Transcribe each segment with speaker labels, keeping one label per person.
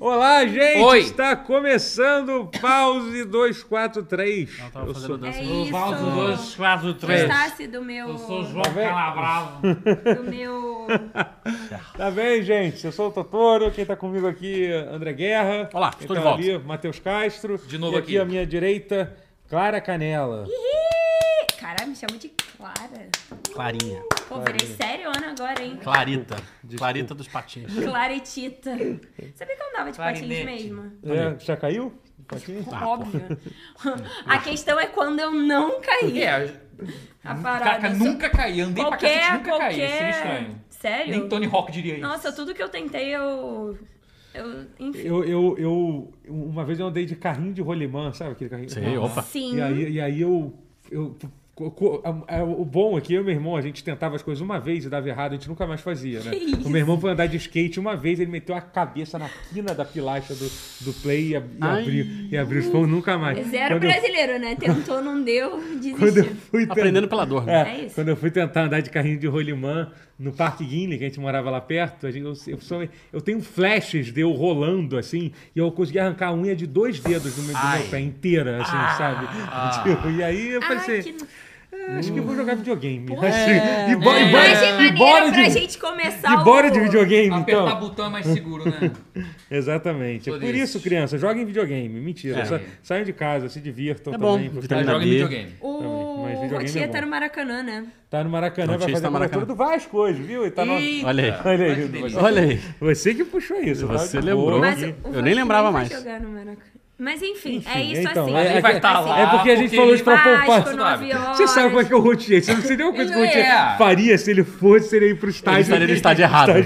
Speaker 1: Olá, gente!
Speaker 2: Oi.
Speaker 1: Está começando o Pause 243.
Speaker 2: tá
Speaker 3: Eu tava
Speaker 1: Eu
Speaker 3: fazendo
Speaker 1: sou-
Speaker 3: dança.
Speaker 4: É
Speaker 3: Eu
Speaker 4: isso.
Speaker 3: valso dois, quatro, três.
Speaker 4: Gostasse do meu.
Speaker 3: Eu sou o
Speaker 1: Tá
Speaker 3: João
Speaker 1: vendo?
Speaker 3: Calabravo.
Speaker 4: Do meu.
Speaker 1: Tá bem, gente? Eu sou o Totoro. Quem tá comigo aqui, André Guerra.
Speaker 2: Olá,
Speaker 1: Quem
Speaker 2: estou
Speaker 1: tá
Speaker 2: de volta.
Speaker 1: ali, Matheus Castro.
Speaker 2: De novo
Speaker 1: e
Speaker 2: aqui.
Speaker 1: aqui à minha direita, Clara Canela.
Speaker 4: Ih! Caralho, me chama de Clara.
Speaker 2: Clarinha.
Speaker 4: Pô, virei sério Ana agora, hein?
Speaker 2: Clarita. Clarita dos patins.
Speaker 4: Claretita. Sabia que eu andava de patins
Speaker 3: Clarinete.
Speaker 4: mesmo?
Speaker 1: É, já caiu? Aqui?
Speaker 4: Óbvio. A questão é quando eu não caí.
Speaker 2: É,
Speaker 4: A parada.
Speaker 2: caraca,
Speaker 4: Eu sou-
Speaker 2: nunca caí. Andei pra
Speaker 4: Qualquer,
Speaker 2: cacete, nunca caí. Isso é
Speaker 4: qualquer.
Speaker 2: estranho.
Speaker 4: Sério?
Speaker 2: Nem Tony Hawk diria isso.
Speaker 4: Nossa, tudo que eu tentei eu. Eu. Enfim.
Speaker 1: Eu, eu, eu, uma vez eu andei de carrinho de rolimã, sabe aquele carrinho?
Speaker 2: Sei, opa.
Speaker 4: Sim.
Speaker 1: E aí, e aí eu. eu co- co- a- a- o bom é que eu e meu irmão, a gente tentava as coisas uma vez e dava errado, a gente nunca mais fazia, né?
Speaker 4: Que isso?
Speaker 1: O meu irmão foi andar de skate uma vez, ele meteu a cabeça na quina da pilastra do, do play e, ab- e abriu, e abriu os pães nunca mais.
Speaker 4: Zero
Speaker 1: Quando eu-
Speaker 4: brasileiro, né? Tentou, não deu,
Speaker 1: quando eu
Speaker 4: desistiu.
Speaker 1: fui ten-
Speaker 2: Aprendendo pela dor. né?
Speaker 1: É,
Speaker 4: É isso.
Speaker 1: Quando eu fui tentar andar de carrinho de rolimã no Parque Guinle, que a gente morava lá perto, a gente- eu, eu só- eu tenho flashes de eu rolando assim, e eu consegui arrancar a unha de dois dedos do meu, do meu
Speaker 2: Ai.
Speaker 1: pé inteira, assim, sabe? Tipo, e aí eu
Speaker 4: Ah. Ai,
Speaker 1: pensei.
Speaker 4: que é.
Speaker 1: "Ah, Acho que eu vou jogar videogame.
Speaker 4: Porra.
Speaker 1: Assim, e bo- e bo-
Speaker 4: Mas de
Speaker 1: e bora
Speaker 4: maneira pra
Speaker 1: de,
Speaker 4: gente começar
Speaker 1: e bora
Speaker 4: o...
Speaker 1: de videogame,
Speaker 2: Apertar
Speaker 1: então.
Speaker 2: botão é mais seguro, né?
Speaker 1: Exatamente. É
Speaker 2: Por
Speaker 1: por isso,
Speaker 2: isso.
Speaker 1: criança, joguem videogame. Mentira.
Speaker 2: É. Tá-
Speaker 1: sa- Saiam de casa, se divirtam
Speaker 5: É bom.
Speaker 1: também. porque
Speaker 5: Vitamina
Speaker 2: Joga em
Speaker 5: B.
Speaker 2: videogame.
Speaker 4: O
Speaker 1: Mas videogame
Speaker 4: Rotier
Speaker 1: é bom.
Speaker 4: tá no Maracanã, né?
Speaker 1: Tá no Maracanã, vai
Speaker 5: Não, Tietê
Speaker 1: fazer
Speaker 5: está
Speaker 1: a
Speaker 5: no
Speaker 1: cobertura
Speaker 5: Maracanã.
Speaker 1: do Vasco hoje, viu? E tá no-
Speaker 2: Eita,
Speaker 5: Olha aí.
Speaker 1: Olha aí,
Speaker 2: que
Speaker 1: Dudu.
Speaker 2: delícia.
Speaker 5: Olha aí.
Speaker 1: Você que puxou isso. tá?
Speaker 5: Você
Speaker 1: Boa.
Speaker 5: lembrou.
Speaker 4: Mas
Speaker 5: Eu
Speaker 4: o
Speaker 5: nem
Speaker 4: Vasco
Speaker 5: lembrava
Speaker 4: vai
Speaker 5: mais.
Speaker 4: jogar no Maracanã. Mas enfim, é
Speaker 1: Enfim,
Speaker 4: isso
Speaker 1: então,
Speaker 4: assim.
Speaker 1: mas
Speaker 2: Ele vai estar lá.
Speaker 1: É porque a gente falou isso pra
Speaker 2: ele-
Speaker 4: Vasco,
Speaker 1: poupar.
Speaker 4: nove horas.
Speaker 1: Você sabe como é que é o rotier? Você não seria uma coisa que o
Speaker 2: Ele
Speaker 1: rotier
Speaker 2: é.
Speaker 1: faria se ele fosse, seria ir pro estádio.
Speaker 5: Ele estaria no estádio errado. Claro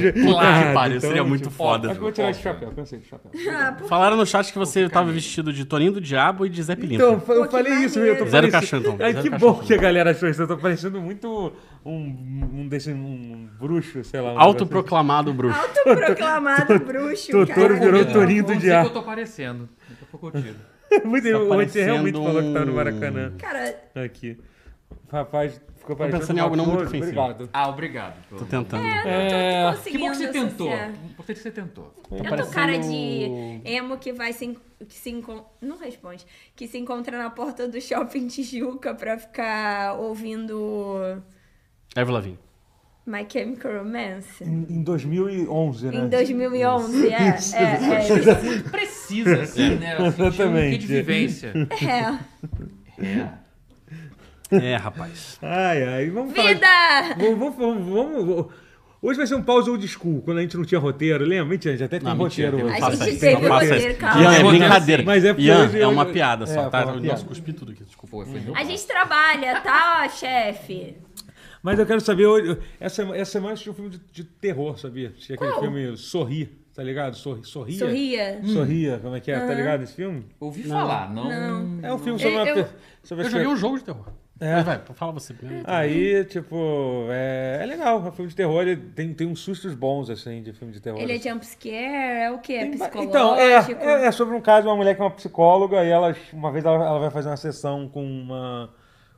Speaker 5: que pariu,
Speaker 1: então,
Speaker 5: seria muito
Speaker 1: tipo,
Speaker 5: foda.
Speaker 1: Acho que eu vou tirar esse chapéu, cansei de chapéu.
Speaker 4: Ah, por...
Speaker 5: Falaram no chat que você tava vestido de Toninho do Diabo e de Zé Pilintra.
Speaker 1: Então, eu
Speaker 4: que
Speaker 1: falei isso, eu tô
Speaker 4: maneiro.
Speaker 1: parecendo-
Speaker 5: Zero caixão, então.
Speaker 1: Ai,
Speaker 5: Zero
Speaker 1: que
Speaker 5: caixão.
Speaker 1: bom que a galera achou isso. Eu tô parecendo muito um, um desse, um bruxo, sei lá. Um
Speaker 5: Autoproclamado bruxo.
Speaker 4: Autoproclamado bruxo,
Speaker 1: Totoro
Speaker 4: cara.
Speaker 1: virou
Speaker 2: Eu
Speaker 1: Torinho do
Speaker 2: não sei
Speaker 1: diabo.
Speaker 2: o que eu tô parecendo. Daqui a pouco eu tiro.
Speaker 1: negócio. Muito,
Speaker 5: Tá
Speaker 1: o Rotier realmente
Speaker 5: parecendo
Speaker 1: falou que tá no
Speaker 5: um-
Speaker 1: Maracanã.
Speaker 4: Cara, é,
Speaker 1: Aqui. Rapaz, ficou parecendo.
Speaker 5: pensando em
Speaker 1: um
Speaker 5: algo não muito
Speaker 1: mafioso.
Speaker 5: ofensivo.
Speaker 1: Obrigado.
Speaker 2: Ah, obrigado.
Speaker 5: Tô tentando.
Speaker 1: É.
Speaker 4: eu não tô
Speaker 2: É, Que
Speaker 4: conseguindo
Speaker 2: bom que você tentou.
Speaker 4: associar.
Speaker 2: Importante é que você tentou.
Speaker 4: Eu tô
Speaker 5: parecendo-
Speaker 4: cara de emo que vai se... en- Que se encon... Não responde. Que se encontra na porta do shopping Tijuca pra ficar ouvindo
Speaker 5: Evelyn Lavigne.
Speaker 4: My Chemical Romance.
Speaker 1: Em, em 2011, né?
Speaker 4: Em 2011, é. É, é, isso.
Speaker 2: Precisa, assim, né? Eu senti um
Speaker 1: Exatamente.
Speaker 2: quê de vivência.
Speaker 4: é.
Speaker 2: É.
Speaker 5: É, rapaz.
Speaker 1: Ai, ai, vamos falar.
Speaker 4: Vida!
Speaker 1: Vamos, vamos- vamos- vamos- vamos- Hoje vai ser um pause old school, quando a gente não tinha roteiro, lembra? Mentira, a gente até tem
Speaker 5: Não, Ah, mentira,
Speaker 1: roteiro
Speaker 5: não
Speaker 1: hoje.
Speaker 4: A
Speaker 5: faça
Speaker 4: gente
Speaker 5: isso,
Speaker 4: teve
Speaker 5: não faça
Speaker 4: roteiro,
Speaker 5: isso.
Speaker 4: calma.
Speaker 5: Ian, é
Speaker 1: Mas-
Speaker 5: brincadeira.
Speaker 1: mas é porque
Speaker 5: Ian,
Speaker 1: hoje
Speaker 5: é uma
Speaker 1: eu-
Speaker 5: piada
Speaker 1: é,
Speaker 5: só, tá?
Speaker 1: foi uma piada.
Speaker 5: Nossa, cuspi tudo aqui, desculpa.
Speaker 2: Pô, foi
Speaker 4: A gente trabalha, tá, chefe?
Speaker 1: Mas eu quero saber, hoje, essa, semana- essa semana assistiu um filme de, de terror, sabia? Tinha aquele
Speaker 4: Qual?
Speaker 1: filme Sorri, tá ligado? Sorri, sorria?
Speaker 4: Sorria.
Speaker 1: Sorria, como é que é? Tá ligado esse filme?
Speaker 2: Ouvi falar, não.
Speaker 1: É um filme sobre uma...
Speaker 4: Eu-
Speaker 1: pe- sobre
Speaker 5: Eu
Speaker 1: as
Speaker 5: joguei
Speaker 1: pe-
Speaker 5: um jogo de terror.
Speaker 1: É.
Speaker 5: Mas vai, fala você primeiro.
Speaker 1: Aí, tipo, é, é legal. É um filme de terror, ele tem, tem uns sustos bons, assim, de filme de terror.
Speaker 4: Ele é jumpscare, é o quê? Tipo, É
Speaker 1: Tem ba-
Speaker 4: psicológico?
Speaker 1: Então, é, é, é sobre um caso de uma mulher que é uma psicóloga e ela, uma vez ela, ela vai fazer uma sessão com uma,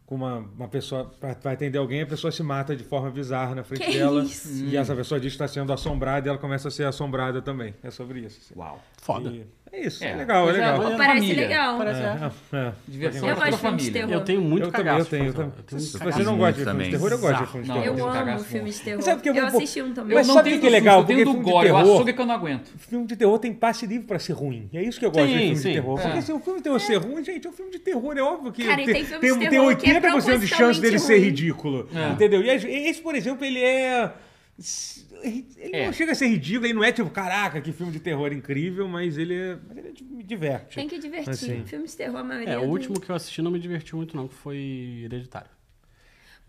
Speaker 1: com uma, uma pessoa, pra- vai atender alguém, a pessoa se mata de forma bizarra na frente
Speaker 4: Que
Speaker 1: dela.
Speaker 4: isso?
Speaker 1: E essa pessoa diz que está sendo assombrada e ela começa a ser assombrada também. É sobre isso. assim.
Speaker 2: Uau.
Speaker 5: Foda.
Speaker 1: E é isso, é,
Speaker 2: É,
Speaker 1: legal, é
Speaker 2: pois é,
Speaker 1: legal.
Speaker 2: olha-
Speaker 4: Parece
Speaker 2: Família.
Speaker 4: legal.
Speaker 5: Parece é.
Speaker 1: É, é.
Speaker 2: Diversão pra
Speaker 4: Eu gosto de filmes de
Speaker 2: família.
Speaker 4: terror.
Speaker 5: Eu tenho muito
Speaker 1: Eu também, eu
Speaker 5: cagaço.
Speaker 1: tenho. Eu
Speaker 5: pra
Speaker 1: também.
Speaker 5: falar. Eu tenho muito
Speaker 1: Se
Speaker 5: cagaço.
Speaker 1: você não gosta de
Speaker 6: Muito
Speaker 1: filmes de
Speaker 6: também.
Speaker 1: terror, eu gosto de
Speaker 5: assim Bizarro.
Speaker 1: filmes de
Speaker 2: Não,
Speaker 1: terror.
Speaker 2: eu
Speaker 4: Eu amo
Speaker 2: cagaço
Speaker 4: filmes de terror.
Speaker 1: Sabe que eu
Speaker 4: eu,
Speaker 1: vou-
Speaker 4: assisti um também.
Speaker 1: Mas
Speaker 2: Eu não
Speaker 1: sabe
Speaker 2: tenho
Speaker 1: o que é
Speaker 2: do
Speaker 1: legal?
Speaker 2: susto, Eu
Speaker 1: Porque
Speaker 2: tenho do
Speaker 1: filme de
Speaker 2: gore, eu
Speaker 1: terror-
Speaker 2: açougue que eu não aguento.
Speaker 1: Filme de terror tem passe livre pra ser ruim. É isso que eu gosto de
Speaker 5: Sim,
Speaker 1: filme
Speaker 5: sim.
Speaker 1: de terror.
Speaker 2: É.
Speaker 1: Porque se o filme de terror ser ruim, gente, é um filme de terror. É óbvio que
Speaker 4: Cara, e tem
Speaker 1: tem, um,
Speaker 4: filme
Speaker 1: tem,
Speaker 4: de
Speaker 1: tem
Speaker 4: terror que é
Speaker 1: 80% de chance dele ser
Speaker 4: propositalmente
Speaker 1: ridículo.
Speaker 2: É.
Speaker 1: Entendeu? E esse- esse, por exemplo, ele é. Ele não
Speaker 2: É.
Speaker 1: chega a ser ridículo, ele não é tipo, caraca, que filme de terror incrível, mas ele, é, mas ele me diverte.
Speaker 4: Tem que divertir.
Speaker 1: Assim.
Speaker 4: Filmes de terror, a maioria.
Speaker 5: É, o
Speaker 4: do-
Speaker 5: último que eu assisti não me divertiu muito, não, que foi Hereditário.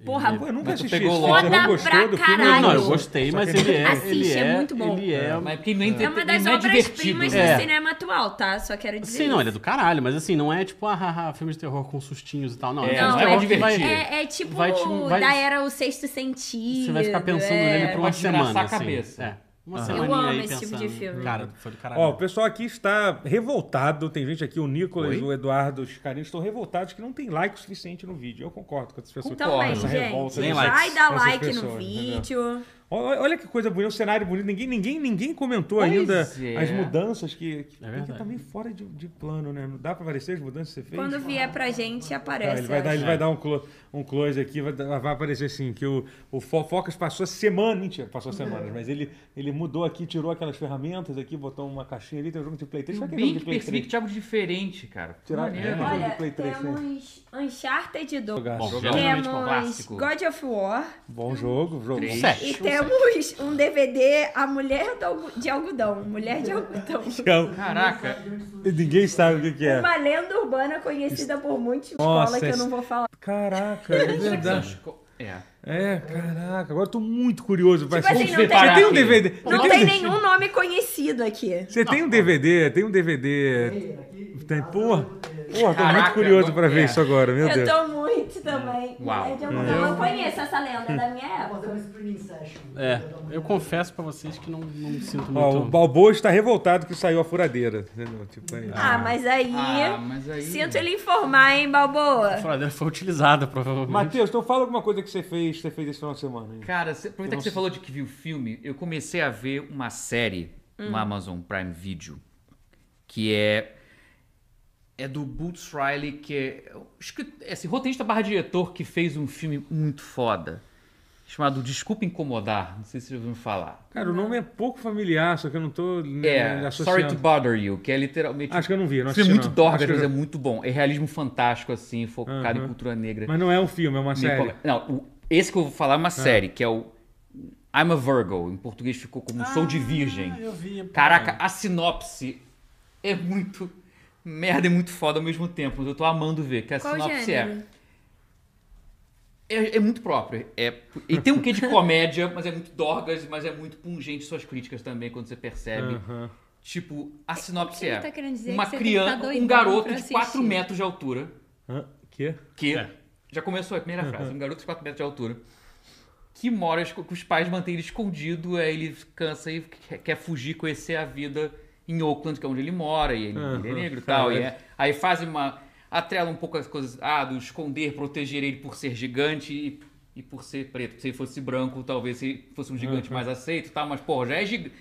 Speaker 4: Porra,
Speaker 1: Ah, Pô, eu nunca
Speaker 2: Mas tu
Speaker 1: assisti
Speaker 2: pegou
Speaker 1: esse
Speaker 2: logo.
Speaker 1: filme, eu não
Speaker 4: Foda pra
Speaker 1: gostou do filme.
Speaker 4: caralho.
Speaker 5: Não, eu gostei,
Speaker 1: Só
Speaker 5: mas
Speaker 1: que-
Speaker 5: ele é.
Speaker 4: Assiste,
Speaker 5: ele
Speaker 4: é
Speaker 5: é,
Speaker 4: muito bom.
Speaker 5: Ele é.
Speaker 2: Mas porque não é,
Speaker 4: É
Speaker 2: entre...
Speaker 4: uma
Speaker 2: não
Speaker 4: das
Speaker 2: é divertido.
Speaker 4: obras-primas
Speaker 5: É.
Speaker 4: do cinema atual, tá? Só quero dizer.
Speaker 5: Sim, não, ele é
Speaker 4: isso.
Speaker 5: do caralho, mas assim, não é tipo, ah, haha, filme de terror com sustinhos e tal. Não,
Speaker 2: É,
Speaker 5: filme
Speaker 4: não,
Speaker 5: de
Speaker 4: é
Speaker 5: terror que vai-
Speaker 2: divertido.
Speaker 4: É, é tipo
Speaker 5: Vai te- vai-
Speaker 4: da era o sexto sentido.
Speaker 5: Você vai ficar pensando
Speaker 4: é.
Speaker 5: nele por uma
Speaker 2: Pode desgraçar
Speaker 5: semana.
Speaker 2: a cabeça.
Speaker 5: Assim. É. Uma
Speaker 2: Aham.
Speaker 5: semaninha
Speaker 4: Eu amo
Speaker 5: aí
Speaker 4: esse tipo
Speaker 5: pensando.
Speaker 4: de filme.
Speaker 5: Cara, foi do caralho.
Speaker 1: Ó, o pessoal aqui está revoltado. Tem gente aqui, o Nicolas,
Speaker 2: Oi?
Speaker 1: o Eduardo, os carinhos estão revoltados que não tem like o suficiente no vídeo. Eu concordo com as pessoas.
Speaker 4: Então, mas,
Speaker 1: Essa revolta
Speaker 4: gente,
Speaker 5: dessas-
Speaker 4: vai dar
Speaker 1: dessas
Speaker 4: like no
Speaker 1: pessoas, entendeu?
Speaker 4: vídeo.
Speaker 1: Ó- ó- Olha que coisa bonita, o cenário bonito. Ninguém, ninguém, ninguém comentou
Speaker 2: Pois
Speaker 1: ainda
Speaker 2: é.
Speaker 1: as mudanças que. que porque
Speaker 5: É verdade.
Speaker 1: tá meio fora de, de plano, né? Não dá pra aparecer as mudanças que você fez?
Speaker 4: Quando vier pra gente,
Speaker 1: Tá,
Speaker 4: aparece.
Speaker 1: ele vai
Speaker 4: eu
Speaker 1: dar, ele
Speaker 4: acho.
Speaker 1: vai dar um, clo- um close aqui, vai, dar- vai aparecer assim, que o, o Fofocas passou a semana, mentira, passou semanas, mas ele, ele mudou aqui, tirou aquelas ferramentas aqui, botou uma caixinha ali, tem um jogo de Play 3,
Speaker 2: Eu
Speaker 1: qual que é
Speaker 2: bem
Speaker 1: aquele jogo
Speaker 2: que
Speaker 1: de Play
Speaker 2: percebi
Speaker 1: 3?
Speaker 2: que tinha algo diferente, cara. Que
Speaker 1: Tirar-
Speaker 2: maneiro.
Speaker 1: é.
Speaker 4: Olha,
Speaker 1: do Play três, né?
Speaker 4: temos Uncharted 2.
Speaker 1: Jogaço.
Speaker 5: Bom,
Speaker 2: Geralmente com
Speaker 4: Temos
Speaker 2: clássico.
Speaker 4: God of War
Speaker 1: Bom jogo, jogo.
Speaker 2: Três.
Speaker 1: bom.
Speaker 4: e temos um DVD A Mulher do Algu- de Algodão. Mulher de Algodão.
Speaker 1: Então,
Speaker 2: Caraca,
Speaker 1: Ninguém sabe o que, que é.
Speaker 4: Uma lenda urbana conhecida por muitos de
Speaker 1: Nossa,
Speaker 4: escola que eu
Speaker 1: esse-
Speaker 4: não vou falar.
Speaker 1: Caraca, é verdade.
Speaker 2: É.
Speaker 1: É, caraca, agora eu tô muito curioso. Vai
Speaker 4: Tipo
Speaker 1: ser-
Speaker 4: assim, não
Speaker 1: você
Speaker 4: tem-
Speaker 1: tem um DVD. você
Speaker 4: Não
Speaker 1: um
Speaker 4: tem
Speaker 1: DVD?
Speaker 4: nenhum nome conhecido aqui.
Speaker 1: Você tem um DVD, tem um DVD. Tem, porra, porra, tô muito
Speaker 2: Caraca,
Speaker 1: curioso pra
Speaker 2: agora-
Speaker 1: ver
Speaker 2: é.
Speaker 1: isso agora, meu
Speaker 4: eu
Speaker 1: Deus.
Speaker 4: tô muito também.
Speaker 2: Uau.
Speaker 4: Mulher de Algodão. Eu conheço essa lenda é da minha época.
Speaker 5: É, eu confesso pra vocês que não, não me sinto
Speaker 1: Ó,
Speaker 5: muito...
Speaker 1: o Balboa está revoltado que saiu a furadeira. entendeu? Tipo, é-
Speaker 4: Ah, mas aí.
Speaker 2: Ah, mas aí.
Speaker 4: Sinto ele informar, hein, Balboa?
Speaker 5: A furadeira foi utilizada, provavelmente.
Speaker 1: Matheus, então fala alguma coisa que você fez, você fez esse final de semana. hein?
Speaker 2: Cara, cê, aproveita que você falou de que viu filme, eu comecei a ver uma série
Speaker 4: Hum.
Speaker 2: no Amazon Prime Video que é é do Boots Riley, que é acho que é esse roteirista barra diretor que fez um filme muito foda chamado Desculpa Incomodar, não sei se vocês ouviram falar.
Speaker 1: Cara, o nome é pouco familiar, só que eu não tô né,
Speaker 2: É, Sorry to
Speaker 1: associando.
Speaker 2: Bother You, que é literalmente
Speaker 1: Acho que eu não vi, não
Speaker 2: um
Speaker 1: assisti,
Speaker 2: filme muito
Speaker 1: não.
Speaker 2: dorga,
Speaker 1: Acho que eu
Speaker 2: mas é
Speaker 1: já-
Speaker 2: muito bom. É realismo fantástico assim, focado
Speaker 1: Aham.
Speaker 2: em cultura negra.
Speaker 1: Mas não é um filme, é uma série.
Speaker 2: Nicola- Não, o- esse que eu vou falar é uma série, que é o I'm a Virgo. Em português ficou como Sou de Virgem.
Speaker 5: Ah, eu
Speaker 1: é
Speaker 5: vi.
Speaker 2: Caraca, a sinopse é muito merda e muito foda ao mesmo tempo. mas Eu tô amando ver, que a
Speaker 4: Qual
Speaker 2: sinopse
Speaker 4: gênero?
Speaker 2: é, é. É muito própria. É, e tem um quê de comédia, mas é muito dorgas, mas é muito pungente suas críticas também, quando você percebe.
Speaker 1: Aham.
Speaker 2: Tipo, a sinopse
Speaker 6: ele
Speaker 2: é
Speaker 6: tá querendo dizer?
Speaker 2: uma
Speaker 6: Que você tem que tá
Speaker 2: criança, um
Speaker 6: doidão
Speaker 2: garoto
Speaker 6: pra
Speaker 2: de 4
Speaker 6: assistir.
Speaker 2: metros de altura
Speaker 1: Hã? Quê?
Speaker 2: que já começou a primeira frase, um garoto de 4 metros de altura que mora esco- com os pais, mantém ele escondido, aí ele cansa e quer- quer fugir, conhecer a vida em Oakland, que é onde ele mora, e ele, ele é
Speaker 1: Aham,
Speaker 2: negro e tal, e
Speaker 1: caralho.
Speaker 2: é- aí faz uma atrela um pouco as coisas, ah, do esconder, proteger ele por ser gigante e, e por ser preto, se ele fosse branco, talvez se fosse um gigante mais aceito, e tal, mas porra, já é gigante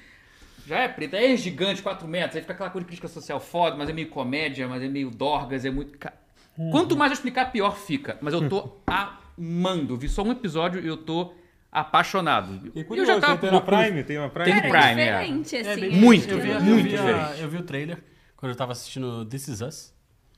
Speaker 2: já é preta, é gigante, 4 metros, aí fica aquela coisa de crítica social foda, mas é meio comédia, mas é meio dorgas, é muito. ca- Quanto mais eu explicar, pior fica. Mas eu tô amando. Vi só um episódio e eu tô apaixonado.
Speaker 1: E é
Speaker 2: eu
Speaker 1: curioso,
Speaker 2: já tava
Speaker 1: tem
Speaker 2: um
Speaker 1: na
Speaker 2: pouco-
Speaker 1: Prime? Tem uma Prime?
Speaker 2: Tem no
Speaker 4: Cara, é
Speaker 2: Prime, é.
Speaker 4: diferente,
Speaker 5: É,
Speaker 4: assim.
Speaker 5: bem-
Speaker 2: Muito,
Speaker 5: eu vi, eu
Speaker 2: muito
Speaker 5: vi a-
Speaker 2: diferente.
Speaker 5: eu vi o trailer quando eu tava assistindo This Is Us.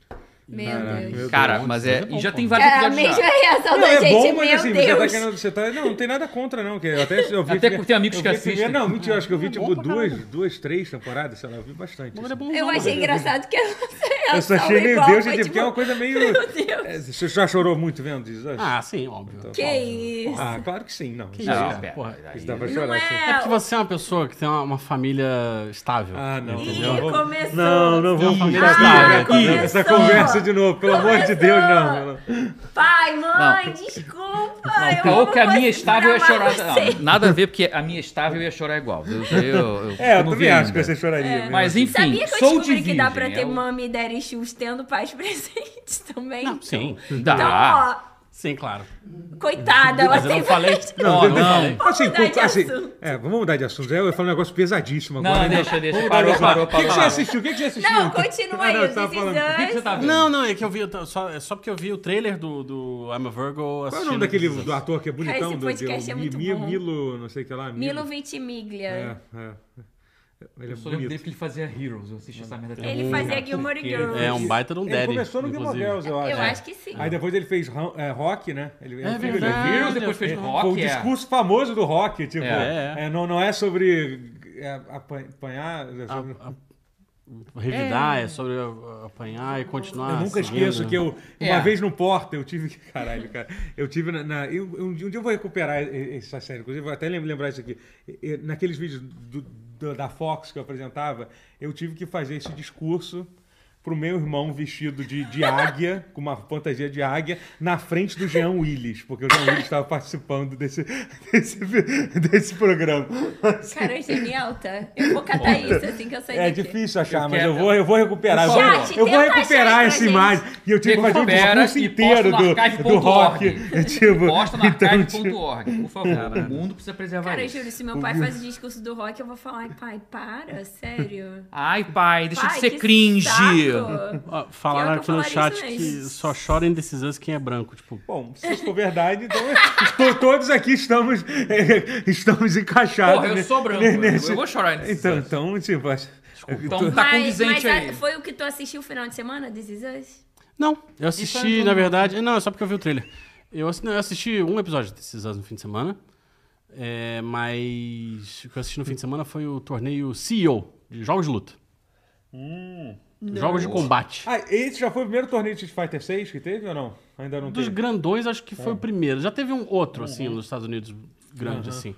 Speaker 4: Ah,
Speaker 6: Meu Deus.
Speaker 2: Cara, mas é. E já tem vários
Speaker 4: Cara, a
Speaker 2: episódios
Speaker 4: mesma
Speaker 2: já.
Speaker 4: reação
Speaker 1: Não,
Speaker 4: da
Speaker 1: é
Speaker 4: gente,
Speaker 1: bom, mas
Speaker 4: meu
Speaker 1: assim, você tá
Speaker 4: Deus.
Speaker 1: querendo. Você tá, não, não tem nada contra, não. Que eu até, eu vi,
Speaker 2: Até porque tem amigos
Speaker 1: eu
Speaker 2: que
Speaker 1: vi
Speaker 2: assistem.
Speaker 1: primeiro- não, mentira, eu acho que eu vi
Speaker 5: É
Speaker 1: tipo
Speaker 5: bom pra
Speaker 1: duas,
Speaker 5: caramba.
Speaker 1: duas, três temporadas, sei lá, eu vi bastante.
Speaker 5: Mas é
Speaker 1: assim.
Speaker 5: bonzão,
Speaker 4: Eu achei
Speaker 5: né?
Speaker 4: engraçado que a nossa
Speaker 1: Eu só
Speaker 4: reação
Speaker 1: achei meio
Speaker 4: igual
Speaker 1: Deus,
Speaker 4: foi,
Speaker 1: gente, porque é uma
Speaker 4: tipo,
Speaker 1: coisa meio.
Speaker 4: Meu Deus.
Speaker 1: É, Você já chorou muito vendo Jesus?
Speaker 5: Ah, sim, óbvio.
Speaker 1: Então,
Speaker 4: Que isso.
Speaker 1: Ah, claro que sim, não.
Speaker 5: isso?
Speaker 2: Não,
Speaker 5: Isso,
Speaker 2: pera,
Speaker 5: porra.
Speaker 2: aí-
Speaker 1: Isso dá pra
Speaker 4: Não
Speaker 1: chorar, sim.
Speaker 5: É porque
Speaker 4: é...
Speaker 5: você é uma pessoa que tem uma, uma família estável.
Speaker 1: Ah, não.
Speaker 4: Ih,
Speaker 1: não, vamos-
Speaker 4: começou.
Speaker 1: Não, não vamos
Speaker 5: família
Speaker 1: puxar
Speaker 5: estável.
Speaker 1: aqui, né?
Speaker 4: Ah,
Speaker 1: essa
Speaker 4: começou.
Speaker 1: conversa de novo, pelo amor de Deus, não. não.
Speaker 4: Pai, mãe, desculpa. eu
Speaker 2: Não,
Speaker 4: amo
Speaker 2: ou que a minha
Speaker 4: você,
Speaker 2: estável ia
Speaker 4: amar
Speaker 2: chorar.
Speaker 4: você.
Speaker 2: Não, nada a ver, porque a minha estável ia chorar igual. Eu, eu, eu
Speaker 1: É, eu
Speaker 2: não
Speaker 1: também
Speaker 2: vi
Speaker 1: acho que
Speaker 2: ainda.
Speaker 1: você choraria. mesmo.
Speaker 2: Mas enfim,
Speaker 4: Sabia que eu
Speaker 2: sou de
Speaker 4: descobri que dá
Speaker 2: virgem,
Speaker 4: pra ter
Speaker 2: é o-
Speaker 4: mami e daddy issues tendo pais presentes também?
Speaker 5: Não, sim,
Speaker 2: Dá.
Speaker 4: Então, ó,
Speaker 5: sim, claro.
Speaker 4: coitada, ela
Speaker 5: Mas eu
Speaker 4: tem
Speaker 5: não falei.
Speaker 4: várias-
Speaker 1: Não, não,
Speaker 2: Ó, não.
Speaker 1: Assim,
Speaker 4: Vamos mudar de
Speaker 1: com- assim,
Speaker 4: assunto.
Speaker 1: é, vamos mudar de assunto. Eu ia falar um negócio pesadíssimo
Speaker 2: Não,
Speaker 1: agora. né?
Speaker 2: deixa, deixa.
Speaker 1: Vamos mudar
Speaker 2: Parou,
Speaker 1: de assunto.
Speaker 2: parou,
Speaker 1: O que, que você
Speaker 2: parou.
Speaker 1: assistiu? O que, que você assistiu?
Speaker 4: Não, continua
Speaker 1: Ah,
Speaker 4: aí,
Speaker 1: não,
Speaker 4: os
Speaker 1: você tava falando. O
Speaker 2: que você tá vendo?
Speaker 5: Não, não, é que eu vi, eu tô- só, é só porque eu vi o trailer do, do I'm a Virgo
Speaker 1: Qual é
Speaker 5: assistindo.
Speaker 1: o nome daquele
Speaker 5: This Is Us.
Speaker 1: do ator que é bonitão?
Speaker 4: Cara, esse
Speaker 1: do-
Speaker 4: podcast
Speaker 1: do,
Speaker 4: é muito
Speaker 1: Mi- Mi-
Speaker 4: bom.
Speaker 1: Milo, não sei o que lá.
Speaker 4: Milo
Speaker 1: É,
Speaker 4: Ventimiglia.
Speaker 1: é. Ele é
Speaker 5: um
Speaker 2: Eu só lembro dele
Speaker 1: bonito.
Speaker 2: que ele fazia Heroes. Eu assisti essa merda até
Speaker 4: Ele
Speaker 2: hoje,
Speaker 4: fazia
Speaker 2: cara.
Speaker 4: Gilmore
Speaker 2: Porque-
Speaker 4: Girls.
Speaker 5: É um baita de um
Speaker 1: Ele
Speaker 5: daddy,
Speaker 1: começou no Gilmore
Speaker 5: inclusive.
Speaker 1: Girls, eu acho. É.
Speaker 4: Eu acho que sim.
Speaker 1: Aí depois ele fez ra- é, rock, né? Ele,
Speaker 5: É
Speaker 1: ele fez-
Speaker 5: verdade.
Speaker 2: Heroes, depois fez
Speaker 5: Foi
Speaker 1: Foi um o
Speaker 2: Rock. é.
Speaker 1: discurso famoso do rock, tipo,
Speaker 5: É, é.
Speaker 1: é, não, não é sobre é, apa- apanhar. é sobre-
Speaker 5: A- a- revidar, é. sobre a- a- apanhar e continuar.
Speaker 1: Eu nunca
Speaker 5: seguindo.
Speaker 1: esqueço que eu, uma
Speaker 2: É.
Speaker 1: vez no Porta, eu tive que. Caralho, cara. Eu tive na. na- eu- um, dia um dia eu vou recuperar e- e- essa série, inclusive, eu vou até lem- lembrar isso aqui. E- e- Naqueles vídeos do- do- da Fox que eu apresentava, eu tive que fazer esse discurso. pro meu irmão vestido de, de águia, com uma fantasia de águia, na frente do Jean Willis, porque o Jean Willis estava participando desse, desse, desse programa.
Speaker 4: Cara, é genial, tá? Eu vou catar isso assim que eu sair
Speaker 1: É
Speaker 4: daqui.
Speaker 1: difícil achar,
Speaker 2: Eu
Speaker 1: mas
Speaker 2: quero-
Speaker 1: eu vou, eu vou recuperar. Eu
Speaker 2: Por
Speaker 1: vou,
Speaker 4: favor.
Speaker 1: eu vou
Speaker 4: Tenta achar
Speaker 1: recuperar
Speaker 4: aí pra
Speaker 1: essa
Speaker 4: gente.
Speaker 1: imagem. E eu tive que fazer um
Speaker 2: Recupera
Speaker 1: discurso
Speaker 2: e
Speaker 1: inteiro
Speaker 2: posta
Speaker 1: do,
Speaker 2: no
Speaker 1: do rock.
Speaker 2: archive.org.
Speaker 1: É, tipo,
Speaker 2: Posta no
Speaker 1: então, tipo,
Speaker 2: archive.org, por favor. O mundo precisa preservar
Speaker 4: Cara, eu
Speaker 2: isso.
Speaker 4: juro, se meu pai faz o É. discurso do rock, eu vou falar, "Ai, pai, para, sério.
Speaker 2: Ai, pai, deixa
Speaker 4: Pai,
Speaker 2: de ser
Speaker 4: que
Speaker 2: cringe.
Speaker 4: saco.
Speaker 5: Ó, Ah,
Speaker 4: Pior
Speaker 5: falaram
Speaker 4: que
Speaker 5: aqui
Speaker 4: eu
Speaker 5: no
Speaker 4: falaria
Speaker 5: chat
Speaker 4: isso
Speaker 5: que
Speaker 4: mesmo.
Speaker 5: só chora em decisões quem é branco. Tipo,
Speaker 1: Bom, se isso for verdade, então to- todos aqui estamos, eh, estamos encaixados.
Speaker 2: Porra, eu
Speaker 1: ne-
Speaker 2: sou branco.
Speaker 1: ne-
Speaker 2: Eu vou chorar nesse
Speaker 1: Então, então, tipo, acho-
Speaker 2: Então tá
Speaker 4: Mas,
Speaker 2: condizente
Speaker 4: mas é
Speaker 2: aí.
Speaker 4: a- foi o que tu assistiu o final de semana, This Is Us?
Speaker 5: Não, eu
Speaker 2: foi
Speaker 5: assisti,
Speaker 2: tudo.
Speaker 5: na verdade. Não, é só porque eu vi o trailer. Eu assi- não, eu assisti um episódio desses anos no fim de semana. é, mas o que eu assisti no fim de semana foi o torneio CEO de jogos de luta. Jogos de combate.
Speaker 1: Hum. Ah, esse já foi o primeiro torneio de Street Fighter 6 que teve ou não? Ainda não
Speaker 5: Dos
Speaker 1: teve.
Speaker 5: grandões, acho que
Speaker 1: Ah.
Speaker 5: foi o primeiro. Já teve um outro,
Speaker 1: Uhum.
Speaker 5: assim, nos Estados Unidos, grande, assim.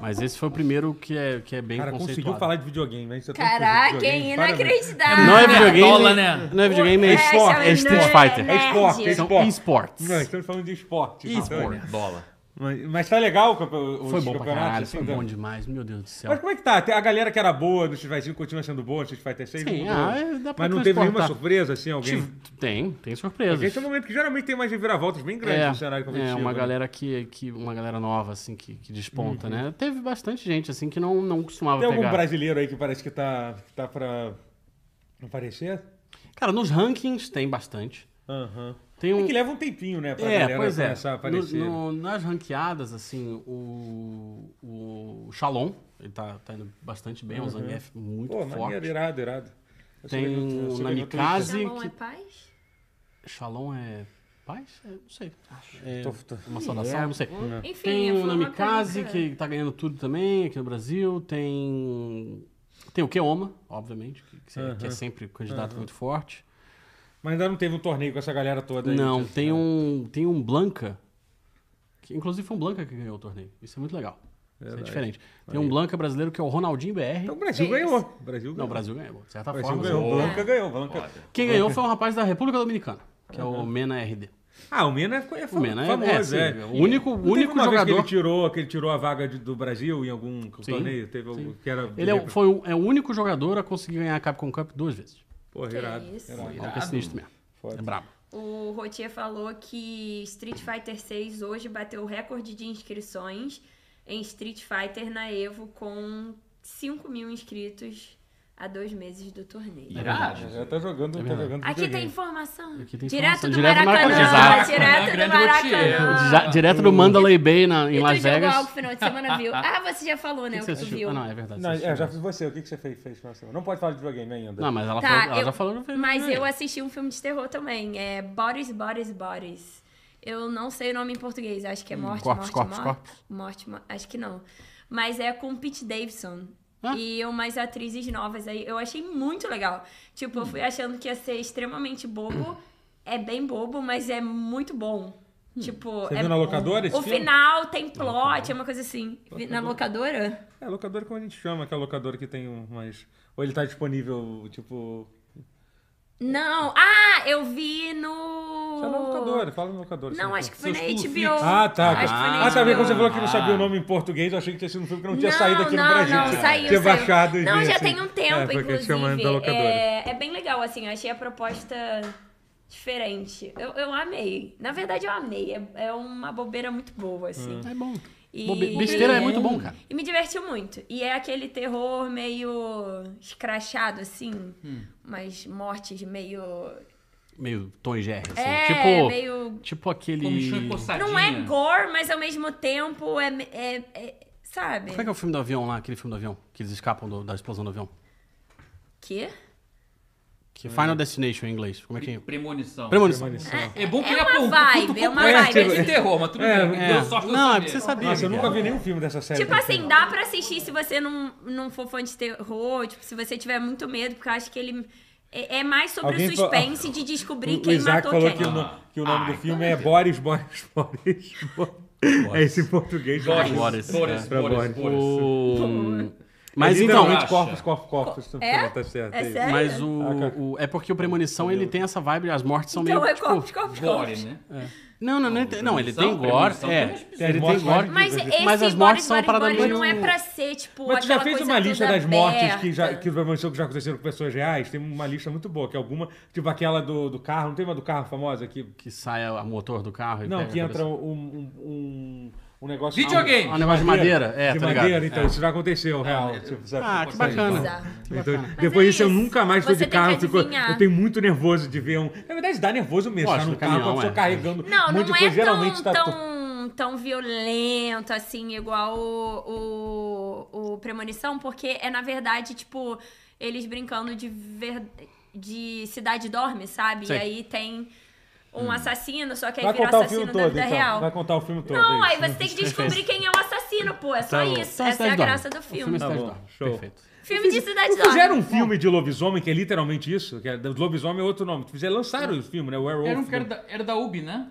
Speaker 5: Mas esse foi o primeiro que é, que é bem
Speaker 1: Cara, conseguiu
Speaker 5: conceituado.
Speaker 1: falar de videogame, hein? Você tá
Speaker 4: Caraca,
Speaker 1: fugindo de videogame,
Speaker 4: hein?
Speaker 1: parabéns.
Speaker 4: Inacreditável.
Speaker 5: Não é videogame,
Speaker 2: Nerdola, né?
Speaker 5: não é, videogame é,
Speaker 4: É,
Speaker 5: esporte, é
Speaker 4: chama
Speaker 5: Street
Speaker 4: nerd,
Speaker 5: Fighter.
Speaker 4: né?
Speaker 1: É esporte, é
Speaker 4: São
Speaker 5: São
Speaker 1: esporte.
Speaker 5: esportes.
Speaker 1: Não, estamos falando de esporte.
Speaker 5: Esporte.
Speaker 1: Esporte. Mas, mas tá legal o campe- os
Speaker 5: Foi bom pra
Speaker 1: campeonatos.
Speaker 5: caralho,
Speaker 1: assim,
Speaker 5: foi
Speaker 1: da-
Speaker 5: bom demais, meu Deus do céu.
Speaker 1: Mas como é que tá? Tem A galera que era boa no Street Fighter 5 continua sendo boa no Street Fighter 6?
Speaker 5: Sim,
Speaker 1: não mudou.
Speaker 5: ah, é, dá pra
Speaker 1: Mas não teve nenhuma
Speaker 5: transportar.
Speaker 1: surpresa, assim, alguém?
Speaker 5: Tive- Tem, tem
Speaker 1: Esse é um
Speaker 5: surpresas.
Speaker 1: momento que geralmente tem mais reviravoltas bem grandes no cenário
Speaker 5: é,
Speaker 1: competitivo.
Speaker 5: uma
Speaker 1: né? Uhum.
Speaker 5: galera que, que uma galera nova assim que, que desponta, né? Teve bastante gente assim que não não costumava
Speaker 1: Tem algum
Speaker 5: pegar.
Speaker 1: brasileiro aí que parece que tá, que tá pra aparecer?
Speaker 5: Cara, nos rankings tem bastante.
Speaker 1: Aham.
Speaker 5: Tem um
Speaker 1: É que leva um tempinho, né, pra
Speaker 5: É,
Speaker 1: galera
Speaker 5: pois é.
Speaker 1: começar a aparecer.
Speaker 5: No- no- nas ranqueadas, assim, o, o Shalom, ele tá, tá indo bastante bem, é um Zangief muito
Speaker 1: Uhum. Pô, maneiro,
Speaker 5: forte.
Speaker 1: irado, irado. Eu
Speaker 5: Tem
Speaker 1: sou
Speaker 5: um
Speaker 1: garoto- eu sou
Speaker 5: o
Speaker 1: garoto-
Speaker 5: Namikaze.
Speaker 4: Tá bom,
Speaker 5: que-
Speaker 4: é paz?
Speaker 5: Shalom é paz? É, não sei. É
Speaker 1: Tô- tô-
Speaker 5: uma saudação, não sei.
Speaker 4: Enfim,
Speaker 5: Tem
Speaker 4: eu
Speaker 5: o
Speaker 4: fui uma
Speaker 5: Namikaze,
Speaker 4: coisa-
Speaker 5: que tá ganhando tudo também aqui no Brasil. Tem. Tem o Keoma, obviamente, que, que se- que é sempre candidato muito forte.
Speaker 1: Mas ainda não teve um torneio com essa galera toda aí.
Speaker 5: Não,
Speaker 1: Tipo,
Speaker 5: tem um, tem um Blanca. Que, inclusive foi um Blanca que ganhou o torneio. Isso é muito legal. Isso é diferente. Tem um Blanca brasileiro que é o Ronaldinho BR.
Speaker 1: Então o Brasil
Speaker 4: É
Speaker 1: ganhou.
Speaker 4: isso.
Speaker 1: O Brasil
Speaker 5: Não,
Speaker 1: ganhou.
Speaker 5: o Brasil ganhou. De certa
Speaker 1: O Brasil
Speaker 5: forma.
Speaker 1: ganhou. O
Speaker 5: assim.
Speaker 1: Blanca ganhou. o Blanca-
Speaker 5: Quem ganhou foi um rapaz da República Dominicana, que é o Mena RD.
Speaker 1: Ah, o Mena é, é fam-
Speaker 5: O Mena é,
Speaker 1: famoso.
Speaker 5: é, sim,
Speaker 1: é.
Speaker 5: o único,
Speaker 1: Não teve
Speaker 5: único
Speaker 1: uma Vez que
Speaker 5: jogador.
Speaker 1: ele tirou, que ele tirou a vaga de- do Brasil em algum torneio? Teve algum, que era.
Speaker 5: Ele é, o- foi o, é o único jogador a conseguir ganhar a Capcom Cup duas vezes.
Speaker 1: Porra,
Speaker 4: Que
Speaker 1: irado.
Speaker 4: isso.
Speaker 1: irado.
Speaker 5: Ele é sinistro mesmo.
Speaker 1: Foda.
Speaker 5: É brabo.
Speaker 4: O Rotier falou que Street Fighter 6 hoje bateu o recorde de inscrições em Street Fighter na Evo com 5 mil inscritos há dois meses do
Speaker 2: É
Speaker 4: torneio.
Speaker 2: Irado.
Speaker 1: Já tá jogando, tá jogando.
Speaker 4: Aqui tem
Speaker 1: videogame.
Speaker 4: informação.
Speaker 5: é um Aqui tem
Speaker 4: direto
Speaker 5: informação.
Speaker 4: do
Speaker 5: Direto do
Speaker 4: Maracanã.
Speaker 5: Maracanã.
Speaker 2: Exato.
Speaker 4: Direto do
Speaker 2: Grande Rotier.
Speaker 4: Maracanã.
Speaker 1: Ah.
Speaker 5: Já- direto do Mandalay Bay na, em
Speaker 4: E tu
Speaker 5: Las
Speaker 4: jogou
Speaker 5: Vegas.
Speaker 4: algo no final de semana, viu? Ah, você já falou,
Speaker 5: O que
Speaker 4: né?
Speaker 5: que
Speaker 4: O
Speaker 5: você
Speaker 4: que tu
Speaker 5: assistiu?
Speaker 4: viu.
Speaker 5: Ah, não, é verdade.
Speaker 1: Não,
Speaker 5: você assistiu.
Speaker 1: eu já fiz você. O que, que você fez, fez final de semana? Não pode falar de videogame ainda.
Speaker 5: Não, mas ela,
Speaker 4: Tá,
Speaker 5: falou, ela
Speaker 4: eu-
Speaker 5: já falou. né? que-
Speaker 4: Mas eu assisti um filme de terror também. É Bodies, Bodies, Bodies. Eu não sei o nome em português. Acho
Speaker 1: Hum,
Speaker 4: que é Morte,
Speaker 5: corpos,
Speaker 4: Morte,
Speaker 5: corpos,
Speaker 4: Morte.
Speaker 5: corpos.
Speaker 4: Morte, Mo- acho que não. Mas é com Pete Davidson.
Speaker 5: Ah.
Speaker 4: E umas atrizes novas aí. Eu achei muito legal. Tipo, eu
Speaker 1: Hum.
Speaker 4: fui achando que ia ser extremamente bobo. É bem bobo, mas é muito bom. Tipo,
Speaker 1: Hum. Você
Speaker 4: é
Speaker 1: viu na locadora esse
Speaker 4: O
Speaker 1: filme?
Speaker 4: final tem plot, é uma coisa assim. Vi- Na locadora?
Speaker 1: É, locadora como a gente chama, que é locadora que tem um, mas. Ou ele tá disponível, tipo.
Speaker 4: Não. Ah, eu vi no.
Speaker 1: Chama é locadora, fala assim, locadora.
Speaker 4: Não, acho que foi na HBO.
Speaker 1: Ah, tá.
Speaker 4: Acho que foi na
Speaker 1: Ah, tá.
Speaker 4: HBO.
Speaker 1: Bem, quando você falou que não sabia o nome em português, eu achei que tinha sido um filme que não tinha
Speaker 4: Não,
Speaker 1: saído aqui
Speaker 4: não,
Speaker 1: no Brasil.
Speaker 4: Não,
Speaker 1: tinha-
Speaker 4: saiu,
Speaker 1: Tinha
Speaker 4: saiu.
Speaker 1: baixado. e
Speaker 4: Não,
Speaker 1: vi,
Speaker 4: já
Speaker 1: assim.
Speaker 4: tem um tempo,
Speaker 1: é, foi que eles chamam
Speaker 4: inclusive.
Speaker 1: da locadora.
Speaker 4: É, é bem legal, assim. Eu achei a proposta diferente. Eu, eu amei. Na verdade, eu amei. É, é uma bobeira muito boa, assim.
Speaker 5: É bom.
Speaker 4: E-
Speaker 5: Bobe- Besteira é muito bom, cara.
Speaker 4: E me divertiu muito. E é aquele terror meio escrachado, assim.
Speaker 5: Hum.
Speaker 4: Umas mortes meio...
Speaker 5: Meio Tom e Jerry, assim.
Speaker 4: É,
Speaker 5: tipo,
Speaker 4: meio...
Speaker 5: tipo aquele...
Speaker 2: Com bichão e
Speaker 5: Como
Speaker 2: coçadinha.
Speaker 4: Não é gore, mas ao mesmo tempo é... me- é- é- sabe?
Speaker 5: é que é o filme do avião lá? Aquele filme do avião? Que eles escapam do- da explosão do avião.
Speaker 1: É,
Speaker 4: Quê?
Speaker 5: Que é Final Destination em inglês. Como é que é?
Speaker 2: Premonição.
Speaker 5: Premonição.
Speaker 1: Premonição.
Speaker 2: É bom que
Speaker 4: É
Speaker 2: ele
Speaker 4: uma
Speaker 2: apontou
Speaker 4: vibe,
Speaker 2: tudo
Speaker 4: é uma
Speaker 2: com-
Speaker 1: vibe,
Speaker 2: de
Speaker 1: assim.
Speaker 2: terror, mas tudo
Speaker 1: É,
Speaker 2: bem.
Speaker 5: é.
Speaker 2: Deu sorte de eu
Speaker 5: Não, é
Speaker 2: saber.
Speaker 5: porque você sabia.
Speaker 1: Nossa, eu nunca
Speaker 5: Miguel.
Speaker 1: vi nenhum filme dessa série.
Speaker 4: Tipo assim, dá pra assistir se você não, não for fã de terror, tipo, se você tiver muito medo, porque eu acho que ele. É, é mais sobre
Speaker 1: Alguém
Speaker 4: o
Speaker 1: falou-
Speaker 4: suspense de descobrir
Speaker 1: O- o
Speaker 4: quem
Speaker 1: Isaac
Speaker 4: matou
Speaker 1: falou
Speaker 4: quem.
Speaker 1: que, o no-
Speaker 2: Ah.
Speaker 1: que o nome
Speaker 2: Ah,
Speaker 1: do
Speaker 2: então
Speaker 1: filme é Boris, Boris, Boris. Boris. É esse em português.
Speaker 2: Boris, Boris,
Speaker 5: Boris, é.
Speaker 2: Boris,
Speaker 1: Pra Boris.
Speaker 2: Boris.
Speaker 5: O- Mas então.
Speaker 1: literalmente
Speaker 2: acha.
Speaker 1: corpos, corpos, corpos.
Speaker 4: É?
Speaker 1: Tá certo.
Speaker 4: É
Speaker 1: isso.
Speaker 4: sério?
Speaker 5: Mas o,
Speaker 1: Ah, cara.
Speaker 5: o- É porque o Premonição ele tem essa vibe, as mortes são
Speaker 4: Então
Speaker 5: meio.
Speaker 4: é
Speaker 5: tipo,
Speaker 4: corpos, corpos, corpos.
Speaker 2: Gore, né?
Speaker 5: Não, não, não, ele tem- não, ele tem
Speaker 2: Premonição,
Speaker 5: gore.
Speaker 2: premonição,
Speaker 5: É,
Speaker 2: tem umas pessoas.
Speaker 5: ele tem
Speaker 1: mortes
Speaker 5: gore.
Speaker 1: mais-
Speaker 4: Mas
Speaker 1: Tipo, assim, Mas
Speaker 4: esse
Speaker 5: as
Speaker 4: bores,
Speaker 5: mortes são uma
Speaker 4: bores,
Speaker 5: parada
Speaker 4: bores
Speaker 5: meio-
Speaker 4: não é pra ser, tipo,
Speaker 1: Mas tu já
Speaker 4: aquela
Speaker 1: fez
Speaker 4: coisa
Speaker 1: uma lista
Speaker 4: toda
Speaker 1: das mortes que já,
Speaker 4: aberta.
Speaker 1: que, que já aconteceram com pessoas reais? Tem uma lista muito boa, que é alguma, tipo aquela do, do carro, não tem uma do carro famosa que.
Speaker 5: Que sai a- o motor do carro e
Speaker 1: Não,
Speaker 5: pega
Speaker 1: que
Speaker 5: a
Speaker 1: entra
Speaker 5: cabeça.
Speaker 1: um, um, um, um negócio.
Speaker 2: Videogame!
Speaker 5: Ah, um negócio de madeira. É,
Speaker 1: de
Speaker 5: tá ligado?
Speaker 1: madeira, então,
Speaker 5: É.
Speaker 1: isso já aconteceu, real. tipo, sabe?
Speaker 5: Ah, que bacana.
Speaker 4: Bizarro.
Speaker 1: Então,
Speaker 4: Mas
Speaker 1: depois
Speaker 4: é
Speaker 1: disso, eu
Speaker 4: isso.
Speaker 1: nunca mais fui
Speaker 4: Você
Speaker 1: de
Speaker 4: tem que
Speaker 1: carro. ficou-
Speaker 4: adivinhar.
Speaker 1: eu tenho muito nervoso de ver um. Na verdade, dá nervoso mesmo.
Speaker 5: Gosto
Speaker 1: tá no
Speaker 5: do
Speaker 1: carro,
Speaker 5: caminhão,
Speaker 1: com a pessoa
Speaker 5: é.
Speaker 1: carregando. um
Speaker 4: Não,
Speaker 1: monte
Speaker 4: não
Speaker 1: de
Speaker 4: é
Speaker 1: coisa.
Speaker 4: tão,
Speaker 1: Geralmente tá.
Speaker 4: tão, tão violento, assim, igual o, o, o Premonição, porque é, na verdade, tipo, eles brincando de, ver... de Cidade Dorme, sabe?
Speaker 5: Sei.
Speaker 4: E aí tem um assassino, só que
Speaker 1: Hum.
Speaker 4: aí
Speaker 1: Vai
Speaker 4: vira
Speaker 1: contar o
Speaker 4: assassino
Speaker 1: filme
Speaker 4: da
Speaker 1: todo,
Speaker 4: vida
Speaker 1: então.
Speaker 4: real.
Speaker 1: Vai contar o filme todo.
Speaker 4: Não,
Speaker 1: é
Speaker 4: aí
Speaker 1: isso.
Speaker 4: você tem que descobrir quem é o assassino, pô. É só
Speaker 5: Tá bom.
Speaker 4: isso. Essa
Speaker 5: Então,
Speaker 4: é
Speaker 5: Cidade
Speaker 4: a
Speaker 5: Dorme.
Speaker 4: graça do
Speaker 5: O filme
Speaker 4: filme.
Speaker 5: é Cidade
Speaker 1: Tá bom,
Speaker 5: Dorme.
Speaker 1: show.
Speaker 5: Perfeito.
Speaker 4: Filme de Cidade
Speaker 1: Tu Fizeram um
Speaker 4: Dorme.
Speaker 1: filme de lobisomem, que é literalmente isso. Que é, lobisomem é outro nome. Tu Fizeram, lançaram o filme, né? Werewolf.
Speaker 2: Era, um, que era,
Speaker 1: né?
Speaker 2: da, era da Ubi, né?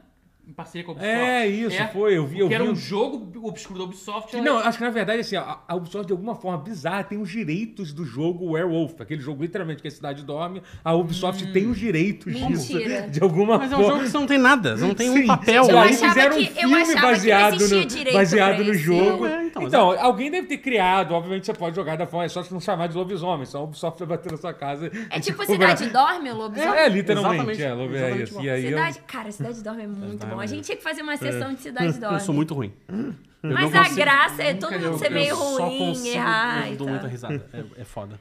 Speaker 2: Em parceria com a Ubisoft.
Speaker 1: É, isso, foi, eu vi- eu
Speaker 2: Porque
Speaker 1: vi
Speaker 2: era
Speaker 1: um-
Speaker 2: um jogo obscuro da Ubisoft.
Speaker 1: Que
Speaker 2: ela-
Speaker 1: Não, acho que na verdade, assim, a, a Ubisoft, de alguma forma bizarra, tem os direitos do jogo Werewolf. Aquele jogo, literalmente, que a cidade dorme. A Ubisoft tem os direitos disso.
Speaker 4: Mentira.
Speaker 1: De alguma
Speaker 5: Mas é um
Speaker 1: forma.
Speaker 5: jogo que você não tem nada, você não tem
Speaker 1: Sim.
Speaker 5: um papel.
Speaker 1: E
Speaker 4: Eu
Speaker 1: aí
Speaker 4: achava
Speaker 1: fizeram um
Speaker 4: que- eu achava que
Speaker 1: filme
Speaker 4: não
Speaker 1: baseado
Speaker 4: existia
Speaker 1: no,
Speaker 4: direito
Speaker 1: baseado
Speaker 4: pra
Speaker 1: no
Speaker 4: isso.
Speaker 1: jogo.
Speaker 5: É, então,
Speaker 1: então, alguém deve ter criado. Obviamente você pode jogar da forma, é só se não chamar de lobisomem. Só o Ubisoft vai bater na sua casa.
Speaker 4: É
Speaker 1: e
Speaker 4: tipo
Speaker 1: te
Speaker 4: Cidade
Speaker 1: cobrar.
Speaker 4: Dorme, lobisomem?
Speaker 1: um- É, é, literalmente.
Speaker 5: Exatamente.
Speaker 1: É, lobi- é
Speaker 5: Exatamente
Speaker 1: isso.
Speaker 5: igual.
Speaker 1: E aí eu-
Speaker 4: Cidade... Cara, Cidade Dorme é muito bom. A gente tinha que fazer uma sessão
Speaker 1: É.
Speaker 4: de Cidade Dorme.
Speaker 5: Eu sou muito ruim. Eu
Speaker 4: Mas
Speaker 5: não
Speaker 4: a
Speaker 5: consigo-
Speaker 4: graça é todo mundo
Speaker 5: eu-
Speaker 4: ser meio
Speaker 5: eu só
Speaker 4: ruim, tá?
Speaker 5: consigo-
Speaker 4: errar e
Speaker 5: Eu dou muita
Speaker 4: tal.
Speaker 5: risada. É, é foda.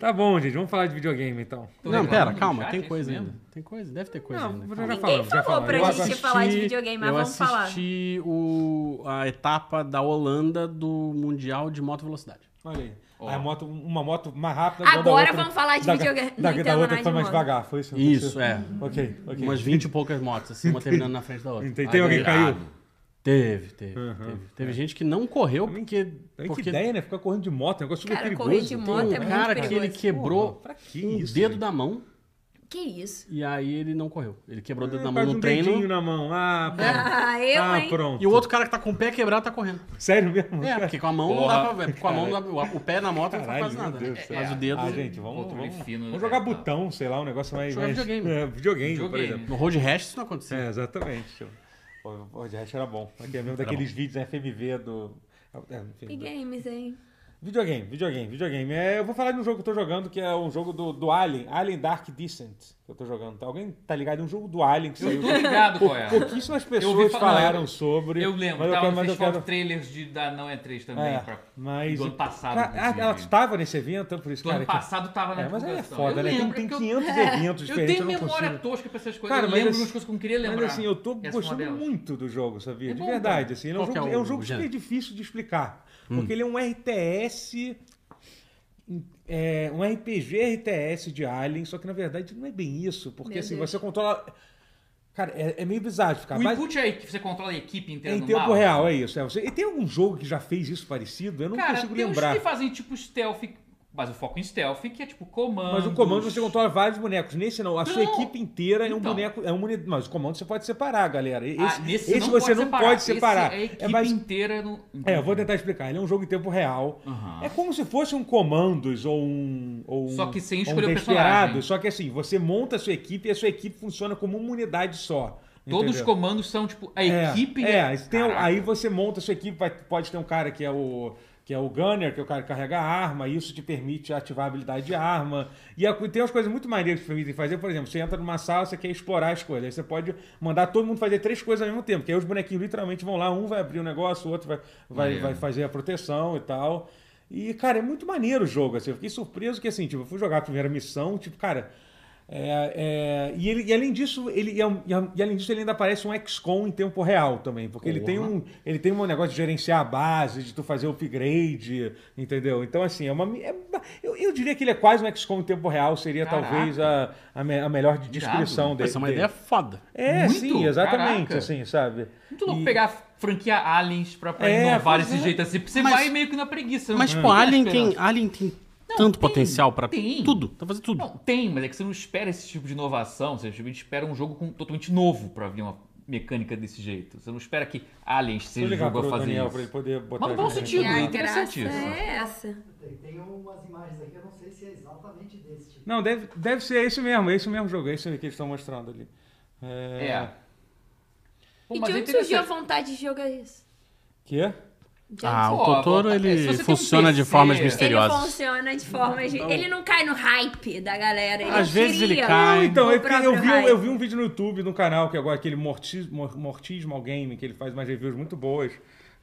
Speaker 1: Tá bom, gente. Vamos falar de videogame, então.
Speaker 2: Tô
Speaker 5: Não,
Speaker 2: reclamando
Speaker 5: pera,
Speaker 2: no
Speaker 5: calma,
Speaker 2: chat, é
Speaker 5: tem
Speaker 2: isso
Speaker 5: coisa
Speaker 2: mesmo?
Speaker 5: ainda. Tem coisa, deve ter coisa
Speaker 1: Não,
Speaker 5: ainda.
Speaker 1: já
Speaker 4: Ninguém
Speaker 1: falamos, já
Speaker 4: falou
Speaker 1: falamos.
Speaker 4: pra
Speaker 1: Eu
Speaker 4: gente
Speaker 1: assisti-
Speaker 4: falar de videogame, mas
Speaker 5: eu
Speaker 4: vamos falar.
Speaker 5: assisti o, a etapa da Holanda do Mundial de Moto Velocidade.
Speaker 1: Olha aí. Aí a moto, uma moto mais rápida.
Speaker 4: Agora
Speaker 1: igual da outra-
Speaker 4: vamos falar de
Speaker 1: da,
Speaker 4: videogame.
Speaker 1: Da,
Speaker 4: Não
Speaker 1: da,
Speaker 4: entendo
Speaker 1: outra
Speaker 4: nada
Speaker 1: que
Speaker 4: de
Speaker 1: foi mais
Speaker 4: moto.
Speaker 1: devagar, foi isso?
Speaker 5: Isso, é.
Speaker 1: Ok, ok.
Speaker 5: Umas 20 e poucas motos, assim, uma terminando na frente da outra.
Speaker 1: Entendi. Tem alguém que caiu?
Speaker 5: Teve, teve, teve. Teve gente que não correu porque...
Speaker 1: Aí
Speaker 5: porque
Speaker 1: Que ideia, né? Ficar correndo de moto, é um negócio super
Speaker 4: Cara,
Speaker 1: perigoso.
Speaker 4: correr de moto
Speaker 5: tem
Speaker 4: é
Speaker 5: um
Speaker 4: muito
Speaker 5: cara que
Speaker 4: perigoso.
Speaker 5: ele quebrou
Speaker 1: Porra, pra que
Speaker 5: um
Speaker 1: isso,
Speaker 5: dedo
Speaker 1: gente?
Speaker 5: da mão
Speaker 4: Que isso?
Speaker 5: e aí ele não correu. Ele quebrou o dedo da
Speaker 1: Faz
Speaker 5: mão no
Speaker 1: um dedinho
Speaker 5: treino
Speaker 1: na mão. Ah, pronto.
Speaker 4: Ah, eu,
Speaker 1: ah,
Speaker 4: hein?
Speaker 1: pronto.
Speaker 5: e o outro cara que tá com o pé quebrado tá correndo.
Speaker 1: Sério mesmo?
Speaker 5: É, porque com a mão não dá pra ver. Com a mão não dá, o- o pé na moto não
Speaker 1: Caralho,
Speaker 5: faz
Speaker 1: meu
Speaker 5: nada.
Speaker 1: Deus do
Speaker 5: né?
Speaker 1: céu.
Speaker 5: Mas o dedo.
Speaker 1: Ah, gente, vamos,
Speaker 2: Controle
Speaker 1: vamos,
Speaker 2: fino,
Speaker 1: vamos
Speaker 2: né?
Speaker 1: jogar
Speaker 2: Tá.
Speaker 1: botão, sei lá, um negócio mais...
Speaker 5: Jogar
Speaker 1: mais-
Speaker 5: videogame.
Speaker 1: É, videogame, por
Speaker 2: Videogame.
Speaker 1: exemplo.
Speaker 5: No road rash isso não aconteceu.
Speaker 1: É, exatamente. O o de resto era bom. Aqui é mesmo daqueles vídeos da FMV do... é, enfim,
Speaker 4: E
Speaker 1: do-
Speaker 4: games, hein?
Speaker 1: Videogame, videogame, videogame. É, eu vou falar de um jogo que eu tô jogando, que é um jogo do, do Alien, Alien Dark Descent, que eu tô jogando. Tá? Alguém tá ligado? É um jogo do Alien que
Speaker 2: Eu
Speaker 1: saiu.
Speaker 2: tô ligado
Speaker 1: Pou-
Speaker 2: qual é.
Speaker 1: Pouquíssimas
Speaker 2: ouvi
Speaker 1: pessoas
Speaker 2: falar,
Speaker 1: falaram
Speaker 2: eu-
Speaker 1: sobre.
Speaker 2: Eu lembro,
Speaker 1: mas eu
Speaker 2: tava
Speaker 1: quero,
Speaker 2: no
Speaker 1: mas eu
Speaker 2: festival
Speaker 1: quero...
Speaker 2: de trailers de, da Não É 3 também.
Speaker 1: É,
Speaker 2: pra-
Speaker 1: mas...
Speaker 2: do ano passado,
Speaker 1: Cara, ah,
Speaker 2: inclusive.
Speaker 1: ela estava nesse evento, por isso,
Speaker 2: Do
Speaker 1: cara...
Speaker 2: ano
Speaker 1: que-
Speaker 2: passado tava na
Speaker 1: É, mas aí é
Speaker 2: divulgação.
Speaker 1: foda,
Speaker 2: Eu
Speaker 1: né? Tem,
Speaker 2: lembro,
Speaker 1: tem
Speaker 2: porque eu- É,
Speaker 1: 500 eventos
Speaker 2: Eu
Speaker 1: diferentes,
Speaker 2: tenho
Speaker 1: não
Speaker 2: memória
Speaker 1: consigo.
Speaker 2: tosca pra essas coisas.
Speaker 1: Cara,
Speaker 2: eu
Speaker 1: mas
Speaker 2: lembro
Speaker 1: assim-
Speaker 2: de umas coisas que eu não queria lembrar.
Speaker 1: Mas assim, eu tô
Speaker 2: Essa é uma
Speaker 1: gostando
Speaker 2: delas.
Speaker 1: muito do jogo, sabia?
Speaker 2: É
Speaker 1: de
Speaker 2: bom,
Speaker 1: verdade,
Speaker 2: cara.
Speaker 1: assim. Ele é um
Speaker 5: Qual que
Speaker 1: jogo,
Speaker 5: é
Speaker 1: é um
Speaker 5: o
Speaker 1: jogo super
Speaker 5: gênero?
Speaker 1: difícil de explicar.
Speaker 2: Hum.
Speaker 1: Porque ele é um RTS... É um RPG RTS de Alien, só que na verdade não é bem isso, porque
Speaker 4: Meu
Speaker 1: assim,
Speaker 4: Deus.
Speaker 1: você controla... Cara, é, é meio bizarro de ficar.
Speaker 2: O
Speaker 1: mas-
Speaker 2: input é aí que você controla a equipe
Speaker 1: É
Speaker 2: inteira
Speaker 1: em
Speaker 2: no
Speaker 1: tempo
Speaker 2: mapa?
Speaker 1: real, é isso. é você- E tem algum jogo que já fez isso parecido? Eu não
Speaker 2: assim. Cara,
Speaker 1: consigo
Speaker 2: tem
Speaker 1: lembrar.
Speaker 2: uns que fazem tipo stealth, mas o foco em stealth, que é tipo comando.
Speaker 1: Mas o comando você controla vários bonecos. Nesse não, a sua
Speaker 2: Não.
Speaker 1: equipe inteira é um
Speaker 2: Então.
Speaker 1: boneco. É um muni... Mas o comando você pode separar, galera. Esse,
Speaker 2: Ah, nesse
Speaker 1: esse
Speaker 2: não
Speaker 1: você
Speaker 2: pode
Speaker 1: não
Speaker 2: separar.
Speaker 1: pode separar.
Speaker 2: Esse é a equipe
Speaker 1: mais-
Speaker 2: inteira no.
Speaker 1: É, eu vou tentar explicar. Ele é um jogo em tempo real.
Speaker 2: Aham.
Speaker 1: É como se fosse um Commandos ou um. Ou um-
Speaker 2: Só que sem
Speaker 1: ou
Speaker 2: escolher o
Speaker 1: Desperados.
Speaker 2: personagem.
Speaker 1: Só que assim, você monta a sua equipe e a sua equipe funciona como uma unidade só.
Speaker 2: Todos os
Speaker 1: entendeu?
Speaker 2: comandos são tipo a
Speaker 1: É,
Speaker 2: equipe.
Speaker 1: É, isso tem o-
Speaker 2: Caraca.
Speaker 1: aí você monta a sua equipe, vai- pode ter um cara que é o que é o gunner, que é o cara que carrega a arma, e isso te permite ativar a habilidade de arma. E a- tem umas coisas muito maneiras que permitem fazer, por exemplo, você entra numa sala, você quer explorar as coisas, aí você pode mandar todo mundo fazer três coisas ao mesmo tempo, que aí os bonequinhos literalmente vão lá, um vai abrir o negócio, o outro vai, vai,
Speaker 2: Maneiro.
Speaker 1: vai fazer a proteção e tal. E, cara, é muito maneiro o jogo, assim, eu fiquei surpreso que, assim, tipo, eu fui jogar a primeira missão, tipo, cara, é, é, e, ele- e além disso, ele, e, al- e al- e além disso, ele ainda parece um XCOM em tempo real também, porque ele tem, um, ele tem um negócio de gerenciar a base, de tu fazer upgrade, entendeu? Então, assim, é uma. mi- é uma- eu, eu diria que ele é quase um XCOM em tempo real, seria
Speaker 2: Caraca.
Speaker 1: talvez a, a, me- a melhor de-
Speaker 2: Irado.
Speaker 1: descrição dele.
Speaker 5: Essa é uma ideia foda.
Speaker 1: É,
Speaker 2: Muito?
Speaker 1: sim, exatamente,
Speaker 2: Caraca.
Speaker 1: assim, sabe?
Speaker 2: Muito louco
Speaker 1: E-
Speaker 2: pegar a franquia Aliens pra, pra
Speaker 1: É,
Speaker 2: inovar
Speaker 1: pois
Speaker 2: desse
Speaker 1: é.
Speaker 2: jeito assim. porque Você
Speaker 5: Mas-
Speaker 2: vai meio que na preguiça.
Speaker 5: Mas,
Speaker 2: não
Speaker 5: tipo, Alien
Speaker 2: esperança.
Speaker 5: tem, Alien tem
Speaker 2: Não,
Speaker 5: tanto
Speaker 2: tem,
Speaker 5: potencial pra
Speaker 2: tem.
Speaker 5: tudo. Dá pra fazer tudo.
Speaker 2: tipo, Não, tem, mas é que você não espera esse tipo de inovação. Você simplesmente espera um jogo com- totalmente novo pra vir uma. mecânica desse jeito. Você não espera que Aliens
Speaker 1: Vou
Speaker 2: seja o
Speaker 1: ligar
Speaker 2: jogo
Speaker 1: pro
Speaker 2: a fazer
Speaker 1: Daniel
Speaker 2: isso.
Speaker 1: pra ele poder botar.
Speaker 2: Mas no bom
Speaker 1: aqui.
Speaker 2: sentido,
Speaker 4: a
Speaker 2: é interessante
Speaker 4: graça
Speaker 2: isso.
Speaker 4: É essa.
Speaker 7: Tem, tem umas imagens aqui, eu não sei se é exatamente desse tipo.
Speaker 1: Não, deve, deve ser esse mesmo, é esse mesmo jogo, é esse que eles estão mostrando ali.
Speaker 2: É.
Speaker 1: É.
Speaker 2: Pô,
Speaker 4: e
Speaker 2: mas
Speaker 4: de
Speaker 2: é
Speaker 4: onde surgiu a
Speaker 2: interessante.
Speaker 4: vontade de jogar isso?
Speaker 1: Quê?
Speaker 4: De onde
Speaker 5: Ah,
Speaker 2: Pô,
Speaker 5: o Totoro,
Speaker 2: é, se você
Speaker 5: ele
Speaker 2: tem um
Speaker 5: funciona de
Speaker 2: PC,
Speaker 5: formas
Speaker 2: ele
Speaker 4: Ele
Speaker 5: misteriosas.
Speaker 4: funciona de forma. de- Ele não cai no hype da galera. Ele
Speaker 5: Às vezes ele
Speaker 4: cria
Speaker 5: cai.
Speaker 4: o
Speaker 1: Então, é porque
Speaker 4: Ah, próprio
Speaker 1: eu vi,
Speaker 4: hype.
Speaker 1: eu vi um vídeo no YouTube, no canal, que agora é aquele mortismo, mor- mortismo ao game, que ele faz umas reviews muito boas.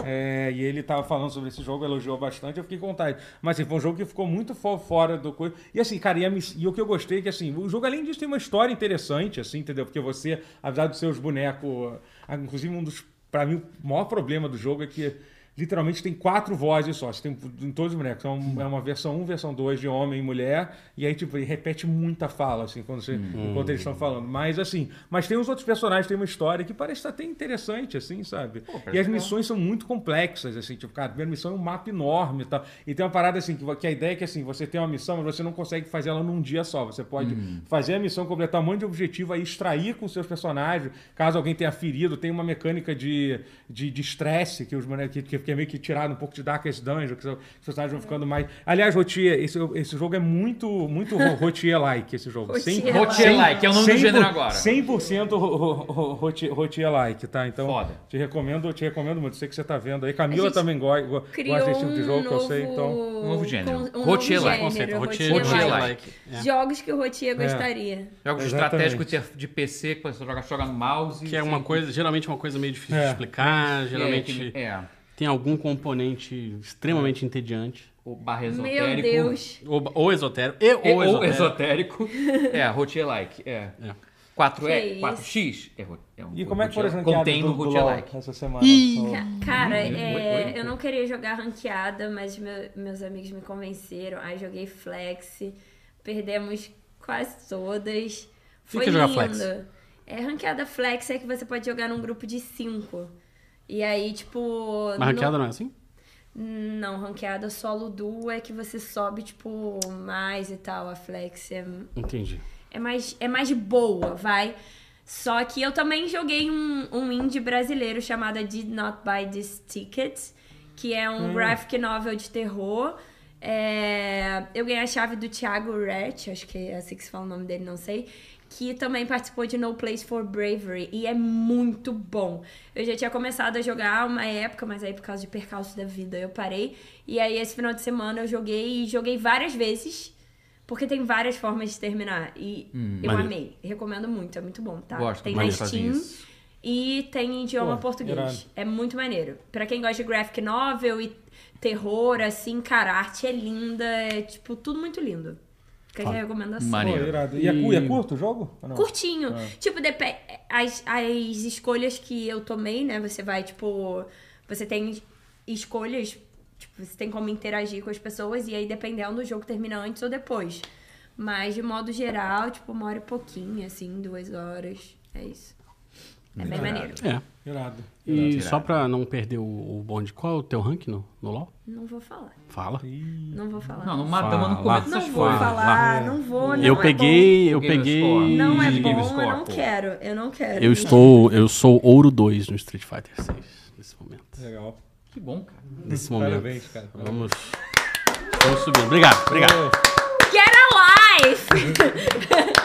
Speaker 1: É, e ele tava falando sobre esse jogo, elogiou bastante, eu fiquei com vontade. Mas assim, foi um jogo que ficou muito fo- fora do coisa. E assim, cara, e, a miss- e o que eu gostei é que assim, o jogo, além disso, tem uma história interessante, assim, entendeu? Porque você, apesar dos seus bonecos. ah, Inclusive, um dos. Pra mim, o maior problema do jogo é que literalmente tem quatro vozes só. Você tem em todos os bonecos. Então, é uma versão 1, versão 2 de homem e mulher. E aí, tipo, ele repete muita fala, assim, quando você, enquanto eles estão falando. Mas, assim, mas tem os outros personagens, tem uma história que parece até interessante, assim, sabe?
Speaker 2: parece
Speaker 1: e as
Speaker 2: legal.
Speaker 1: missões são muito complexas, assim, tipo, cara, a primeira missão é um mapa enorme e tal. E tem uma parada, assim, que, que a ideia é que, assim, você tem uma missão, mas você não consegue fazer ela num dia só. Você pode fazer a missão, completar um monte de objetivo, aí extrair com seus personagens, caso alguém tenha ferido, tem uma mecânica de de de estresse, que os mane- que, que, que é meio que tirado um pouco de Darkest Dungeon, que os personagens vão ficando mais... Aliás, Rotier, esse, esse jogo é muito, muito ro- Rotier-like, esse jogo. Sem-
Speaker 4: Rotier.
Speaker 2: Rotier-like, é o nome do
Speaker 1: 100%
Speaker 2: gênero agora.
Speaker 1: 100% ro- ro- ro- roti- Rotier-like, tá? Então,
Speaker 2: Foda.
Speaker 1: te recomendo, te recomendo muito. Sei que você tá vendo aí. Camila
Speaker 4: gente
Speaker 1: também go- go-
Speaker 4: Criou
Speaker 1: gosta desse tipo de jogo
Speaker 4: um
Speaker 1: que eu sei,
Speaker 4: novo-
Speaker 1: então.
Speaker 4: Um
Speaker 2: novo gênero.
Speaker 4: Um
Speaker 2: Rotier
Speaker 4: novo
Speaker 2: like.
Speaker 5: Conceito,
Speaker 4: gênero.
Speaker 5: rotier,
Speaker 4: rotier
Speaker 5: rotier
Speaker 4: like.
Speaker 5: like. É.
Speaker 4: Jogos que o Rotier gostaria.
Speaker 2: Jogos
Speaker 1: Exatamente.
Speaker 2: estratégicos de- de PC que você joga, joga no mouse.
Speaker 5: Que é uma
Speaker 2: sem-
Speaker 5: coisa, geralmente é uma coisa meio difícil
Speaker 1: É.
Speaker 5: de explicar,
Speaker 2: É,
Speaker 5: geralmente
Speaker 2: que- É,
Speaker 5: tem algum componente extremamente entediante.
Speaker 2: o barra
Speaker 4: Meu
Speaker 2: esotérico.
Speaker 4: Deus.
Speaker 5: Ou, ou esotérico, e
Speaker 2: É,
Speaker 5: ou
Speaker 2: ou
Speaker 5: esotérico.
Speaker 2: esotérico. é, rotier-like. É.
Speaker 5: É.
Speaker 2: 4E,
Speaker 4: Que
Speaker 2: 4X. É, ro- é um
Speaker 1: E como é que foram as
Speaker 2: rotier-
Speaker 1: ranqueadas
Speaker 2: Contém
Speaker 1: do,
Speaker 2: no
Speaker 1: do LoL
Speaker 2: rotier-like.
Speaker 1: essa semana?
Speaker 4: Ca-
Speaker 5: Uhum.
Speaker 1: O-
Speaker 4: Cara,
Speaker 2: Hum,
Speaker 4: é,
Speaker 2: oi, oi, oi.
Speaker 4: eu não queria jogar ranqueada, mas meu- meus amigos me convenceram. Aí joguei flex, perdemos quase todas. Foi
Speaker 5: que é
Speaker 4: lindo.
Speaker 5: jogar flex?
Speaker 4: É ranqueada flex é que você pode jogar num grupo de cinco. E aí, tipo.
Speaker 5: Mas ranqueada não é assim?
Speaker 4: Não, ranqueada solo duo é que você sobe, tipo, mais e tal. A flex é,
Speaker 5: Entendi.
Speaker 4: é mais, é mais de boa, vai. Só que eu também joguei um, um indie brasileiro chamado I Did Not Buy This Ticket, que é um graphic novel de terror. É, eu ganhei a chave do Thiago Rett, acho que é assim que se fala o nome dele, não sei. Que também participou de No Place for Bravery e é muito bom. Eu já tinha começado a jogar uma época, mas aí por causa de percalço da vida eu parei. E aí esse final de semana eu joguei e joguei várias vezes. Porque tem várias formas de terminar. E eu
Speaker 5: Maneiro.
Speaker 4: amei. Recomendo muito, é muito bom, tá?
Speaker 2: Hum, Gosto,
Speaker 4: tem na
Speaker 2: maneiro.
Speaker 4: Steam
Speaker 2: Isso.
Speaker 4: e tem em idioma
Speaker 1: Pô,
Speaker 4: português.
Speaker 1: irado.
Speaker 4: É muito maneiro. Pra quem gosta de graphic novel e terror, assim, cara, a arte é linda, é tipo tudo muito lindo. Fica aqui a recomendação.
Speaker 1: Pô,
Speaker 2: Maneiro.
Speaker 1: irado. E, é cu- e é curto o jogo? Ou não?
Speaker 4: Curtinho.
Speaker 5: Ah.
Speaker 4: Tipo, depe- as, as escolhas que eu tomei, né? Você vai, tipo. Você tem escolhas. Tipo, você tem como interagir com as pessoas. E aí, dependendo, o jogo termina antes ou depois. Mas, de modo geral, tipo, uma hora e pouquinho, assim, duas horas. É isso. É bem maneiro.
Speaker 5: É.
Speaker 1: Irado.
Speaker 5: E só pra não perder o, o bonde, qual é o teu rank no, no LoL?
Speaker 4: Não vou falar.
Speaker 5: Fala.
Speaker 4: Não vou falar.
Speaker 2: Não,
Speaker 4: Não,
Speaker 2: não matamos, não
Speaker 5: Fala.
Speaker 2: comenta essas
Speaker 4: vou
Speaker 2: coisas.
Speaker 4: falar. Não vou, não
Speaker 5: eu
Speaker 4: é
Speaker 5: peguei, eu
Speaker 2: Game
Speaker 5: peguei.
Speaker 2: Score.
Speaker 4: bom. Não é
Speaker 2: Ih,
Speaker 4: bom,
Speaker 2: Score,
Speaker 4: eu não
Speaker 2: pô.
Speaker 4: quero. Eu não quero.
Speaker 5: Eu estou, eu sou ouro 2 no Street Fighter 6 nesse momento.
Speaker 1: Legal.
Speaker 2: Que bom, cara.
Speaker 5: Nesse momento.
Speaker 1: Parabéns, cara.
Speaker 5: Vamos. Vamos subindo. Obrigado, obrigado.
Speaker 4: Get a life!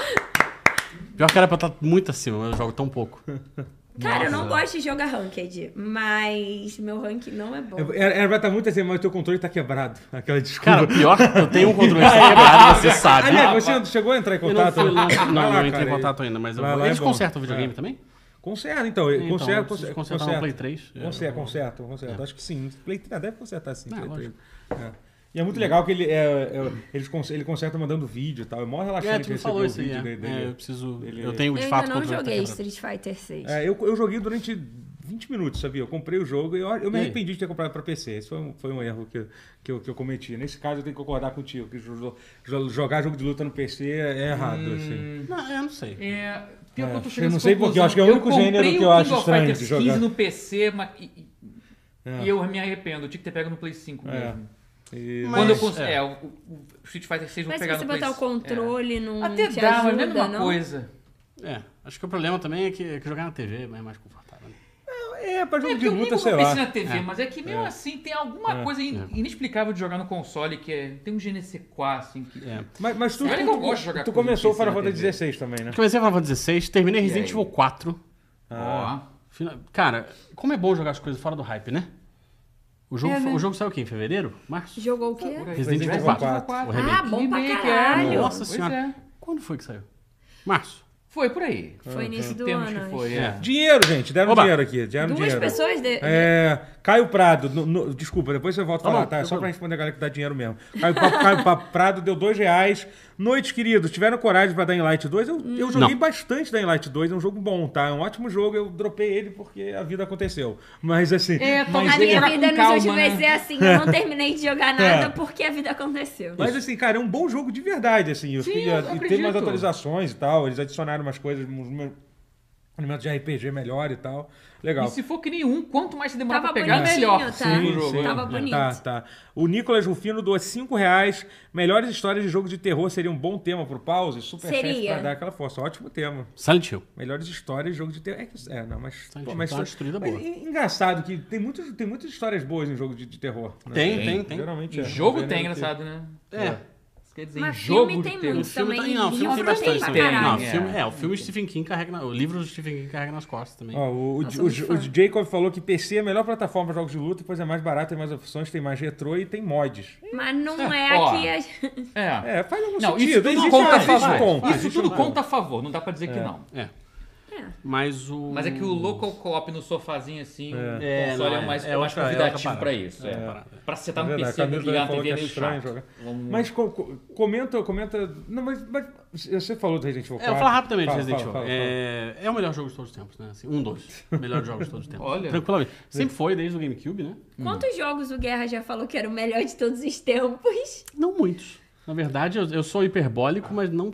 Speaker 5: Pior que era pra estar muito acima, mas eu jogo tão pouco.
Speaker 4: Cara, eu não gosto de jogar ranked, mas meu rank não é bom.
Speaker 1: É- Era, era pra estar muito assim, mas o teu controle tá quebrado. Aquela desculpa.
Speaker 5: Cara, pior que eu tenho um controle que tá quebrado, você sabe.
Speaker 1: Aliás, você chegou a entrar em
Speaker 5: Eu né? não,
Speaker 1: contato? né?
Speaker 5: fui,
Speaker 1: Vai
Speaker 5: não, não,
Speaker 1: lá,
Speaker 5: não entrei em
Speaker 1: cara.
Speaker 5: contato ainda, mas eu
Speaker 1: Vai
Speaker 5: vou.
Speaker 1: lá, é
Speaker 5: Eles
Speaker 1: bom.
Speaker 5: consertam o videogame
Speaker 1: É.
Speaker 5: também?
Speaker 1: Conserta, então.
Speaker 5: Então, eu
Speaker 1: conserta, conserta.
Speaker 5: preciso consertar
Speaker 1: conserta.
Speaker 5: um Play 3.
Speaker 1: Conserta, conserta, conserta. Acho que sim. Play 3 deve consertar sim.
Speaker 5: Ah,
Speaker 1: Play
Speaker 5: lógico.
Speaker 1: 3. É. E é muito legal que ele, é, é, eles cons- ele conserta mandando vídeo e tal. É mó
Speaker 5: É,
Speaker 1: relaxante
Speaker 5: tu me
Speaker 1: receber
Speaker 5: falou
Speaker 1: o
Speaker 5: isso aí.
Speaker 1: vídeo
Speaker 5: é.
Speaker 1: dele.
Speaker 5: É, eu preciso.
Speaker 1: dele-
Speaker 5: Eu tenho
Speaker 4: Eu
Speaker 5: de
Speaker 4: ainda
Speaker 5: fato o
Speaker 4: não
Speaker 5: controle. que tá
Speaker 4: joguei
Speaker 5: quebrado.
Speaker 4: Street Fighter 6.
Speaker 1: É, eu, eu joguei durante 20 minutos, sabia? Eu comprei o jogo e eu, eu me
Speaker 5: E aí?
Speaker 1: arrependi de ter comprado pra PC. Esse foi um, foi um erro que, eu- que, eu, que eu cometi. Nesse caso, eu tenho que concordar contigo. Que jo- jo- jogar jogo de luta no PC é errado, assim.
Speaker 5: Não, eu não sei.
Speaker 2: É, pior que eu tô
Speaker 1: É,
Speaker 2: chegando
Speaker 1: eu não
Speaker 2: a essa
Speaker 1: sei porque, eu acho que é o
Speaker 2: conclusão.
Speaker 1: único gênero
Speaker 2: comprei
Speaker 1: que
Speaker 2: o
Speaker 1: eu
Speaker 2: King
Speaker 1: acho
Speaker 2: of
Speaker 1: estranho de
Speaker 2: Fighters
Speaker 1: jogar.
Speaker 2: 15 no PC, mas... E, e- e eu me arrependo. Eu tinha que ter pego no Play 5
Speaker 1: É.
Speaker 2: mesmo.
Speaker 1: E-
Speaker 2: Quando eu
Speaker 5: Mas-
Speaker 2: cons... é.
Speaker 5: é,
Speaker 2: o, o- o Street Fighter 6 eu vou
Speaker 4: Mas se
Speaker 2: pegar
Speaker 4: você
Speaker 2: no Play
Speaker 4: botar o
Speaker 2: 5.
Speaker 4: controle num.
Speaker 2: Até
Speaker 4: te
Speaker 2: dá, mas
Speaker 4: ajuda,
Speaker 2: não é a mesma
Speaker 4: não?
Speaker 2: coisa.
Speaker 5: É, acho que o problema também é que, é que jogar na TV é mais confortável. Né?
Speaker 1: É, pra jogo
Speaker 2: É
Speaker 1: de
Speaker 2: que eu
Speaker 1: luta,
Speaker 2: nunca
Speaker 1: sei
Speaker 2: pensei
Speaker 1: lá.
Speaker 2: na TV,
Speaker 5: É.
Speaker 2: mas é que mesmo
Speaker 1: É.
Speaker 2: assim tem alguma
Speaker 1: É.
Speaker 2: coisa in- inexplicável de jogar no console que é. Tem um GNC4, assim, que.
Speaker 5: É.
Speaker 1: Mas, mas tu, tu-
Speaker 2: Olha que eu gosto de jogar
Speaker 1: tu
Speaker 2: coisa
Speaker 1: começou o
Speaker 2: difícil
Speaker 1: Final
Speaker 2: na
Speaker 1: Fantasy
Speaker 2: TV.
Speaker 1: XVI também, né?
Speaker 5: Comecei a Final Fantasy 16, terminei Resident
Speaker 2: aí?
Speaker 5: Evil 4.
Speaker 4: Ah.
Speaker 2: Ó.
Speaker 5: Fina- Cara, como é bom jogar as coisas fora do hype, né? O jogo,
Speaker 4: É,
Speaker 5: foi-
Speaker 4: né?
Speaker 5: o jogo saiu o quê? Em fevereiro? Março?
Speaker 4: Jogou o quê?
Speaker 5: Resident Evil
Speaker 2: é,
Speaker 1: Evil
Speaker 5: 4.
Speaker 1: 4.
Speaker 5: O remake.
Speaker 4: Ah, bom pra
Speaker 2: Remake, é.
Speaker 4: caralho.
Speaker 5: Nossa
Speaker 2: Pois
Speaker 5: senhora.
Speaker 2: é.
Speaker 5: Quando foi que saiu? Março.
Speaker 2: Foi por aí.
Speaker 5: Ah,
Speaker 4: Foi início do
Speaker 2: Temos
Speaker 4: ano.
Speaker 2: que
Speaker 4: acho.
Speaker 2: foi.
Speaker 5: É.
Speaker 2: É.
Speaker 1: Dinheiro, gente. Deram
Speaker 5: Oba.
Speaker 1: dinheiro aqui. Deram
Speaker 4: Duas
Speaker 1: dinheiro.
Speaker 4: pessoas de...
Speaker 1: É, Caio Prado, no- no- desculpa, depois você volta a
Speaker 5: Tá
Speaker 1: falar,
Speaker 5: bom,
Speaker 1: tá? É só
Speaker 5: tranquilo.
Speaker 1: pra responder a galera que dá dinheiro mesmo. Caio, Pa- Caio Pa- Prado deu dois reais. Noite, querido, tiveram coragem pra dar Light 2? Eu, eu joguei
Speaker 5: Não.
Speaker 1: bastante da Light 2, é um jogo bom, tá? É um ótimo jogo, eu dropei ele porque a vida aconteceu. Mas assim.
Speaker 2: É,
Speaker 4: A
Speaker 2: talvez
Speaker 4: minha
Speaker 2: jogar
Speaker 4: vida
Speaker 2: com
Speaker 4: nos
Speaker 2: calma,
Speaker 4: últimos
Speaker 2: né?
Speaker 4: meses é assim, eu não terminei de jogar nada
Speaker 1: É.
Speaker 4: porque a vida aconteceu.
Speaker 1: Mas assim, cara, é um bom jogo de verdade, assim. Eu
Speaker 2: Sim,
Speaker 1: fiquei-
Speaker 2: eu
Speaker 1: e teve umas
Speaker 2: acredito.
Speaker 1: atualizações e tal, eles adicionaram umas coisas, uns me- elementos de RPG melhor e tal. Legal.
Speaker 2: E se for que nenhum, quanto mais se demorar
Speaker 4: Tava
Speaker 2: pra pegar,
Speaker 4: bonitinho,
Speaker 2: melhor.
Speaker 4: tá?
Speaker 2: o jogo.
Speaker 4: Tava
Speaker 2: é.
Speaker 4: bonito.
Speaker 1: Tá, tá. O Nicolas Rufino doa 5 reais. Melhores histórias de jogo de terror seria um bom tema pro pause. Superchat
Speaker 4: Seria.
Speaker 1: pra dar aquela força. Ótimo tema.
Speaker 5: Silent Hill.
Speaker 1: Melhores histórias de jogo de terror. É, que- é não, mas...
Speaker 5: Silent
Speaker 1: Pô,
Speaker 5: Hill
Speaker 1: mas,
Speaker 5: tá uma destruída
Speaker 1: mas
Speaker 5: boa.
Speaker 1: en- engraçado que tem, muitos, tem muitas histórias boas em jogo de, de terror. né?
Speaker 5: Tem, tem, tem.
Speaker 1: Geralmente
Speaker 2: E
Speaker 1: é.
Speaker 2: jogo
Speaker 1: Não
Speaker 2: tem,
Speaker 1: sei nem o que-
Speaker 2: engraçado, né?
Speaker 5: É.
Speaker 2: Isso quer dizer, em
Speaker 4: Mas
Speaker 2: jogo de
Speaker 4: filme tem
Speaker 2: terror.
Speaker 5: O
Speaker 4: muito
Speaker 5: filme
Speaker 4: também.
Speaker 5: tem, não, o filme
Speaker 4: livro
Speaker 5: tem bastante
Speaker 4: pra
Speaker 5: também.
Speaker 4: caralho.
Speaker 5: Não, o
Speaker 2: é.
Speaker 5: filme, é, o filme Stephen King carrega, na- o livro do Stephen King carrega nas costas também.
Speaker 1: Ó, o, o-
Speaker 4: Nossa,
Speaker 1: o,
Speaker 4: muito
Speaker 1: o
Speaker 4: fã.
Speaker 1: Jacob falou que PC é a melhor plataforma para jogos de luta, pois é mais barato, tem mais opções, tem mais retrô e tem mods.
Speaker 4: Mas não é
Speaker 2: Ó.
Speaker 4: aqui. a-
Speaker 2: É.
Speaker 1: É, faz algum
Speaker 2: Não, isso
Speaker 1: sentido.
Speaker 2: tudo
Speaker 1: existe
Speaker 2: conta
Speaker 1: um-
Speaker 2: a
Speaker 1: existe um
Speaker 2: favor.
Speaker 1: ponto.
Speaker 2: Isso
Speaker 1: existe um
Speaker 2: tudo
Speaker 1: ponto.
Speaker 2: conta a favor, não dá pra dizer que não.
Speaker 5: É.
Speaker 4: É.
Speaker 5: Mas o.
Speaker 2: Mas é que o
Speaker 1: Hum.
Speaker 2: local co-op no sofazinho, assim,
Speaker 5: É,
Speaker 2: o console
Speaker 5: não,
Speaker 2: é, mais, é mais
Speaker 5: é outra- é outra
Speaker 2: convidativo
Speaker 5: parada.
Speaker 2: pra isso. É.
Speaker 5: É parada.
Speaker 2: Pra você estar no
Speaker 1: Verdade,
Speaker 2: PC
Speaker 1: Tá a Camila
Speaker 2: e ligar na
Speaker 1: falou
Speaker 2: TV
Speaker 1: que
Speaker 2: é
Speaker 1: é
Speaker 2: meio
Speaker 1: estranho
Speaker 2: chato.
Speaker 1: jogar.
Speaker 2: Vamos-
Speaker 1: Mas co- co- comenta, comenta. Não, mas, mas você falou do Resident Evil 4.
Speaker 5: É, eu vou falar rapidamente de
Speaker 1: Fala,
Speaker 5: Resident Evil.
Speaker 1: fala, fala,
Speaker 5: é, é o melhor jogo de todos os tempos, né? Assim, um, dois. Melhor jogo de todos os tempos.
Speaker 2: Olha.
Speaker 5: Tranquilamente. Sempre foi, desde o GameCube, né?
Speaker 4: Quantos jogos o Guerra já falou que era o melhor de todos os tempos?
Speaker 5: Não muitos. Na verdade, eu, eu sou hiperbólico, mas não,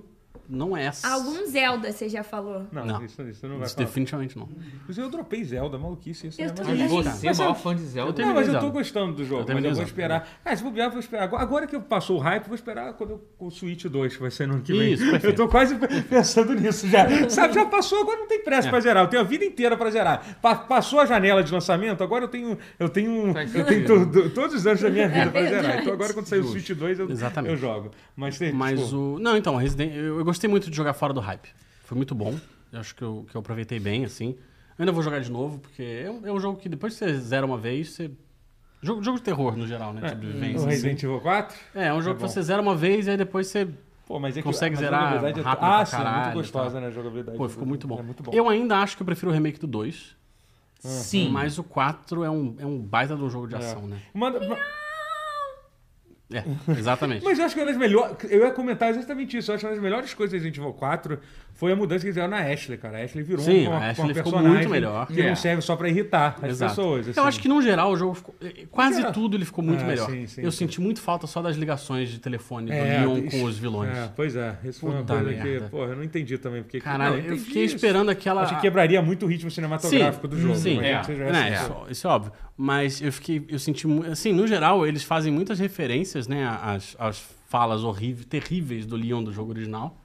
Speaker 5: não é essa.
Speaker 4: Algum Zelda você já falou.
Speaker 1: fala. Não,
Speaker 5: É, Não.
Speaker 1: Isso, isso não vai
Speaker 5: Isso
Speaker 1: falar.
Speaker 5: definitivamente não.
Speaker 1: Inclusive, eu dropei Zelda, maluquice isso.
Speaker 4: Eu
Speaker 1: né?
Speaker 4: tô-
Speaker 1: Mas-
Speaker 2: E você é o
Speaker 1: Mas
Speaker 2: maior
Speaker 1: eu-
Speaker 2: fã de Zelda.
Speaker 1: Não, mas eu tô
Speaker 5: Zelda.
Speaker 1: gostando do jogo,
Speaker 5: Eu
Speaker 1: mas
Speaker 5: terminei
Speaker 1: eu vou
Speaker 5: Zelda.
Speaker 1: esperar. Ah, se bobear, eu vou esperar. Agora- Agora que passou o hype, eu vou esperar quando eu, o Switch 2, que vai ser no ano que vem.
Speaker 5: Isso, perfeito.
Speaker 1: eu tô quase pensando nisso já. Sabe, já passou, agora não tem pressa
Speaker 5: É.
Speaker 1: pra zerar. Eu tenho a vida inteira pra zerar. Pa- passou a janela de lançamento, agora eu tenho. Eu tenho. um,
Speaker 5: Tá
Speaker 2: Faz
Speaker 1: Eu tenho to-
Speaker 2: sentido.
Speaker 1: do- todos os anos da minha vida pra
Speaker 4: verdade.
Speaker 1: zerar. Então agora quando sair o Switch 2, eu,
Speaker 5: Exatamente.
Speaker 1: eu jogo. Mas tem.
Speaker 5: Mas
Speaker 1: tipo,
Speaker 5: o. Não, então, Resident eu, eu gostei muito de jogar fora do hype. Foi muito bom. Eu acho que eu, que eu aproveitei bem, assim. Eu ainda vou jogar de novo, porque é um, é um jogo que depois que você zera uma vez, você. Jogo, jogo de terror, no geral, né? de
Speaker 1: É, o
Speaker 5: Sobrevivência. assim.
Speaker 1: Resident Evil 4?
Speaker 5: É, é um jogo
Speaker 1: bom.
Speaker 5: que você zera uma vez e aí depois você.
Speaker 1: Pô, mas é que
Speaker 5: Consegue
Speaker 1: mas a
Speaker 5: zerar
Speaker 1: jogabilidade é-
Speaker 5: rápido
Speaker 1: Ah,
Speaker 5: pra
Speaker 1: sim, é muito
Speaker 5: caralho,
Speaker 1: gostosa, né? A jogabilidade.
Speaker 5: Pô, ficou muito bom.
Speaker 1: É muito bom.
Speaker 5: Eu ainda acho que eu prefiro o remake do 2.
Speaker 2: Sim.
Speaker 5: Mas o 4 é um, é um baita de um jogo de ação, né?
Speaker 1: Manda- ma-
Speaker 5: É, exatamente.
Speaker 1: Mas eu acho que uma das melhores. Eu ia comentar exatamente isso. Eu acho que uma das melhores coisas do Resident Evil 4 foi a mudança que eles fizeram na Ashley, cara. A Ashley virou
Speaker 5: Sim,
Speaker 1: uma,
Speaker 5: a Ashley
Speaker 1: uma
Speaker 5: ficou
Speaker 1: personagem
Speaker 5: muito melhor.
Speaker 1: Que
Speaker 2: É.
Speaker 1: não serve só pra irritar as
Speaker 5: Exato.
Speaker 1: pessoas. assim.
Speaker 5: Eu acho que, no geral, o jogo ficou. eh, Quase
Speaker 1: geral.
Speaker 5: tudo ele ficou muito
Speaker 1: Ah,
Speaker 5: melhor.
Speaker 1: sim, sim,
Speaker 5: eu
Speaker 1: sim.
Speaker 5: senti muito falta só das ligações de telefone do Leon com os vilões.
Speaker 1: É, pois é. Isso foi uma
Speaker 5: Puta
Speaker 1: coisa
Speaker 5: merda.
Speaker 1: que, porra, eu não entendi também. Porque,
Speaker 5: Caralho,
Speaker 1: não,
Speaker 5: eu
Speaker 1: entendi
Speaker 5: fiquei
Speaker 1: isso.
Speaker 5: esperando aquela.
Speaker 1: Acho que é né? quebraria muito o ritmo cinematográfico do jogo.
Speaker 5: Sim,
Speaker 1: imagino
Speaker 2: é.
Speaker 1: que seja assim.
Speaker 5: Não,
Speaker 1: essa
Speaker 5: isso, isso é óbvio. Mas eu fiquei. Eu senti. mu- Assim, no geral, eles fazem muitas referências, né? Às, às falas horríveis, terríveis do Leon do jogo original.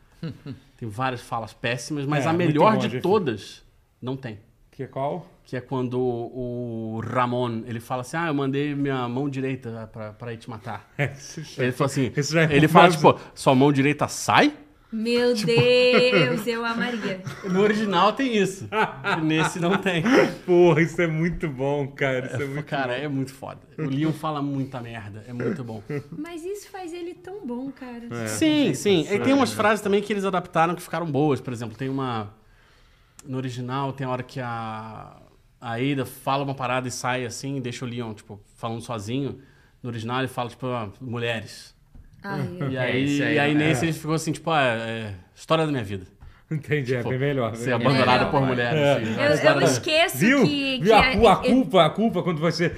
Speaker 5: tem várias falas péssimas, mas
Speaker 1: É,
Speaker 5: a
Speaker 1: muito
Speaker 5: melhor
Speaker 1: bom,
Speaker 5: de
Speaker 1: Jeff.
Speaker 5: todas não tem.
Speaker 1: Que é qual?
Speaker 5: Que é quando o Ramon ele fala assim: Ah, eu mandei minha mão direita pra, pra ir te matar. Ele fala assim:
Speaker 1: Isso já é
Speaker 5: Ele fala,
Speaker 1: maravilhoso.
Speaker 5: tipo, sua mão direita sai?
Speaker 4: Meu Deus, eu amaria.
Speaker 5: No original tem isso. Nesse não tem.
Speaker 1: Porra, isso é muito bom, cara. Isso é, muito
Speaker 5: Cara, é muito foda. O Leon fala muita merda. É muito bom.
Speaker 4: Mas isso faz ele tão bom, cara.
Speaker 5: Sim, sim. E tem umas frases também que eles adaptaram que ficaram boas. Por exemplo, tem uma. No original, tem a hora que a. A Ada fala uma parada e sai assim, e deixa o Leon, tipo, falando sozinho. No original, ele fala, tipo, ah, mulheres.
Speaker 4: Ai,
Speaker 5: E
Speaker 2: É,
Speaker 4: eu-
Speaker 5: aí,
Speaker 2: isso aí,
Speaker 5: e aí
Speaker 2: né?
Speaker 5: nesse ele ficou assim, tipo, ah, é, história da minha vida.
Speaker 1: Entendi, é
Speaker 5: Pô,
Speaker 1: bem melhor.
Speaker 5: Ser
Speaker 1: bem melhor.
Speaker 5: abandonado
Speaker 4: É.
Speaker 5: por mulheres. assim.
Speaker 4: Eu, eu esqueço
Speaker 1: Viu?
Speaker 4: que. que é
Speaker 1: Viu? a, cu- a
Speaker 4: eu-
Speaker 1: culpa, a culpa quando você.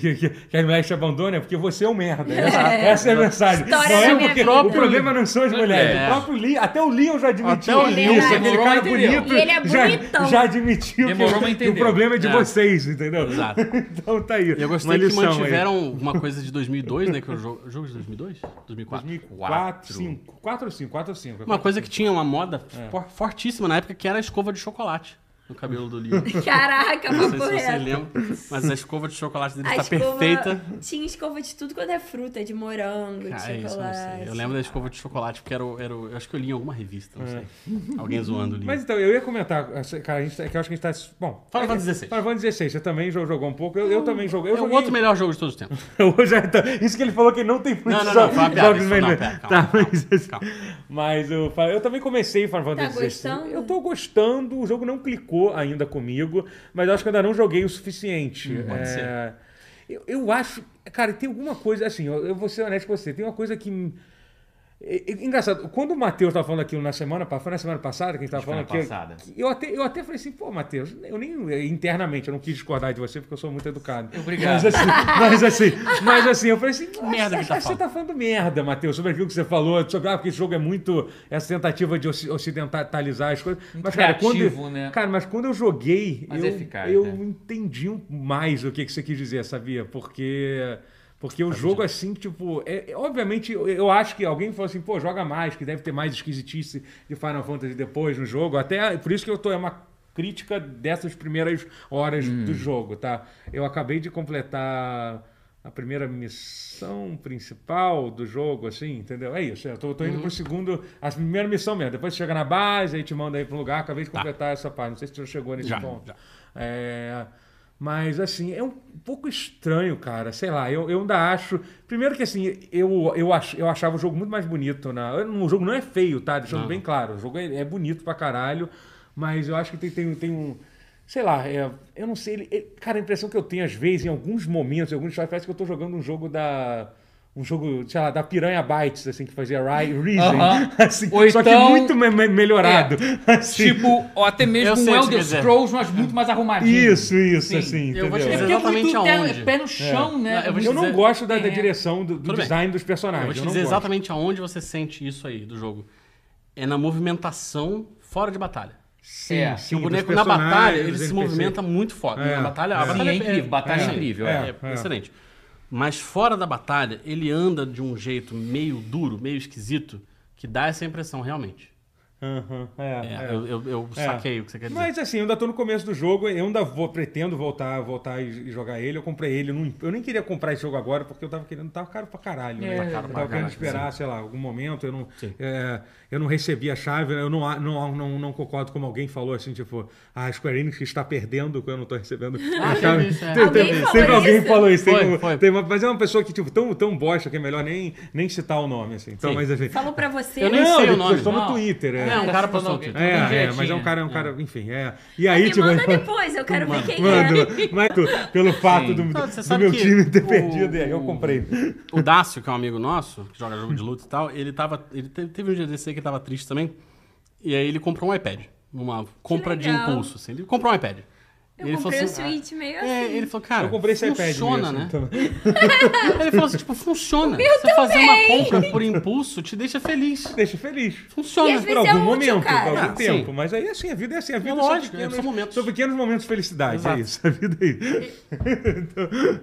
Speaker 1: Que, que, que as mulheres te abandonam é porque você é um merda. Essa, essa é a mensagem. Não
Speaker 4: História da
Speaker 1: é
Speaker 4: minha
Speaker 1: porque
Speaker 4: vida.
Speaker 1: o problema não são as mulheres.
Speaker 5: É.
Speaker 1: O próprio Lee, até o Leon já admitiu.
Speaker 5: Até o
Speaker 1: isso,
Speaker 4: Leon
Speaker 1: aquele
Speaker 2: demorou,
Speaker 1: cara
Speaker 2: mas entendeu.
Speaker 1: bonito.
Speaker 4: E ele é
Speaker 1: já,
Speaker 4: bonitão.
Speaker 1: já admitiu que,
Speaker 2: Demorou, mas
Speaker 1: que o
Speaker 2: entendeu.
Speaker 1: problema é de
Speaker 5: É.
Speaker 1: vocês, entendeu?
Speaker 5: Exato.
Speaker 1: Então tá aí.
Speaker 5: Eu
Speaker 1: uma
Speaker 5: gostei que
Speaker 1: lição aí.
Speaker 5: mantiveram uma coisa de 2002, né? Que é o jogo, jogo de 2002? 2004?
Speaker 1: 2004, 5. 4 ou 5, 4 ou 5. É.
Speaker 5: Uma coisa que tinha uma moda fortíssima na época, que era a escova de chocolate no cabelo do Leo.
Speaker 4: Caraca,
Speaker 5: Não sei
Speaker 4: papo
Speaker 5: se vocês
Speaker 4: reto.
Speaker 5: lembram, mas a escova de chocolate dele
Speaker 4: A
Speaker 5: tá
Speaker 4: escova-
Speaker 5: perfeita.
Speaker 4: Tinha escova de tudo quando é fruta, de morango,
Speaker 5: Cara,
Speaker 4: de
Speaker 5: isso eu não sei.
Speaker 4: chocolate.
Speaker 5: Eu lembro da escova de chocolate, porque era, o- era, o- eu acho que eu li em alguma revista, não sei. Alguém zoando ali.
Speaker 1: É. Mas então, eu ia comentar, essa- cara, a gente, é que eu acho que a gente tá. Bom.
Speaker 5: Final Fantasy
Speaker 1: é-
Speaker 5: XVI.
Speaker 1: Final Fantasy XVI, você também jo- jogou um pouco. Eu, eu também joguei. Eu
Speaker 5: é o
Speaker 1: joguei...
Speaker 5: outro melhor jogo de todos os tempos.
Speaker 1: Hoje é- tá- Isso que ele falou que não tem muitos
Speaker 5: não, não,
Speaker 1: jo-
Speaker 5: foi uma piada,
Speaker 1: jogos
Speaker 5: isso foi uma
Speaker 1: melhores.
Speaker 5: piada, calma,
Speaker 1: Tá, mas,
Speaker 5: calma.
Speaker 1: mas eu, fa- eu também comecei Final Fantasy XVI.
Speaker 4: gostando?
Speaker 1: Eu tô gostando, o jogo não clicou ainda comigo, mas eu acho que eu ainda não joguei o suficiente.
Speaker 2: Hum,
Speaker 5: pode
Speaker 1: É,
Speaker 5: ser.
Speaker 1: Eu, eu acho. Cara, tem alguma coisa, assim, eu, eu vou ser honesto com você, tem uma coisa que. me- é- é Engraçado, quando o Matheus tava falando aquilo na semana, pa- foi na semana passada que a gente tava
Speaker 2: Acho
Speaker 1: falando
Speaker 2: que foi na
Speaker 1: que-
Speaker 2: passada.
Speaker 1: que eu até, eu até falei assim, pô, Matheus, eu nem eh, internamente, eu não quis discordar de você porque eu sou muito educado.
Speaker 2: Obrigado.
Speaker 1: Mas assim, mas assim, mas assim, eu falei assim, que
Speaker 5: merda que tá
Speaker 1: Você tá falando merda, Matheus, sobre aquilo que você falou, sobre, ah, porque esse jogo é muito, essa tentativa de oci- ocidentalizar as coisas. Mas, cara,
Speaker 2: criativo,
Speaker 1: quando,
Speaker 2: né?
Speaker 1: cara, mas quando eu joguei,
Speaker 2: Mas
Speaker 1: eu,
Speaker 2: é eficaz,
Speaker 1: eu
Speaker 2: né?
Speaker 1: entendi um- mais o que, que você quis dizer, sabia? Porque... Porque o jogo, assim, tipo, é, é- obviamente, eu, eu acho que alguém falou assim, pô, joga mais, que deve ter mais esquisitice de Final Fantasy depois no jogo. Até por isso que eu tô, é uma crítica dessas primeiras horas do jogo, tá? Eu acabei de completar a primeira missão principal do jogo, assim, entendeu? É isso, eu tô, tô indo pro segundo, a primeira missão mesmo. Depois você chega na base, aí te manda aí pro lugar, acabei de completar essa parte. Não sei se você já chegou nesse
Speaker 5: Já,
Speaker 1: ponto.
Speaker 5: já.
Speaker 1: Tá. É, mas, assim, é um pouco estranho, cara. Sei lá, eu, eu ainda acho. Primeiro que, assim, eu, eu, ach, eu achava o jogo muito mais bonito. Na, o jogo não é feio, tá? Deixando bem claro. O jogo é, é bonito pra caralho, mas eu acho que tem, tem, tem um. Sei lá, é, eu não sei. ele- ele- cara, a impressão que eu tenho, às vezes, em alguns momentos, em alguns jogos, parece que eu tô jogando um jogo da. Um jogo, sei lá, da Piranha Bytes, assim, que fazia Ri- Reason.
Speaker 2: Aham.
Speaker 1: Assim,
Speaker 2: Ou
Speaker 1: só que
Speaker 2: então-
Speaker 1: muito me- me- melhorado. assim.
Speaker 2: Tipo, ou até mesmo
Speaker 5: Eu sei o
Speaker 2: um
Speaker 5: que você quer
Speaker 2: Elder
Speaker 5: dizer.
Speaker 2: Scrolls, mas muito mais arrumadinho.
Speaker 1: É. Isso, isso,
Speaker 2: Sim.
Speaker 1: assim.
Speaker 5: Eu vou te
Speaker 1: entendeu?
Speaker 2: É porque é muito
Speaker 5: Exatamente
Speaker 2: pé-
Speaker 5: aonde.
Speaker 2: pé no chão, né?
Speaker 5: Eu vou te
Speaker 1: Eu não
Speaker 5: dizer-
Speaker 1: gosto da, da
Speaker 2: É.
Speaker 1: direção do, do
Speaker 5: Tudo bem.
Speaker 1: design dos
Speaker 5: Eu
Speaker 1: personagens.
Speaker 5: vou te
Speaker 1: eu não
Speaker 5: dizer
Speaker 1: gosto.
Speaker 5: exatamente aonde você sente isso aí do jogo. É na movimentação fora de batalha.
Speaker 1: Sim,
Speaker 2: É,
Speaker 1: sim,
Speaker 5: Que o
Speaker 1: dos
Speaker 5: boneco na batalha,
Speaker 1: personagens,
Speaker 5: ele
Speaker 1: dos
Speaker 5: se
Speaker 1: NPC.
Speaker 5: movimenta muito foda.
Speaker 1: É.
Speaker 5: Na batalha, a
Speaker 2: Sim,
Speaker 5: batalha
Speaker 2: é incrível, batalha é incrível, é.
Speaker 5: é,
Speaker 1: É.
Speaker 5: excelente. Mas fora da batalha, ele anda de um jeito meio duro, meio esquisito, que dá essa impressão realmente.
Speaker 1: Aham, é,
Speaker 5: É,
Speaker 1: é.
Speaker 5: Eu, eu- eu
Speaker 1: É.
Speaker 5: saquei o que você quer dizer.
Speaker 1: Mas assim, eu ainda tô no começo do jogo, eu ainda vou, pretendo voltar, voltar e e jogar ele. Eu comprei ele, eu não- eu nem queria comprar esse jogo agora, porque eu tava querendo, tava caro pra caralho. né?
Speaker 2: É, Tá
Speaker 1: eu
Speaker 2: caro
Speaker 1: tava
Speaker 5: pra
Speaker 1: querendo
Speaker 5: caralho,
Speaker 1: esperar, sei lá, algum momento, eu não,
Speaker 5: Sim.
Speaker 1: é, eu não recebi a chave, né? eu não, a- não, não, não concordo como alguém falou, assim, tipo, a Square Enix está perdendo quando eu não tô recebendo a
Speaker 5: teve
Speaker 1: chave.
Speaker 5: isso, é.
Speaker 1: Tem- tem-
Speaker 4: Alguém falou
Speaker 1: Sempre alguém
Speaker 4: isso?
Speaker 1: falou isso. tem
Speaker 5: Foi,
Speaker 1: um-
Speaker 5: foi.
Speaker 1: tem uma- mas é uma pessoa que, tipo, tão, tão bosta que é melhor nem, nem citar o nome, assim. Então,
Speaker 5: Sim.
Speaker 1: mas enfim.
Speaker 4: Falou pra você. né?
Speaker 5: Eu nem
Speaker 1: Não,
Speaker 5: sei o
Speaker 1: ele
Speaker 5: nome.
Speaker 1: postou no
Speaker 2: Não.
Speaker 1: Twitter, é.
Speaker 5: Não, um cara postou no
Speaker 2: É,
Speaker 5: Twitter.
Speaker 1: É, é,
Speaker 2: jeitinho.
Speaker 1: mas é um cara, é um cara, enfim, é. E aí,
Speaker 4: Me
Speaker 1: tipo.
Speaker 4: manda depois, eu quero ver quem é.
Speaker 1: Mano, mas tu, pelo fato do,
Speaker 5: Não, você
Speaker 1: do
Speaker 5: sabe
Speaker 1: meu
Speaker 5: que
Speaker 1: time ter
Speaker 5: o-
Speaker 1: perdido, é, eu comprei.
Speaker 5: O Dácio, que é um amigo nosso, que joga jogo de luta e tal, ele tava. Ele te- teve um dia desse aí que ele tava triste também. E aí ele comprou um iPad. Uma compra de
Speaker 4: legal.
Speaker 5: impulso, assim. Ele comprou um iPad.
Speaker 4: Eu
Speaker 5: ele
Speaker 4: comprei
Speaker 5: falou assim,
Speaker 4: o Switch meio assim.
Speaker 5: É, ele falou, cara,
Speaker 1: Eu comprei esse iPad.
Speaker 5: funciona,
Speaker 1: mesmo, então.
Speaker 5: né?
Speaker 1: também.
Speaker 5: Ele falou assim, tipo, funciona. Você fazer uma compra por impulso te deixa feliz.
Speaker 1: Deixa feliz.
Speaker 4: E
Speaker 5: Funciona.
Speaker 4: às
Speaker 1: Por
Speaker 4: vezes- Isso é
Speaker 1: algum
Speaker 4: útil,
Speaker 1: momento,
Speaker 4: cara.
Speaker 1: por algum
Speaker 5: Ah, sim.
Speaker 1: tempo. Mas aí, assim, a vida é assim. A vida
Speaker 5: lógico,
Speaker 1: são, pequenos,
Speaker 5: são momentos.
Speaker 1: são pequenos momentos de felicidade.
Speaker 5: Exato.
Speaker 1: É isso. A vida é isso.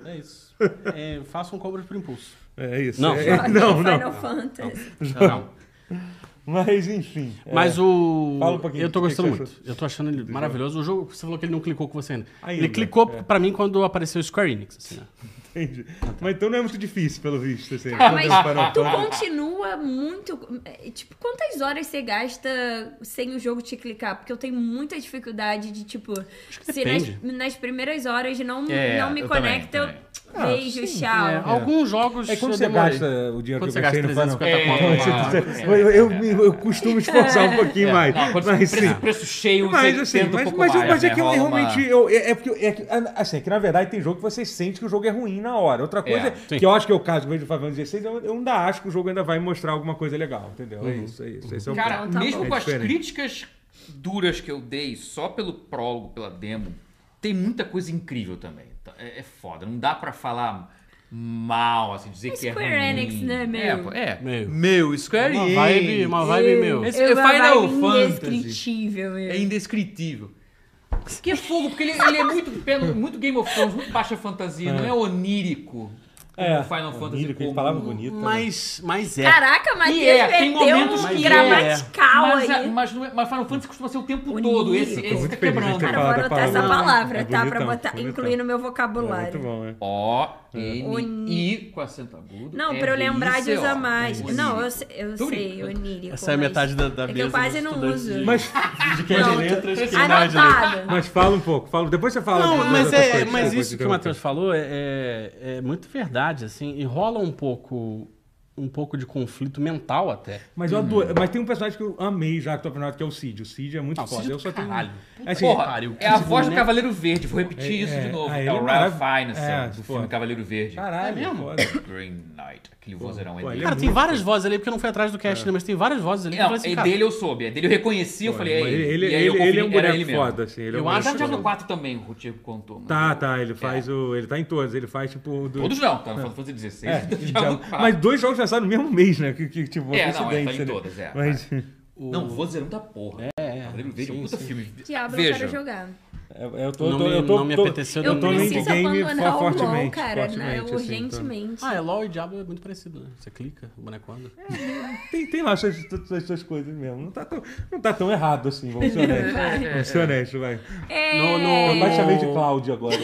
Speaker 5: É isso. É, façam compras por impulso.
Speaker 1: É isso.
Speaker 5: Não.
Speaker 1: é, é- não,
Speaker 4: assim, Final
Speaker 1: não.
Speaker 4: Fantasy.
Speaker 5: Não.
Speaker 1: Mas, enfim. é.
Speaker 5: Mas o.
Speaker 1: Fala um pouquinho,
Speaker 5: eu tô
Speaker 1: o que que
Speaker 5: gostando
Speaker 1: você
Speaker 5: muito. Eu tô achando ele maravilhoso. O jogo, você falou que ele não clicou com você ainda.
Speaker 1: Ainda,
Speaker 5: Ele clicou
Speaker 1: é.
Speaker 5: pra mim quando apareceu o Square Enix, assim, né?
Speaker 1: Entendi. Mas então não é muito difícil, pelo visto. Assim, Meu
Speaker 4: Cara, Ah, mas
Speaker 1: Deus, Final
Speaker 4: tu
Speaker 1: Fantasy.
Speaker 4: continua muito. é, Tipo, quantas horas você gasta sem o jogo te clicar? Porque eu tenho muita dificuldade de, tipo, se nas,
Speaker 5: depende.
Speaker 4: nas primeiras horas não,
Speaker 2: É,
Speaker 4: não me
Speaker 2: eu também,
Speaker 4: conecta, eu-
Speaker 2: também.
Speaker 1: Ah,
Speaker 4: beijo,
Speaker 1: sim,
Speaker 4: tchau.
Speaker 5: É, Alguns jogos.
Speaker 1: É quando
Speaker 5: eu
Speaker 1: você
Speaker 5: demorei.
Speaker 1: gasta o dinheiro
Speaker 5: Quando
Speaker 1: que
Speaker 5: você
Speaker 1: eu gastei
Speaker 5: gasta
Speaker 1: no Final né?
Speaker 5: 350
Speaker 2: É,
Speaker 5: conto.
Speaker 2: é,
Speaker 5: lá.
Speaker 1: Eu, eu, eu- eu costumo esforçar um pouquinho mais.
Speaker 2: Não, quando
Speaker 1: mas,
Speaker 2: preço,
Speaker 1: sim.
Speaker 2: preço cheio,
Speaker 1: Mas
Speaker 2: você
Speaker 1: assim,
Speaker 2: tenta um
Speaker 1: mas,
Speaker 2: pouco
Speaker 1: mas, eu-
Speaker 2: mais,
Speaker 1: mas é
Speaker 2: né?
Speaker 1: que eu
Speaker 2: Rola uma-
Speaker 1: realmente. Eu, é, é porque, é que- assim, é que na verdade tem jogo que você sente que o jogo é ruim na hora. Outra coisa,
Speaker 2: É,
Speaker 5: sim.
Speaker 1: que eu acho que é o caso que eu vejo do Fabiano 16, eu, eu ainda acho que o jogo ainda vai mostrar alguma coisa legal, entendeu? É isso, é isso. Esse é o
Speaker 2: Cara,
Speaker 4: Então tá
Speaker 2: mesmo
Speaker 1: bom.
Speaker 2: com
Speaker 1: É
Speaker 2: as
Speaker 1: diferente.
Speaker 2: críticas duras que eu dei só pelo prólogo, pela demo, tem muita coisa incrível também. Tá- É, é foda, não dá pra falar mal, assim, dizer que é
Speaker 4: Square
Speaker 2: ruim.
Speaker 4: Enix, né,
Speaker 2: É,
Speaker 4: meu?
Speaker 2: pô, é.
Speaker 5: Meu.
Speaker 2: Square
Speaker 5: Uma
Speaker 2: Enix.
Speaker 5: vibe, uma vibe meu.
Speaker 2: Esse-
Speaker 4: Eu,
Speaker 2: é Final
Speaker 4: vibe
Speaker 2: Fantasy.
Speaker 4: indescritível, meu.
Speaker 2: É indescritível. Que é fogo, porque ele, ele é muito, pé no- muito Game of Thrones, muito baixa fantasia, não é onírico. como Final Fantasy
Speaker 1: horrível, que
Speaker 2: como-
Speaker 1: palavra bonita. né?
Speaker 5: Mas, mas é.
Speaker 4: Caraca, Matheus
Speaker 2: E é, tem
Speaker 4: meteu
Speaker 2: momentos
Speaker 4: um
Speaker 5: que
Speaker 4: gramatical
Speaker 2: mas,
Speaker 4: aí.
Speaker 2: a- mas, não é- mas Final Fantasy costuma ser o tempo
Speaker 4: Bonito.
Speaker 2: todo. Esse,
Speaker 1: Tô
Speaker 2: esse
Speaker 1: muito feliz
Speaker 2: tá
Speaker 1: de ter
Speaker 2: quebrando.
Speaker 4: Cara, vou
Speaker 1: falado a
Speaker 4: anotar
Speaker 1: palavra.
Speaker 4: essa palavra,
Speaker 1: É
Speaker 4: tá? Pra
Speaker 1: bonitão,
Speaker 4: botar,
Speaker 1: bonitão.
Speaker 4: incluir no meu
Speaker 1: É muito
Speaker 4: vocabulário.
Speaker 1: bom, é.
Speaker 2: O, N, I, com acento agudo.
Speaker 4: Não,
Speaker 2: R,
Speaker 4: pra eu lembrar de
Speaker 2: I, C, O.
Speaker 4: usar mais.
Speaker 2: Onírico.
Speaker 4: Não, eu, se- eu
Speaker 2: Onírico.
Speaker 4: sei, onírico.
Speaker 5: Essa é a metade da, da
Speaker 4: é que eu
Speaker 5: mesa
Speaker 4: quase
Speaker 5: dos
Speaker 4: não
Speaker 5: estudantes
Speaker 4: uso.
Speaker 5: de-
Speaker 1: Mas, de quem é de
Speaker 4: Não,
Speaker 1: letras,
Speaker 4: mas...
Speaker 1: quem não é de letras.
Speaker 4: Anotada.
Speaker 1: Mas fala um pouco, fala, depois você fala.
Speaker 5: Não,
Speaker 1: das
Speaker 5: mas,
Speaker 1: outras
Speaker 5: é,
Speaker 1: coisas,
Speaker 5: mas
Speaker 1: desculpa,
Speaker 5: isso que o
Speaker 1: interromper.
Speaker 5: Matheus falou é, é, é muito verdade, assim, enrola um pouco um pouco de conflito mental até.
Speaker 1: Mas, eu adoro,
Speaker 2: Uhum.
Speaker 1: mas tem um personagem que eu amei já que tô aprendendo, que é o Cid. O Cid é muito
Speaker 5: Ah, o
Speaker 1: foda.
Speaker 5: Cid é
Speaker 1: eu
Speaker 5: do
Speaker 1: só tenho.
Speaker 5: caralho.
Speaker 1: Assim,
Speaker 2: Porra,
Speaker 5: pariu, que
Speaker 2: é a voz do
Speaker 5: boneco.
Speaker 2: Cavaleiro Verde. Vou repetir
Speaker 1: né? É,
Speaker 2: isso
Speaker 1: é,
Speaker 2: de novo.
Speaker 1: é,
Speaker 2: É,
Speaker 1: ele é
Speaker 2: o Ralph
Speaker 1: marav-
Speaker 2: Fiennes,
Speaker 1: é,
Speaker 2: do
Speaker 1: porra.
Speaker 2: filme Cavaleiro Verde.
Speaker 1: Caralho,
Speaker 5: É mesmo?
Speaker 1: foda.
Speaker 2: Green Knight. Aquele vozeirão
Speaker 1: pô,
Speaker 2: é
Speaker 1: ele
Speaker 2: dele.
Speaker 1: é
Speaker 5: Cara, tem
Speaker 1: muito- É.
Speaker 5: várias vozes ali, porque não foi atrás do cast, né? Mas tem várias vozes ali. que eu
Speaker 2: Não,
Speaker 5: falei assim,
Speaker 2: é
Speaker 5: cara,
Speaker 2: dele eu soube. É dele eu reconheci, eu falei, é ele.
Speaker 1: Ele, ele,
Speaker 2: E aí eu
Speaker 1: ele- ele é um
Speaker 2: conferi, era
Speaker 1: boneco
Speaker 2: ele mesmo.
Speaker 1: foda, assim. Ele é um
Speaker 5: Eu
Speaker 1: boneco
Speaker 5: acho
Speaker 2: Tá
Speaker 1: foda.
Speaker 2: no 4 também, o Diego contou. mas
Speaker 1: Tá,
Speaker 2: eu-
Speaker 1: tá, ele
Speaker 2: É.
Speaker 1: faz o. Ele tá em todas, ele faz tipo. o Do...
Speaker 2: Todos não, tá no Final Fantasy 16.
Speaker 1: É,
Speaker 2: do
Speaker 1: ele
Speaker 2: Diablo
Speaker 1: já-
Speaker 2: 4.
Speaker 1: Mas dois jogos lançados no mesmo mês, né? Que, que tipo, uma
Speaker 2: É, não, é, tá
Speaker 1: coincidência,
Speaker 2: em
Speaker 1: né?
Speaker 2: todas, é.
Speaker 1: Mas,
Speaker 2: Não, vozeirão da porra.
Speaker 5: É, é,
Speaker 2: Cavaleiro Verde é um
Speaker 5: sim,
Speaker 2: puta
Speaker 5: sim.
Speaker 2: filme.
Speaker 4: Diabo, eu
Speaker 2: Veja.
Speaker 4: quero jogar.
Speaker 1: é, eu tô,
Speaker 5: Não
Speaker 1: tô-
Speaker 5: me-
Speaker 1: eu tô-
Speaker 5: não me
Speaker 1: tô-
Speaker 5: apeteceu
Speaker 4: Eu,
Speaker 1: eu tô no
Speaker 4: preciso
Speaker 1: endgame
Speaker 4: abandonar o LOL,
Speaker 1: fortemente,
Speaker 4: cara, né?
Speaker 1: fortemente, assim, então.
Speaker 4: urgentemente.
Speaker 5: Ah, é LOL e Diablo é muito parecido, né? Você clica, o boneco anda.
Speaker 1: Tem, tem lá suas, suas, suas coisas mesmo. Não tá tão, não tá tão errado assim, vamos ser honestos. Vamos ser honestos, vai.
Speaker 4: É.
Speaker 5: No- no-
Speaker 1: Vai
Speaker 5: no-
Speaker 1: chamei de Cláudia agora.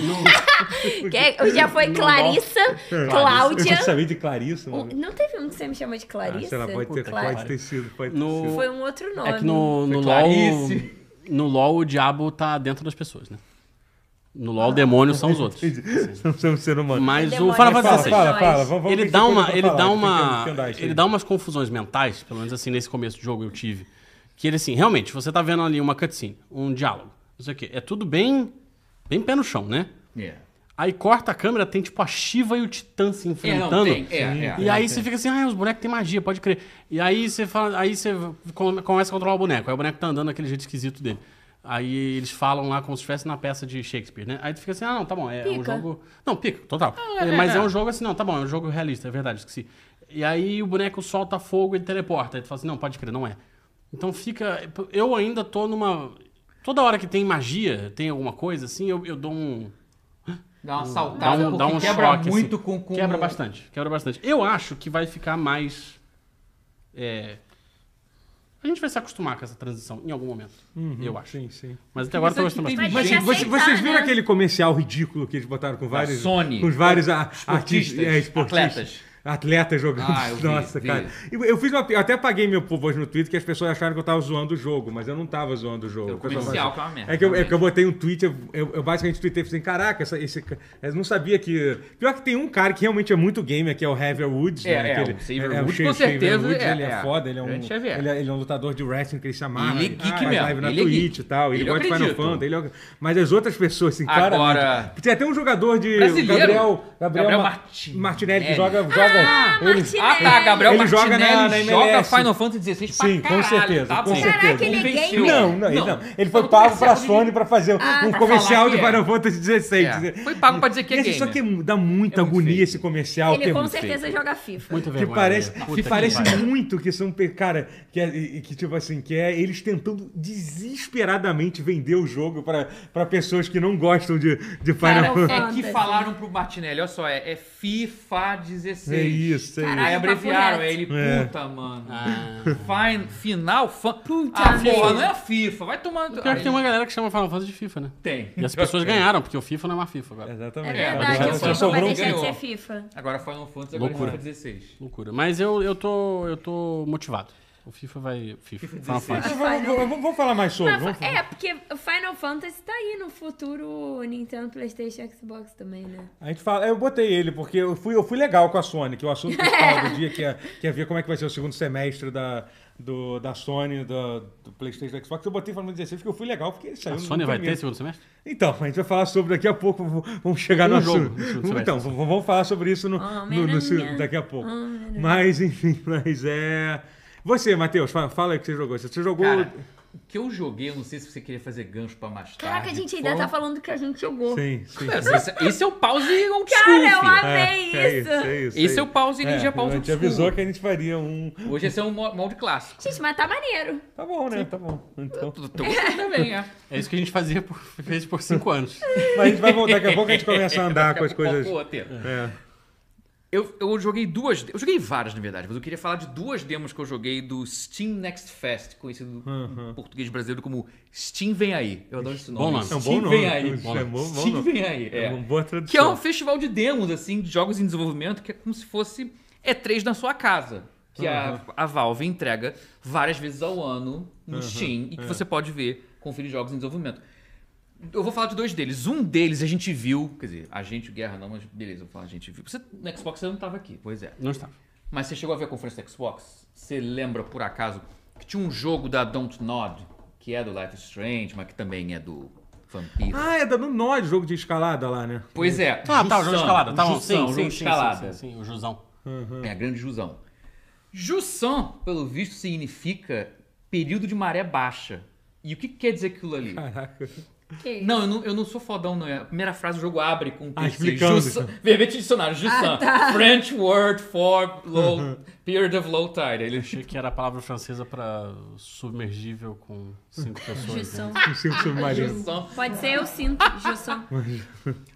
Speaker 4: Que- é, já foi
Speaker 5: No
Speaker 4: Clarissa,
Speaker 1: Eu
Speaker 4: Cláudia.
Speaker 1: chamei de Clarissa.
Speaker 4: O-
Speaker 1: mano.
Speaker 4: Não teve um que você me chamou de
Speaker 1: Ah,
Speaker 4: Clarissa?
Speaker 1: sei lá, pode ter,
Speaker 4: Clara-
Speaker 1: pode ter sido, pode ter
Speaker 5: No-
Speaker 1: sido.
Speaker 4: Foi um outro nome.
Speaker 5: É que no,
Speaker 2: Foi
Speaker 5: no LOL.
Speaker 2: Clarice.
Speaker 5: No LOL o diabo tá dentro das pessoas, né? No LOL o demônio são os outros.
Speaker 1: Não somos ser humano.
Speaker 5: Mas o
Speaker 4: Demônio
Speaker 5: Final
Speaker 4: é foda.
Speaker 5: Fantasy
Speaker 1: Fala, fala,
Speaker 5: XVI,
Speaker 1: fala. Vamos, vamos
Speaker 5: ele
Speaker 1: ver
Speaker 5: dá
Speaker 1: se tem
Speaker 5: uma,
Speaker 1: coisa pra
Speaker 5: ele
Speaker 1: falar,
Speaker 5: dá
Speaker 1: tem que
Speaker 5: uma,
Speaker 1: andar isso
Speaker 5: ele
Speaker 1: aí.
Speaker 5: dá umas confusões mentais, pelo menos assim nesse começo do jogo eu tive, que ele assim, realmente, você tá vendo ali uma cutscene, um diálogo, não sei o quê, é tudo bem bem pé no chão, né?
Speaker 2: É.
Speaker 5: Aí corta a câmera, tem tipo a Shiva e o Titã se
Speaker 2: É, não,
Speaker 5: enfrentando.
Speaker 2: tem, é, é.
Speaker 5: E aí você fica assim, ah, os bonecos têm magia, pode crer. E aí você fala, aí você come- começa a controlar o boneco. Aí o boneco tá andando daquele jeito esquisito dele. Aí eles falam lá como se estivesse na peça de Shakespeare, né? Aí tu fica assim, ah, não, tá bom, é um
Speaker 4: Pica.
Speaker 5: jogo. Não, pica, total. É, mas é, um jogo assim, não, tá bom, é um jogo realista, é verdade, esqueci. E aí o boneco solta fogo, ele teleporta. Aí tu fala assim, não, pode crer, não é. Então fica. Eu ainda tô numa. Toda hora que tem magia, tem alguma coisa, assim, eu, eu dou um.
Speaker 2: Dá uma
Speaker 5: Dá
Speaker 2: saltada,
Speaker 5: um, dá
Speaker 2: porque
Speaker 5: um
Speaker 2: quebra
Speaker 5: choque,
Speaker 2: muito
Speaker 5: assim.
Speaker 2: com, com...
Speaker 5: Quebra bastante, quebra bastante. Eu acho que vai ficar mais... é, A gente vai se acostumar com essa transição em algum momento, eu acho.
Speaker 1: Sim, sim.
Speaker 5: Mas é até agora eu tô gostando
Speaker 2: Tem
Speaker 5: bastante.
Speaker 4: Mas
Speaker 1: Mas
Speaker 4: já
Speaker 1: gente, você-
Speaker 4: aceitar,
Speaker 1: vocês viram
Speaker 4: né?
Speaker 1: aquele comercial ridículo que eles botaram com vários.
Speaker 2: Sony.
Speaker 1: Com os vários a- artistas.
Speaker 2: Esportistas,
Speaker 1: É, esportistas.
Speaker 2: atletas.
Speaker 1: Atletas jogando.
Speaker 2: Ah, eu vi,
Speaker 1: Nossa,
Speaker 2: vi.
Speaker 1: cara. Eu, eu fiz uma- eu até apaguei meu povo hoje no Twitter que as pessoas acharam que eu tava zoando o jogo, mas eu não tava zoando o jogo.
Speaker 2: Tem um
Speaker 1: O pessoal
Speaker 2: comercial
Speaker 1: fala assim,
Speaker 2: que é uma merda,
Speaker 1: É que eu, é
Speaker 2: realmente.
Speaker 1: que eu botei um tweet, eu, eu, eu basicamente tweetei assim: caraca, essa- esse, ca- eu não sabia que. Pior que tem um cara que realmente é muito gamer, que é o Xavier Woods.
Speaker 2: É,
Speaker 1: né?
Speaker 2: é,
Speaker 1: Aquele-
Speaker 2: o Xavier
Speaker 1: o
Speaker 2: Woods,
Speaker 1: Xa-
Speaker 2: com
Speaker 1: Xavier
Speaker 2: certeza,
Speaker 1: Woods,
Speaker 2: é,
Speaker 1: ele é
Speaker 2: é.
Speaker 1: foda, ele é um,
Speaker 2: Grande Xavier.
Speaker 1: ele é, ele é um lutador de wrestling que ele se amarra.
Speaker 2: Ele é geek
Speaker 1: faz
Speaker 2: mesmo,
Speaker 1: live na
Speaker 2: ele é
Speaker 1: Twitch
Speaker 2: geek.
Speaker 1: e tal. Ele,
Speaker 2: Ele eu
Speaker 1: gosta de Final
Speaker 2: acredito.
Speaker 1: Fantasy. Ele é- Mas as outras pessoas, assim,
Speaker 2: Agora-
Speaker 1: claramente. Tem até um jogador de.
Speaker 2: Brasileiro.
Speaker 1: Gabriel, Gabriel,
Speaker 2: Gabriel É.
Speaker 1: Ma-
Speaker 2: Martin-
Speaker 1: Martinelli, que
Speaker 2: Nelly.
Speaker 1: joga. joga ele-
Speaker 2: Ah, tá, Gabriel
Speaker 1: Ele joga
Speaker 2: Martinelli
Speaker 1: na-
Speaker 2: joga,
Speaker 1: na MLS.
Speaker 2: Final Fantasy XVI pra
Speaker 1: Sim, com
Speaker 2: caralho,
Speaker 1: certeza,
Speaker 2: tá
Speaker 1: com
Speaker 2: bom.
Speaker 1: certeza. Caraca,
Speaker 4: ele é
Speaker 2: Convenceu.
Speaker 4: gamer?
Speaker 1: Não, não, ele não. Ele foi
Speaker 2: Não,
Speaker 1: pago pra
Speaker 2: comercial
Speaker 1: Sony
Speaker 2: de-
Speaker 1: pra fazer um- um
Speaker 2: pra
Speaker 1: comercial
Speaker 2: falar
Speaker 1: de
Speaker 2: que é.
Speaker 1: Final Fantasy XVI.
Speaker 2: É, foi pago pra dizer que é
Speaker 1: Esse- Só que
Speaker 2: gamer.
Speaker 1: dá muita
Speaker 2: É muito
Speaker 1: agonia
Speaker 2: feio.
Speaker 1: esse comercial. que
Speaker 4: Ele
Speaker 1: é
Speaker 4: com
Speaker 1: muito feio.
Speaker 4: certeza joga FIFA.
Speaker 5: Muita
Speaker 1: Que
Speaker 5: vergonha.
Speaker 1: parece,
Speaker 5: alheia.
Speaker 1: que
Speaker 5: né? Puta
Speaker 1: parece
Speaker 5: pariu.
Speaker 1: muito que são. pe- Cara, que, é- e- que tipo assim, que é eles tentando desesperadamente vender o jogo pra, pra pessoas que não gostam de, de Final
Speaker 4: Cara,
Speaker 1: Fantasy.
Speaker 2: É que
Speaker 4: Fantasy.
Speaker 2: falaram pro Martinelli, olha só, é, é FIFA 16.
Speaker 1: É isso, é
Speaker 4: Caralho,
Speaker 2: Aí abreviaram,
Speaker 4: papo
Speaker 2: aí
Speaker 4: reto.
Speaker 2: ele,
Speaker 1: É.
Speaker 2: puta, mano.
Speaker 5: Ah.
Speaker 2: Fin- final, fan... Puta,
Speaker 4: Puta
Speaker 2: ah, porra,
Speaker 4: merda.
Speaker 2: não é a FIFA, vai tomar...
Speaker 5: O Pior que tem uma galera que chama Final Fantasy de FIFA, né?
Speaker 2: Tem.
Speaker 5: E as pessoas ganharam, porque o FIFA não é uma FIFA agora.
Speaker 1: Exatamente.
Speaker 4: É
Speaker 2: Agora
Speaker 4: verdade, o
Speaker 2: só
Speaker 4: FIFA vai
Speaker 2: sobrou um
Speaker 4: deixar de
Speaker 2: ganhou.
Speaker 4: ser FIFA.
Speaker 2: Agora Final Fantasy, agora
Speaker 5: Loucura.
Speaker 2: FIFA 16.
Speaker 5: Loucura. Mas eu, eu, tô, eu tô motivado. O FIFA vai... FIFA. Final Fantasy.
Speaker 1: Vamos-
Speaker 4: né?
Speaker 1: Vamos vamos- vamos falar mais sobre.
Speaker 4: Mas,
Speaker 1: Vamos falar.
Speaker 4: é, porque o Final Fantasy tá aí no futuro Nintendo, Playstation, Xbox também, né?
Speaker 1: A gente fala, eu botei ele, porque eu fui, eu fui legal com a Sony, que o assunto principal do dia que é, que é ver como é que vai ser o segundo semestre da, do, da Sony, do, do Playstation do Xbox. Eu botei Final Fantasy 16 porque eu fui legal, porque ele saiu
Speaker 5: A
Speaker 1: no
Speaker 5: Sony vai ter
Speaker 1: primeiro.
Speaker 5: segundo semestre?
Speaker 1: Então, a gente vai falar sobre daqui a pouco, v- vamos chegar no
Speaker 5: Um
Speaker 1: assunto.
Speaker 5: jogo, isso, isso vai
Speaker 1: então,
Speaker 5: ser.
Speaker 1: v- vamos falar sobre isso no, no, no-
Speaker 4: Oh, Homem-Aranha.
Speaker 1: daqui a pouco. Mas, enfim, mas é... Você, Matheus, fa- fala aí o que você jogou. Você jogou...
Speaker 2: Cara, o que eu joguei, eu não sei se você queria fazer gancho pra mais tarde.
Speaker 4: Caraca, a gente ainda tá
Speaker 2: foram-
Speaker 4: falando que a gente jogou.
Speaker 1: Sim, sim. É,
Speaker 2: Cara, esse, esse é o pause old school,
Speaker 4: Cara, é eu
Speaker 2: filho.
Speaker 4: amei isso.
Speaker 2: Esse é o pause ninja pause
Speaker 1: A
Speaker 2: old
Speaker 1: gente
Speaker 2: school.
Speaker 1: avisou que a gente faria um...
Speaker 2: Hoje esse é um mo- molde clássico.
Speaker 4: Gente, mas tá maneiro.
Speaker 1: Tá bom, né? Tá bom. Então...
Speaker 2: Tô tô gostando também, é.
Speaker 5: É isso que a gente fazia por, fez por cinco anos.
Speaker 1: Mas a gente vai voltar daqui a pouco a gente começa a andar com as
Speaker 2: Daqui a pouco
Speaker 1: coisas.
Speaker 2: o roteiro.
Speaker 1: É.
Speaker 2: Eu, eu joguei duas. Eu joguei várias, na verdade, mas eu queria falar de duas demos que eu joguei do Steam Next Fest, conhecido em português brasileiro como Steam Vem Aí. Eu adoro esse nome.
Speaker 5: Bom nome.
Speaker 2: Steam
Speaker 1: um
Speaker 5: É
Speaker 1: bom nome.
Speaker 2: Vem Aí.
Speaker 1: Isso é bom- bom
Speaker 2: Steam
Speaker 1: nome.
Speaker 2: Vem Aí. É.
Speaker 1: É uma boa
Speaker 2: Que é
Speaker 1: tradução.
Speaker 2: um festival de demos, assim, de jogos em desenvolvimento, que é como se fosse E3 na sua casa. Que a, a Valve entrega várias vezes ao ano no Steam e que você pode ver, conferir jogos em desenvolvimento. Eu vou falar de dois deles. Um deles a gente viu, quer dizer, a gente, o Guerra não, mas beleza, eu vou falar a gente viu. Você, no Xbox você não estava aqui, pois é.
Speaker 5: Não estava.
Speaker 2: Mas você chegou a ver a conferência do Xbox? Você lembra, por acaso, que tinha um jogo da Don't Nod, que é do Life is Strange, mas que também é do Vampiro.
Speaker 1: Ah, é dando nó de jogo de escalada lá, né?
Speaker 2: Pois é.
Speaker 5: Ah, tá, o jogo de
Speaker 2: Jussão,
Speaker 5: escalada. Tá bom,
Speaker 2: Jussão,
Speaker 5: sim,
Speaker 2: jogo
Speaker 5: sim,
Speaker 2: de
Speaker 5: sim,
Speaker 2: escalada.
Speaker 5: sim, sim, sim, o Jusão.
Speaker 2: É a grande Jusão. Jussão, pelo visto, significa período de maré baixa. E o que que quer dizer aquilo ali?
Speaker 5: Ah.
Speaker 4: Que isso?
Speaker 2: Não eu, não, eu não sou fodão, não. É A primeira frase do jogo abre com um
Speaker 1: Ah,
Speaker 2: texto assim,
Speaker 1: explicando.
Speaker 2: Jussan- Verbete dicionário, Jussan. French word for low,
Speaker 5: Uhum.
Speaker 2: period of low tide. Ele
Speaker 5: Achei que era a palavra francesa pra submergível com cinco pessoas.
Speaker 4: Jussão.
Speaker 5: dentro.
Speaker 1: Um cinco submarino.
Speaker 2: Jussan.
Speaker 4: Pode ser eu sinto, Jusson.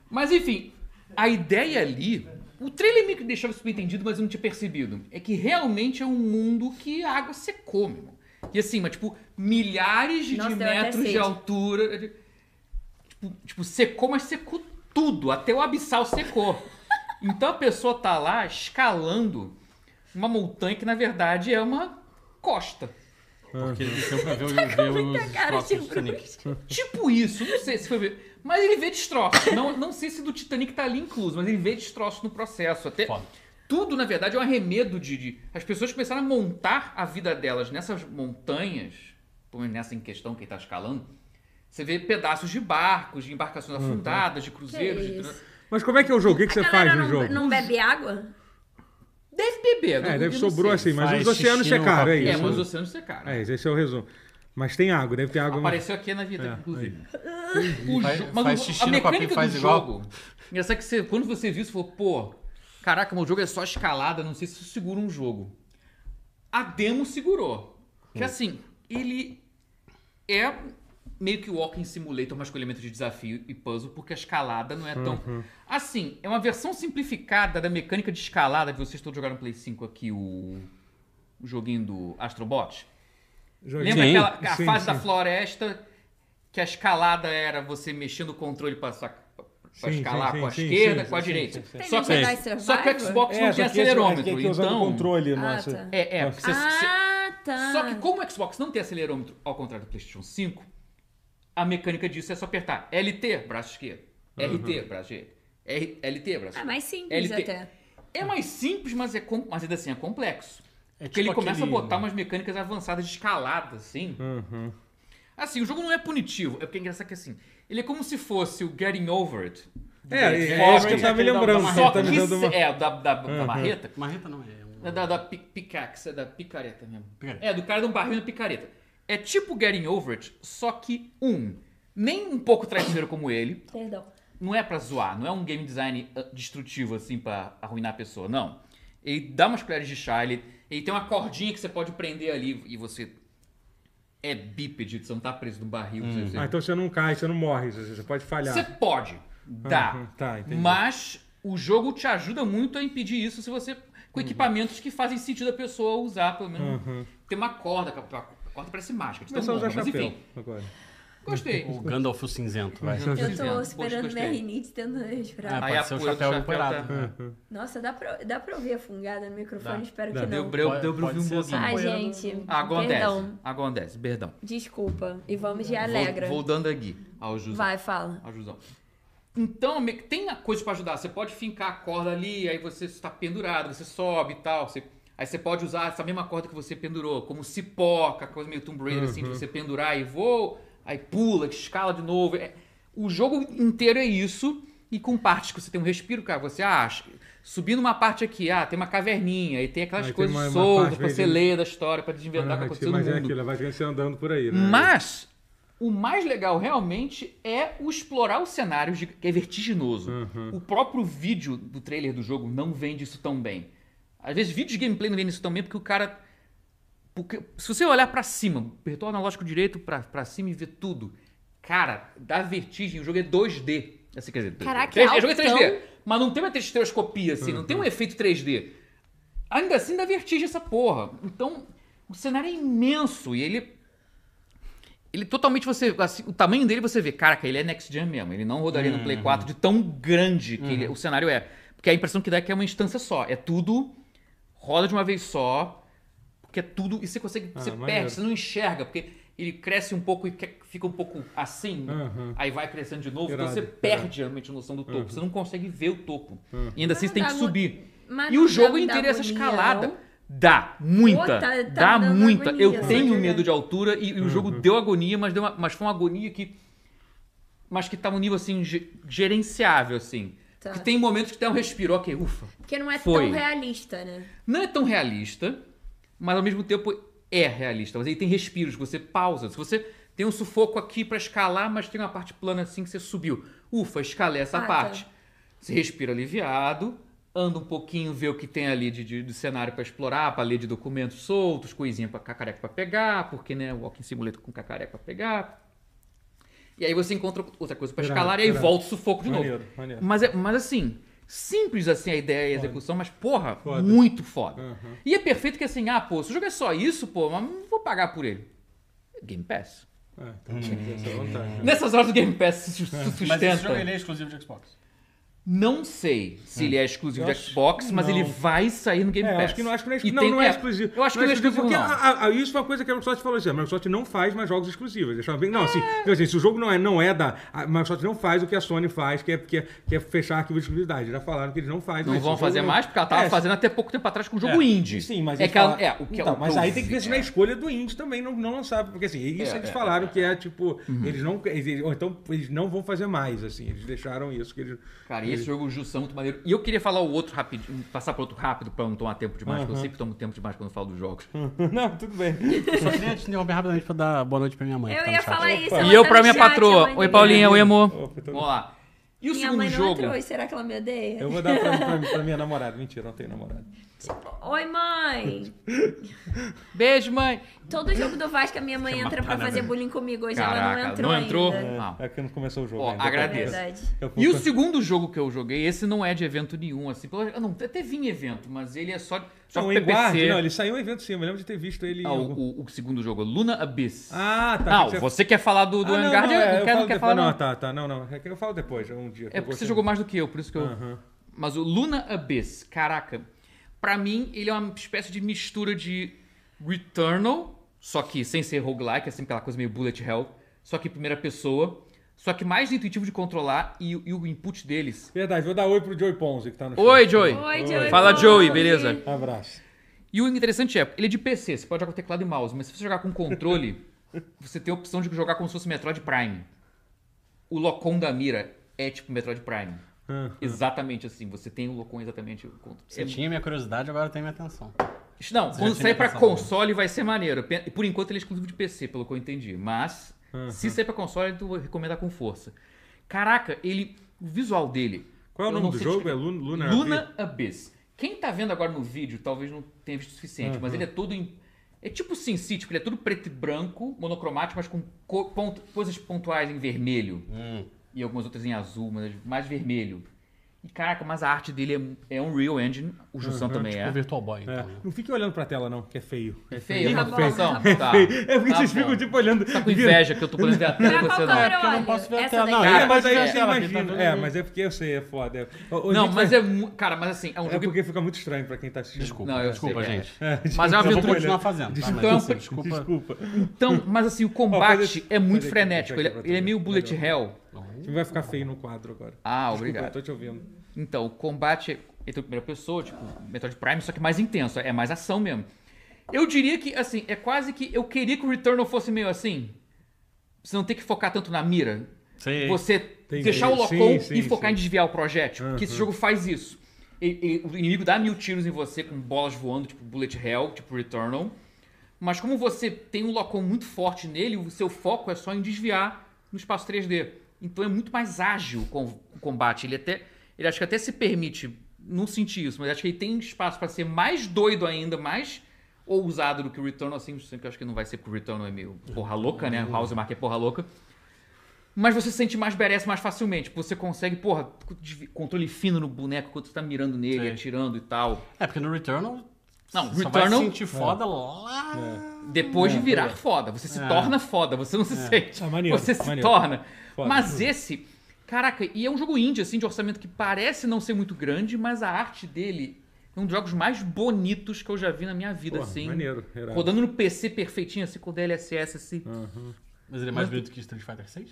Speaker 2: Mas enfim, a ideia ali. O trailer meio que deixava subentendido, mas eu não tinha percebido. É que realmente é um mundo que a água secou, meu irmão. E assim, mas tipo, milhares
Speaker 4: Nossa,
Speaker 2: de
Speaker 4: deu até
Speaker 2: metros de
Speaker 4: sede.
Speaker 2: altura. de- Tipo, tipo, secou, mas secou tudo. Até o abissal secou. Então a pessoa tá lá escalando uma montanha que na verdade é uma costa.
Speaker 5: Porque ele desceu pra ver, o- ver os
Speaker 4: Tá Cara de
Speaker 5: próximos Titanic.
Speaker 4: bruxa.
Speaker 2: Tipo isso, não sei se foi. ver- Mas ele vê destroço. Não, não sei se do Titanic tá ali incluso, mas ele vê destroço no processo. Até
Speaker 5: Foda.
Speaker 2: tudo, na verdade, é um arremedo de, de- As pessoas começaram a montar a vida delas nessas montanhas, pelo menos nessa em questão que ele tá escalando. Você vê pedaços de barcos, de embarcações
Speaker 1: Uhum.
Speaker 2: afundadas, de cruzeiros.
Speaker 4: Que
Speaker 2: de-
Speaker 4: isso?
Speaker 1: Mas como é que é o jogo? O que, que
Speaker 4: A
Speaker 1: você
Speaker 4: galera
Speaker 1: faz no
Speaker 4: não,
Speaker 1: jogo?
Speaker 4: não bebe água?
Speaker 2: Deve beber, não-
Speaker 1: É,
Speaker 2: eu
Speaker 1: deve
Speaker 2: não
Speaker 1: sobrou
Speaker 2: sei.
Speaker 1: assim, mas
Speaker 5: Faz
Speaker 1: os oceanos
Speaker 5: xixi no
Speaker 1: secaram, é
Speaker 5: papel.
Speaker 2: É, mas os
Speaker 1: isso.
Speaker 2: oceanos secaram.
Speaker 1: É, esse é o resumo. Mas tem água, deve ter água. mas-
Speaker 2: Apareceu aqui na vida, inclusive. O
Speaker 5: Faz-
Speaker 2: jo-
Speaker 5: faz
Speaker 2: o-
Speaker 5: xixi
Speaker 2: a
Speaker 5: no
Speaker 2: mecânica
Speaker 5: papinho, faz
Speaker 2: do
Speaker 5: igual.
Speaker 2: jogo. Engraçado que você, quando você viu, você falou, pô, caraca, meu jogo é só escalada, não sei se isso segura um jogo. A demo segurou. Que assim, ele é meio que o Walking Simulator, mas com elementos de desafio e puzzle, porque a escalada não é tão. Assim, é uma versão simplificada da mecânica de escalada que vocês todos jogaram no Play 5 aqui, o, o joguinho do Astrobot.
Speaker 1: Joguinho.
Speaker 2: Lembra
Speaker 5: Sim.
Speaker 2: aquela a
Speaker 1: Sim,
Speaker 2: fase
Speaker 1: sim.
Speaker 2: da floresta que a escalada era você mexendo o controle pra, sac- pra
Speaker 1: Sim,
Speaker 2: escalar
Speaker 1: sim,
Speaker 2: com a
Speaker 1: sim,
Speaker 2: esquerda,
Speaker 1: sim,
Speaker 2: com a
Speaker 1: sim,
Speaker 2: direita.
Speaker 1: sim, sim.
Speaker 4: Tem
Speaker 2: Só,
Speaker 4: no
Speaker 2: que,
Speaker 4: Jedi
Speaker 2: só que o
Speaker 4: Survivor?
Speaker 2: Xbox
Speaker 1: É,
Speaker 2: não
Speaker 1: só
Speaker 2: tem
Speaker 1: que esse-
Speaker 2: acelerômetro.
Speaker 1: é que usando
Speaker 2: então.
Speaker 1: controle,
Speaker 4: Ah,
Speaker 1: nossa.
Speaker 4: tá.
Speaker 2: É, é. Porque você, você-
Speaker 4: Ah, tá.
Speaker 2: Só que como o Xbox não tem acelerômetro, ao contrário do PlayStation 5, a mecânica disso é só apertar LT, braço esquerdo. RT,
Speaker 1: Uhum.
Speaker 2: braço direito. R- LT, braço
Speaker 4: É
Speaker 2: esquerdo.
Speaker 4: mais simples
Speaker 2: LT.
Speaker 4: até.
Speaker 2: É mais simples, mas, é com- mas ainda assim é complexo.
Speaker 5: É
Speaker 2: Porque
Speaker 5: tipo
Speaker 2: ele começa
Speaker 5: aquele-
Speaker 2: a botar umas mecânicas avançadas de escalada, assim. Assim, o jogo não é punitivo. É porque é engraçado que assim, ele é como se fosse o Getting Over It.
Speaker 1: É, é, é isso que eu tava me
Speaker 5: Aquele da- da
Speaker 1: lembrando. Você
Speaker 2: Só que
Speaker 1: tá me dando uma.
Speaker 2: é, da, da, da marreta.
Speaker 5: Marreta não é. um-
Speaker 2: É Da, da pi- pickaxe, é da picareta mesmo.
Speaker 5: Picareta.
Speaker 2: É, do cara de um barril na picareta. É tipo Getting Over It, só que um, nem um pouco traiçoeiro como ele,
Speaker 4: Perdão.
Speaker 2: não é pra zoar, não é um game design ah, destrutivo assim pra arruinar a pessoa, não. Ele dá umas colheres de chá, ele, ele tem uma cordinha que você pode prender ali e você é bípede, você não tá preso no barril. Você,
Speaker 1: Ah, então você não cai, você não morre, você você pode falhar. Então
Speaker 2: você pode, dá.
Speaker 1: Uhum, tá, entendi.
Speaker 2: mas o jogo te ajuda muito a impedir isso se você
Speaker 1: Hum.
Speaker 2: com equipamentos que fazem sentido a pessoa usar, pelo menos. Tem uma corda, que a a corda parece mágica, de tão
Speaker 1: Começar a
Speaker 2: longa,
Speaker 1: usar
Speaker 2: mas
Speaker 1: chapéu
Speaker 2: enfim,
Speaker 1: agora.
Speaker 2: gostei.
Speaker 5: O Gandalf o cinzento, vai.
Speaker 4: Eu tô
Speaker 2: Poxa,
Speaker 4: esperando
Speaker 2: gostei.
Speaker 4: minha rinite tentando
Speaker 5: Ah,
Speaker 4: respirar.
Speaker 2: Aí a
Speaker 5: pode ser o
Speaker 2: poeira do
Speaker 5: chapéu
Speaker 2: chapéu
Speaker 5: empoeirado.
Speaker 2: tá-
Speaker 5: né?
Speaker 4: Nossa, dá pra, dá pra ouvir a fungada no microfone?
Speaker 5: Dá.
Speaker 4: Espero
Speaker 1: Dá.
Speaker 4: que
Speaker 2: Deu,
Speaker 4: não.
Speaker 2: deu,
Speaker 5: Pode-
Speaker 2: deu pra
Speaker 5: pode
Speaker 2: ouvir um
Speaker 5: ser assim.
Speaker 2: pouquinho.
Speaker 5: essa
Speaker 4: Ai,
Speaker 5: poeira no-
Speaker 4: gente.
Speaker 2: Ah, Acontece,
Speaker 4: Perdão.
Speaker 2: acontece, perdão.
Speaker 4: Desculpa. E vamos de
Speaker 2: Vol-
Speaker 4: alegra.
Speaker 2: Voltando aqui ao Jusão.
Speaker 4: Vai, fala.
Speaker 2: Ao Jusão. Então, me- tem a coisa pra ajudar. Você pode fincar a corda ali, aí você está pendurado, você sobe e tal. Você- Aí você pode usar essa mesma corda que você pendurou, como cipoca, coisa meio Tomb Raider,
Speaker 1: Uhum.
Speaker 2: assim, de você pendurar e voa, aí pula, te escala de novo. É- O jogo inteiro é isso, e com partes que você tem um respiro, cara, você acha. Subir numa parte aqui, ah, tem uma caverninha, aí tem aquelas
Speaker 1: Aí tem
Speaker 2: coisas
Speaker 1: uma- uma
Speaker 2: soltas
Speaker 1: parte
Speaker 2: pra você
Speaker 1: meio de-
Speaker 2: ler da história, pra desvendar o que
Speaker 1: Ah,
Speaker 2: aconteceu no
Speaker 1: mas é
Speaker 2: mundo.
Speaker 1: aquilo, vai você andando por aí, né?
Speaker 2: Mas o mais legal realmente é o explorar os cenários, de- que é vertiginoso.
Speaker 1: Uhum.
Speaker 2: O próprio vídeo do trailer do jogo não vende isso tão bem. Às vezes, vídeos de gameplay não vendem isso tão bem porque o cara. Porque se você olhar pra cima, retorna lógico direito pra, pra cima e ver tudo. Cara, dá vertigem. O jogo é 2D. Assim, quer dizer,
Speaker 4: Caraca,
Speaker 2: 3D. O jogo é
Speaker 4: altão.
Speaker 2: 3D. mas não tem uma texteroscopia, assim, não
Speaker 1: Uhum.
Speaker 2: tem um efeito 3D. Ainda assim dá vertigem essa porra. Então, o cenário é imenso e ele. Ele totalmente você. assim, o tamanho dele você vê, caraca, ele é next gen mesmo. Ele não rodaria no Play 4 de
Speaker 1: Uhum.
Speaker 2: tão grande que ele- o cenário é. Porque a impressão que dá é que é uma instância só. É tudo. Roda de uma vez só. Porque é tudo. E você consegue. você
Speaker 1: Ah, maneiro.
Speaker 2: perde, você não enxerga. Porque ele cresce um pouco e que- fica um pouco assim. Aí vai crescendo de novo.
Speaker 1: Uhum. Irado,
Speaker 2: então você
Speaker 1: irado. Uhum.
Speaker 2: perde realmente a noção do topo. Você não consegue ver o topo. E ainda assim
Speaker 4: Mas
Speaker 2: você tem
Speaker 4: dá
Speaker 2: que
Speaker 4: mu-
Speaker 2: subir.
Speaker 4: Mas
Speaker 2: E
Speaker 4: não
Speaker 2: o
Speaker 4: dá
Speaker 2: jogo
Speaker 4: muita
Speaker 2: inteiro é essa
Speaker 4: agonia,
Speaker 2: escalada.
Speaker 4: não?
Speaker 2: Dá, muita.
Speaker 4: Pô, tá- tá me
Speaker 2: dá
Speaker 4: dando
Speaker 2: muita.
Speaker 4: agonia, É
Speaker 2: eu
Speaker 4: só
Speaker 2: tenho
Speaker 4: jogando.
Speaker 2: medo de altura e, e o jogo deu agonia, mas, deu uma- mas foi uma agonia que. Mas que tava um nível assim, ge- gerenciável, assim.
Speaker 4: Tá.
Speaker 2: Porque tem momentos que dá um respiro, ok, ufa.
Speaker 4: Porque não é
Speaker 2: Foi.
Speaker 4: tão realista, né?
Speaker 2: Não é tão realista, mas ao mesmo tempo é realista. Mas aí tem respiros, que você pausa. Se você tem um sufoco aqui pra escalar, mas tem uma parte plana assim que você subiu. Ufa, escalei essa
Speaker 4: Ah, tá.
Speaker 2: parte. Você respira aliviado, anda um pouquinho, vê o que tem ali de, de- de cenário pra explorar, pra ler de documentos soltos, coisinha pra cacareca pra pegar, porque né, walking simulator com cacareca pra pegar. E aí você encontra outra coisa pra
Speaker 1: Irado,
Speaker 2: escalar e aí
Speaker 1: irado.
Speaker 2: volta o sufoco de
Speaker 1: Maneiro,
Speaker 2: novo.
Speaker 1: maneiro.
Speaker 2: Mas, é- mas assim, simples assim a ideia e a execução, mas porra,
Speaker 1: Foda.
Speaker 2: muito foda. E é perfeito que assim, ah, pô, se o jogo é só isso, pô, mas não vou pagar por ele. Game Pass.
Speaker 1: É, tá,
Speaker 2: Hum.
Speaker 1: tinha que ter essa vantagem.
Speaker 2: Nessas horas do Game Pass se
Speaker 1: É.
Speaker 2: su- sustenta.
Speaker 3: Mas esse jogo ele é exclusivo de Xbox.
Speaker 2: Não sei se ele é exclusivo
Speaker 1: Eu
Speaker 2: de
Speaker 1: acho-
Speaker 2: Xbox, mas
Speaker 1: não.
Speaker 2: ele vai sair no Game
Speaker 1: É,
Speaker 2: Pass.
Speaker 1: acho que não, acho que não é,
Speaker 2: E
Speaker 1: exclu- não,
Speaker 2: tem-
Speaker 1: não é exclusivo.
Speaker 2: Eu acho que não é exclusivo,
Speaker 1: porque
Speaker 2: não.
Speaker 1: a- a- a- isso foi uma coisa que a Microsoft falou assim, a Microsoft não faz mais jogos exclusivos. Deixava bem, não,
Speaker 2: É.
Speaker 1: assim, então, assim, se o jogo não é, não é da... A Microsoft não faz o que a Sony faz, que é, que é, que é fechar arquivo de exclusividade. Já falaram que eles não fazem.
Speaker 2: Não
Speaker 1: mas
Speaker 2: vão
Speaker 1: esse jogo
Speaker 2: fazer
Speaker 1: não-
Speaker 2: mais, porque ela tava
Speaker 1: É,
Speaker 2: fazendo até pouco tempo atrás com o jogo indie.
Speaker 1: Sim, mas
Speaker 2: é
Speaker 1: eles
Speaker 2: que ela,
Speaker 1: falaram-
Speaker 2: é, o que
Speaker 1: Então,
Speaker 2: ela-
Speaker 1: mas
Speaker 2: eu
Speaker 1: aí tem que ver se
Speaker 2: vi,
Speaker 1: na
Speaker 2: é.
Speaker 1: escolha do indie também não, não lançar, porque assim, isso
Speaker 2: É,
Speaker 1: eles
Speaker 2: é,
Speaker 1: falaram que é tipo, eles não eles, eles- ou então eles não vão fazer mais assim, eles deixaram isso que eles
Speaker 2: Cara, e esse jogo Jussão é muito maneiro. E eu queria falar o outro rapidinho, um, passar pro outro rápido pra não tomar tempo demais, porque eu sempre tomo tempo demais quando eu falo dos jogos.
Speaker 1: Hum. Não, tudo bem.
Speaker 5: Eu só queria te interromper rapidamente pra dar boa noite pra minha mãe. que
Speaker 4: Eu
Speaker 5: tá no
Speaker 4: ia
Speaker 5: chat.
Speaker 4: falar isso. ela
Speaker 2: E eu
Speaker 4: tá
Speaker 2: pra
Speaker 4: no
Speaker 2: minha
Speaker 4: chat,
Speaker 2: patroa.
Speaker 4: mãe
Speaker 2: Oi,
Speaker 4: dele.
Speaker 2: Paulinha, oi, amor.
Speaker 1: Opa, tudo
Speaker 2: Vamos lá. E o
Speaker 4: Minha
Speaker 2: segundo
Speaker 4: mãe não
Speaker 2: jogo?
Speaker 4: entrou hoje, será que ela me odeia?
Speaker 1: Eu vou dar pra, pra- pra minha namorada. Mentira, não tenho namorada.
Speaker 4: Oi, mãe!
Speaker 2: Beijo, mãe.
Speaker 4: Todo jogo do Vasco a minha
Speaker 1: é
Speaker 4: mãe entra pra
Speaker 1: né,
Speaker 4: fazer bullying comigo hoje. ela não
Speaker 2: Caraca,
Speaker 4: entrou,
Speaker 2: não entrou?
Speaker 4: ainda. É
Speaker 2: Não.
Speaker 1: É que não começou o jogo
Speaker 2: Ah. Ó,
Speaker 1: ainda.
Speaker 2: agradeço.
Speaker 4: Verdade.
Speaker 1: Daqui a pouco-
Speaker 2: E o segundo jogo que eu joguei, esse não é de evento nenhum, assim. pelo- Eu não, até vinha evento, mas ele é só, só
Speaker 1: Não, o
Speaker 2: PPC.
Speaker 1: Enguard, não, ele saiu em evento sim, eu me lembro de ter visto ele. em
Speaker 2: Ah, o,
Speaker 1: algum-
Speaker 2: o- o segundo jogo, Luna Abyss.
Speaker 1: Ah, tá.
Speaker 2: não,
Speaker 1: que
Speaker 2: você... quer falar do, do
Speaker 1: Ah, não,
Speaker 2: Vanguard,
Speaker 1: não,
Speaker 2: eu
Speaker 1: é,
Speaker 2: não,
Speaker 1: eu
Speaker 2: quero,
Speaker 1: falo
Speaker 2: não quer
Speaker 1: depois.
Speaker 2: falar não.
Speaker 1: Não, tá, tá, não, não. É que eu falo depois, um dia. que
Speaker 2: É
Speaker 1: eu
Speaker 2: porque você
Speaker 1: gostei.
Speaker 2: jogou mais do que eu, por isso que eu...
Speaker 1: Aham.
Speaker 2: Mas o Luna Abyss, caraca, pra mim ele é uma espécie de mistura de Returnal, só que sem ser roguelike, é sempre aquela coisa meio bullet hell, só que em primeira pessoa, só que mais intuitivo de controlar e, o- e o input deles.
Speaker 1: Verdade, vou dar oi pro Joey Ponzi que tá no
Speaker 2: Oi, Joey!
Speaker 4: Oi, Joey.
Speaker 2: Fala,
Speaker 4: Paulo.
Speaker 2: Joey, beleza?
Speaker 1: chat. Abraço.
Speaker 2: E o interessante é, ele é de PC, você pode jogar com teclado e mouse, mas se você jogar com controle, você tem a opção de jogar como se fosse Metroid Prime. O Locom da mira é tipo Metroid Prime.
Speaker 1: Aham.
Speaker 2: Exatamente assim, você tem o Locom exatamente.
Speaker 5: Você tinha minha curiosidade, agora tem minha atenção.
Speaker 2: Não,
Speaker 5: Você já
Speaker 2: quando
Speaker 5: tinha
Speaker 2: sair pra
Speaker 5: pensado
Speaker 2: console vai ser maneiro. Pe- Por enquanto ele é exclusivo de PC, pelo que eu entendi. Mas, se sair pra console, eu vou recomendar com força. Caraca, ele. O visual dele.
Speaker 1: Qual é o
Speaker 2: eu
Speaker 1: nome
Speaker 2: não
Speaker 1: do
Speaker 2: sei
Speaker 1: jogo?
Speaker 2: descrever.
Speaker 1: É Lun- Lunar
Speaker 2: Luna Abyss. Quem tá vendo agora no vídeo talvez não tenha visto o suficiente, mas ele é todo. Em... É tipo Sin City, porque ele é todo preto e branco, monocromático, mas com co- ponto- coisas pontuais em vermelho.
Speaker 1: Hum.
Speaker 2: E algumas outras em azul, mas mais vermelho. E caraca, mas a arte dele é, é um Real Engine, o Jussão também
Speaker 5: O
Speaker 2: é.
Speaker 5: Virtual Boy,
Speaker 1: É,
Speaker 5: então. né?
Speaker 1: Não fique olhando pra tela, não, que é feio. É
Speaker 2: Feio,
Speaker 4: Tá
Speaker 2: tá
Speaker 4: bom, tá
Speaker 2: situação.
Speaker 4: bom.
Speaker 2: Tá.
Speaker 1: É porque
Speaker 2: Tá
Speaker 1: vocês
Speaker 2: bom.
Speaker 1: ficam tipo olhando.
Speaker 2: Tá com inveja que eu tô podendo ver a tela
Speaker 4: Pra
Speaker 2: e você
Speaker 4: qual é
Speaker 2: não.
Speaker 4: câmera
Speaker 5: porque eu não
Speaker 4: olho?
Speaker 5: posso ver a
Speaker 4: Essa
Speaker 5: tela, não,
Speaker 4: daqui?
Speaker 5: ele
Speaker 1: É, mas aí
Speaker 5: Pode
Speaker 1: você
Speaker 5: ver, ela tá
Speaker 1: imagina.
Speaker 5: vendo
Speaker 1: É,
Speaker 5: ali.
Speaker 1: mas é porque eu sei, é foda. É. O- o
Speaker 2: Não,
Speaker 1: gente
Speaker 2: mas
Speaker 1: vai-
Speaker 2: é. mu- Cara, mas assim, é um
Speaker 1: É
Speaker 2: jogo.
Speaker 1: porque fica muito estranho pra quem tá assistindo.
Speaker 5: Desculpa,
Speaker 2: Não, eu
Speaker 5: desculpa,
Speaker 2: sei, é.
Speaker 5: gente.
Speaker 2: Mas é uma
Speaker 5: Eu vou
Speaker 2: aventura.
Speaker 5: continuar fazendo. tá? Mas,
Speaker 2: Então,
Speaker 5: assim,
Speaker 2: por-
Speaker 5: desculpa.
Speaker 1: Desculpa.
Speaker 2: Então, mas assim, o
Speaker 1: Ó,
Speaker 2: combate
Speaker 1: faz esse-
Speaker 2: é
Speaker 1: faz
Speaker 2: muito
Speaker 1: aqui,
Speaker 2: frenético.
Speaker 1: faz
Speaker 2: Ele,
Speaker 1: aqui pra
Speaker 2: ele é
Speaker 1: tu
Speaker 2: meio
Speaker 1: ver.
Speaker 2: bullet hell.
Speaker 1: Você vai ficar feio no quadro agora. Desculpa,
Speaker 2: Ah,
Speaker 1: eu
Speaker 2: obrigado.
Speaker 1: tô te ouvindo.
Speaker 2: Então, o combate é entre a primeira pessoa, tipo, Metroid Prime, só que mais intenso, é mais ação mesmo. Eu diria que, assim, é quase que eu queria que o Returnal fosse meio assim. Você não ter que focar tanto na mira.
Speaker 5: Sei.
Speaker 2: Você
Speaker 1: Entendi.
Speaker 2: deixar o
Speaker 1: Sim,
Speaker 2: locom
Speaker 1: sim,
Speaker 2: e focar
Speaker 1: sim.
Speaker 2: em desviar o projétil. Porque esse jogo faz isso. Ele- ele- o inimigo dá mil tiros em você com bolas voando, tipo Bullet Hell, tipo Returnal. Mas como você tem um locom muito forte nele, o seu foco é só em desviar no espaço 3D. Então é muito mais ágil com o combate. Ele até. Ele acho que até se permite. Não senti isso, mas acho que ele tem espaço para ser mais doido ainda, mais ousado do que o Returnal, assim, que eu acho que não vai ser porque o Returnal é meio porra louca, né? O House Mark é porra louca. Mas você se sente mais badass mais facilmente. Você consegue, porra, desvi- controle fino no boneco quando você tá mirando nele,
Speaker 5: Sim.
Speaker 2: atirando e tal.
Speaker 5: É, porque no Returnal.
Speaker 2: Não,
Speaker 5: você só vai
Speaker 2: Returnal- É.
Speaker 5: sentir foda lá.
Speaker 2: Depois de virar foda. Você se
Speaker 5: É.
Speaker 2: torna foda, você não se sente.
Speaker 1: Ah, maneiro,
Speaker 2: você se
Speaker 1: maneiro.
Speaker 2: torna.
Speaker 1: Foda.
Speaker 2: Mas esse. Caraca, e é um jogo indie, assim, de orçamento que parece não ser muito grande, mas a arte dele é um dos jogos mais bonitos que eu já vi na minha vida,
Speaker 1: Porra,
Speaker 2: assim.
Speaker 1: maneiro, irado.
Speaker 2: Rodando no PC perfeitinho, assim, com DLSS, assim.
Speaker 5: Mas ele é mais bonito que Street Fighter 6?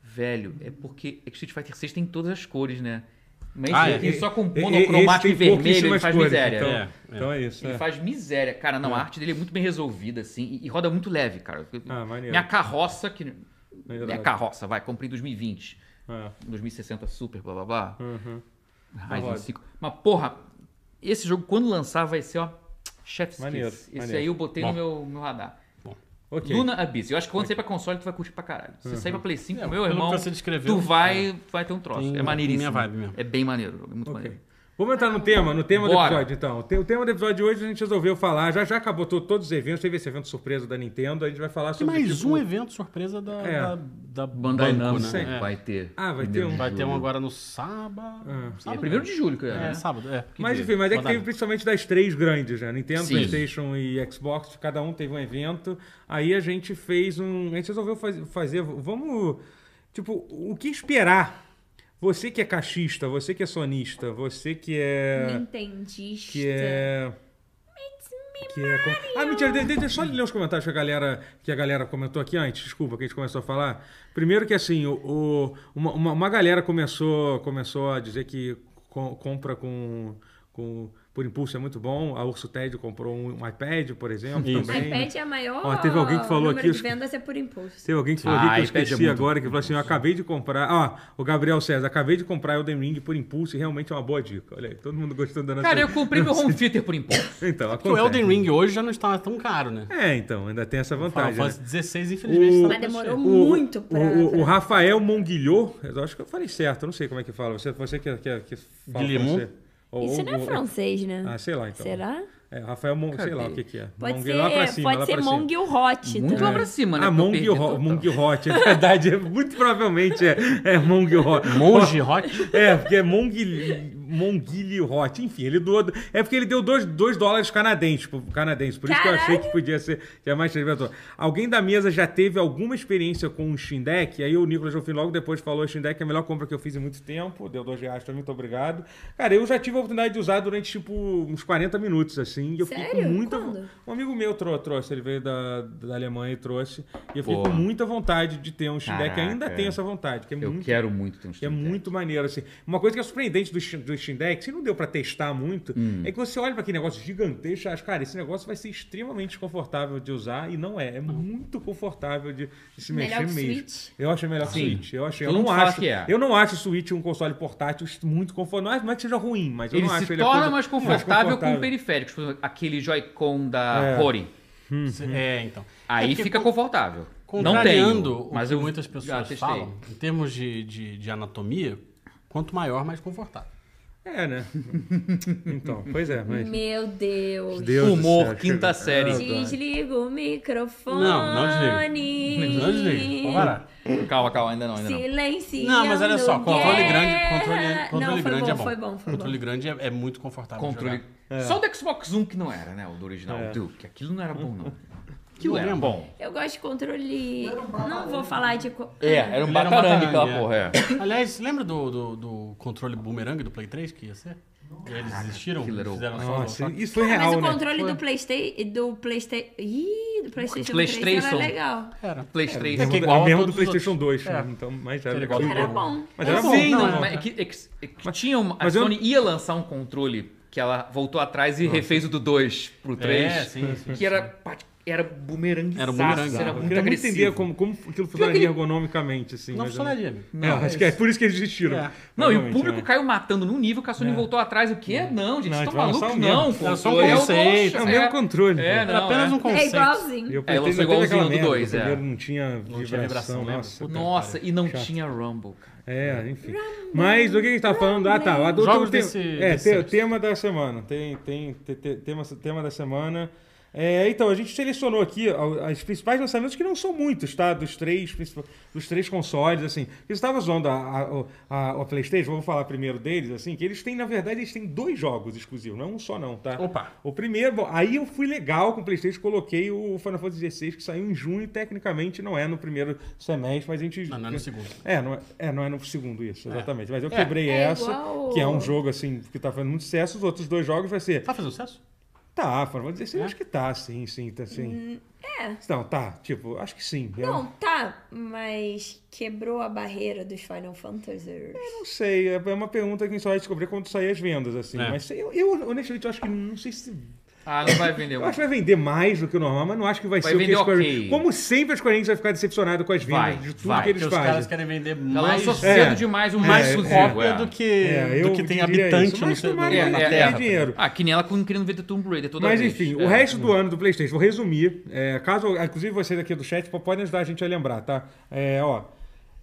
Speaker 2: Velho, é porque Street Fighter 6 tem todas as cores, né? Mas
Speaker 5: Ah,
Speaker 2: ele
Speaker 1: é.
Speaker 2: só com
Speaker 1: E- e-
Speaker 2: monocromático e,
Speaker 1: esse tem
Speaker 2: vermelho, ele
Speaker 1: pouquíssimas
Speaker 2: faz
Speaker 1: cores,
Speaker 2: miséria.
Speaker 1: Então
Speaker 5: É,
Speaker 1: é,
Speaker 5: é.
Speaker 1: então é isso.
Speaker 2: Ele
Speaker 1: é.
Speaker 2: faz miséria. Cara, não, a arte dele é muito bem resolvida, assim, e, e roda muito leve, cara.
Speaker 1: Ah, maneiro.
Speaker 2: Minha carroça, que.
Speaker 1: Maneiro.
Speaker 2: Minha carroça, vai, comprei em 2020.
Speaker 1: É.
Speaker 2: 2060 Super, blá blá blá.
Speaker 1: Uhum.
Speaker 2: Ryzen
Speaker 1: roda.
Speaker 2: 5. Mas, porra, esse jogo, quando lançar, vai ser, ó. Chef's
Speaker 1: Maneiro,
Speaker 2: Kiss. Esse
Speaker 1: maneiro.
Speaker 2: aí eu botei
Speaker 5: Bom.
Speaker 2: no meu, meu radar.
Speaker 1: Ok. Uhum.
Speaker 2: Luna Abyss. Eu acho que quando sair pra console, tu vai curtir pra caralho. Se sair pra Play 5,
Speaker 5: É,
Speaker 2: meu
Speaker 5: pelo
Speaker 2: irmão,
Speaker 5: que você descreveu,
Speaker 2: tu vai, vai ter um troço.
Speaker 5: tem
Speaker 2: é maneiríssimo.
Speaker 5: minha vibe mesmo.
Speaker 2: É bem maneiro o jogo, é muito
Speaker 1: Ok.
Speaker 2: maneiro.
Speaker 1: Vamos entrar no tema, no tema
Speaker 2: Bora.
Speaker 1: do episódio, então. Tem- O tema do episódio de hoje a gente resolveu falar. Já já acabou to- todos os eventos, teve esse evento surpresa da Nintendo, a gente vai falar
Speaker 5: Tem
Speaker 1: sobre.
Speaker 5: mais
Speaker 1: tipo,
Speaker 5: um evento surpresa da,
Speaker 1: É.
Speaker 5: da, da
Speaker 2: Bandai
Speaker 5: Namco,
Speaker 2: Namco
Speaker 5: né? É.
Speaker 2: vai ter.
Speaker 1: Ah, vai
Speaker 2: primeiro
Speaker 1: ter um.
Speaker 2: de
Speaker 5: Vai ter um
Speaker 2: julho.
Speaker 5: agora no sábado.
Speaker 2: É
Speaker 5: sábado
Speaker 2: primeiro de julho, cara.
Speaker 5: É,
Speaker 2: né?
Speaker 5: sábado, é.
Speaker 1: Mas
Speaker 5: Que
Speaker 1: enfim, mas é que
Speaker 5: rodada.
Speaker 1: teve principalmente das três grandes, né? Nintendo,
Speaker 2: Sim.
Speaker 1: PlayStation e Xbox, cada um teve um evento. Aí a gente fez um. A gente resolveu faz- fazer. Vamos. Tipo, o que esperar? Você que é caixista, você que é sonista, você que é.
Speaker 4: Nintendista.
Speaker 1: Que é. Que é com- Ah, mentira, de- de- deixa eu só ler os comentários que a, galera, que a galera comentou aqui antes, desculpa, que a gente começou a falar. Primeiro que assim, o, o- uma, uma, uma galera começou, começou a dizer que com- compra com, com- por impulso é muito bom. A Urso Ted comprou um, um iPad, por exemplo,
Speaker 5: Isso.
Speaker 1: também.
Speaker 4: iPad é a maior.
Speaker 1: Ó, teve alguém que falou
Speaker 4: número
Speaker 1: aqui,
Speaker 4: de
Speaker 1: os-
Speaker 4: vendas é por impulso.
Speaker 1: Teve alguém que falou aqui
Speaker 2: Ah,
Speaker 1: que eu
Speaker 2: iPad é
Speaker 1: esqueci
Speaker 2: muito
Speaker 1: agora, que falou assim, eu acabei de comprar... Ah, o Gabriel César, acabei de comprar Elden Ring por impulso e realmente é uma boa dica. Olha aí, todo mundo gostando da nossa...
Speaker 2: Cara, eu comprei meu home theater por impulso.
Speaker 1: Então,
Speaker 5: Porque o
Speaker 1: acontece.
Speaker 5: Elden Ring hoje já não está tão caro, né?
Speaker 1: É, então, ainda tem essa
Speaker 5: Final
Speaker 1: vantagem. né?
Speaker 5: Fantasy 16, infelizmente, tá está
Speaker 4: Mas
Speaker 5: pra
Speaker 4: demorou
Speaker 5: chegar.
Speaker 4: muito pra.
Speaker 1: o, o-
Speaker 4: pra-
Speaker 1: o Rafael Monguilhô, eu acho que eu falei certo, eu não sei como é que fala. Você, você que, que, que fala
Speaker 5: Guilhemon?
Speaker 1: francês. Ou-
Speaker 4: Isso
Speaker 1: ou-
Speaker 4: não é
Speaker 1: ou-
Speaker 4: francês, né?
Speaker 1: Ah, sei lá, então.
Speaker 4: Será?
Speaker 1: É, Rafael Mon... sei lá o que que é.
Speaker 4: Pode
Speaker 1: Monguilhô, lá pra
Speaker 4: ser,
Speaker 1: cima, lá
Speaker 4: pode ser
Speaker 1: pra cima.
Speaker 4: Mongil Hot.
Speaker 2: Muito lá
Speaker 4: também.
Speaker 2: pra cima, né?
Speaker 1: Ah,
Speaker 2: porque eu
Speaker 1: Monguilhô,
Speaker 2: perdi total.
Speaker 1: Monguilhot, é verdade. é, muito provavelmente é, é Monguilhot.
Speaker 5: Monge Hot?
Speaker 1: É, porque é Monguil... Monguilhot. Enfim, ele doou... É porque ele deu 2 dólares canadenses pro canadense. Por isso que eu achei
Speaker 4: Caralho!
Speaker 1: que podia ser que é mais transgressor. Alguém da mesa já teve alguma experiência com o Steam Deck? E aí o Nicolas Jofim logo depois falou, o Steam Deck é a melhor compra que eu fiz em muito tempo. Deu 2 reais também, muito obrigado. Cara, eu já tive a oportunidade de usar durante, tipo, uns 40 minutos, assim. E eu fiquei com
Speaker 4: Sério?
Speaker 1: muita...
Speaker 4: Quando?
Speaker 1: Um amigo meu trou- trouxe, ele veio da, da Alemanha e trouxe. E eu fiquei
Speaker 2: Porra.
Speaker 1: com muita vontade de ter um Steam Deck.
Speaker 2: Caraca.
Speaker 1: Ainda tenho essa vontade, que é
Speaker 2: Eu
Speaker 1: muito
Speaker 2: quero muito ter um
Speaker 1: que é
Speaker 2: Steam Deck.
Speaker 1: muito maneiro, assim. Uma coisa que é surpreendente do, Steam- do Steam Deck, se não deu pra testar muito,
Speaker 2: Hum.
Speaker 1: é que você olha pra aquele negócio gigantesco e acha, cara, esse negócio vai ser extremamente desconfortável de usar, e não é. É muito confortável de, de se
Speaker 4: Melhor
Speaker 1: mexer
Speaker 4: que o
Speaker 1: mesmo.
Speaker 4: Switch?
Speaker 1: Eu acho melhor que o
Speaker 2: Sim.
Speaker 1: Switch. Eu, acho, eu
Speaker 2: Todo
Speaker 1: não
Speaker 2: mundo fala
Speaker 1: acho.
Speaker 2: que é.
Speaker 1: Eu não acho o Switch um console portátil muito confortável. Não é, não é que seja ruim, mas eu
Speaker 2: Ele
Speaker 1: não acho
Speaker 2: se
Speaker 1: a
Speaker 2: torna
Speaker 1: coisa
Speaker 2: mais confortável com periféricos. Por exemplo, aquele Joy-Con da
Speaker 1: É.
Speaker 2: Rory.
Speaker 5: É, então.
Speaker 2: Aí
Speaker 5: É porque
Speaker 2: fica
Speaker 5: con-
Speaker 2: confortável. Não
Speaker 5: Contrariando
Speaker 2: tenho,
Speaker 5: o
Speaker 2: mas
Speaker 5: que
Speaker 2: eu
Speaker 5: muitas
Speaker 2: já
Speaker 5: pessoas
Speaker 2: testei.
Speaker 5: falam, em termos de, de, de anatomia, quanto maior, mais confortável.
Speaker 1: É, né? Então, pois é, mas.
Speaker 4: Meu Deus.
Speaker 1: Deus do
Speaker 2: Humor,
Speaker 1: céu,
Speaker 2: quinta
Speaker 1: chega.
Speaker 2: série.
Speaker 1: Ah, tá.
Speaker 4: Desliga o microfone.
Speaker 5: Não, não desliga. Não desliga, pode parar.
Speaker 2: Calma, calma, ainda não, ainda não.
Speaker 4: Silêncio.
Speaker 5: Não, mas olha só, controle grande, controle, controle
Speaker 4: não, foi
Speaker 5: grande
Speaker 4: bom,
Speaker 5: é bom.
Speaker 4: Foi bom, foi
Speaker 5: controle
Speaker 4: bom.
Speaker 5: grande é, é muito confortável. de
Speaker 2: Controle.
Speaker 5: jogar.
Speaker 1: É.
Speaker 2: Só o do Xbox One que não era, né? O do original, o Duke. Aquilo não era bom, não. Aquilo
Speaker 5: Não
Speaker 2: era
Speaker 5: lembro.
Speaker 2: é bom.
Speaker 4: Eu gosto de controle. Não vou falar de. co-
Speaker 2: É, era um
Speaker 5: Ele era um
Speaker 2: batarangue
Speaker 5: batarangue,
Speaker 2: aquela
Speaker 5: é.
Speaker 2: porra, é.
Speaker 5: Aliás, lembra do, do, do controle boomerang do Play 3 que ia ser? E eles desistiram,
Speaker 2: aquilo era o-
Speaker 5: fizeram só,
Speaker 1: Nossa,
Speaker 5: só
Speaker 1: isso foi
Speaker 4: Ah, Mas
Speaker 1: real,
Speaker 4: o
Speaker 1: né?
Speaker 4: controle
Speaker 1: Foi.
Speaker 4: do Playstation. Do Playstation. Ih, do Playstation 3
Speaker 2: PlayStation.
Speaker 4: era legal.
Speaker 5: era.
Speaker 2: Play 3.
Speaker 5: É
Speaker 1: É
Speaker 5: que
Speaker 1: que
Speaker 5: é igual a
Speaker 1: mesmo do
Speaker 5: todos os
Speaker 1: PlayStation 2.
Speaker 5: É.
Speaker 1: né? Então, mas era,
Speaker 5: Era igual
Speaker 4: Era bom.
Speaker 1: Mas era bom.
Speaker 2: Sim,
Speaker 5: não,
Speaker 2: não,
Speaker 5: é.
Speaker 2: mas é que, é que- é que tinha uma, a
Speaker 1: mas eu-
Speaker 2: Sony ia lançar um controle que ela voltou atrás e refez o do 2 pro 3.
Speaker 5: É, sim, sim,
Speaker 2: que era, pat- era bumerangue.
Speaker 5: Era bumerangue,
Speaker 2: Era
Speaker 5: claro.
Speaker 1: Eu
Speaker 2: muito
Speaker 1: queria muito entender
Speaker 2: agressivo.
Speaker 1: como, como aquilo funcionaria ergonomicamente, assim.
Speaker 5: Não
Speaker 1: mas eu não-
Speaker 5: funcionaria. amigo.
Speaker 1: É, acho que é por isso que eles desistiram.
Speaker 5: É.
Speaker 2: Não, e o
Speaker 1: Realmente,
Speaker 2: público
Speaker 1: né? É.
Speaker 2: caiu matando num nível que a Sony voltou atrás. O quê? Não, gente,
Speaker 1: Não,
Speaker 2: vocês
Speaker 1: a gente
Speaker 2: estão
Speaker 1: vai lançar
Speaker 2: malucos?
Speaker 1: o mesmo.
Speaker 2: Não, pô.
Speaker 5: É só um
Speaker 2: o
Speaker 5: conceito.
Speaker 1: É
Speaker 2: Doxa,
Speaker 1: o mesmo controle.
Speaker 2: É,
Speaker 1: pô.
Speaker 5: Era
Speaker 2: não,
Speaker 5: apenas
Speaker 2: é.
Speaker 5: um
Speaker 4: É
Speaker 5: conceito.
Speaker 1: E
Speaker 4: igualzinho.
Speaker 1: eu pensei,
Speaker 2: lançou
Speaker 1: ainda teve
Speaker 2: igualzinho
Speaker 1: aquela
Speaker 2: do
Speaker 1: merda,
Speaker 2: dois,
Speaker 1: o
Speaker 2: é.
Speaker 1: primeiro não tinha
Speaker 5: tinha
Speaker 1: vibração,
Speaker 5: vibração, lembra?
Speaker 1: nossa.
Speaker 5: Puta
Speaker 2: Nossa, e não tinha Rumble, cara.
Speaker 1: É, enfim. Mas o que a gente tá falando? Ah, tá. o adulto
Speaker 5: Jogos
Speaker 1: tem-
Speaker 5: desse-
Speaker 1: É,
Speaker 5: desse
Speaker 1: tem-
Speaker 5: ano.
Speaker 1: tema da semana. Tem, tem, te- te- tema, tema da semana. É, então, a gente selecionou aqui a- as principais lançamentos que não são muitos, tá? Dos três, princip- dos três consoles, assim. Você estava zoando a, a, a- a PlayStation, vamos falar primeiro deles, assim, que eles têm, na verdade, eles têm dois jogos exclusivos, não é um só, não, tá?
Speaker 3: Opa.
Speaker 1: O primeiro, bom, aí eu fui legal com o PlayStation, coloquei o Final Fantasy XVI, que saiu em junho, e tecnicamente não é no primeiro semestre, mas a gente.
Speaker 5: Não, não é no segundo.
Speaker 1: É, não é, é, não é no segundo isso, exatamente. Mas eu
Speaker 5: É.
Speaker 1: quebrei
Speaker 6: É
Speaker 1: essa,
Speaker 6: igual-
Speaker 1: que é um jogo, assim, que tá fazendo muito sucesso, os outros dois jogos vai ser.
Speaker 5: Tá fazendo sucesso?
Speaker 1: Tá, Final Fantasy XVI, eu acho que tá, sim, sim, tá sim.
Speaker 4: é.
Speaker 1: Não, tá, tipo, acho que sim. Eu
Speaker 4: Não, tá, mas quebrou a barreira dos Final Fantasy.
Speaker 1: não sei, é uma pergunta que a gente só vai descobrir quando sair as vendas, assim.
Speaker 5: É.
Speaker 1: Mas eu, eu, honestamente, eu acho que não sei se
Speaker 2: Ah, não vai vender.
Speaker 1: Eu acho que vai vender mais do que o normal, mas não acho que vai,
Speaker 2: Vai
Speaker 1: ser o que
Speaker 2: vender
Speaker 1: a Square
Speaker 2: ok.
Speaker 1: Enix- Como sempre, a Square Enix vai ficar decepcionada com as vendas
Speaker 2: Vai,
Speaker 1: de tudo
Speaker 2: vai,
Speaker 1: que eles
Speaker 3: Porque os
Speaker 1: fazem.
Speaker 3: caras querem vender
Speaker 2: Ela
Speaker 3: mais.
Speaker 2: lançou
Speaker 1: É.
Speaker 2: cedo tá demais um
Speaker 1: É,
Speaker 2: mais
Speaker 5: Cópia
Speaker 2: é.
Speaker 5: do que,
Speaker 1: É, eu
Speaker 5: do que
Speaker 1: diria
Speaker 5: tem habitante
Speaker 1: isso,
Speaker 5: no
Speaker 1: mas
Speaker 5: seu
Speaker 1: tomara
Speaker 2: É,
Speaker 1: que não
Speaker 2: é,
Speaker 1: tenha
Speaker 2: é.
Speaker 1: dinheiro.
Speaker 2: Ah, que nem ela querendo vender Tomb Raider toda
Speaker 1: Mas
Speaker 2: vez.
Speaker 1: enfim,
Speaker 2: É.
Speaker 1: o resto do ano do PlayStation, vou resumir. É, caso, inclusive vocês aqui do chat po- podem ajudar a gente a lembrar, tá? É, ó.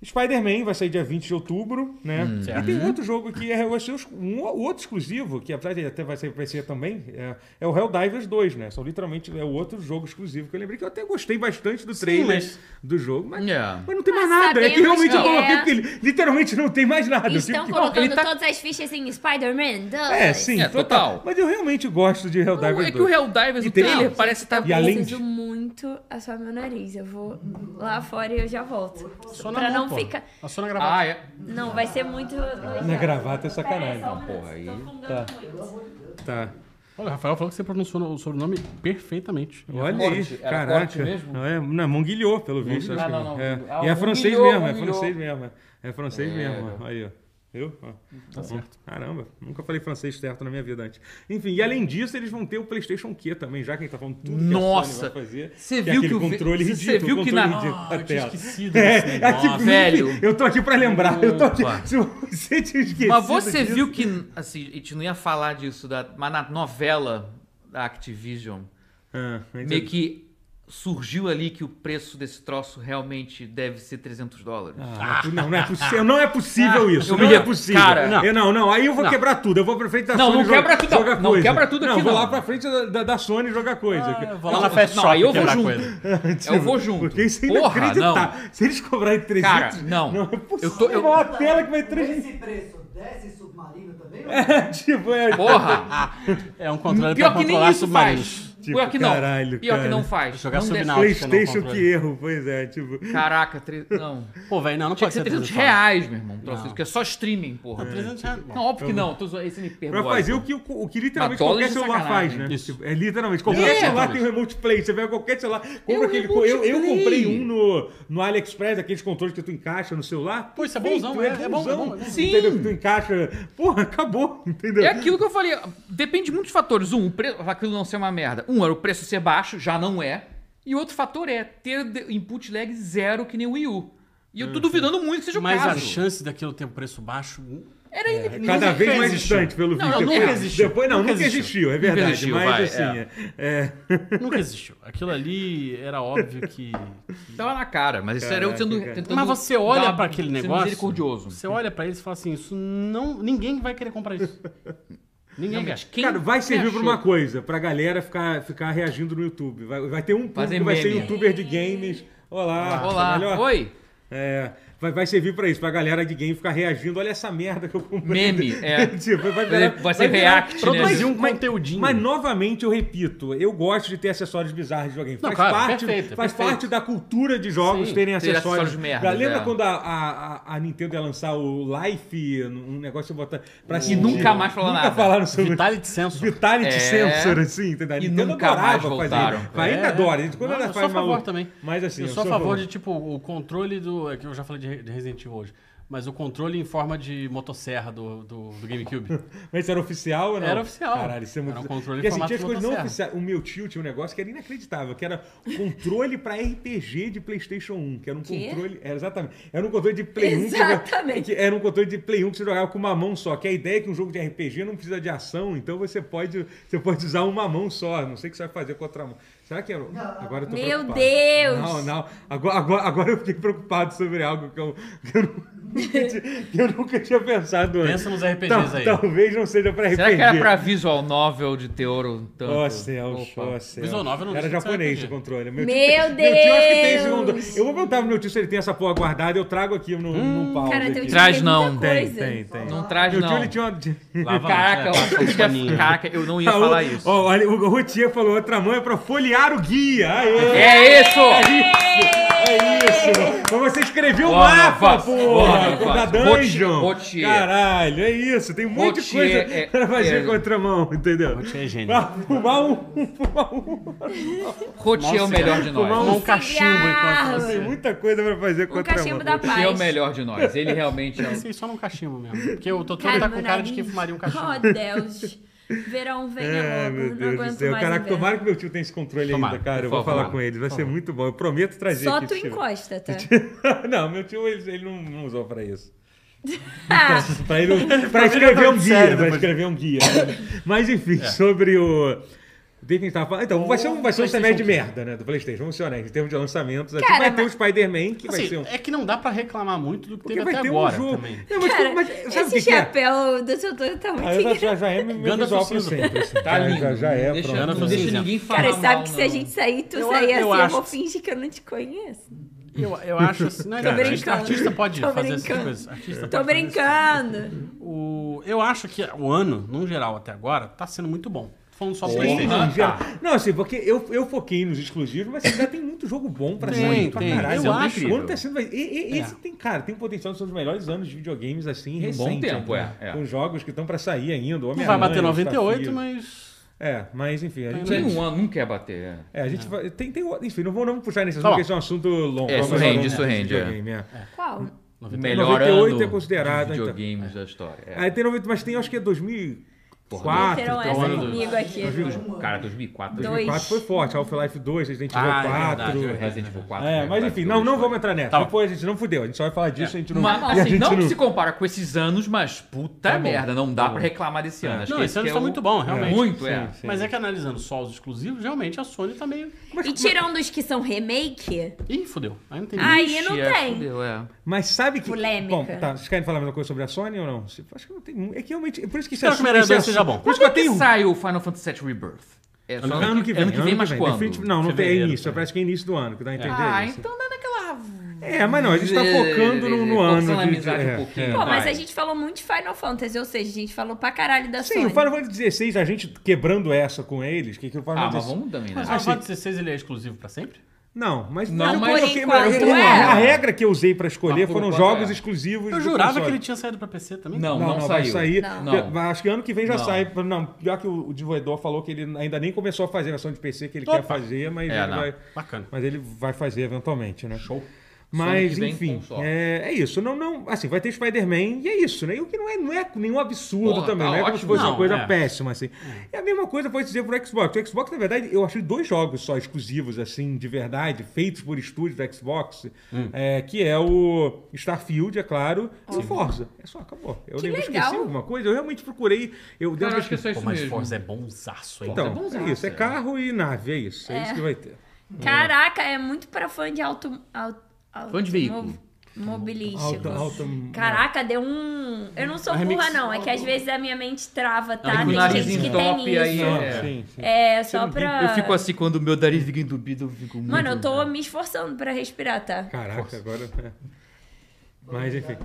Speaker 1: Spider-Man vai sair dia 20 de outubro, né?
Speaker 2: Hum,
Speaker 1: e tem outro jogo que é vai ser os- um o- outro exclusivo, que apesar de ele até vai ser PC também, é, é o Helldivers 2, né? São literalmente é o outro jogo exclusivo que eu lembrei, que eu até gostei bastante do trailer
Speaker 3: mas-
Speaker 1: do jogo, mas,
Speaker 2: É.
Speaker 1: mas não tem mais
Speaker 4: Mas
Speaker 1: nada. É que
Speaker 4: sabemos
Speaker 1: realmente eu
Speaker 4: que
Speaker 1: coloquei,
Speaker 4: é-
Speaker 1: porque ele- literalmente não tem mais
Speaker 5: É,
Speaker 1: nada. Eu tive
Speaker 4: Estão
Speaker 1: que-
Speaker 4: colocando
Speaker 2: ele tá-
Speaker 4: todas as fichas em Spider-Man 2.
Speaker 1: É, sim,
Speaker 2: É,
Speaker 1: total.
Speaker 2: total.
Speaker 1: Mas eu realmente gosto de
Speaker 2: Não,
Speaker 1: Helldivers 2.
Speaker 2: é que o Helldivers,
Speaker 1: E
Speaker 2: o
Speaker 1: tem-
Speaker 2: trailer,
Speaker 1: Não,
Speaker 2: parece que tá...
Speaker 1: E
Speaker 4: Eu
Speaker 1: além
Speaker 4: preciso
Speaker 1: de-
Speaker 4: muito assar meu nariz. Eu vou lá fora e eu já volto.
Speaker 5: Só na
Speaker 4: pra
Speaker 5: mão,
Speaker 4: não
Speaker 5: pô.
Speaker 4: ficar.
Speaker 5: É só na gravata.
Speaker 2: Ah, é.
Speaker 4: Não, vai ser muito.
Speaker 1: Na gravata é sacanagem.
Speaker 2: Porra, aí...
Speaker 1: Tá. Tá.
Speaker 5: Olha, o Rafael falou que você pronunciou o sobrenome perfeitamente.
Speaker 1: Olha aí,
Speaker 2: Corte, era corte
Speaker 1: caraca.
Speaker 2: mesmo?
Speaker 1: Não, é, não, Monguilhou, pelo visto. acho
Speaker 2: Ah,
Speaker 1: que
Speaker 2: não, não,
Speaker 1: é.
Speaker 2: Monguilhou.
Speaker 1: E é
Speaker 2: Ah,
Speaker 1: francês
Speaker 2: Monguilhou,
Speaker 1: mesmo, é
Speaker 2: Monguilhou.
Speaker 1: francês mesmo. É É francês
Speaker 2: É.
Speaker 1: mesmo. ó. Aí, ó. Eu? Ó. Tá certo. Caramba, nunca falei francês certo na minha vida antes. Enfim, e além disso, eles vão ter o PlayStation Q também, já que a gente tá falando tudo que
Speaker 2: Nossa.
Speaker 1: a Sony vai fazer.
Speaker 2: Você
Speaker 1: que é
Speaker 2: viu
Speaker 1: aquele
Speaker 2: que o ve-
Speaker 1: controle
Speaker 2: você
Speaker 1: ridículo,
Speaker 2: viu que
Speaker 1: controle
Speaker 2: na- Ah,
Speaker 1: ridículo da tela.
Speaker 5: esquecido
Speaker 1: É, aqui,
Speaker 2: velho.
Speaker 1: Eu tô aqui pra lembrar. Eu tô aqui.
Speaker 2: Opa.
Speaker 1: Se você tinha esquecido.
Speaker 2: Mas você
Speaker 1: disso-
Speaker 2: viu que, assim, a gente não ia falar disso, da, mas na novela da Activision,
Speaker 1: Ah, mas
Speaker 2: meio que surgiu ali que o preço desse troço realmente deve ser 300 dólares.
Speaker 1: Ah, não, não é possível, não é possível isso.
Speaker 2: Ah, eu
Speaker 1: não
Speaker 2: me
Speaker 1: é
Speaker 2: lembro.
Speaker 1: possível.
Speaker 2: Cara,
Speaker 1: não. Eu, não, não, aí eu vou
Speaker 5: Não.
Speaker 1: quebrar tudo. Eu vou pra frente da
Speaker 2: Não,
Speaker 1: Sony.
Speaker 2: não
Speaker 1: joga-
Speaker 2: quebra tudo, não.
Speaker 1: joga
Speaker 2: Não
Speaker 1: coisa.
Speaker 2: quebra tudo
Speaker 1: não,
Speaker 2: aqui,
Speaker 1: vou
Speaker 2: não. Ah,
Speaker 1: lá pra frente da, da, da Sony jogar coisa.
Speaker 5: Vou lá na
Speaker 2: Não,
Speaker 5: Fast
Speaker 2: não,
Speaker 5: Shop
Speaker 2: aí eu vou
Speaker 5: quebrar
Speaker 2: junto.
Speaker 5: coisa.
Speaker 2: Eu vou junto.
Speaker 1: Porque isso é
Speaker 2: Porra,
Speaker 1: inacreditável.
Speaker 2: não.
Speaker 1: Se eles cobrarem 300,
Speaker 2: Cara, não.
Speaker 1: não é
Speaker 2: Eu
Speaker 1: possível.
Speaker 2: tô-
Speaker 1: É
Speaker 2: eu-
Speaker 1: uma tela que vai 300.
Speaker 7: Esse preço desce submarino também? ou não?
Speaker 1: É, tipo, é...
Speaker 2: Porra!
Speaker 5: É um controle
Speaker 2: Pior
Speaker 5: pra
Speaker 2: que
Speaker 5: controlar
Speaker 2: nem isso
Speaker 5: submarinos.
Speaker 2: faz.
Speaker 1: Tipo,
Speaker 2: Pior que não.
Speaker 1: caralho,
Speaker 2: Pior
Speaker 1: cara.
Speaker 2: que não faz.
Speaker 5: Jogar
Speaker 2: não deve-
Speaker 5: subnáutica.
Speaker 1: Playstation,
Speaker 5: não, não,
Speaker 1: que erro. Pois é, tipo...
Speaker 2: Caraca, tre... não.
Speaker 5: Pô, velho, não, não
Speaker 2: Tinha que ser
Speaker 5: pode
Speaker 1: tá
Speaker 2: 300
Speaker 5: ser dólares.
Speaker 2: reais, meu irmão. um troço
Speaker 5: Não.
Speaker 2: desse, Porque é só streaming, porra.
Speaker 5: 300 reais.
Speaker 2: Não, óbvio que não. Tô zoando, Esse me
Speaker 1: Pra
Speaker 2: perdoa.
Speaker 1: fazer o que, o, que literalmente
Speaker 2: Mas
Speaker 1: qualquer
Speaker 2: dólares é
Speaker 1: celular
Speaker 2: sacanagem,
Speaker 1: faz, né?
Speaker 5: Isso.
Speaker 1: Tipo, É literalmente. Qualquer
Speaker 5: É.
Speaker 1: celular tem um remote play. Você pega qualquer celular. Compra
Speaker 2: o
Speaker 1: aquele,
Speaker 2: remote
Speaker 1: eu, eu
Speaker 2: play.
Speaker 1: comprei um no, no AliExpress, aqueles controles que tu encaixa no celular.
Speaker 5: Pô, isso é
Speaker 1: Perfeito,
Speaker 5: bonzão, é- é bom, é bom, é bom.
Speaker 2: Sim.
Speaker 1: Entendeu? Que tu encaixa. Porra, acabou. Entendeu?
Speaker 2: É aquilo que eu falei. Depende de muitos fatores. Um, o preço, aquilo não ser uma merda. Um, era o preço ser baixo, já não é. E outro fator é ter de- input lag zero que nem o Wii U. E
Speaker 1: Uhum.
Speaker 2: eu tô duvidando muito que seja o
Speaker 5: Mas a
Speaker 2: caso.
Speaker 5: chance daquilo ter um preço baixo...
Speaker 2: Era ele.
Speaker 1: Cada vez
Speaker 5: nunca
Speaker 1: mais
Speaker 5: existiu.
Speaker 1: distante, pelo
Speaker 2: Não,
Speaker 1: visto.
Speaker 2: não, nunca
Speaker 1: Depois-
Speaker 5: existiu.
Speaker 1: Depois não,
Speaker 5: Nunca
Speaker 1: nunca,
Speaker 5: existiu.
Speaker 1: existiu, é verdade.
Speaker 2: existiu,
Speaker 1: mas
Speaker 2: vai,
Speaker 1: assim,
Speaker 2: é.
Speaker 1: é.
Speaker 5: Nunca existiu. Aquilo ali era óbvio que...
Speaker 2: Tava na cara, mas isso era eu
Speaker 1: Caraca,
Speaker 2: tendo,
Speaker 1: cara.
Speaker 2: tentando.
Speaker 5: Mas você olha
Speaker 2: dar-
Speaker 5: pra aquele
Speaker 2: ser
Speaker 5: negócio...
Speaker 2: misericordioso.
Speaker 5: Você olha pra ele e fala assim, isso não... Ninguém vai querer comprar isso. Ninguém quer.
Speaker 2: Realmente, quem-
Speaker 1: Cara, vai
Speaker 2: quem
Speaker 1: servir pra
Speaker 2: achou?
Speaker 1: uma coisa, pra galera ficar, ficar reagindo no YouTube. Vai, vai ter um público
Speaker 2: Fazer
Speaker 1: que vai ser
Speaker 2: meme.
Speaker 1: youtuber de games. Olá,
Speaker 2: Olá,
Speaker 1: melhor?
Speaker 2: oi.
Speaker 1: É, vai, vai servir pra isso, pra galera de game ficar reagindo. Olha essa merda que eu comprei.
Speaker 2: Meme, é.
Speaker 1: Tipo, vai, vai,
Speaker 2: Vai
Speaker 1: virar-
Speaker 2: ser
Speaker 1: virar-
Speaker 2: react, né?
Speaker 5: Produzir um
Speaker 1: mas-
Speaker 5: conteúdinho.
Speaker 1: Mas novamente eu repito, eu gosto de ter acessórios bizarros de videogame.
Speaker 5: Não,
Speaker 1: faz
Speaker 5: claro,
Speaker 1: parte,
Speaker 5: perfeito,
Speaker 1: faz
Speaker 5: perfeito.
Speaker 1: parte da cultura de jogos
Speaker 5: Sim,
Speaker 1: terem
Speaker 2: ter
Speaker 1: acessórios.
Speaker 2: acessórios merda,
Speaker 1: Lembra
Speaker 2: é.
Speaker 1: quando a, a- a Nintendo ia lançar o Life, um negócio de botar pra
Speaker 2: E nunca mais falou
Speaker 1: nunca
Speaker 2: nada.
Speaker 1: falaram sobre
Speaker 5: Vitality Sensor.
Speaker 1: Vitality
Speaker 2: É.
Speaker 1: Sensor, assim, entendeu? A
Speaker 2: E
Speaker 1: Nintendo
Speaker 2: nunca mais
Speaker 1: adorava
Speaker 2: voltaram.
Speaker 1: fazer. Ainda
Speaker 5: É.
Speaker 1: adora. Quando
Speaker 5: Não,
Speaker 1: ela faz
Speaker 5: eu sou a favor
Speaker 1: maluco.
Speaker 5: também.
Speaker 1: Mas assim,
Speaker 5: eu sou a favor de, tipo, o controle do. É que eu já falei de Re- de Resident Evil hoje. Mas o controle em forma de motosserra do, do, do GameCube.
Speaker 1: Mas isso era oficial ou não?
Speaker 5: Era oficial.
Speaker 1: Caralho, isso é muito...
Speaker 5: Era um controle
Speaker 1: Porque, assim,
Speaker 5: em
Speaker 1: tinha as
Speaker 5: formato
Speaker 1: coisas não
Speaker 5: motosserra.
Speaker 1: oficiais. O meu tio tinha um negócio que era inacreditável, que era um controle pra RPG de Playstation 1, que era um
Speaker 4: Quê?
Speaker 1: controle... Era exatamente. Era um controle de Play 1... que joga-
Speaker 4: Exatamente.
Speaker 1: que era um controle de Play 1 que você jogava com uma mão só, que a ideia é que um jogo de RPG não precisa de ação, então você pode, você pode usar uma mão só. Não sei o que você vai fazer com a outra mão. Será que era... um? Agora eu tô
Speaker 4: Meu
Speaker 1: preocupado.
Speaker 4: Deus!
Speaker 1: Não, não. Agora, agora, agora eu fiquei preocupado sobre algo que eu, que eu não... nunca tinha, que eu nunca tinha pensado antes. Então,
Speaker 5: Pensa nos RPGs
Speaker 1: Tal-
Speaker 5: aí.
Speaker 1: Talvez não seja pra RPG.
Speaker 2: Será que era pra visual novel de Teoro tanto?
Speaker 1: Ó céus,
Speaker 2: Opa.
Speaker 1: ó céus.
Speaker 5: Visual novel não
Speaker 1: Era
Speaker 5: deixa de ser
Speaker 1: japonês
Speaker 5: RPG.
Speaker 1: o controle. Meu,
Speaker 4: Meu
Speaker 1: tio- Meu tio acho que tem esse
Speaker 4: Deus!
Speaker 1: controle. Eu vou perguntar pro meu tio se ele tem essa porra guardada, eu trago aqui no, no pau.
Speaker 4: Cara, teu
Speaker 1: aqui.
Speaker 4: tio
Speaker 2: Traz
Speaker 4: tem
Speaker 2: não.
Speaker 4: muita
Speaker 1: Tem,
Speaker 4: coisa.
Speaker 1: tem, tem.
Speaker 2: Hum, Não traz,
Speaker 1: Meu
Speaker 2: não.
Speaker 1: tio, ele tinha uma...
Speaker 5: Lava-
Speaker 2: Caraca,
Speaker 5: é, passa os
Speaker 2: eu,
Speaker 5: paninhos.
Speaker 2: caraca, eu não ia
Speaker 1: Ah, o-
Speaker 2: falar isso.
Speaker 1: ó, olha, o Routier falou, outra mão é pra folhear o guia. Aê!
Speaker 2: É isso!
Speaker 1: É isso! Mas você escreveu o
Speaker 2: Boa,
Speaker 1: mapa,
Speaker 2: Vaz. Boa,
Speaker 1: porra!
Speaker 2: Vaz.
Speaker 1: Da
Speaker 2: Roti-
Speaker 1: dungeon!
Speaker 2: Rotier.
Speaker 1: Caralho, é isso! Tem um monte de coisa
Speaker 2: Rotier é-
Speaker 1: pra fazer
Speaker 2: é-
Speaker 1: com a outra mão, entendeu?
Speaker 5: Rotier é gênio.
Speaker 1: Pra Fumar um, fumar um.
Speaker 2: Rotier é o
Speaker 5: Nossa,
Speaker 2: melhor de
Speaker 1: fumar
Speaker 2: nós.
Speaker 5: Um cachimbo enquanto
Speaker 1: Tem
Speaker 5: você...
Speaker 1: muita coisa pra fazer com a
Speaker 4: Um
Speaker 1: outra
Speaker 4: cachimbo
Speaker 1: mão.
Speaker 4: da
Speaker 2: Rotier é o
Speaker 4: paz.
Speaker 2: melhor de nós. Ele realmente é o...
Speaker 5: Pensei só num cachimbo mesmo. Porque o Totoro tá
Speaker 4: meu
Speaker 5: com cara de
Speaker 4: nariz.
Speaker 5: quem fumaria um cachimbo.
Speaker 4: Oh, Deus. Verão, venha
Speaker 1: É,
Speaker 4: logo.
Speaker 1: meu
Speaker 4: não
Speaker 1: Deus do
Speaker 4: aguento
Speaker 1: céu.
Speaker 4: mais
Speaker 1: Caraca,
Speaker 4: inverno.
Speaker 1: tomara que meu tio tenha esse controle
Speaker 5: Tomara,
Speaker 1: ainda, cara. Eu
Speaker 5: por
Speaker 1: vou
Speaker 5: favor.
Speaker 1: falar com ele, vai ser muito bom. Eu prometo trazer
Speaker 4: Só
Speaker 1: aqui
Speaker 4: tu
Speaker 1: esse tio.
Speaker 4: encosta, tá?
Speaker 1: Não, meu tio, ele, ele não, não usou pra isso.
Speaker 4: Ah,
Speaker 1: Pra, ele- pra escrever um guia.
Speaker 5: sério
Speaker 1: Pra
Speaker 5: depois.
Speaker 1: escrever um guia. Mas enfim,
Speaker 5: É.
Speaker 1: sobre o. De quem tava falando. Então, vai ser um, vai ser um semestre de merda, né? Do Playstation. Vamos ser honestos. Em termos de lançamentos, aqui
Speaker 4: Cara,
Speaker 1: vai ter o
Speaker 4: mas-
Speaker 1: Spider-Man, que vai
Speaker 5: Assim,
Speaker 1: ser um.
Speaker 5: é que não dá pra reclamar muito do que
Speaker 1: Porque
Speaker 5: teve
Speaker 1: vai
Speaker 5: até
Speaker 1: ter
Speaker 5: agora
Speaker 1: um jogo.
Speaker 5: também.
Speaker 1: Não, mas,
Speaker 4: cara,
Speaker 1: mas sabe o
Speaker 4: esse
Speaker 1: que, que é?
Speaker 4: chapéu do doutor tá muito
Speaker 1: Aí já,
Speaker 4: engraçado.
Speaker 1: já, já é meu
Speaker 5: Gandalf
Speaker 1: visual pra
Speaker 5: cinza.
Speaker 1: sempre. assim.
Speaker 2: Tá
Speaker 1: já,
Speaker 2: lindo.
Speaker 1: já, já é,
Speaker 2: deixa,
Speaker 1: pronto.
Speaker 5: Gandalf
Speaker 2: não deixa
Speaker 5: cinza.
Speaker 2: ninguém falar
Speaker 4: Cara, sabe
Speaker 2: mal,
Speaker 4: que se
Speaker 2: não.
Speaker 4: a gente sair, tu
Speaker 5: Eu-
Speaker 4: sair assim,
Speaker 5: eu
Speaker 4: eu,
Speaker 5: acho-
Speaker 4: vou fingir que eu não te conheço.
Speaker 5: Eu, eu acho assim. Não, é
Speaker 1: Cara,
Speaker 5: artista,
Speaker 4: brincando.
Speaker 5: artista pode
Speaker 4: Tô
Speaker 5: fazer essas
Speaker 4: brincando.
Speaker 5: coisas. Artista
Speaker 4: Tô
Speaker 5: pode fazer isso.
Speaker 4: brincando.
Speaker 5: O, eu acho que o ano, num geral, até agora, tá sendo muito bom. Tô falando só
Speaker 1: Sim,
Speaker 5: PlayStation.
Speaker 1: não,
Speaker 2: Ah,
Speaker 1: em geral. Não, assim, porque eu, eu foquei nos exclusivos, mas ainda tem muito jogo bom pra
Speaker 5: Tem,
Speaker 1: sair pra
Speaker 5: tem.
Speaker 1: caralho.
Speaker 5: Eu
Speaker 1: O ano
Speaker 5: acho.
Speaker 1: tá sendo- vai- e- e-
Speaker 5: É.
Speaker 1: Esse tem, cara, tem o potencial de ser um dos melhores anos de videogames, assim,
Speaker 2: Em um
Speaker 1: recente.
Speaker 2: bom tempo, é, é.
Speaker 1: Com jogos que estão pra sair ainda.
Speaker 5: Não vai bater 98, mas.
Speaker 1: É, mas enfim, a gente.
Speaker 2: Nenhum ano nunca ia bater. um é.
Speaker 1: É, a gente vai- tem, tem o- Enfim, não vou não puxar nesse
Speaker 5: Tá
Speaker 1: assunto,
Speaker 5: bom.
Speaker 1: porque esse é um assunto longo.
Speaker 2: É, isso
Speaker 1: Vamos
Speaker 2: rende,
Speaker 1: falar
Speaker 2: isso
Speaker 1: de
Speaker 2: rende, é.
Speaker 1: videogame, é.
Speaker 4: Qual?
Speaker 2: O
Speaker 5: 98.
Speaker 2: melhor
Speaker 1: 98
Speaker 2: ano
Speaker 1: é considerado,
Speaker 2: de
Speaker 1: então.
Speaker 2: videogames da história. É.
Speaker 1: Aí tem 90, mas tem acho que é 2004.
Speaker 4: Terão
Speaker 5: tá
Speaker 1: talvez.
Speaker 5: o
Speaker 4: essa
Speaker 5: ano do-
Speaker 4: é comigo aqui.
Speaker 2: Cara, 2004.
Speaker 4: Dois.
Speaker 1: 2004 foi forte, Half-Life 2, Resident Evil
Speaker 5: Ah, é
Speaker 1: 4.
Speaker 5: verdade,
Speaker 2: Resident Evil 4.
Speaker 1: É,
Speaker 2: né,
Speaker 1: mas
Speaker 2: vai
Speaker 1: enfim,
Speaker 2: ter
Speaker 1: não,
Speaker 2: uma
Speaker 1: não
Speaker 2: história.
Speaker 1: vamos entrar nessa.
Speaker 5: Tá bom.
Speaker 1: Depois a gente não fudeu, a gente só vai falar disso, a gente não. Tá
Speaker 2: Mas,
Speaker 1: e a
Speaker 2: assim,
Speaker 1: gente
Speaker 2: não que se compara com esses anos, mas puta merda, não dá pra reclamar desse ano. Acho
Speaker 5: Não,
Speaker 2: que
Speaker 5: esse ano
Speaker 2: é
Speaker 5: tá
Speaker 2: o-
Speaker 5: muito bom, realmente.
Speaker 2: Muito, é.
Speaker 1: Sim, sim.
Speaker 5: Mas é que analisando só os exclusivos, realmente a Sony tá meio.
Speaker 4: E tirando os que são remake,
Speaker 5: Ih, fudeu. Aí não tem ninguém.
Speaker 4: aí não
Speaker 2: Ixi, é,
Speaker 4: tem.
Speaker 2: fudeu, é.
Speaker 1: Mas sabe que.
Speaker 4: Polêmica.
Speaker 1: Bom, tá, vocês querem falar a mesma coisa sobre a Sony ou não? Se- Acho que não tem. mu- É que realmente. Por isso que esse
Speaker 5: Espero que o Homem-Aranha
Speaker 1: esse
Speaker 5: dois seja bom.
Speaker 1: Por isso que eu
Speaker 2: Quando é que
Speaker 1: tenho.
Speaker 2: sai o Final Fantasy VII Rebirth? É só
Speaker 1: Ano que vem.
Speaker 2: Ano que vem, mas quando?
Speaker 1: Definitivo- Não, não tem, é
Speaker 5: Fevereiro,
Speaker 1: início.
Speaker 5: cara.
Speaker 1: Parece que é assim. início do ano, que dá a entender.
Speaker 2: Ah,
Speaker 1: isso.
Speaker 2: então dá naquela...
Speaker 1: É, mas não, a gente tá focando no, no ano.
Speaker 2: Forçando a
Speaker 1: de-
Speaker 2: amizade
Speaker 1: é,
Speaker 2: um pouquinho.
Speaker 1: é.
Speaker 4: Pô, mas
Speaker 2: vai.
Speaker 4: a gente falou muito de Final Fantasy, ou seja, a gente falou pra caralho da
Speaker 1: Sim,
Speaker 4: Sony.
Speaker 1: o Final Fantasy XVI, a gente quebrando essa com eles, que, que o Final
Speaker 2: Ah, mas
Speaker 1: Fantasy-
Speaker 2: vamos também, né?
Speaker 5: Mas o
Speaker 1: Assim-
Speaker 5: Final 16 ele é exclusivo pra sempre?
Speaker 1: Não, mas
Speaker 2: Não,
Speaker 1: eu
Speaker 2: mas-
Speaker 1: coloquei-
Speaker 4: Por enquanto,
Speaker 1: eu-
Speaker 4: é.
Speaker 1: a regra que eu usei pra escolher
Speaker 2: Mas por
Speaker 1: foram
Speaker 2: enquanto,
Speaker 1: jogos
Speaker 2: é.
Speaker 1: exclusivos.
Speaker 5: Eu
Speaker 1: do
Speaker 5: jurava que
Speaker 1: console.
Speaker 5: ele tinha saído pra PC também.
Speaker 2: Não,
Speaker 1: Não,
Speaker 2: não,
Speaker 1: não, vai
Speaker 2: saiu.
Speaker 1: sair.
Speaker 2: Não.
Speaker 1: Mas Acho que ano que vem já
Speaker 2: Não.
Speaker 1: sai. Não, pior que o o desenvolvedor falou que ele ainda nem começou a fazer a versão de PC que ele
Speaker 5: Opa.
Speaker 1: quer fazer, mas,
Speaker 2: É,
Speaker 1: ele
Speaker 2: não.
Speaker 1: vai,
Speaker 5: Bacana.
Speaker 1: mas ele vai fazer eventualmente, né?
Speaker 5: Show.
Speaker 1: Mas,
Speaker 2: que vem,
Speaker 1: enfim,
Speaker 2: console.
Speaker 1: é, é isso. Não, não, assim, vai ter Spider-Man e é isso, né? E o que não é, não é nenhum absurdo
Speaker 2: Porra,
Speaker 1: também,
Speaker 2: tá
Speaker 1: não é como se
Speaker 2: ótimo.
Speaker 1: fosse uma
Speaker 5: Não,
Speaker 1: coisa
Speaker 5: é.
Speaker 1: péssima, assim. E a mesma coisa foi dizer pro Xbox. O Xbox, na verdade, eu achei dois jogos só exclusivos, assim, de verdade, feitos por estúdios do Xbox, é, que é o Starfield, é claro, e o Forza. É só, acabou. Eu
Speaker 4: Que
Speaker 1: lembro,
Speaker 4: legal.
Speaker 1: esqueci alguma coisa, eu realmente procurei. Eu
Speaker 2: Cara,
Speaker 1: dentro
Speaker 2: eu acho que é só
Speaker 5: Pô,
Speaker 2: isso
Speaker 5: mas
Speaker 2: mesmo.
Speaker 5: Forza é bonzaço, hein?
Speaker 1: Então,
Speaker 2: é bonzaço,
Speaker 1: é isso, é
Speaker 2: é.
Speaker 1: carro e nave, é isso. É, isso que vai ter.
Speaker 4: Caraca, é muito pra fã de auto... auto
Speaker 2: Fã de veículo.
Speaker 4: Mobilístico.
Speaker 1: Alta, alta,
Speaker 4: Caraca, deu um. Eu não sou
Speaker 5: Um remix.
Speaker 4: burra, não. É que às vezes a minha mente trava, tá?
Speaker 5: Ah,
Speaker 2: Com o
Speaker 5: tem
Speaker 2: nariz
Speaker 5: gente
Speaker 2: em
Speaker 5: que
Speaker 2: top e aí...
Speaker 1: Não,
Speaker 2: é.
Speaker 1: sim, sim.
Speaker 4: É, só pra.
Speaker 2: Eu fico assim, quando o meu nariz fica entupido, eu fico muito...
Speaker 4: Mano, eu tô me esforçando pra respirar, tá?
Speaker 1: Caraca, agora. é. Mas enfim.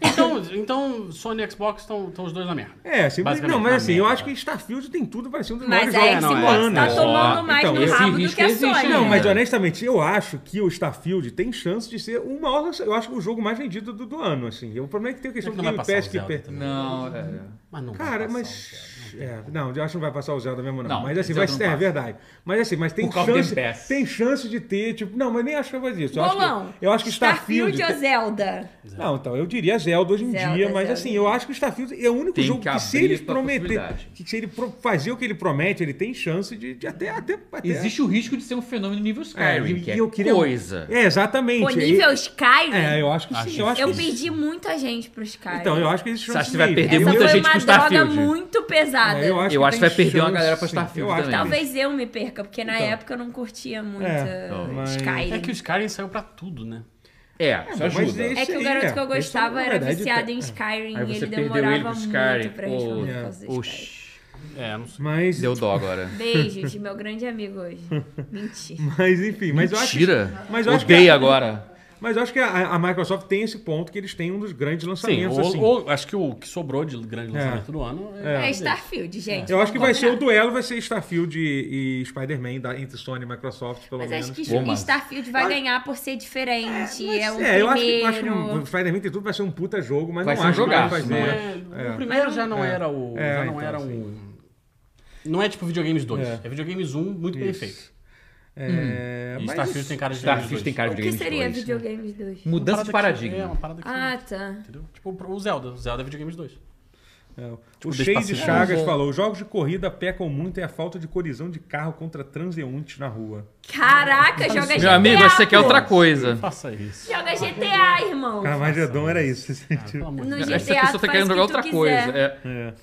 Speaker 5: Então, então Sony e Xbox estão os dois na merda.
Speaker 1: É, assim, mas-
Speaker 5: Basicamente,
Speaker 1: não, mas
Speaker 5: na
Speaker 1: assim, eu
Speaker 5: merda.
Speaker 1: acho que Starfield tem tudo para ser um dos
Speaker 4: Mas a
Speaker 1: maiores jogos
Speaker 5: não,
Speaker 1: do
Speaker 5: é.
Speaker 4: Xbox
Speaker 1: ano.
Speaker 4: tá
Speaker 2: Ó,
Speaker 4: tomando mais
Speaker 2: então,
Speaker 4: no
Speaker 2: esse
Speaker 4: rabo do
Speaker 2: risco
Speaker 4: que a
Speaker 2: existe, né?
Speaker 4: Sony.
Speaker 1: Não, mas
Speaker 2: É.
Speaker 1: honestamente, eu acho que o Starfield tem chance de ser o maior. Eu acho que o jogo mais vendido do, do ano, assim. O problema é que tem a questão
Speaker 5: Será
Speaker 1: do
Speaker 5: que não
Speaker 1: Game
Speaker 5: vai
Speaker 1: Pass
Speaker 5: passar
Speaker 1: que
Speaker 5: o Zelda
Speaker 1: per-
Speaker 5: também?
Speaker 2: Não, é...
Speaker 5: Mas não vai
Speaker 1: Cara,
Speaker 5: passar
Speaker 1: mas. é, não, eu acho que não vai passar o Zelda mesmo, não.
Speaker 2: Não,
Speaker 1: mas assim, vai
Speaker 2: Zelda não
Speaker 1: ser. É
Speaker 2: passa.
Speaker 1: verdade. Mas assim, mas tem
Speaker 2: Por causa do
Speaker 1: chance.
Speaker 2: Game Pass.
Speaker 1: Tem chance de ter, tipo. Não, mas nem acho que vai fazer isso. Eu acho que-
Speaker 4: Bolão.
Speaker 1: eu acho que Starfield.
Speaker 4: Starfield ou Zelda?
Speaker 1: Não, então, eu diria Zelda hoje em
Speaker 4: Zelda,
Speaker 1: dia, mas
Speaker 4: Zelda.
Speaker 1: assim, eu acho que o Starfield é o único
Speaker 2: Tem
Speaker 1: jogo
Speaker 2: que
Speaker 1: que, se
Speaker 2: abrir
Speaker 1: ele
Speaker 2: pra
Speaker 1: prometer,
Speaker 2: possibilidade.
Speaker 1: que se ele pro- fazer o que ele promete, ele tem chance de, de até, até, até...
Speaker 2: Existe o risco de ser um fenômeno nível
Speaker 1: É,
Speaker 2: Skyrim,
Speaker 1: e-
Speaker 2: que
Speaker 1: e
Speaker 2: é
Speaker 1: eu queria-
Speaker 2: coisa.
Speaker 1: É, exatamente.
Speaker 4: Pô, nível
Speaker 1: E-
Speaker 4: Skyrim?
Speaker 1: É, eu acho que sim,
Speaker 5: Acho
Speaker 1: eu acho
Speaker 4: Eu
Speaker 1: que
Speaker 4: pedi muita gente pro Skyrim.
Speaker 1: Então, eu acho que existe
Speaker 2: Você acha
Speaker 1: chance
Speaker 2: que vai
Speaker 1: mesmo.
Speaker 2: perder
Speaker 4: Essa
Speaker 2: muita
Speaker 4: foi
Speaker 2: gente
Speaker 4: uma
Speaker 2: pro
Speaker 4: droga
Speaker 2: Starfield.
Speaker 4: muito pesada.
Speaker 1: É, eu acho
Speaker 2: Eu
Speaker 1: que,
Speaker 2: acho que
Speaker 1: tem
Speaker 2: vai perder uma
Speaker 1: chance,
Speaker 2: galera pra
Speaker 1: sim.
Speaker 2: Starfield
Speaker 1: Eu acho que Então.
Speaker 2: também.
Speaker 4: Talvez eu me perca, porque na época eu não curtia muito
Speaker 1: É,
Speaker 4: uh,
Speaker 1: mas-
Speaker 5: É
Speaker 4: Skyrim.
Speaker 5: que o Skyrim saiu pra tudo, né?
Speaker 2: É, isso
Speaker 1: mas
Speaker 2: ajuda.
Speaker 1: esse-
Speaker 4: É que o
Speaker 1: aí,
Speaker 4: garoto
Speaker 1: é.
Speaker 4: que eu
Speaker 1: Esse é
Speaker 4: gostava
Speaker 1: uma
Speaker 4: era
Speaker 1: verdade,
Speaker 4: viciado
Speaker 1: tá.
Speaker 4: em Skyrim
Speaker 2: Aí
Speaker 4: e
Speaker 2: você
Speaker 4: ele
Speaker 2: perdeu
Speaker 4: demorava
Speaker 2: ele pro
Speaker 4: muito
Speaker 2: Skyrim,
Speaker 4: pra
Speaker 2: pô.
Speaker 4: responder
Speaker 1: É.
Speaker 4: por causa do Skyrim.
Speaker 2: Oxi,
Speaker 5: É, não sei.
Speaker 1: Mas,
Speaker 2: deu dó agora.
Speaker 4: Beijos, meu grande amigo hoje. Mentira.
Speaker 1: mas enfim, mas eu acho.
Speaker 2: Mentira.
Speaker 1: Mas eu acho que- é-
Speaker 2: Odeia agora.
Speaker 1: Mas eu acho que a, a Microsoft tem esse ponto que eles têm um dos grandes
Speaker 5: Sim,
Speaker 1: lançamentos.
Speaker 5: ou,
Speaker 1: assim.
Speaker 5: ou acho que o que sobrou de grande lançamento do ano é.
Speaker 4: É Starfield, gente.
Speaker 1: eu acho que vai ser o
Speaker 4: do.
Speaker 1: duelo, vai ser Starfield e, e Spider-Man da- entre Sony e Microsoft, pelo
Speaker 4: Mas é
Speaker 1: menos.
Speaker 4: acho que
Speaker 2: Bom, mas-
Speaker 4: Starfield vai ganhar por ser diferente.
Speaker 1: Mas,
Speaker 4: é o
Speaker 1: é, eu acho que, eu acho que
Speaker 4: primeiro.
Speaker 1: o Spider-Man tem tudo vai ser um puta jogo, mas
Speaker 2: Vai
Speaker 1: não
Speaker 2: ser um
Speaker 1: acho que vai
Speaker 2: jogaço,
Speaker 1: fazer.
Speaker 2: não é?
Speaker 5: O primeiro já não era o.
Speaker 1: É,
Speaker 5: já não
Speaker 1: então,
Speaker 5: era um. Não é tipo videogames 2.
Speaker 1: É.
Speaker 5: É, videogames 1 muito bem
Speaker 1: Isso.
Speaker 5: feito.
Speaker 1: É,
Speaker 5: E
Speaker 1: mas
Speaker 5: Starfield Hum. tem cara de
Speaker 2: Starfield tem cara
Speaker 4: O
Speaker 2: de
Speaker 4: que
Speaker 2: games
Speaker 4: seria
Speaker 2: 2.
Speaker 1: né?
Speaker 4: videogames 2?
Speaker 2: Mudança de
Speaker 5: É, uma
Speaker 2: paradigma.
Speaker 5: parada que.
Speaker 4: Ah, tá.
Speaker 5: Entendeu? Tipo o Zelda. O Zelda é videogames 2.
Speaker 1: é,
Speaker 5: Tipo,
Speaker 1: o
Speaker 5: desse
Speaker 1: Cheio de
Speaker 5: passeio.
Speaker 1: Chagas
Speaker 2: É.
Speaker 1: falou: os jogos de corrida pecam muito é a falta de colisão de carro contra transeuntes na rua.
Speaker 4: Caraca, joga GTA.
Speaker 2: assim, Meu amigo, você quer
Speaker 4: pô.
Speaker 2: outra coisa.
Speaker 5: Faça isso.
Speaker 4: Joga GTA, irmão.
Speaker 1: Carmageddon Ah, era isso. esse
Speaker 5: Ah,
Speaker 1: tipo.
Speaker 5: pelo amor de
Speaker 4: No
Speaker 5: Deus.
Speaker 2: Essa
Speaker 4: GTA
Speaker 2: pessoa
Speaker 4: tu
Speaker 2: tá
Speaker 4: faz
Speaker 2: querendo
Speaker 4: o que
Speaker 2: jogar
Speaker 4: tu
Speaker 2: outra
Speaker 4: quiser.
Speaker 2: coisa. É.
Speaker 1: É.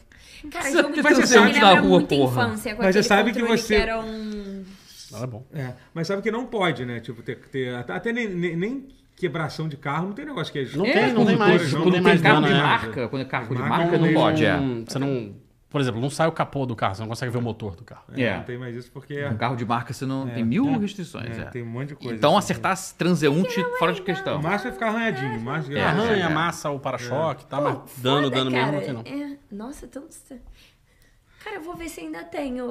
Speaker 4: Cara,
Speaker 2: Você
Speaker 4: jogo de
Speaker 2: vai
Speaker 1: ser
Speaker 4: você me
Speaker 1: antes
Speaker 2: da
Speaker 4: lembra
Speaker 2: rua,
Speaker 4: muito
Speaker 2: porra.
Speaker 4: infância, com
Speaker 1: Mas você
Speaker 4: aquele
Speaker 1: sabe que
Speaker 4: controle
Speaker 1: você-
Speaker 4: era um...
Speaker 5: Não é bom.
Speaker 1: É, mas sabe que não pode, né? Tipo, ter, ter- até até nem, nem- nem quebração de carro, não tem negócio que é
Speaker 5: Não
Speaker 2: É,
Speaker 5: tem, não
Speaker 2: quando
Speaker 5: tem mais.
Speaker 1: tem-
Speaker 5: Não
Speaker 1: quando
Speaker 5: tem
Speaker 2: Quando
Speaker 5: mais
Speaker 2: tem carro
Speaker 5: dano,
Speaker 2: de
Speaker 5: né?
Speaker 2: marca, quando é carro de
Speaker 1: Mas
Speaker 2: marca,
Speaker 1: não-
Speaker 2: não pode, é.
Speaker 5: Você não. Por exemplo, não sai o capô do carro, você não consegue ver o motor do carro.
Speaker 1: É,
Speaker 2: É.
Speaker 1: Não tem mais isso porque
Speaker 2: Um carro de marca você não tem mil restrições,
Speaker 1: é,
Speaker 2: é.
Speaker 1: tem um monte de coisa.
Speaker 2: Então
Speaker 1: assim.
Speaker 2: acertar transeunte
Speaker 4: é
Speaker 2: fora de questão.
Speaker 1: O Márcio vai ficar arranhadinho. O Márcio
Speaker 2: É,
Speaker 5: Arranha,
Speaker 2: é.
Speaker 5: amassa o para-choque, tá? Mas
Speaker 4: Foda,
Speaker 5: dano, dano mesmo, não
Speaker 4: cara.
Speaker 5: tem não.
Speaker 4: É, Nossa, tanto... Cara, eu vou ver se ainda tem o...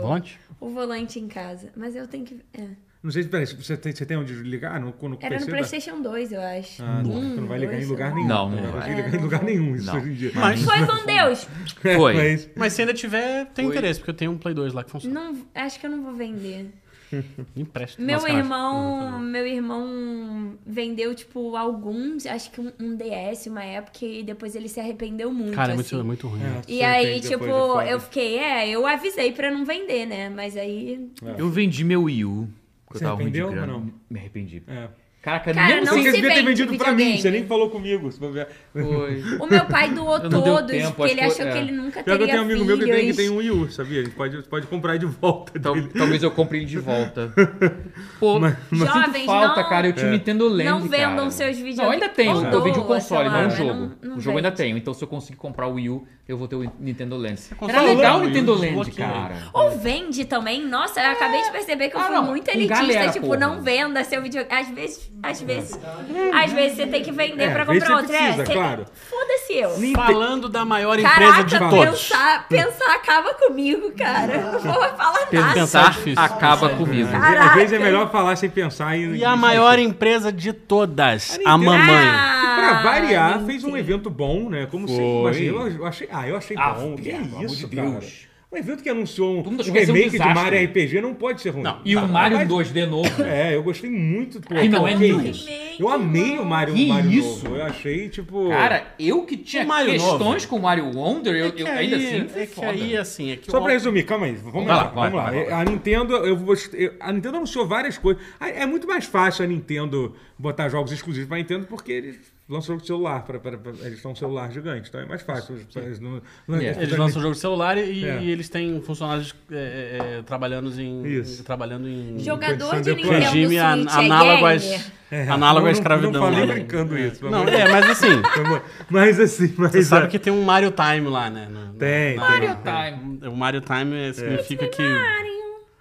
Speaker 5: Volante?
Speaker 4: o volante em casa. Mas eu tenho que... é.
Speaker 1: Não sei se peraí, se você tem, você tem onde ligar? Ah, no, no
Speaker 4: Era no
Speaker 1: PC da-
Speaker 4: PlayStation 2, eu acho. Um,
Speaker 1: Ah, não, tu não vai ligar em
Speaker 4: dois,
Speaker 1: lugar
Speaker 4: sei
Speaker 1: nenhum.
Speaker 2: Não, não
Speaker 1: Tu
Speaker 2: vai.
Speaker 1: vai ligar
Speaker 4: É,
Speaker 1: em lugar
Speaker 4: não.
Speaker 1: nenhum isso
Speaker 2: Não.
Speaker 1: hoje em dia. É,
Speaker 5: Mas-
Speaker 4: Foi com Deus!
Speaker 2: Foi.
Speaker 1: Mas-
Speaker 5: Mas se ainda tiver, tem
Speaker 2: Foi.
Speaker 5: interesse, porque eu tenho um Play 2 lá que funciona.
Speaker 4: Não, acho que eu não vou vender.
Speaker 5: Empresta.
Speaker 4: Meu
Speaker 5: Nossa, caralho.
Speaker 4: irmão,
Speaker 5: Não,
Speaker 4: meu irmão vendeu tipo alguns, acho que um, um DS uma época e depois ele se arrependeu muito.
Speaker 5: Cara, é muito,
Speaker 4: assim.
Speaker 5: é muito ruim. né?
Speaker 1: É,
Speaker 4: E
Speaker 1: você
Speaker 4: aí,
Speaker 1: entende
Speaker 4: tipo,
Speaker 1: depois de foda.
Speaker 4: eu fiquei, é, eu avisei pra não vender, né? Mas aí,
Speaker 2: Eu vendi meu Wii U. porque eu
Speaker 1: Você
Speaker 2: tava ruim de
Speaker 1: arrependeu
Speaker 2: grana.
Speaker 1: ou não?
Speaker 2: Me arrependi.
Speaker 1: É.
Speaker 2: Caraca,
Speaker 4: Cara,
Speaker 2: mesmo
Speaker 4: Ah, não
Speaker 2: sem
Speaker 1: Você
Speaker 4: se
Speaker 1: devia ter
Speaker 4: vende
Speaker 1: vendido pra mim,
Speaker 4: videogame.
Speaker 1: você nem falou comigo. se for ver.
Speaker 2: foi.
Speaker 4: o meu pai doou
Speaker 2: Eu não dei o
Speaker 4: todos,
Speaker 2: tempo,
Speaker 4: porque ele
Speaker 2: acho que-
Speaker 4: achou que
Speaker 2: é.
Speaker 4: ele nunca
Speaker 1: Pior que eu
Speaker 4: teria
Speaker 1: tenho um amigo meu que tem, que
Speaker 4: filhos.
Speaker 1: tem um Wii U, sabia? A gente pode, pode comprar de volta
Speaker 5: Então-
Speaker 2: Tal-
Speaker 1: dele.
Speaker 2: talvez eu compre ele de volta. Pô, sinto
Speaker 4: Jovens,
Speaker 2: falta,
Speaker 4: não-
Speaker 2: cara. Eu
Speaker 5: É.
Speaker 2: tinha o Nintendo Land,
Speaker 4: Não vendam
Speaker 2: cara.
Speaker 4: seus videogames.
Speaker 2: Não, ainda tenho.
Speaker 4: Ou
Speaker 2: Eu vendi o
Speaker 4: doa,
Speaker 2: console,
Speaker 4: sei lá,
Speaker 2: não o
Speaker 4: mas
Speaker 2: jogo.
Speaker 4: não- não
Speaker 2: o jogo ainda
Speaker 4: vende.
Speaker 2: tenho. Então, se eu conseguir comprar o Wii U, eu vou ter o Nintendo Land. Era
Speaker 5: consegue
Speaker 2: legal
Speaker 5: o
Speaker 2: o
Speaker 5: Wii U,
Speaker 2: Nintendo Land,
Speaker 5: desbloqueia.
Speaker 2: cara.
Speaker 4: Ou vende também. Nossa, eu acabei de perceber que eu
Speaker 2: Ah,
Speaker 4: fui
Speaker 2: não,
Speaker 4: muito
Speaker 2: com
Speaker 4: elitista.
Speaker 2: galera,
Speaker 4: tipo,
Speaker 2: porra.
Speaker 4: não venda seu videogame. Às vezes, às vezes, às vezes você tem que vender
Speaker 1: É,
Speaker 4: pra
Speaker 1: às vezes você
Speaker 4: comprar outro.
Speaker 1: precisa,
Speaker 4: é, você-
Speaker 1: claro.
Speaker 4: Foda-se eu.
Speaker 5: Falando da maior empresa de
Speaker 4: Caraca,
Speaker 5: todos.
Speaker 4: pensar, pensar acaba comigo, cara. Eu Não vou falar nada.
Speaker 5: Pensar é
Speaker 2: Pensar
Speaker 5: difícil.
Speaker 2: acaba comigo.
Speaker 1: Às
Speaker 4: Caraca.
Speaker 1: vezes é melhor falar sem pensar em.
Speaker 5: E a maior empresa de todas, a,
Speaker 4: então,
Speaker 1: A Nintendo.
Speaker 5: mamãe.
Speaker 4: Ah,
Speaker 1: Pra variar,
Speaker 4: mentira.
Speaker 1: fez um evento bom, né? Como
Speaker 2: Foi.
Speaker 1: sempre. Mas eu, eu achei, ah, eu achei
Speaker 2: Ah,
Speaker 1: bom. Que
Speaker 2: pelo amor
Speaker 1: isso,
Speaker 2: de
Speaker 1: cara.
Speaker 2: Deus.
Speaker 1: Um evento que anunciou um,
Speaker 2: Todo mundo achou
Speaker 1: um
Speaker 2: que ia ser um
Speaker 1: remake de
Speaker 2: desastre. tá,
Speaker 1: Mario RPG não pode ser ruim.
Speaker 5: Não.
Speaker 2: E o Mario
Speaker 1: mas-
Speaker 2: 2 de novo.
Speaker 1: É, eu gostei muito. Pô,
Speaker 2: E não é
Speaker 1: que
Speaker 2: nenhum.
Speaker 1: isso. Eu amei o Mario,
Speaker 2: Que
Speaker 1: Mario
Speaker 2: isso?
Speaker 1: novo. Eu achei, tipo...
Speaker 2: Cara, eu que tinha
Speaker 5: O Mario
Speaker 2: questões
Speaker 5: novo.
Speaker 2: com o Mario Wonder, eu,
Speaker 5: É que
Speaker 2: eu-
Speaker 5: aí-
Speaker 2: ainda assim, foi
Speaker 5: é que
Speaker 2: foda.
Speaker 5: aí, assim, é que
Speaker 1: Só
Speaker 5: o-
Speaker 1: pra resumir, calma aí, vamos
Speaker 5: Vai
Speaker 1: lá,
Speaker 5: lá, vai,
Speaker 1: vamos lá.
Speaker 5: vai, vai.
Speaker 1: A Nintendo, eu vou, eu- a Nintendo anunciou várias coisas. A- É muito mais fácil a Nintendo botar jogos exclusivos pra Nintendo porque eles lançam jogo de celular, pra, pra- pra- eles são um celular gigante, então é mais fácil. Eles, não- não-
Speaker 2: É,
Speaker 5: Eles lançam jogo de celular e,
Speaker 1: É.
Speaker 5: e eles têm funcionários é, é, é, trabalhando em.
Speaker 1: Isso.
Speaker 5: Trabalhando em.
Speaker 4: Jogador de
Speaker 1: Pensando
Speaker 4: Nintendo
Speaker 5: regime
Speaker 4: Switch
Speaker 5: an-
Speaker 4: é
Speaker 5: análogo,
Speaker 4: gamer.
Speaker 5: às, análogo à escravidão.
Speaker 1: É, Não, não falei
Speaker 5: né?
Speaker 1: brincando isso. pelo
Speaker 5: Não,
Speaker 1: amor de
Speaker 5: é, mas assim,
Speaker 1: Deus. Mas assim, mas...
Speaker 5: você sabe
Speaker 1: é,
Speaker 5: que tem um Mario Time lá, né? No- no-
Speaker 1: Tem,
Speaker 5: na-
Speaker 1: tem.
Speaker 2: Mario Time.
Speaker 5: O Mario Time é, significa que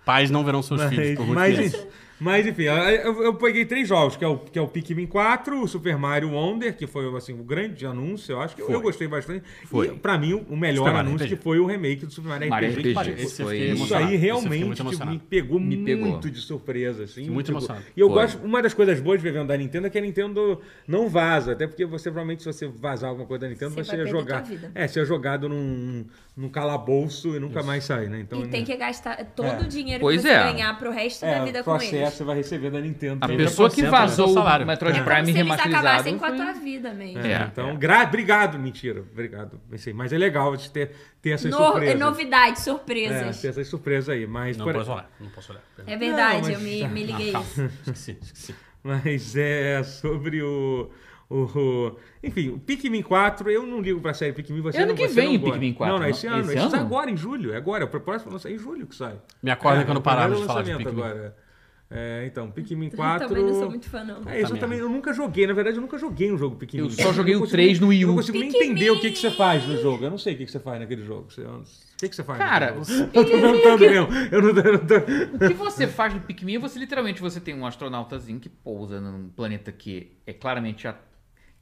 Speaker 5: pais não verão seus filhos. Por muito
Speaker 1: Mas, é
Speaker 5: tempo.
Speaker 1: mas, mas, enfim, eu, eu- eu peguei três jogos, que é, o, que é o Pikmin 4, o Super Mario Wonder, que foi assim, o grande anúncio, eu acho que eu, eu gostei bastante.
Speaker 2: Foi.
Speaker 1: E pra mim, o- o melhor
Speaker 5: Super Mario
Speaker 1: anúncio
Speaker 5: RPG.
Speaker 1: que foi o remake do Super Mario,
Speaker 2: Mario
Speaker 1: RPG. que
Speaker 2: RPG,
Speaker 1: pariu.
Speaker 5: esse
Speaker 2: esse
Speaker 5: eu
Speaker 2: foi...
Speaker 5: fiquei
Speaker 1: Isso
Speaker 5: emocionado.
Speaker 1: aí
Speaker 5: Esse eu fiquei
Speaker 1: realmente
Speaker 5: muito
Speaker 1: tipo,
Speaker 5: emocionado.
Speaker 1: me pegou
Speaker 2: Me pegou.
Speaker 1: muito de surpresa, assim.
Speaker 5: Muito
Speaker 1: me pegou.
Speaker 5: emocionado.
Speaker 1: E eu
Speaker 2: Foi.
Speaker 1: gosto, uma das coisas boas de viver da Nintendo é que a Nintendo não vaza, até porque você provavelmente se você vazar alguma coisa da Nintendo,
Speaker 4: Você
Speaker 1: você,
Speaker 4: vai
Speaker 1: é
Speaker 4: perder
Speaker 1: jogado,
Speaker 4: tua vida.
Speaker 1: é, você é jogado num, num calabouço e nunca mais sai, né? Então
Speaker 4: E tem que gastar todo
Speaker 1: É.
Speaker 4: o dinheiro
Speaker 2: Pois
Speaker 4: que você
Speaker 2: é.
Speaker 4: ganhar pro resto da vida com
Speaker 1: processo
Speaker 4: eles.
Speaker 1: você vai receber da Nintendo.
Speaker 2: A
Speaker 1: Tem
Speaker 2: pessoa que
Speaker 5: 30% do seu
Speaker 2: vazou o
Speaker 5: salário.
Speaker 2: Metroid
Speaker 1: É.
Speaker 4: Como
Speaker 2: Prime
Speaker 4: se eles
Speaker 2: remasterizado...
Speaker 4: acabajem com a
Speaker 2: foi-
Speaker 4: tua vida mesmo.
Speaker 1: É,
Speaker 2: É,
Speaker 1: então, gra- obrigado, mentira. Obrigado. Pensei, mas é legal de ter, ter essas
Speaker 4: No-
Speaker 1: surpresas.
Speaker 4: novidades,
Speaker 1: É,
Speaker 4: surpresas.
Speaker 1: ter essas surpresas aí. Mas,
Speaker 5: Não
Speaker 1: por-
Speaker 5: posso olhar, não posso olhar. Ah,
Speaker 4: É verdade,
Speaker 1: Não, mas- tá
Speaker 4: eu me, me liguei isso.
Speaker 5: Esqueci, esqueci.
Speaker 1: mas é sobre o, o- Enfim, o Pikmin 4, eu não ligo pra série Pikmin. Você
Speaker 2: Ano
Speaker 1: não,
Speaker 2: que
Speaker 1: você
Speaker 2: vem
Speaker 1: não
Speaker 2: o
Speaker 1: gosta.
Speaker 2: Pikmin 4,
Speaker 1: Não, não, esse
Speaker 2: não?
Speaker 1: ano.
Speaker 2: Esse
Speaker 1: Esse, ano?
Speaker 2: ano?
Speaker 1: agora, em julho. É agora. O próximo lançamento é em julho que sai.
Speaker 5: Me acordem
Speaker 1: É,
Speaker 5: quando
Speaker 1: é o primeiro
Speaker 5: pararmos de falar de
Speaker 1: lançamento
Speaker 5: Pikmin.
Speaker 1: Agora. É, então, Pikmin
Speaker 4: Eu também não sou
Speaker 1: 4.
Speaker 4: muito fã, não.
Speaker 1: É isso, eu
Speaker 5: merda.
Speaker 1: também eu nunca joguei, na verdade eu nunca joguei um jogo Pikmin.
Speaker 2: Eu só
Speaker 1: não
Speaker 2: joguei o
Speaker 1: consigo-
Speaker 2: 3 no Wii
Speaker 1: Eu não
Speaker 2: U.
Speaker 1: consigo nem
Speaker 4: Pikmin!
Speaker 1: entender o que, que você faz no jogo. Eu não sei o que, que você faz naquele jogo. Você- O que, que você faz?
Speaker 2: Cara,
Speaker 1: naquele jogo? eu tô perguntando mesmo. Eu não tô. Eu não tô...
Speaker 2: O que você faz no Pikmin é você literalmente você tem um astronautazinho que pousa num planeta que é claramente a,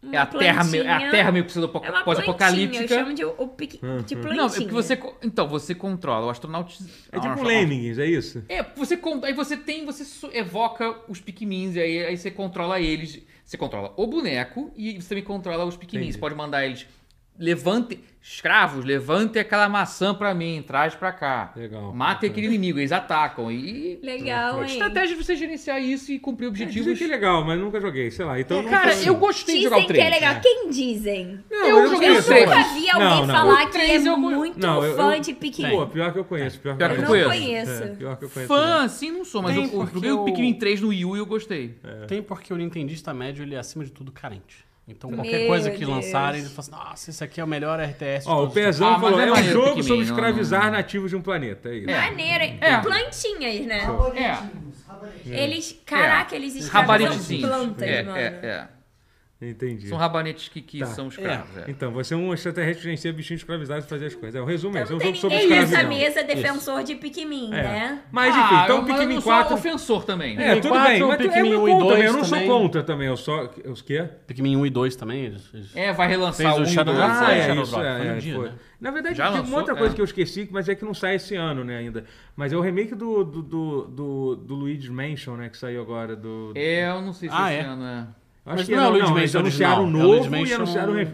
Speaker 2: é
Speaker 4: Uma
Speaker 2: a Terra meio, é a
Speaker 4: plantinha.
Speaker 2: Terra meio pseudo
Speaker 4: É uma plantinha, eu
Speaker 2: pós-apocalíptica.
Speaker 4: chamo de, o pique,
Speaker 1: Uhum.
Speaker 4: de plantinha.
Speaker 2: Não, é porque você co- então você controla o astronauta.
Speaker 1: É tipo um Lemmings, é isso?
Speaker 2: É, você con- aí você tem, você so- evoca os Pikmins, e aí, aí você controla eles. Você controla o boneco e você também controla os Pikmins.
Speaker 1: Entendi.
Speaker 2: Você pode mandar eles. Levante. Escravos, levante aquela maçã pra mim, traz pra cá.
Speaker 1: Legal.
Speaker 2: Mate aquele inimigo, eles atacam. E.
Speaker 4: Legal,
Speaker 2: A
Speaker 4: hein?
Speaker 2: estratégia de você gerenciar isso e cumprir objetivos.
Speaker 1: Dizem que é legal, mas nunca joguei, sei lá. Então eu não
Speaker 2: Cara,
Speaker 1: tô-
Speaker 2: eu gostei de jogar o
Speaker 4: Dizem que é
Speaker 2: 3.
Speaker 4: legal. Quem dizem?
Speaker 1: Não,
Speaker 2: eu
Speaker 1: não
Speaker 2: joguei
Speaker 1: conheço,
Speaker 2: o
Speaker 1: eu
Speaker 4: Nunca
Speaker 1: conheço.
Speaker 4: vi alguém
Speaker 1: Não, não.
Speaker 4: falar que é
Speaker 2: três eu conhe-
Speaker 4: muito
Speaker 1: Não, eu-
Speaker 4: fã
Speaker 1: eu-
Speaker 4: de Pikmin.
Speaker 1: Pô, pior que eu conheço. Pior que
Speaker 2: Pior
Speaker 1: eu,
Speaker 2: que eu
Speaker 1: conheço.
Speaker 4: conheço.
Speaker 1: É, pior que eu conheço.
Speaker 2: Fã, sim, não sou, mas
Speaker 5: Tem,
Speaker 2: eu- eu
Speaker 5: porque
Speaker 2: joguei o
Speaker 5: eu-
Speaker 2: Pikmin 3 no Wii U e eu gostei.
Speaker 1: É.
Speaker 5: Tem porque o nintendista médio, ele é acima de tudo carente. Então qualquer
Speaker 4: Meu
Speaker 5: coisa que
Speaker 4: Deus.
Speaker 5: lançarem, ele fala assim, nossa, esse aqui é o melhor RTS de
Speaker 1: Ó, o
Speaker 5: todos os tempos."
Speaker 1: Pezão
Speaker 2: Ah, mas
Speaker 1: falou,
Speaker 2: é
Speaker 1: é um
Speaker 2: maneiro,
Speaker 1: jogo
Speaker 2: Pikmin,
Speaker 1: sobre
Speaker 2: não-
Speaker 1: escravizar nativos de um planeta, é isso.
Speaker 2: É.
Speaker 4: Maneiro, hein?
Speaker 2: É.
Speaker 4: Plantinhas, né?
Speaker 7: Rabaritinhos, rabaritinhos.
Speaker 4: Eles, caraca, eles escravizam
Speaker 2: Rabanetezinhos.
Speaker 4: plantas,
Speaker 2: É,
Speaker 4: mano.
Speaker 2: é, é.
Speaker 1: Entendi.
Speaker 2: São rabanetes que, que
Speaker 1: Tá.
Speaker 2: são escravos. é.
Speaker 1: Então, você é um extraterrestre gerencia bichinho escravizado e fazer as coisas. É, o resumo é esse. É
Speaker 4: Então Não
Speaker 1: um
Speaker 4: tem
Speaker 1: jogo sobre
Speaker 4: ninguém nessa
Speaker 1: escravidão.
Speaker 4: mesa defensor de Pikmin,
Speaker 1: É.
Speaker 4: né?
Speaker 1: Mas enfim,
Speaker 2: Ah,
Speaker 1: então
Speaker 2: eu- mas eu
Speaker 1: Pikmin
Speaker 2: não sou
Speaker 1: 4...
Speaker 2: ofensor também.
Speaker 1: É, tudo
Speaker 5: Pikmin
Speaker 1: bem,
Speaker 5: 4,
Speaker 1: mas tu- é
Speaker 5: Pikmin
Speaker 2: um
Speaker 1: meu
Speaker 5: 1 e
Speaker 1: contra
Speaker 5: 2
Speaker 1: também, eu não sou
Speaker 5: também.
Speaker 1: contra também, eu só... Os quê?
Speaker 5: Pikmin 1 e 2 também, eles... eles-
Speaker 2: É, vai relançar
Speaker 5: Fez
Speaker 2: o
Speaker 5: o Shadow
Speaker 2: um,
Speaker 5: of
Speaker 2: dois,
Speaker 5: Mordor.
Speaker 1: Ah,
Speaker 5: sai
Speaker 1: é,
Speaker 5: Shadow
Speaker 1: isso,
Speaker 5: Drop,
Speaker 1: é,
Speaker 5: foi um
Speaker 1: é,
Speaker 5: dia,
Speaker 1: foi.
Speaker 5: né?
Speaker 1: Na verdade,
Speaker 2: Já
Speaker 1: tem
Speaker 2: lançou?
Speaker 1: uma outra coisa
Speaker 2: É.
Speaker 1: que eu esqueci, mas é que não sai esse ano, né, ainda. Mas é o remake do, do, do, do, do Luigi's Mansion, né, que saiu agora. Do,
Speaker 2: É, eu não sei se
Speaker 5: Ah,
Speaker 2: esse
Speaker 5: é?
Speaker 2: ano é.
Speaker 1: Acho
Speaker 5: Mas
Speaker 1: que
Speaker 5: não é o Luigi's
Speaker 1: eles
Speaker 5: Mansion
Speaker 1: anunciaram um
Speaker 5: original, é o
Speaker 1: novo
Speaker 5: Luigi's
Speaker 1: e
Speaker 5: Mansion-
Speaker 1: anunciaram o re-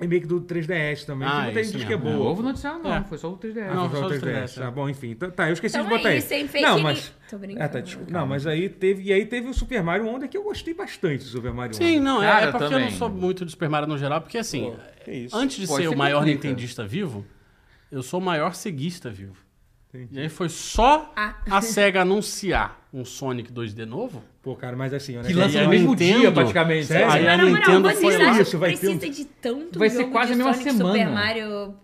Speaker 1: remake do 3DS também.
Speaker 5: Ah,
Speaker 1: que muita
Speaker 5: isso
Speaker 1: gente diz que é
Speaker 5: mesmo,
Speaker 1: boa.
Speaker 2: Novo não anunciaram, não.
Speaker 5: É.
Speaker 2: Foi só o 3DS.
Speaker 1: Ah,
Speaker 5: Não,
Speaker 1: foi
Speaker 5: só
Speaker 1: o
Speaker 5: os
Speaker 1: 3DS.
Speaker 5: 3DS,
Speaker 1: Ah, bom, enfim. Tá, tá, eu esqueci
Speaker 4: Então
Speaker 1: de botar
Speaker 4: é
Speaker 1: isso.
Speaker 4: isso, hein? Fake
Speaker 1: não,
Speaker 4: news.
Speaker 1: mas...
Speaker 4: Tô brincando.
Speaker 1: Ah, tá, desculpa. não, mas aí teve, e aí teve o Super Mario Onda, que eu gostei bastante do Super Mario Onda.
Speaker 5: Sim, não, é-
Speaker 2: Cara,
Speaker 5: é, porque eu
Speaker 2: também.
Speaker 5: não sou muito do Super Mario no geral, porque assim,
Speaker 1: Que isso.
Speaker 5: antes de
Speaker 2: Pô,
Speaker 5: ser
Speaker 2: isso
Speaker 5: o
Speaker 2: é
Speaker 5: maior
Speaker 2: complica.
Speaker 5: nintendista vivo, eu sou o maior seguista vivo.
Speaker 1: Entendi.
Speaker 5: E aí foi só
Speaker 4: Ah.
Speaker 5: a SEGA anunciar um Sonic 2D novo.
Speaker 1: Pô, cara, mas assim...
Speaker 2: Que
Speaker 1: honestamente-
Speaker 5: lança
Speaker 2: lança
Speaker 5: aí
Speaker 2: no
Speaker 5: a
Speaker 2: mesmo
Speaker 5: Nintendo-
Speaker 2: dia, praticamente.
Speaker 1: Sério?
Speaker 5: Aí
Speaker 4: Mas,
Speaker 5: a
Speaker 4: na moral,
Speaker 5: Nintendo
Speaker 4: vocês
Speaker 2: é
Speaker 5: foi lá.
Speaker 4: acham que
Speaker 1: Isso, vai ter
Speaker 4: precisa
Speaker 1: um-
Speaker 4: de tanto
Speaker 2: Vai ser
Speaker 4: jogo
Speaker 2: quase
Speaker 4: de
Speaker 2: a mesma
Speaker 4: Sonic
Speaker 2: semana.
Speaker 4: Super Mario...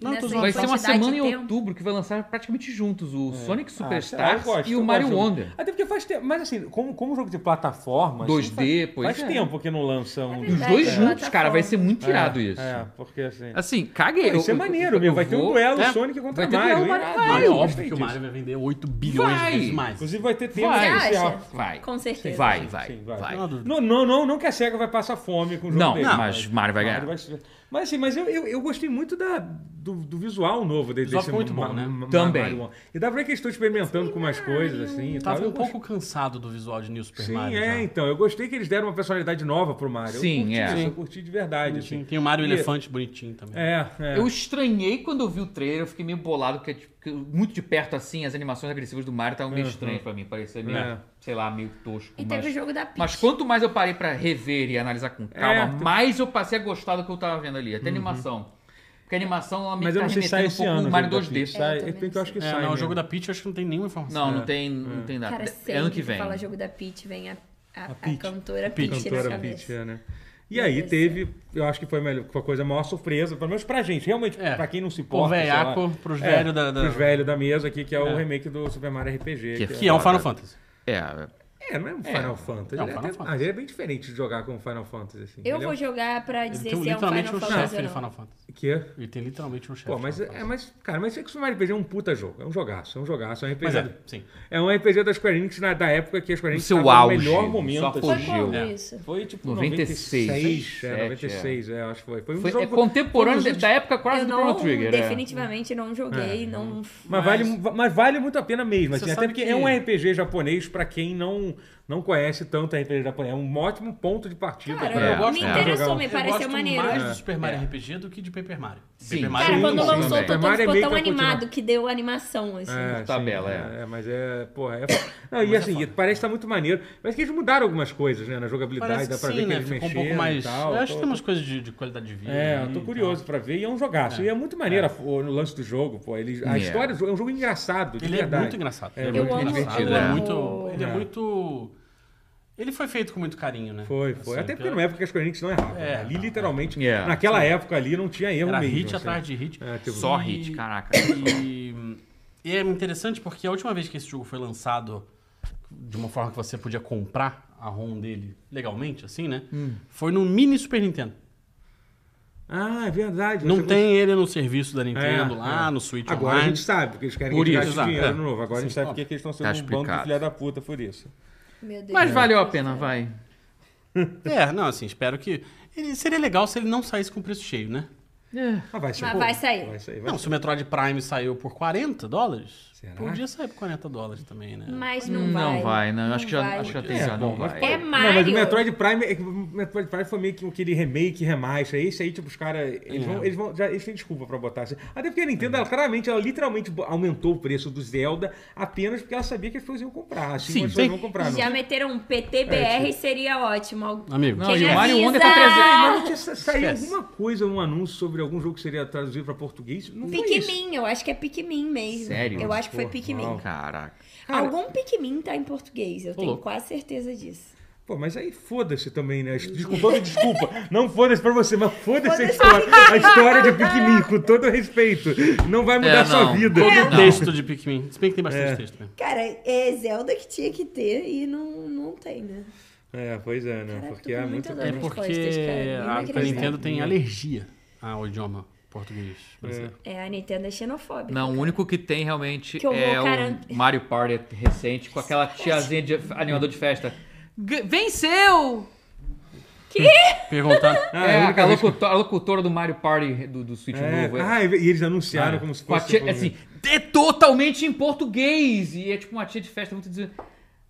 Speaker 5: Não,
Speaker 4: nessa
Speaker 5: tô zoando.
Speaker 2: Vai ser uma
Speaker 4: quantidade de
Speaker 2: semana em
Speaker 4: tempo?
Speaker 2: outubro que vai lançar praticamente juntos o Sonic
Speaker 1: Ah,
Speaker 2: Superstars
Speaker 1: eu gosto,
Speaker 2: e
Speaker 1: eu
Speaker 2: o Mario
Speaker 1: gosto.
Speaker 2: Wonder.
Speaker 1: Até porque faz tempo. Mas assim, como, como jogo de plataforma. assim,
Speaker 2: 2D,
Speaker 1: faz,
Speaker 2: pois
Speaker 1: Faz
Speaker 2: é.
Speaker 1: tempo que não lança um.
Speaker 2: Os
Speaker 4: Verdade,
Speaker 2: dois
Speaker 4: é.
Speaker 2: juntos, cara, vai ser muito irado
Speaker 1: É,
Speaker 2: isso.
Speaker 1: É, porque assim.
Speaker 2: Assim, caguei.
Speaker 1: Vai ser
Speaker 2: eu-
Speaker 1: maneiro,
Speaker 2: eu-
Speaker 1: meu.
Speaker 2: eu
Speaker 1: Vai ter um
Speaker 2: vou-
Speaker 1: duelo
Speaker 5: é,
Speaker 1: Sonic contra
Speaker 2: vai ter
Speaker 1: Mario.
Speaker 2: duelo Mario
Speaker 1: irado,
Speaker 2: Vai,
Speaker 1: eu
Speaker 5: Mas é
Speaker 2: óbvio
Speaker 1: gostei
Speaker 5: óbvio que o
Speaker 1: disso.
Speaker 5: Mario vai vender 8 bilhões
Speaker 2: Vai.
Speaker 5: de vezes mais.
Speaker 1: Inclusive vai ter tempo
Speaker 2: Vai.
Speaker 1: especial.
Speaker 2: Vai.
Speaker 4: Com certeza.
Speaker 2: Vai, vai.
Speaker 1: Sim, vai.
Speaker 2: vai.
Speaker 5: Não há dúvida.
Speaker 1: Não, não, não, não que a SEGA vai passar fome com o jogo
Speaker 2: Não,
Speaker 1: dele.
Speaker 2: mas Mario vai ganhar.
Speaker 1: ser- Mas assim, mas eu, eu, eu gostei muito da, do, do visual novo dele.
Speaker 5: Visual
Speaker 1: desse
Speaker 5: ficou muito bom, né?
Speaker 2: Também. Tá
Speaker 1: Mario One. E dá pra ver que eles estão experimentando com umas coisas, assim. e
Speaker 5: Eu
Speaker 1: tal.
Speaker 5: tava
Speaker 1: Eu
Speaker 5: um pouco cansado do visual de New Super
Speaker 1: Sim,
Speaker 5: Mario.
Speaker 1: é,
Speaker 5: já.
Speaker 1: então. Eu gostei que eles deram uma personalidade nova pro Mario.
Speaker 2: Sim,
Speaker 1: eu curti
Speaker 2: é.
Speaker 1: isso,
Speaker 2: Sim.
Speaker 1: eu curti de verdade.
Speaker 5: Bonitinho.
Speaker 1: Assim.
Speaker 5: Tem o Mario
Speaker 1: E-
Speaker 5: Elefante bonitinho também.
Speaker 1: É, é.
Speaker 2: Eu estranhei quando eu vi o trailer, eu fiquei meio bolado, porque tipo, que muito de perto assim, as animações agressivas do Mario estavam meio estranhas pra mim, parecia meio,
Speaker 1: É.
Speaker 2: sei lá, meio tosco.
Speaker 4: E
Speaker 2: mas-
Speaker 4: teve o jogo da Peach.
Speaker 2: Mas quanto mais eu parei pra rever e analisar com calma,
Speaker 1: É. Uhum.
Speaker 2: mais eu passei a gostar do que eu tava vendo ali. Até animação. Porque a animação ela meio
Speaker 1: Mas
Speaker 2: que
Speaker 1: eu
Speaker 2: tá
Speaker 1: não sei se sai
Speaker 2: remetendo um
Speaker 1: esse
Speaker 2: pouco
Speaker 1: ano.
Speaker 2: o
Speaker 1: o
Speaker 2: Mario
Speaker 1: jogo da
Speaker 2: 2D.
Speaker 1: Peach.
Speaker 4: É,
Speaker 1: Sai,
Speaker 4: eu
Speaker 1: de
Speaker 4: também
Speaker 1: repente
Speaker 4: não
Speaker 1: eu acho que
Speaker 5: É,
Speaker 1: sai.
Speaker 5: não, o jogo
Speaker 1: mesmo.
Speaker 5: da Peach eu acho que não tem nenhuma informação.
Speaker 1: É.
Speaker 2: Não, não tem, não tem nada.
Speaker 4: Cara,
Speaker 2: é
Speaker 4: sempre
Speaker 2: ano que vem.
Speaker 4: fala jogo da Peach, vem a, a, a,
Speaker 1: Peach.
Speaker 4: cantora Peach,
Speaker 5: Peach.
Speaker 4: na
Speaker 1: Cantora
Speaker 4: cabeça.
Speaker 1: Peach, é, né? E
Speaker 4: Meu
Speaker 1: aí
Speaker 4: Deus
Speaker 1: teve, eu acho que foi melhor- foi a coisa a maior surpresa, pelo menos pra gente, realmente,
Speaker 5: É.
Speaker 1: pra quem não se
Speaker 5: Pro
Speaker 1: importa. sei lá.
Speaker 5: veiaco, pros
Speaker 1: É,
Speaker 5: velhos da... da-
Speaker 1: Pros velhos da mesa aqui, que é, o
Speaker 5: É.
Speaker 1: remake do Super Mario RPG.
Speaker 2: Que é
Speaker 5: Que é um Final
Speaker 2: Foda.
Speaker 5: Fantasy.
Speaker 2: É,
Speaker 1: é, não é um Final Fantasy.
Speaker 5: É um
Speaker 1: ele
Speaker 5: Final
Speaker 1: até-
Speaker 5: Fantasy.
Speaker 1: mas ele é bem diferente de jogar com Final Fantasy, assim.
Speaker 4: Eu
Speaker 1: Ele é
Speaker 4: vou
Speaker 1: um-
Speaker 4: jogar pra
Speaker 5: Ele
Speaker 4: dizer
Speaker 5: tem
Speaker 4: se é um
Speaker 5: literalmente
Speaker 4: Final
Speaker 5: um
Speaker 4: Fantasy
Speaker 5: chefe
Speaker 4: ou
Speaker 5: de
Speaker 4: não.
Speaker 5: Final Fantasy.
Speaker 1: Que é...
Speaker 5: Ele tem literalmente um chefe.
Speaker 1: Pô,
Speaker 5: de
Speaker 1: mas,
Speaker 5: Final
Speaker 1: é,
Speaker 5: Fantasy.
Speaker 1: mas, cara, mas é que o Super Mario RPG é um puta jogo. É um jogaço, é um jogaço, é um RPG.
Speaker 5: Mas é, sim.
Speaker 1: É um RPG da Square Enix na, da época que a Square
Speaker 2: o
Speaker 1: Enix
Speaker 2: seu
Speaker 1: tava
Speaker 2: auge,
Speaker 1: no melhor
Speaker 2: o
Speaker 1: momento.
Speaker 2: seu
Speaker 1: assim.
Speaker 4: Foi quando
Speaker 2: É.
Speaker 4: isso?
Speaker 1: Foi tipo
Speaker 2: 96,
Speaker 1: 96, é,
Speaker 2: 97,
Speaker 1: 96, é, acho que foi. Foi um
Speaker 2: foi, é
Speaker 1: jogo... um
Speaker 2: contemporâneo da- da época quase
Speaker 4: Eu
Speaker 2: do Chrono
Speaker 4: não,
Speaker 2: Trigger. é.
Speaker 4: definitivamente não joguei, não...
Speaker 1: Mas, vale, mas vale muito a pena mesmo, assim,
Speaker 5: Você
Speaker 1: até
Speaker 5: sabe
Speaker 1: porque
Speaker 5: que-
Speaker 1: é um RPG japonês pra quem não, não conhece tanto RPG japonês. É um ótimo ponto de partida.
Speaker 4: Cara,
Speaker 1: pra-
Speaker 2: eu
Speaker 1: pra
Speaker 2: gosto
Speaker 4: me
Speaker 1: jogar
Speaker 4: interessou,
Speaker 1: um-
Speaker 4: me
Speaker 5: Eu
Speaker 4: pareceu
Speaker 5: gosto
Speaker 4: maneiro.
Speaker 5: mais
Speaker 1: É.
Speaker 5: do Super Mario RPG do que de Paper Mario.
Speaker 2: Sim.
Speaker 5: Paper Mario
Speaker 4: Cara,
Speaker 5: é
Speaker 4: quando
Speaker 5: muito bom
Speaker 4: lançou, o
Speaker 5: também.
Speaker 4: Totoro
Speaker 1: Mario é
Speaker 4: ficou
Speaker 1: meio
Speaker 4: tão
Speaker 1: que eu continuo.
Speaker 4: animado que deu animação, assim.
Speaker 1: É,
Speaker 2: tabela, é.
Speaker 1: é. Mas é, porra, é. Não, e assim, parece que tá muito maneiro. Mas que eles mudaram algumas coisas, né? Na jogabilidade,
Speaker 5: Parece
Speaker 1: dá
Speaker 5: que
Speaker 1: pra
Speaker 5: sim,
Speaker 1: ver que
Speaker 5: né?
Speaker 1: eles
Speaker 5: Ficou um
Speaker 1: mexeram
Speaker 5: pouco
Speaker 1: e
Speaker 5: mais...
Speaker 1: tal.
Speaker 5: Eu acho que
Speaker 1: Tô-
Speaker 5: tem umas coisas de de qualidade de vida.
Speaker 1: É, eu
Speaker 5: ali e
Speaker 1: tô
Speaker 5: tal.
Speaker 1: curioso pra ver. E é um jogaço. E é muito maneiro a- o, o lance do jogo, pô. Ele, a
Speaker 2: É.
Speaker 1: história do jogo é um jogo engraçado, de
Speaker 5: Ele é
Speaker 1: verdade.
Speaker 5: muito engraçado.
Speaker 1: É,
Speaker 5: Ele
Speaker 1: eu
Speaker 5: é muito
Speaker 1: amo-
Speaker 5: engraçado.
Speaker 1: eu
Speaker 5: Ele é
Speaker 4: amo-
Speaker 5: muito. Ele é
Speaker 1: É.
Speaker 5: muito. Ele foi feito com muito carinho, né?
Speaker 1: Foi, foi.
Speaker 5: Assim,
Speaker 1: Até porque na época que as Square Enix não é erravam.
Speaker 5: É,
Speaker 1: né? ali,
Speaker 5: não,
Speaker 1: literalmente,
Speaker 2: É.
Speaker 1: naquela época ali, não tinha erro
Speaker 5: Era
Speaker 1: mesmo.
Speaker 5: hit
Speaker 1: assim.
Speaker 5: atrás de hit.
Speaker 1: É, tipo-
Speaker 2: Só hit, caraca.
Speaker 5: E, e é interessante porque a última vez que esse jogo foi lançado de uma forma que você podia comprar a ROM dele legalmente, assim, né?
Speaker 1: Hum.
Speaker 5: Foi no mini Super Nintendo.
Speaker 1: Ah, é verdade.
Speaker 5: Não
Speaker 1: Você-
Speaker 5: tem ele no serviço da Nintendo
Speaker 1: É,
Speaker 5: lá,
Speaker 1: é.
Speaker 5: no Switch
Speaker 1: Agora
Speaker 5: Online.
Speaker 1: a gente sabe, porque eles querem
Speaker 5: Por
Speaker 1: que
Speaker 5: isso,
Speaker 1: gaste
Speaker 5: exato,
Speaker 1: dinheiro
Speaker 5: é.
Speaker 1: de novo. Agora a gente
Speaker 5: Sim,
Speaker 1: sabe
Speaker 5: óbvio.
Speaker 1: porque que eles estão sendo
Speaker 2: Tá
Speaker 1: um bando de
Speaker 2: explicado.
Speaker 1: filha da puta por isso.
Speaker 6: Meu Deus.
Speaker 2: Mas valeu a pena, vai.
Speaker 5: É, não, assim, espero que. ele- seria legal se ele não saísse com preço cheio, né?
Speaker 1: Ah, vai
Speaker 6: Mas
Speaker 1: pô,
Speaker 6: vai sair.
Speaker 1: Vai sair, vai
Speaker 5: Não, se o Metroid Prime saiu por 40 dólares,
Speaker 1: é. Será?
Speaker 5: podia sair por 40 dólares também, né?
Speaker 6: Mas não
Speaker 2: É, Hum, Não
Speaker 6: vai.
Speaker 2: vai, não. Acho que já,
Speaker 6: vai.
Speaker 2: acho que já tem
Speaker 1: É,
Speaker 2: já, não
Speaker 1: bom, mas
Speaker 2: vai.
Speaker 6: É
Speaker 1: Não,
Speaker 6: Mario.
Speaker 1: mas o Metroid Prime, é que o Metroid Prime foi meio que aquele remake, remaster. É isso aí, tipo, os caras.
Speaker 5: É.
Speaker 1: Eles, vão, eles, vão, já, eles têm desculpa pra botar. assim. Até porque a Nintendo, ela, claramente, ela literalmente bo- aumentou o preçso do Zelda apenas porque ela sabia que as pessoas iam comprar. Assim, as
Speaker 5: Sim,
Speaker 1: pessoas
Speaker 5: sim.
Speaker 1: vão comprar.
Speaker 4: Já
Speaker 1: Não.
Speaker 4: meteram um PTBR seria ótimo.
Speaker 5: Amigo, é
Speaker 2: Não,
Speaker 4: Quem
Speaker 2: e o Mario
Speaker 4: avisa?
Speaker 2: Wonder tá 300.
Speaker 1: Mas não tinha sa- saído
Speaker 5: Esquece.
Speaker 1: alguma coisa, um anúncio sobre algum jogo que seria traduzido pra português? Não foi isso.
Speaker 6: Pikmin, eu acho que é Pikmin mesmo.
Speaker 2: Sério?
Speaker 6: Eu acho que foi
Speaker 1: Pô,
Speaker 6: Pikmin.
Speaker 1: uau.
Speaker 2: Caraca.
Speaker 1: Cara-
Speaker 6: Algum Pikmin tá em português, eu tenho
Speaker 5: louco.
Speaker 6: quase certeza disso.
Speaker 1: Pô, mas aí foda-se também, né? Desculpa, desculpa. Não foda-se pra você, mas foda-se a
Speaker 6: Foda-se.
Speaker 1: história. A história de Pikmin, com todo respeito. Não vai mudar
Speaker 2: É,
Speaker 1: a sua
Speaker 2: não.
Speaker 1: vida.
Speaker 2: Não.
Speaker 5: texto de Pikmin. Se bem que tem bastante
Speaker 1: É.
Speaker 5: texto mesmo.
Speaker 6: Cara, é Zelda que tinha que ter e não, não tem, né?
Speaker 1: É, pois é, né?
Speaker 6: Caraca,
Speaker 1: Porque
Speaker 6: tô com
Speaker 1: é
Speaker 6: muita
Speaker 1: muito.
Speaker 6: dor.
Speaker 5: É
Speaker 6: As respostas,
Speaker 5: porque
Speaker 6: cara,
Speaker 5: a- a
Speaker 6: inacreditável.
Speaker 5: Nintendo tem alergia ao idioma português brasileiro.
Speaker 6: É, a Nintendo é xenofóbica.
Speaker 2: Não, o único que tem realmente
Speaker 6: Que eu vou,
Speaker 2: é
Speaker 6: cara-
Speaker 2: o Mario Party recente com aquela tiazinha de animador de festa. G- Venceu!
Speaker 5: Perguntar.
Speaker 2: é,
Speaker 1: Ah, única
Speaker 2: a,
Speaker 1: vez que-
Speaker 2: locuto- a locutora do Mario Party do, do Switch
Speaker 1: É,
Speaker 2: novo. é-
Speaker 1: ah, e eles anunciaram
Speaker 5: Ah,
Speaker 1: como se
Speaker 2: com a
Speaker 1: fosse. um
Speaker 2: tia, assim, é totalmente em português. E é tipo uma tia de festa muito dizendo: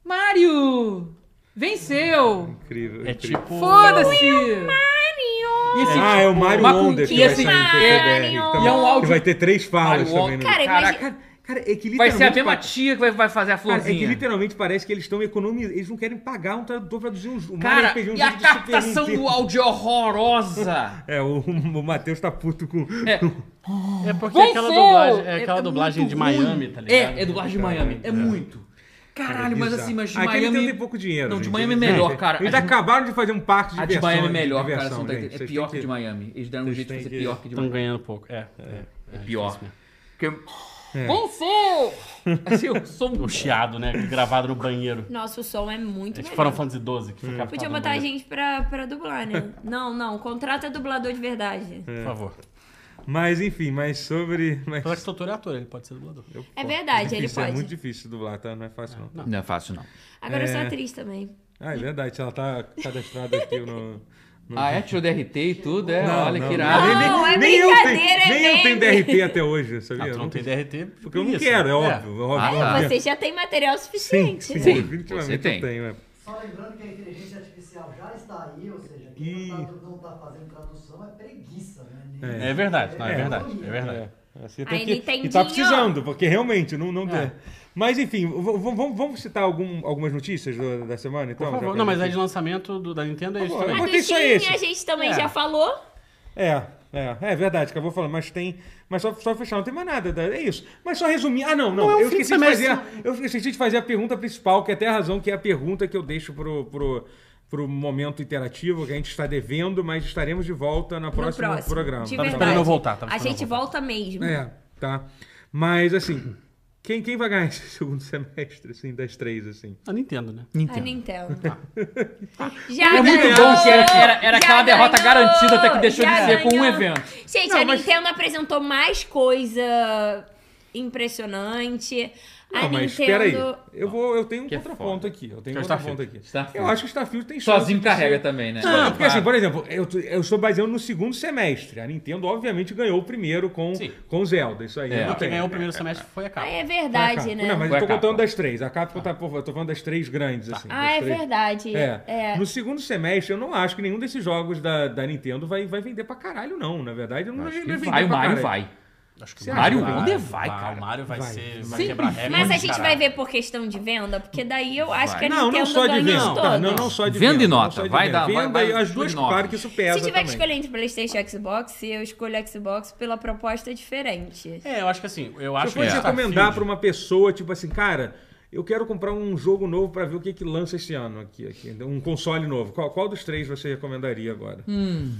Speaker 2: Mario! Venceu!
Speaker 1: Incrível.
Speaker 5: É
Speaker 1: incrível.
Speaker 5: tipo.
Speaker 2: Foda-se! Mario! E assim,
Speaker 1: Ah, é o Mario
Speaker 2: Mas com-
Speaker 1: Wonder que
Speaker 2: e
Speaker 1: vai
Speaker 2: assim,
Speaker 1: sair no PTBR.
Speaker 6: Mario!
Speaker 1: também,
Speaker 2: E é um áudio-
Speaker 1: então. Que vai ter três falas
Speaker 2: Mario
Speaker 1: também.
Speaker 2: Wonder.
Speaker 1: né?
Speaker 6: Cara,
Speaker 2: Caraca,
Speaker 6: imagina-
Speaker 1: Cara, é que literalmente.
Speaker 2: vai ser a mesma
Speaker 1: pa-
Speaker 2: tia que vai, vai fazer a
Speaker 1: Cara, é que
Speaker 2: florzinha.
Speaker 1: literalmente parece que eles estão economizando. Eles não querem pagar um tradutor pra traduzir um jogo.
Speaker 2: Cara,
Speaker 1: um
Speaker 2: e
Speaker 1: jogo
Speaker 2: a
Speaker 1: de Super
Speaker 2: captação
Speaker 1: Nintendo.
Speaker 2: do áudio é horrorosa!
Speaker 1: É, o, o Matheus tá puto com.
Speaker 2: É,
Speaker 5: É porque
Speaker 2: Venceu!
Speaker 5: aquela dublagem, é aquela
Speaker 2: é
Speaker 5: dublagem
Speaker 2: muito
Speaker 5: de
Speaker 2: ruim.
Speaker 5: Miami, tá ligado?
Speaker 2: É, é dublagem de Miami. É, muito. Caralho, mas
Speaker 1: é bizarro.
Speaker 2: assim, mas de
Speaker 1: Aqui ele
Speaker 2: Miami...
Speaker 1: tem um pouco dinheiro.
Speaker 2: Não, de
Speaker 1: gente.
Speaker 2: Miami é
Speaker 1: Eles-
Speaker 2: melhor,
Speaker 1: eles-
Speaker 2: cara.
Speaker 1: Eles
Speaker 2: A de-
Speaker 1: acabaram de fazer um parque de
Speaker 2: A de
Speaker 1: diversão.
Speaker 2: Miami é
Speaker 1: de
Speaker 2: melhor, cara.
Speaker 1: diversão,
Speaker 2: você não tá
Speaker 1: gente.
Speaker 2: entendendo. É
Speaker 1: Vocês
Speaker 2: pior que
Speaker 1: têm
Speaker 2: de Miami. Eles deram um
Speaker 1: vocês
Speaker 2: jeito de
Speaker 1: têm
Speaker 2: fazer
Speaker 1: que-
Speaker 2: pior que de
Speaker 5: Estão
Speaker 2: Miami.
Speaker 5: ganhando pouco. É.
Speaker 2: É pior. Porque...
Speaker 1: É.
Speaker 2: Venceu! Assim, o som...
Speaker 5: O chiado, né? Gravado no banheiro.
Speaker 4: Nosso som é muito
Speaker 5: É tipo
Speaker 4: melhor.
Speaker 5: Final Fantasy XII, que foi captado
Speaker 4: Podia
Speaker 5: no
Speaker 4: botar a
Speaker 5: banheiro.
Speaker 4: gente pra, pra dublar, né? não, não. Contrata dublador de verdade.
Speaker 5: Por favor.
Speaker 1: Mas enfim, mas sobre. Mas...
Speaker 5: Apesar que esse autor é ator, ele pode ser dublador. Ah,
Speaker 4: É verdade, ele
Speaker 1: Isso é muito
Speaker 4: pode.
Speaker 1: difícil dublar, tá? Não é fácil, não.
Speaker 2: Não é fácil, não.
Speaker 4: Agora eu sou
Speaker 1: É.
Speaker 4: atriz também.
Speaker 1: Ah, é verdade. Ela tá cadastrada aqui no. no-
Speaker 2: Ah, é? Tirou DRT e tudo? É,
Speaker 1: Não,
Speaker 2: olha
Speaker 1: não,
Speaker 2: que
Speaker 1: nem-
Speaker 2: irado.
Speaker 1: nem-
Speaker 4: Não, é
Speaker 1: nem eu
Speaker 4: brincadeira,
Speaker 1: tenho,
Speaker 4: é
Speaker 1: nem eu tenho
Speaker 4: meme.
Speaker 1: DRT até hoje, sabia?
Speaker 5: Ah, tu não
Speaker 1: Não-
Speaker 5: tem DRT
Speaker 1: Porque eu não
Speaker 5: preguiça.
Speaker 1: quero, é óbvio. é óbvio.
Speaker 2: Ah,
Speaker 6: Você já tem material
Speaker 1: Sim,
Speaker 6: suficiente.
Speaker 1: sim,
Speaker 4: né?
Speaker 2: Sim,
Speaker 1: definitivamente
Speaker 2: você tem.
Speaker 1: eu tenho. é.
Speaker 7: Só lembrando que a inteligência artificial já está aí, ou seja,
Speaker 1: Ih.
Speaker 7: quem não tá- não tá fazendo tradução é preguiça, né?
Speaker 5: É verdade, não, é,
Speaker 7: É.
Speaker 5: verdade, é verdade.
Speaker 1: É, assim,
Speaker 4: Aí,
Speaker 1: tem que, e
Speaker 4: Nintendinho.
Speaker 1: tá precisando, porque realmente não, não
Speaker 5: É.
Speaker 4: Ah.
Speaker 1: tem. Mas enfim, v- v- vamos, vamos citar algum- algumas notícias do- da semana, então?
Speaker 5: Por
Speaker 1: já
Speaker 5: favor.
Speaker 1: pra
Speaker 5: Não, mas
Speaker 1: gente-
Speaker 5: é de lançamento do- da Nintendo é isso
Speaker 1: Por favor.
Speaker 5: também.
Speaker 4: A do
Speaker 1: Botei só
Speaker 4: Steam
Speaker 1: esse.
Speaker 4: a gente também
Speaker 5: É.
Speaker 4: já falou.
Speaker 1: É, é, é verdade, acabou falando, mas tem. Mas só, só fechar, não tem mais nada, tá? é isso. Mas só resumir. Ah, não, não.
Speaker 5: Não, é um
Speaker 1: eu,
Speaker 5: fim de
Speaker 1: esqueci de fazer, a-
Speaker 5: semestre.
Speaker 1: eu esqueci de fazer a pergunta principal, que é até a razão, que é a pergunta que eu deixo pro. pro pro momento interativo que a gente está devendo, mas estaremos de volta na próxima
Speaker 4: no próximo.
Speaker 1: programa.
Speaker 4: De
Speaker 1: tá?
Speaker 5: Tava
Speaker 4: verdade.
Speaker 5: esperando eu voltar, tava
Speaker 4: a
Speaker 5: esperando
Speaker 4: gente
Speaker 5: eu voltar.
Speaker 4: volta mesmo.
Speaker 1: É, tá. Mas assim, quem, quem vai ganhar esse segundo semestre, assim, das três, assim?
Speaker 5: A Nintendo, né?
Speaker 4: A Nintendo. já
Speaker 2: É muito
Speaker 4: ganhou!
Speaker 2: bom que era, era- era
Speaker 4: Já
Speaker 2: aquela derrota
Speaker 4: ganhou!
Speaker 2: garantida até que deixou
Speaker 4: Já
Speaker 2: de ser com um
Speaker 4: ganhou!
Speaker 2: evento.
Speaker 4: Gente,
Speaker 1: Não,
Speaker 4: a
Speaker 1: mas-
Speaker 4: Nintendo apresentou mais coisa impressionante. A
Speaker 1: Não, mas
Speaker 4: Nintendo.
Speaker 1: peraí. Eu, vou, eu tenho um
Speaker 2: Que é
Speaker 1: contraponto
Speaker 2: foda.
Speaker 1: aqui. Eu tenho
Speaker 5: Que é
Speaker 1: um
Speaker 5: o
Speaker 1: contraponto aqui.
Speaker 2: Starfield.
Speaker 1: Eu acho que o Starfield tem chance
Speaker 2: Sozinho
Speaker 1: de
Speaker 2: carrega
Speaker 1: ser-
Speaker 2: também, né?
Speaker 1: Não, porque assim,
Speaker 2: Claro.
Speaker 1: por exemplo, eu, tô- eu estou baseando no segundo semestre. A Nintendo, obviamente, ganhou o primeiro com,
Speaker 5: Sim.
Speaker 1: com Zelda. Isso aí.
Speaker 2: É,
Speaker 1: não
Speaker 5: O que
Speaker 1: tem.
Speaker 5: ganhou o primeiro semestre foi a
Speaker 4: Ah,
Speaker 2: Tá.
Speaker 5: capa.
Speaker 4: é
Speaker 1: Foi a
Speaker 4: verdade,
Speaker 1: Capcom.
Speaker 4: né?
Speaker 1: Não, mas
Speaker 2: Foi
Speaker 1: eu tô
Speaker 2: a Capcom.
Speaker 1: contando das três. A Capcom tá, pô, eu tô falando das três grandes,
Speaker 2: Tá.
Speaker 1: assim.
Speaker 4: Ah,
Speaker 1: das
Speaker 4: é
Speaker 1: três.
Speaker 4: verdade.
Speaker 1: É.
Speaker 4: É.
Speaker 1: No segundo semestre, eu não acho que nenhum desses jogos da, da Nintendo vai, vai vender pra caralho, não. Na verdade, eu não vai vender
Speaker 2: Vai, o
Speaker 1: pra
Speaker 2: Mario
Speaker 1: caralho.
Speaker 2: vai.
Speaker 5: Acho que
Speaker 1: Você
Speaker 5: o
Speaker 1: acha
Speaker 5: Mario
Speaker 1: que vai?
Speaker 5: Wonder vai,
Speaker 2: Vai,
Speaker 5: cara.
Speaker 2: o
Speaker 5: O Mario vai,
Speaker 1: vai.
Speaker 5: ser, vai
Speaker 2: Sempre
Speaker 5: quebrar recorde.
Speaker 4: Mas a gente vai
Speaker 5: caralho.
Speaker 4: ver por questão de venda, porque daí eu acho que a
Speaker 1: Não,
Speaker 4: Nintendo
Speaker 1: não só de
Speaker 4: ganha
Speaker 1: venda.
Speaker 4: isso
Speaker 1: tá?
Speaker 4: todas.
Speaker 1: não, não só de
Speaker 2: Venda e
Speaker 1: venda. não
Speaker 2: nota,
Speaker 1: só de
Speaker 2: vai
Speaker 1: venda.
Speaker 2: dar- vai-
Speaker 1: Venda
Speaker 2: vai
Speaker 1: e as
Speaker 2: os
Speaker 1: duas,
Speaker 2: nove.
Speaker 1: claro que isso
Speaker 2: é
Speaker 1: pesa
Speaker 4: Se tiver que
Speaker 1: também.
Speaker 4: escolher entre PlayStation e Xbox, eu escolho Xbox pela proposta diferente.
Speaker 5: É, eu acho que assim, eu
Speaker 1: Se
Speaker 5: acho
Speaker 1: eu fosse
Speaker 5: que
Speaker 2: é.
Speaker 1: recomendar pra uma pessoa, tipo assim, cara, eu quero comprar um jogo novo pra ver o que que lança esse ano aqui, aqui, um console novo. Qual, qual dos três você recomendaria agora?
Speaker 2: Hum.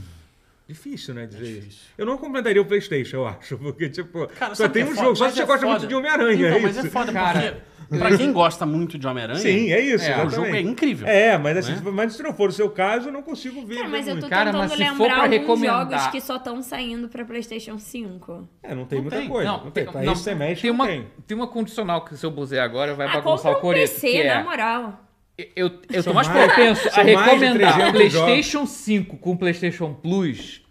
Speaker 1: Difícil, né,
Speaker 2: É
Speaker 1: dizer isso. Eu não recomendaria o PlayStation, eu acho, porque tipo,
Speaker 5: Cara,
Speaker 1: só
Speaker 5: sabe
Speaker 1: tem
Speaker 5: que é
Speaker 1: um
Speaker 5: foda?
Speaker 1: jogo, só
Speaker 5: Mas
Speaker 1: se você
Speaker 5: é
Speaker 1: gosta
Speaker 5: foda.
Speaker 1: muito de Homem-Aranha,
Speaker 5: Então,
Speaker 1: é
Speaker 5: mas
Speaker 1: isso.
Speaker 5: é foda
Speaker 2: Cara,
Speaker 5: porque Pra quem gosta muito de Homem-Aranha,
Speaker 1: Sim, é isso.
Speaker 2: É, o
Speaker 5: o jogo é
Speaker 1: exatamente.
Speaker 5: incrível.
Speaker 1: É, mas assim,
Speaker 5: Né?
Speaker 1: mas se não for o seu caso, eu não consigo ver.
Speaker 4: Cara,
Speaker 1: ver
Speaker 4: É, mas eu
Speaker 1: muito.
Speaker 4: tô
Speaker 2: Cara, mas
Speaker 4: tentando
Speaker 2: se for pra
Speaker 4: lembrar alguns
Speaker 2: recomendar-
Speaker 4: jogos que só estão saindo pra PlayStation 5.
Speaker 1: É, não tem
Speaker 5: Não
Speaker 1: muita
Speaker 5: tem.
Speaker 1: coisa. Não, tem. Pra esse semestre
Speaker 2: tem
Speaker 1: não
Speaker 2: uma,
Speaker 1: tipo, tem.
Speaker 2: tem uma condicional que se eu buzer agora vai
Speaker 4: Ah,
Speaker 2: bagunçar
Speaker 4: compra
Speaker 2: o
Speaker 4: um
Speaker 2: Coreto. que
Speaker 4: PC,
Speaker 2: é,
Speaker 4: na moral.
Speaker 2: Eu, eu
Speaker 1: São
Speaker 2: tô mais
Speaker 1: mais-
Speaker 2: propenso a
Speaker 1: são mais de 300
Speaker 2: recomendar PlayStation 5 com PlayStation Plus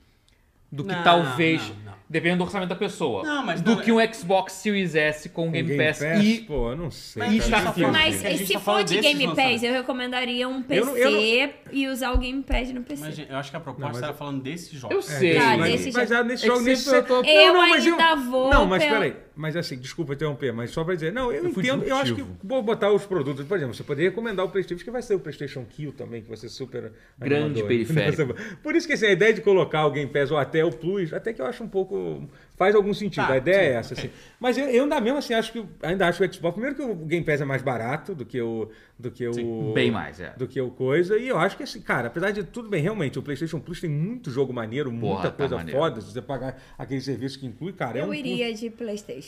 Speaker 2: do que
Speaker 5: Não,
Speaker 2: talvez,
Speaker 5: não, não.
Speaker 2: dependendo do orçamento da pessoa,
Speaker 5: Não, mas
Speaker 2: do
Speaker 5: não,
Speaker 2: que um Xbox Series S com Game, Pass, e
Speaker 1: pô, eu não sei.
Speaker 3: Mas
Speaker 1: cara,
Speaker 2: está
Speaker 1: difícil.
Speaker 3: Entendi.
Speaker 4: Mas
Speaker 3: A gente
Speaker 4: se
Speaker 3: tá
Speaker 4: for
Speaker 3: falando
Speaker 4: de
Speaker 3: desses
Speaker 4: Game Pass,
Speaker 3: lançamentos.
Speaker 4: eu recomendaria um PC
Speaker 1: Eu não- eu
Speaker 4: e usar o Gamepad no PC.
Speaker 5: Mas, gente, eu acho que a proposta
Speaker 1: Não, mas
Speaker 5: era
Speaker 1: eu- É.
Speaker 5: falando desses jogos.
Speaker 2: eu sei.
Speaker 4: Tá,
Speaker 1: mas,
Speaker 4: desse
Speaker 1: mas
Speaker 4: jeito.
Speaker 1: ah, nesse
Speaker 2: É que
Speaker 1: jogo, nesse
Speaker 2: sempre eu
Speaker 1: não,
Speaker 2: tô-
Speaker 1: não, mas
Speaker 4: ainda vou
Speaker 1: Não, mas
Speaker 4: pela-
Speaker 1: peraí. Mas assim, desculpa interromper, mas só pra dizer. Não, eu,
Speaker 2: Eu fui
Speaker 1: entendo. Eu acho que
Speaker 2: disruptivo.
Speaker 1: vou botar os produtos. Por exemplo, você poderia recomendar o PlayStation, que vai ser o PlayStation Kill também, que vai ser super.
Speaker 2: Grande
Speaker 1: animador.
Speaker 2: periférico.
Speaker 1: Por isso que assim, a ideia de colocar o Game Pass ou até o Plus, até que eu acho um pouco. Faz algum sentido.
Speaker 5: Tá,
Speaker 1: a ideia é essa. Assim. Mas eu, eu ainda mesmo assim acho que. Ainda acho que o Xbox. Primeiro que o Game Pass é mais barato do que o. Do que o
Speaker 2: bem mais, é.
Speaker 1: do que o coisa. E eu acho que assim, cara, apesar de tudo bem, realmente, o PlayStation Plus tem muito jogo maneiro, muita
Speaker 2: tá
Speaker 1: coisa
Speaker 2: maneiro.
Speaker 1: foda. Se você pagar aquele serviço que inclui, cara, é
Speaker 4: eu
Speaker 1: um.
Speaker 4: iria de PlayStation.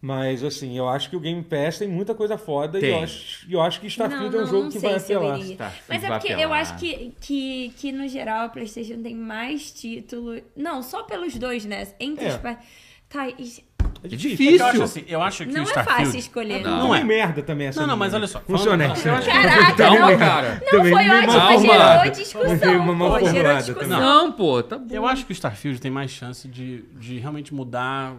Speaker 1: Mas assim, eu acho que o Game Pass tem muita coisa foda e
Speaker 2: Tem.
Speaker 1: eu acho, e eu acho que
Speaker 4: não,
Speaker 1: Starfield
Speaker 4: não,
Speaker 1: é um jogo
Speaker 4: não
Speaker 1: que
Speaker 4: sei
Speaker 1: vai
Speaker 4: se eu
Speaker 1: apelar.
Speaker 4: iria.
Speaker 2: Starfield
Speaker 4: Mas é
Speaker 2: Tá, vai
Speaker 4: porque eu
Speaker 2: apelar.
Speaker 4: acho que, que, que, no geral, a PlayStation tem mais títulos. Não, só pelos dois, né? Entre
Speaker 1: É.
Speaker 4: os pais. Tá, e-
Speaker 1: É
Speaker 5: É que Eu
Speaker 2: difícil.
Speaker 5: acho, assim, eu acho que
Speaker 4: não é
Speaker 5: o Starfield...
Speaker 4: fácil escolher.
Speaker 5: Não,
Speaker 1: Não
Speaker 5: é.
Speaker 1: é merda também essa
Speaker 5: Não, não,
Speaker 1: menina.
Speaker 5: mas olha só, falando-
Speaker 1: Funcionante.
Speaker 2: Eu acho que-
Speaker 4: Caraca,
Speaker 2: Calma,
Speaker 4: não,
Speaker 2: cara.
Speaker 4: Não,
Speaker 1: Também
Speaker 4: foi
Speaker 1: meio
Speaker 4: ótimo,
Speaker 1: mal
Speaker 2: formulado.
Speaker 4: gerou
Speaker 1: Meio
Speaker 4: discussão.
Speaker 1: mal
Speaker 4: Pô, gerou
Speaker 1: formulado
Speaker 4: discussão.
Speaker 1: também.
Speaker 2: Não, pô, tá bom.
Speaker 5: Eu acho que o Starfield tem mais chance de, de realmente mudar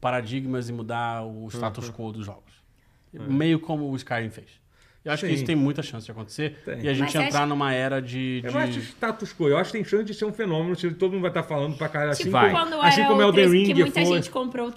Speaker 5: paradigmas e mudar o
Speaker 1: Uhum.
Speaker 5: status quo dos jogos. Meio como o Skyrim fez. Eu acho que
Speaker 1: É. Sim.
Speaker 5: isso tem muita chance de acontecer.
Speaker 1: Tem.
Speaker 5: E a gente
Speaker 4: Mas
Speaker 5: entrar numa era de... de-
Speaker 1: Eu acho status quo, eu acho que tem chance de ser um fenômeno, se todo mundo vai estar falando pra caralho assim,
Speaker 4: Tipo
Speaker 2: vai.
Speaker 4: quando
Speaker 1: assim
Speaker 4: era
Speaker 1: como
Speaker 4: o
Speaker 1: Elden
Speaker 4: 3,
Speaker 1: Ring
Speaker 4: que muita
Speaker 1: foi.
Speaker 4: gente comprou o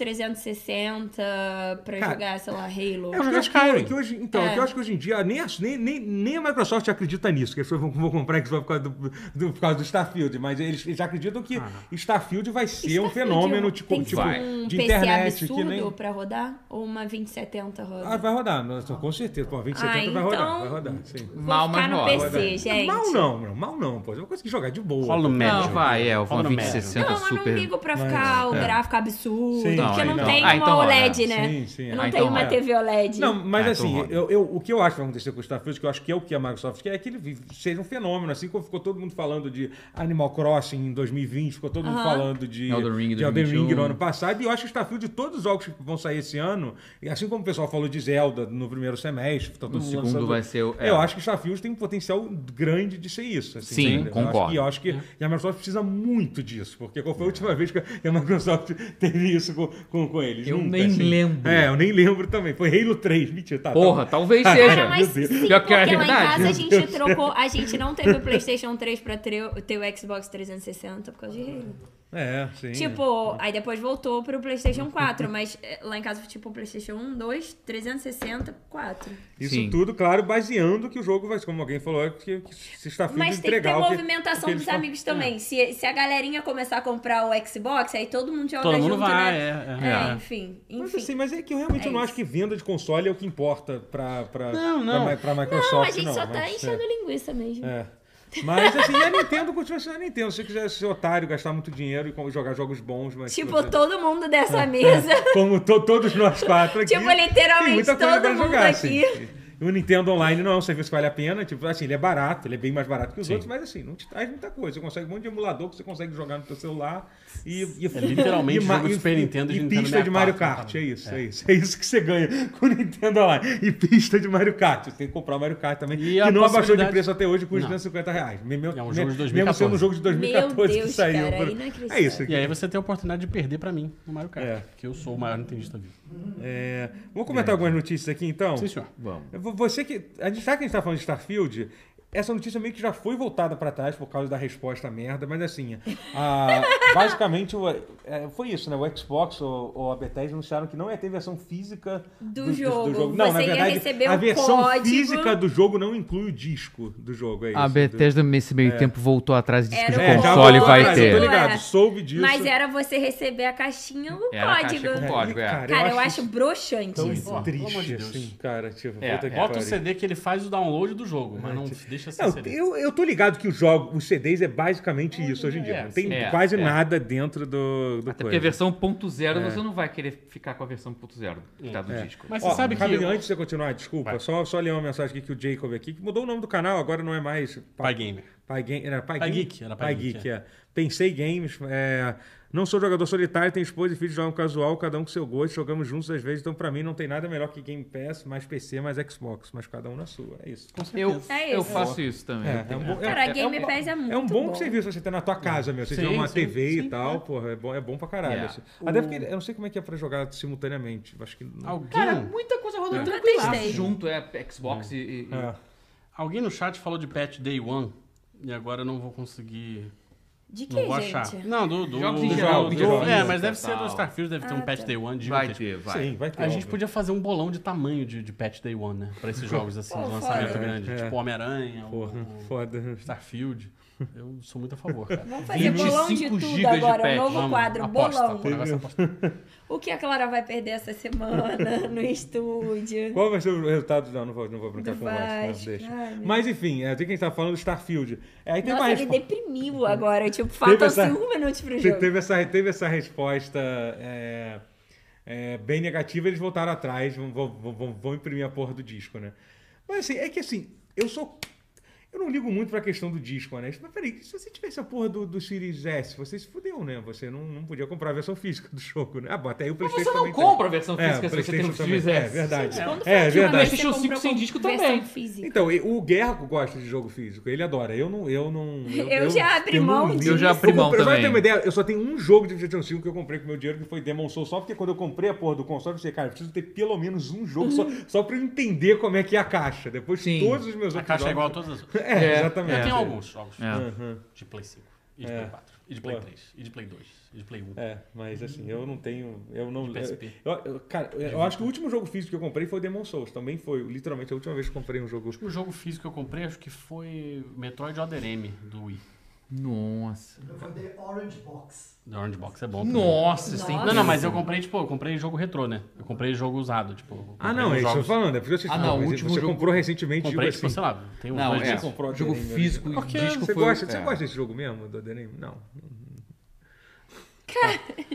Speaker 4: 360 pra
Speaker 1: Cara,
Speaker 4: jogar, sei lá, Halo.
Speaker 1: É um
Speaker 5: jogar
Speaker 1: negócio que,
Speaker 5: Skyrim.
Speaker 1: que hoje, então,
Speaker 4: É.
Speaker 1: que eu acho que hoje em dia nem, a- nem, nem, nem a Microsoft acredita nisso, que eles vão, vão comprar Xbox por causa do, do- por causa do Starfield, mas eles, eles acreditam que Starfield vai ser um
Speaker 4: Starfield
Speaker 1: fenômeno tipo,
Speaker 4: tem que
Speaker 1: tipo,
Speaker 4: ser
Speaker 2: vai.
Speaker 4: um
Speaker 1: de
Speaker 4: PC
Speaker 1: internet
Speaker 4: absurdo
Speaker 1: que nem
Speaker 4: pra rodar ou uma 2070 roda?
Speaker 1: ah, vai rodar, mas, com certeza. Pô, 2070
Speaker 4: Ah,
Speaker 1: vai rodar,
Speaker 4: então-
Speaker 1: vai rodar, sim.
Speaker 4: Vou
Speaker 2: Mal,
Speaker 4: ficar
Speaker 2: mas
Speaker 4: no
Speaker 2: roda.
Speaker 4: PC,
Speaker 1: Vai rodar.
Speaker 4: gente.
Speaker 1: Mal não, não, mal não, pô. é Eu vou conseguir jogar de boa.
Speaker 5: Fala no médio.
Speaker 2: Não, vai, é,
Speaker 5: assim, Fala
Speaker 2: uma
Speaker 5: no médio.
Speaker 2: 2060
Speaker 4: Não, eu não
Speaker 2: super.
Speaker 4: ligo pra
Speaker 1: Mas,
Speaker 4: ficar o
Speaker 1: é.
Speaker 4: gráfico absurdo,
Speaker 1: Sim.
Speaker 4: porque
Speaker 2: Não,
Speaker 4: não
Speaker 2: então-
Speaker 4: tem
Speaker 2: Ah,
Speaker 4: uma
Speaker 2: então roda.
Speaker 4: OLED, né?
Speaker 1: Sim, sim. é.
Speaker 4: Eu não
Speaker 2: Ah,
Speaker 4: tenho
Speaker 2: então
Speaker 4: uma
Speaker 2: roda.
Speaker 4: TV OLED.
Speaker 1: Não, mas
Speaker 2: Ah, então
Speaker 1: assim,
Speaker 2: roda.
Speaker 1: eu, eu- o que eu acho que vai acontecer com o Starfield, que eu acho que é o que a Microsoft quer, é que ele vi- seja um fenômeno, assim como ficou todo mundo falando de Animal Crossing em 2020, ficou todo mundo
Speaker 4: Aham.
Speaker 1: falando de
Speaker 2: Elden Ring em
Speaker 1: de Elden Ring
Speaker 2: 2021.
Speaker 1: no ano passado, e eu acho que o Starfield, de todos os jogos que vão sair esse ano, e assim como o pessoal falou de Zelda no primeiro semestre, tá todo
Speaker 2: No
Speaker 1: mundo
Speaker 2: segundo
Speaker 1: lançando-
Speaker 2: vai ser o- é.
Speaker 1: Eu acho que o Starfield tem um potencial grande de ser isso. assim,
Speaker 2: Sim,
Speaker 1: entendeu? Eu acho
Speaker 2: concordo. É.
Speaker 1: que- eu acho que e a Microsoft precisa muito disso, porque qual foi a última vez que a Microsoft teve isso com, com, com eles?
Speaker 2: Eu
Speaker 1: Nunca,
Speaker 2: nem
Speaker 1: assim.
Speaker 2: lembro.
Speaker 1: É, eu nem lembro também. Foi Halo 3, mentira. Tá,
Speaker 2: Porra,
Speaker 1: tá.
Speaker 2: talvez
Speaker 4: Cara,
Speaker 2: seja.
Speaker 4: mas
Speaker 1: Meu
Speaker 4: sim,
Speaker 1: Deus.
Speaker 4: porque
Speaker 2: Pior que é
Speaker 4: lá em
Speaker 2: verdade.
Speaker 4: casa a
Speaker 2: Meu
Speaker 4: gente trocou, a gente não teve o PlayStation 3 pra ter, ter o Xbox 360 por causa de Halo.
Speaker 1: É, sim.
Speaker 4: Tipo, aí depois voltou pro PlayStation 4, mas é, lá em casa foi tipo PlayStation 1, 2, 360, 4.
Speaker 1: Isso
Speaker 2: Sim.
Speaker 1: tudo, claro, baseando que o jogo vai ser, como alguém falou, é que, que se está
Speaker 4: Mas tem que ter
Speaker 1: entregar o que- é. o
Speaker 4: movimentação
Speaker 1: que eles
Speaker 4: dos
Speaker 1: falam.
Speaker 4: amigos também. Se, se a galerinha começar a comprar o Xbox, aí todo mundo joga
Speaker 5: Todo
Speaker 4: junto,
Speaker 5: mundo vai,
Speaker 4: né?
Speaker 5: é, é.
Speaker 4: enfim,
Speaker 1: Mas
Speaker 4: enfim.
Speaker 1: assim, mas é que eu realmente
Speaker 4: É
Speaker 1: não acho
Speaker 4: isso.
Speaker 1: que venda de console é o que importa pra, pra,
Speaker 5: Não, não.
Speaker 1: pra, Mi- pra Microsoft.
Speaker 4: não, a gente só tá
Speaker 1: mas,
Speaker 4: enchendo linguiça mesmo.
Speaker 1: É. é. Mas assim, e a Nintendo continua sendo a Nintendo. Se você quiser ser otário, gastar muito dinheiro e co- jogar jogos bons, mas. é.
Speaker 4: Tipo,
Speaker 1: você-
Speaker 4: todo mundo dessa mesa.
Speaker 1: Como to- todos nós quatro aqui.
Speaker 4: Tipo, literalmente
Speaker 1: tem muita coisa
Speaker 4: todo
Speaker 1: pra
Speaker 4: mundo
Speaker 1: jogar,
Speaker 4: aqui.
Speaker 1: assim. E O Nintendo Online não é um serviço que vale a pena. Tipo, assim, ele é barato, ele é bem mais barato que os
Speaker 5: Sim.
Speaker 1: outros, mas assim, não te traz muita coisa. Você consegue um monte de emulador que você consegue jogar no teu celular e. e
Speaker 5: É literalmente
Speaker 1: ma-
Speaker 5: jogo de Super Nintendo
Speaker 1: e,
Speaker 5: de
Speaker 1: e
Speaker 5: Nintendo
Speaker 1: pista de Mario
Speaker 5: 64,
Speaker 1: Kart. É
Speaker 5: né?
Speaker 1: isso, é. isso. É isso que você ganha com o Nintendo Online. E pista de Mario Kart. Você tem que comprar o Mario Kart também.
Speaker 5: E
Speaker 1: que
Speaker 5: a
Speaker 1: não abaixou de
Speaker 5: possibilidade-
Speaker 1: preço até hoje, custa
Speaker 5: Não.
Speaker 1: 250 reais. Me- me-
Speaker 5: É um jogo de
Speaker 1: Mesmo sendo
Speaker 5: 2014.
Speaker 1: um jogo de 2014
Speaker 4: Meu
Speaker 1: que
Speaker 4: Deus,
Speaker 1: saiu.
Speaker 4: cara,
Speaker 1: é
Speaker 4: inacreditável.
Speaker 1: isso.
Speaker 5: E aí você tem a oportunidade de perder pra mim no Mario Kart.
Speaker 1: É.
Speaker 5: Que eu sou o maior nintendista vivo.
Speaker 1: É, vamos comentar algumas notícias aqui então?
Speaker 5: Sim, senhor.
Speaker 2: Vamos.
Speaker 1: Vo- Você que. A gente sabe que a gente tá falando de Starfield. Essa notícia meio que já foi voltada para trás por causa da resposta merda, mas assim, a- basicamente o- é, foi isso, né? O Xbox ou, ou a Bethesda anunciaram que não ia ter versão física
Speaker 4: Do jogo.
Speaker 1: Não, na
Speaker 4: Você ia
Speaker 1: verdade,
Speaker 4: receber
Speaker 1: a
Speaker 4: o
Speaker 1: versão
Speaker 4: código.
Speaker 1: física do jogo não inclui o disco do jogo, é isso.
Speaker 2: A Bethesda nesse meio tempo voltou atrás e disse que
Speaker 4: Era
Speaker 2: o
Speaker 4: o
Speaker 1: É. já
Speaker 2: console
Speaker 1: vou-
Speaker 4: console,
Speaker 2: vai
Speaker 1: mas Eu tô
Speaker 2: ter.
Speaker 1: ligado,
Speaker 4: É.
Speaker 1: soube disso.
Speaker 4: Mas era você receber a caixinha o
Speaker 2: Era a
Speaker 4: código.
Speaker 2: caixa com
Speaker 1: É,
Speaker 2: código, é.
Speaker 1: cara,
Speaker 4: Cara, eu acho
Speaker 1: isso Então,
Speaker 4: broxante
Speaker 1: tão
Speaker 4: isso.
Speaker 5: Pô, pelo amor
Speaker 1: triste,
Speaker 5: de Deus.
Speaker 1: assim, cara, tipo,
Speaker 2: É,
Speaker 1: puta que
Speaker 5: Bota o
Speaker 1: pariu.
Speaker 5: CD que ele faz o download do jogo, mas não deixa deixa sem
Speaker 1: Não,
Speaker 5: CD.
Speaker 1: eu, eu tô ligado que os jogos, os CDs é basicamente isso hoje em dia. Não tem
Speaker 2: É,
Speaker 1: quase
Speaker 2: é.
Speaker 1: nada dentro do, do
Speaker 2: Até porque a
Speaker 1: coisa. É.
Speaker 2: versão 1.0 você não vai querer ficar com a versão 1.0 que tá do disco.
Speaker 5: É. Mas
Speaker 1: Ó,
Speaker 5: você sabe que.
Speaker 1: Fábio,
Speaker 5: eu-
Speaker 1: antes de você continuar, desculpa,
Speaker 5: Vai.
Speaker 1: só, só ler uma mensagem aqui que o Jacob aqui, que mudou o nome do canal, agora não é mais.
Speaker 5: Pai Gamer.
Speaker 1: Pai Game, era Pai,
Speaker 5: Pai
Speaker 1: Game?
Speaker 5: Geek, era Pai
Speaker 1: Pai
Speaker 5: Geek,
Speaker 1: Geek, é. Pensei Games, é, não sou jogador solitário, tenho esposa e filhos, jogam casual, cada um com seu gosto, jogamos juntos às vezes, então pra mim não tem nada melhor que Game Pass, mais PC, mais Xbox, mas cada um na sua, é isso.
Speaker 2: Eu,
Speaker 4: É
Speaker 2: eu
Speaker 4: isso.
Speaker 2: faço isso também.
Speaker 1: É, é um bom, é-
Speaker 4: Cara, a
Speaker 2: é
Speaker 4: Game
Speaker 2: um-
Speaker 4: Pass é muito
Speaker 1: é um bom, serviço você ter na tua casa, meu. Você
Speaker 5: Sim,
Speaker 1: tem uma
Speaker 5: sim,
Speaker 1: TV
Speaker 5: sim,
Speaker 1: e tal,
Speaker 5: claro.
Speaker 1: porra, é bom, é bom pra caralho.
Speaker 2: É.
Speaker 1: assim. Até porque eu não sei como é que é pra jogar simultaneamente. Acho que não-
Speaker 5: Alguém,
Speaker 2: Cara, muita coisa rodando
Speaker 4: Nunca
Speaker 2: tranquilaço
Speaker 4: testei.
Speaker 2: junto, é Xbox e... e-
Speaker 1: É.
Speaker 5: alguém no chat falou de patch day one. E agora eu não vou conseguir.
Speaker 6: De que,
Speaker 5: Não vou
Speaker 6: gente?
Speaker 5: achar. Não, do. do
Speaker 2: Jogos em
Speaker 5: do-
Speaker 1: geral,
Speaker 5: do-
Speaker 1: em geral.
Speaker 5: É, mas deve ser
Speaker 2: Tal.
Speaker 5: do Starfield, deve ter
Speaker 6: Ah,
Speaker 5: um
Speaker 6: tá.
Speaker 5: patch day one de
Speaker 2: Vai ter, vai.
Speaker 1: Sim, vai ter.
Speaker 5: A gente
Speaker 1: óbvio.
Speaker 5: podia fazer um bolão de tamanho de, de patch day one, né? Pra esses jogos assim, de
Speaker 6: Pô,
Speaker 5: lançamento
Speaker 6: foda.
Speaker 5: grande.
Speaker 1: É.
Speaker 5: Tipo Homem-Aranha, o-
Speaker 1: Porra,
Speaker 5: o
Speaker 1: foda.
Speaker 5: Starfield. Eu sou muito a favor, cara.
Speaker 6: Vamos fazer bolão de
Speaker 2: 25
Speaker 6: tudo
Speaker 2: gigas de
Speaker 6: agora,
Speaker 2: patch.
Speaker 6: um novo
Speaker 5: Vamos,
Speaker 6: quadro,
Speaker 5: aposta,
Speaker 6: bolão.
Speaker 5: pô, o negócio é aposta.
Speaker 6: O que a Clara vai perder essa semana no estúdio?
Speaker 1: Qual vai ser o resultado? Não, não vou, não vou brincar
Speaker 6: Do
Speaker 1: com mais,
Speaker 6: Vasco,
Speaker 1: deixa.
Speaker 6: ai, meu
Speaker 1: Mas enfim, é, tem quem tá falando do Starfield. É, Aí teve uma
Speaker 6: Nossa, ele
Speaker 1: resposta.
Speaker 6: deprimiu agora. Tipo,
Speaker 1: Teve
Speaker 6: faltam
Speaker 1: essa-
Speaker 6: cinco minutos pro
Speaker 1: Te-
Speaker 6: jogo.
Speaker 1: Teve essa, teve essa resposta é, é, bem negativa, eles voltaram atrás, vão, vão- vão- vão imprimir a porra do disco, né? Mas assim, é que assim, eu sou. Eu não ligo muito pra questão do disco, né? Mas peraí, se você tivesse a porra do, do Series S, você se fudeu, né? Você não, não podia comprar a versão física do jogo, né? Ah, bom, até aí o
Speaker 2: Mas
Speaker 1: PlayStation.
Speaker 2: você não
Speaker 1: também tem.
Speaker 2: compra a versão
Speaker 1: É,
Speaker 2: física
Speaker 1: o
Speaker 2: se você tem
Speaker 1: PlayStation
Speaker 2: um
Speaker 1: também.
Speaker 2: Series
Speaker 1: É
Speaker 2: S.
Speaker 1: verdade.
Speaker 6: Quando foi a
Speaker 1: É
Speaker 6: última vez
Speaker 1: verdade.
Speaker 6: que você
Speaker 2: PlayStation 5
Speaker 6: comprou
Speaker 2: sem
Speaker 6: com
Speaker 2: disco
Speaker 6: versão
Speaker 2: também.
Speaker 6: física?
Speaker 1: Então, e- o Guerra gosta de jogo físico, ele adora. Eu não. Eu, não,
Speaker 6: Eu já abri
Speaker 1: não
Speaker 6: mão
Speaker 1: ligo.
Speaker 6: disso. Eu já
Speaker 2: abri
Speaker 1: Eu
Speaker 2: mão
Speaker 1: comprei- pra
Speaker 2: também.
Speaker 1: ter uma ideia, eu só tenho um jogo de PlayStation 5 que eu comprei com meu dinheiro, que foi Demon Souls, só porque quando eu comprei a porra do console, eu pensei, cara, eu preciso ter pelo menos um jogo só, só pra eu entender como é que é a caixa. Depois
Speaker 2: Sim.
Speaker 1: todos os meus
Speaker 5: A
Speaker 1: outros
Speaker 5: caixa é igual a
Speaker 1: jogos-
Speaker 5: todas as outras.
Speaker 1: É,
Speaker 2: É.
Speaker 1: exatamente.
Speaker 5: Eu tenho alguns jogos
Speaker 2: É.
Speaker 5: de Play 5, e de
Speaker 1: É.
Speaker 5: Play 4, e de Play
Speaker 1: Boa.
Speaker 5: 3, e de Play 2, e de Play 1.
Speaker 1: É, mas assim, eu não tenho. Eu não.
Speaker 2: Tipo
Speaker 5: PSP.
Speaker 1: Eu, eu- cara, eu acho que o último jogo físico que eu comprei foi Demon Souls. Também foi, literalmente, a última vez que eu comprei um jogo.
Speaker 5: O jogo físico que eu comprei acho que foi Metroid Other M do Wii.
Speaker 2: Nossa.
Speaker 7: Eu vou ter Orange Box.
Speaker 5: Da Orange Box é bom. também.
Speaker 2: Nossa, sim.
Speaker 5: Não, não, mas eu comprei, tipo, eu comprei jogo retrô, né? Eu comprei jogo usado, tipo. eu
Speaker 1: Ah,
Speaker 5: comprei
Speaker 1: não, é
Speaker 5: uns
Speaker 1: isso que eu
Speaker 5: jogos-
Speaker 1: tô falando. É porque você,
Speaker 2: Ah, não, o último
Speaker 1: você
Speaker 2: jogo-
Speaker 1: comprou recentemente
Speaker 5: Comprei,
Speaker 1: jogo
Speaker 5: tipo,
Speaker 1: assim.
Speaker 5: sei lá, tem uns
Speaker 2: Não,
Speaker 5: dois
Speaker 2: é.
Speaker 5: dias.
Speaker 1: comprou
Speaker 2: Jogo
Speaker 1: Aderim,
Speaker 2: físico e
Speaker 5: Porque
Speaker 2: disco
Speaker 1: Você
Speaker 2: foi...
Speaker 1: gosta, você
Speaker 2: é.
Speaker 1: gosta desse jogo mesmo, do Aderim? Não.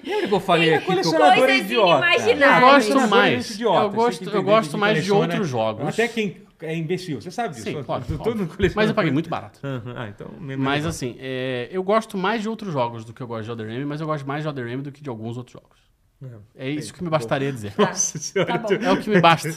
Speaker 2: Lembra que eu falei aqui que eu...
Speaker 1: colecionador
Speaker 6: Coisas
Speaker 1: é idiota.
Speaker 5: Eu
Speaker 6: inimagináveis.
Speaker 5: gosto mais.
Speaker 1: idiota,
Speaker 5: eu
Speaker 1: você
Speaker 5: gosto,
Speaker 1: tem que
Speaker 5: eu
Speaker 1: entender
Speaker 5: gosto
Speaker 1: que
Speaker 5: mais de
Speaker 1: coleciona-
Speaker 5: outros jogos.
Speaker 1: Até quem é imbecil, você sabe disso.
Speaker 5: Sim, pode.
Speaker 1: Todo
Speaker 5: óbvio.
Speaker 1: mundo coleciona
Speaker 5: Mas eu paguei
Speaker 1: coisa.
Speaker 5: muito barato.
Speaker 1: Aham, Ah, então... menos
Speaker 5: Mas
Speaker 1: mal.
Speaker 5: assim, é, eu gosto mais de outros jogos do que eu gosto de Other M, mas eu gosto mais de Other M do que de alguns outros jogos. É isso que me bastaria dizer.
Speaker 1: Nossa senhora.
Speaker 6: Tá
Speaker 1: então.
Speaker 6: bom,
Speaker 5: É o que me basta.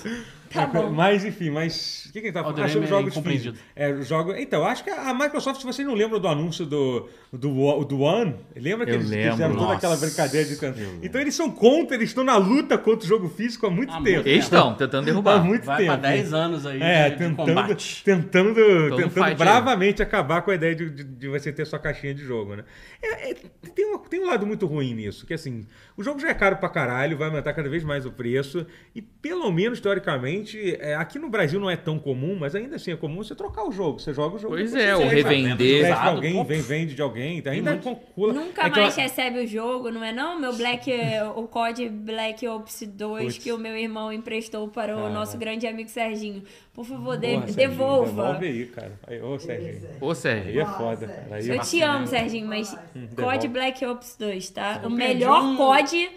Speaker 6: tá bom.
Speaker 1: Mas enfim, mas o que, que ele tá falando?
Speaker 5: Elden
Speaker 1: Ah, sobre
Speaker 5: Ring é
Speaker 1: jogos
Speaker 5: incompreendido.
Speaker 1: físicos. É, jogo... Então, acho que a Microsoft, se vocês não lembram do anúncio do, do, Wo- do One, lembra que
Speaker 2: Eu
Speaker 1: eles
Speaker 2: lembro.
Speaker 1: fizeram toda
Speaker 5: Nossa.
Speaker 1: aquela brincadeira de canto? Então eles são contra, eles estão na luta contra o jogo físico há muito
Speaker 5: Há
Speaker 1: tempo.
Speaker 5: muito
Speaker 2: Eles estão tentando
Speaker 1: Há
Speaker 2: derrubar.
Speaker 1: Tá muito
Speaker 5: Vai
Speaker 1: tempo.
Speaker 5: pra 10 anos aí
Speaker 1: É,
Speaker 2: né,
Speaker 5: de, de
Speaker 1: tentando,
Speaker 5: combate.
Speaker 1: tentando, tentando
Speaker 2: fight aí.
Speaker 1: bravamente acabar com a ideia de, de- de você ter sua caixinha de jogo, né? É, é, tem, uma- tem um lado muito ruim nisso, que assim, o jogo já é caro pra caralho, vai aumentar cada vez mais o preço, e pelo menos, teoricamente, é, aqui no Brasil não é tão comum, mas ainda assim é comum você trocar o jogo, você joga o jogo.
Speaker 2: Pois
Speaker 1: depois
Speaker 2: é,
Speaker 1: você
Speaker 2: ou
Speaker 1: vende pra-
Speaker 2: revender.
Speaker 1: vende pra
Speaker 5: Exato,
Speaker 1: alguém,
Speaker 5: pô.
Speaker 1: vem, vende de alguém, tá? ainda concula.
Speaker 6: Nunca
Speaker 1: é que
Speaker 6: mais
Speaker 1: eu-
Speaker 6: recebe o jogo, não é não? Meu Black, o COD Black Ops 2
Speaker 1: Putz.
Speaker 6: que o meu irmão emprestou para o nosso grande amigo Serginho. Por favor, de-
Speaker 1: Porra, Serginho,
Speaker 6: devolva.
Speaker 1: Devolve aí, cara. Aí, ô, Serginho.
Speaker 2: Ô,
Speaker 1: Aí
Speaker 2: Sérgio.
Speaker 1: é foda, cara. Aí
Speaker 6: Eu
Speaker 1: é-
Speaker 6: te amo, Serginho, mas COD
Speaker 1: devolve.
Speaker 6: Black Ops 2, tá? O
Speaker 5: perdi
Speaker 6: melhor
Speaker 5: um-
Speaker 6: COD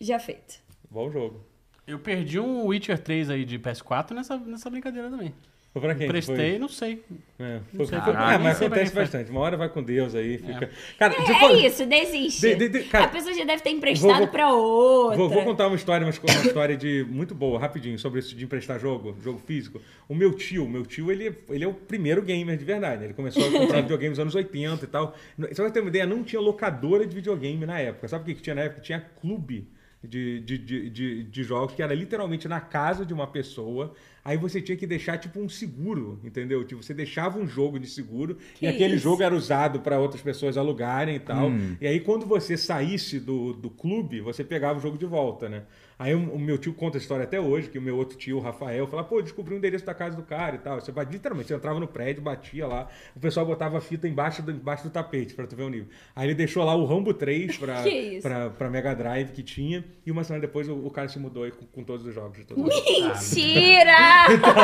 Speaker 6: já feito.
Speaker 1: Bom jogo.
Speaker 5: Eu perdi um Witcher 3 aí de PS4 nessa, nessa brincadeira também.
Speaker 1: Foi pra quem? que foi?
Speaker 5: Prestei, não sei.
Speaker 1: É, foi-
Speaker 5: sei.
Speaker 1: foi-
Speaker 5: Caralho,
Speaker 1: é, mas
Speaker 5: sei É. pra quem
Speaker 1: acontece
Speaker 5: foi.
Speaker 1: bastante. Uma hora vai com Deus aí, fica. Cara, deixa eu
Speaker 6: É,
Speaker 1: falar-
Speaker 6: é isso, desiste.
Speaker 1: De- de- de- cara,
Speaker 6: a pessoa já deve ter emprestado
Speaker 1: vou- vou-
Speaker 6: pra outra.
Speaker 1: Vou, vou contar uma história, mas uma história de muito boa, rapidinho, sobre isso de emprestar jogo, jogo físico. O meu tio, meu tio, ele, ele é o primeiro gamer de verdade. né? Ele começou a comprar videogame nos anos 80 e tal. Só pra ter uma ideia, não tinha locadora de videogame na época. Sabe o que que tinha na época? Tinha clube. De, de, de, de, de jogos que era literalmente na casa de uma pessoa, aí você tinha que deixar tipo um seguro, entendeu? Tipo, você deixava um jogo de seguro
Speaker 6: Que
Speaker 1: e aquele
Speaker 6: isso? Hum.
Speaker 1: jogo era usado para outras pessoas alugarem e tal. E aí, quando você saísse do, do clube, você pegava o jogo de volta, né? Aí o, o meu tio conta a história até hoje, que o meu outro tio, o Rafael, fala, pô, descobri o endereço da casa do cara e tal. Você bate- literalmente, você entrava no prédio, batia lá, o pessoal botava a fita embaixo do, embaixo do tapete, pra tu ver o nível. Aí ele deixou lá o Rambo 3 pra,
Speaker 6: Que isso?
Speaker 1: pra, pra Mega Drive que tinha, e uma semana depois o, o cara se mudou aí com, com todos os jogos de todo mundo.
Speaker 6: Mentira!
Speaker 1: Então,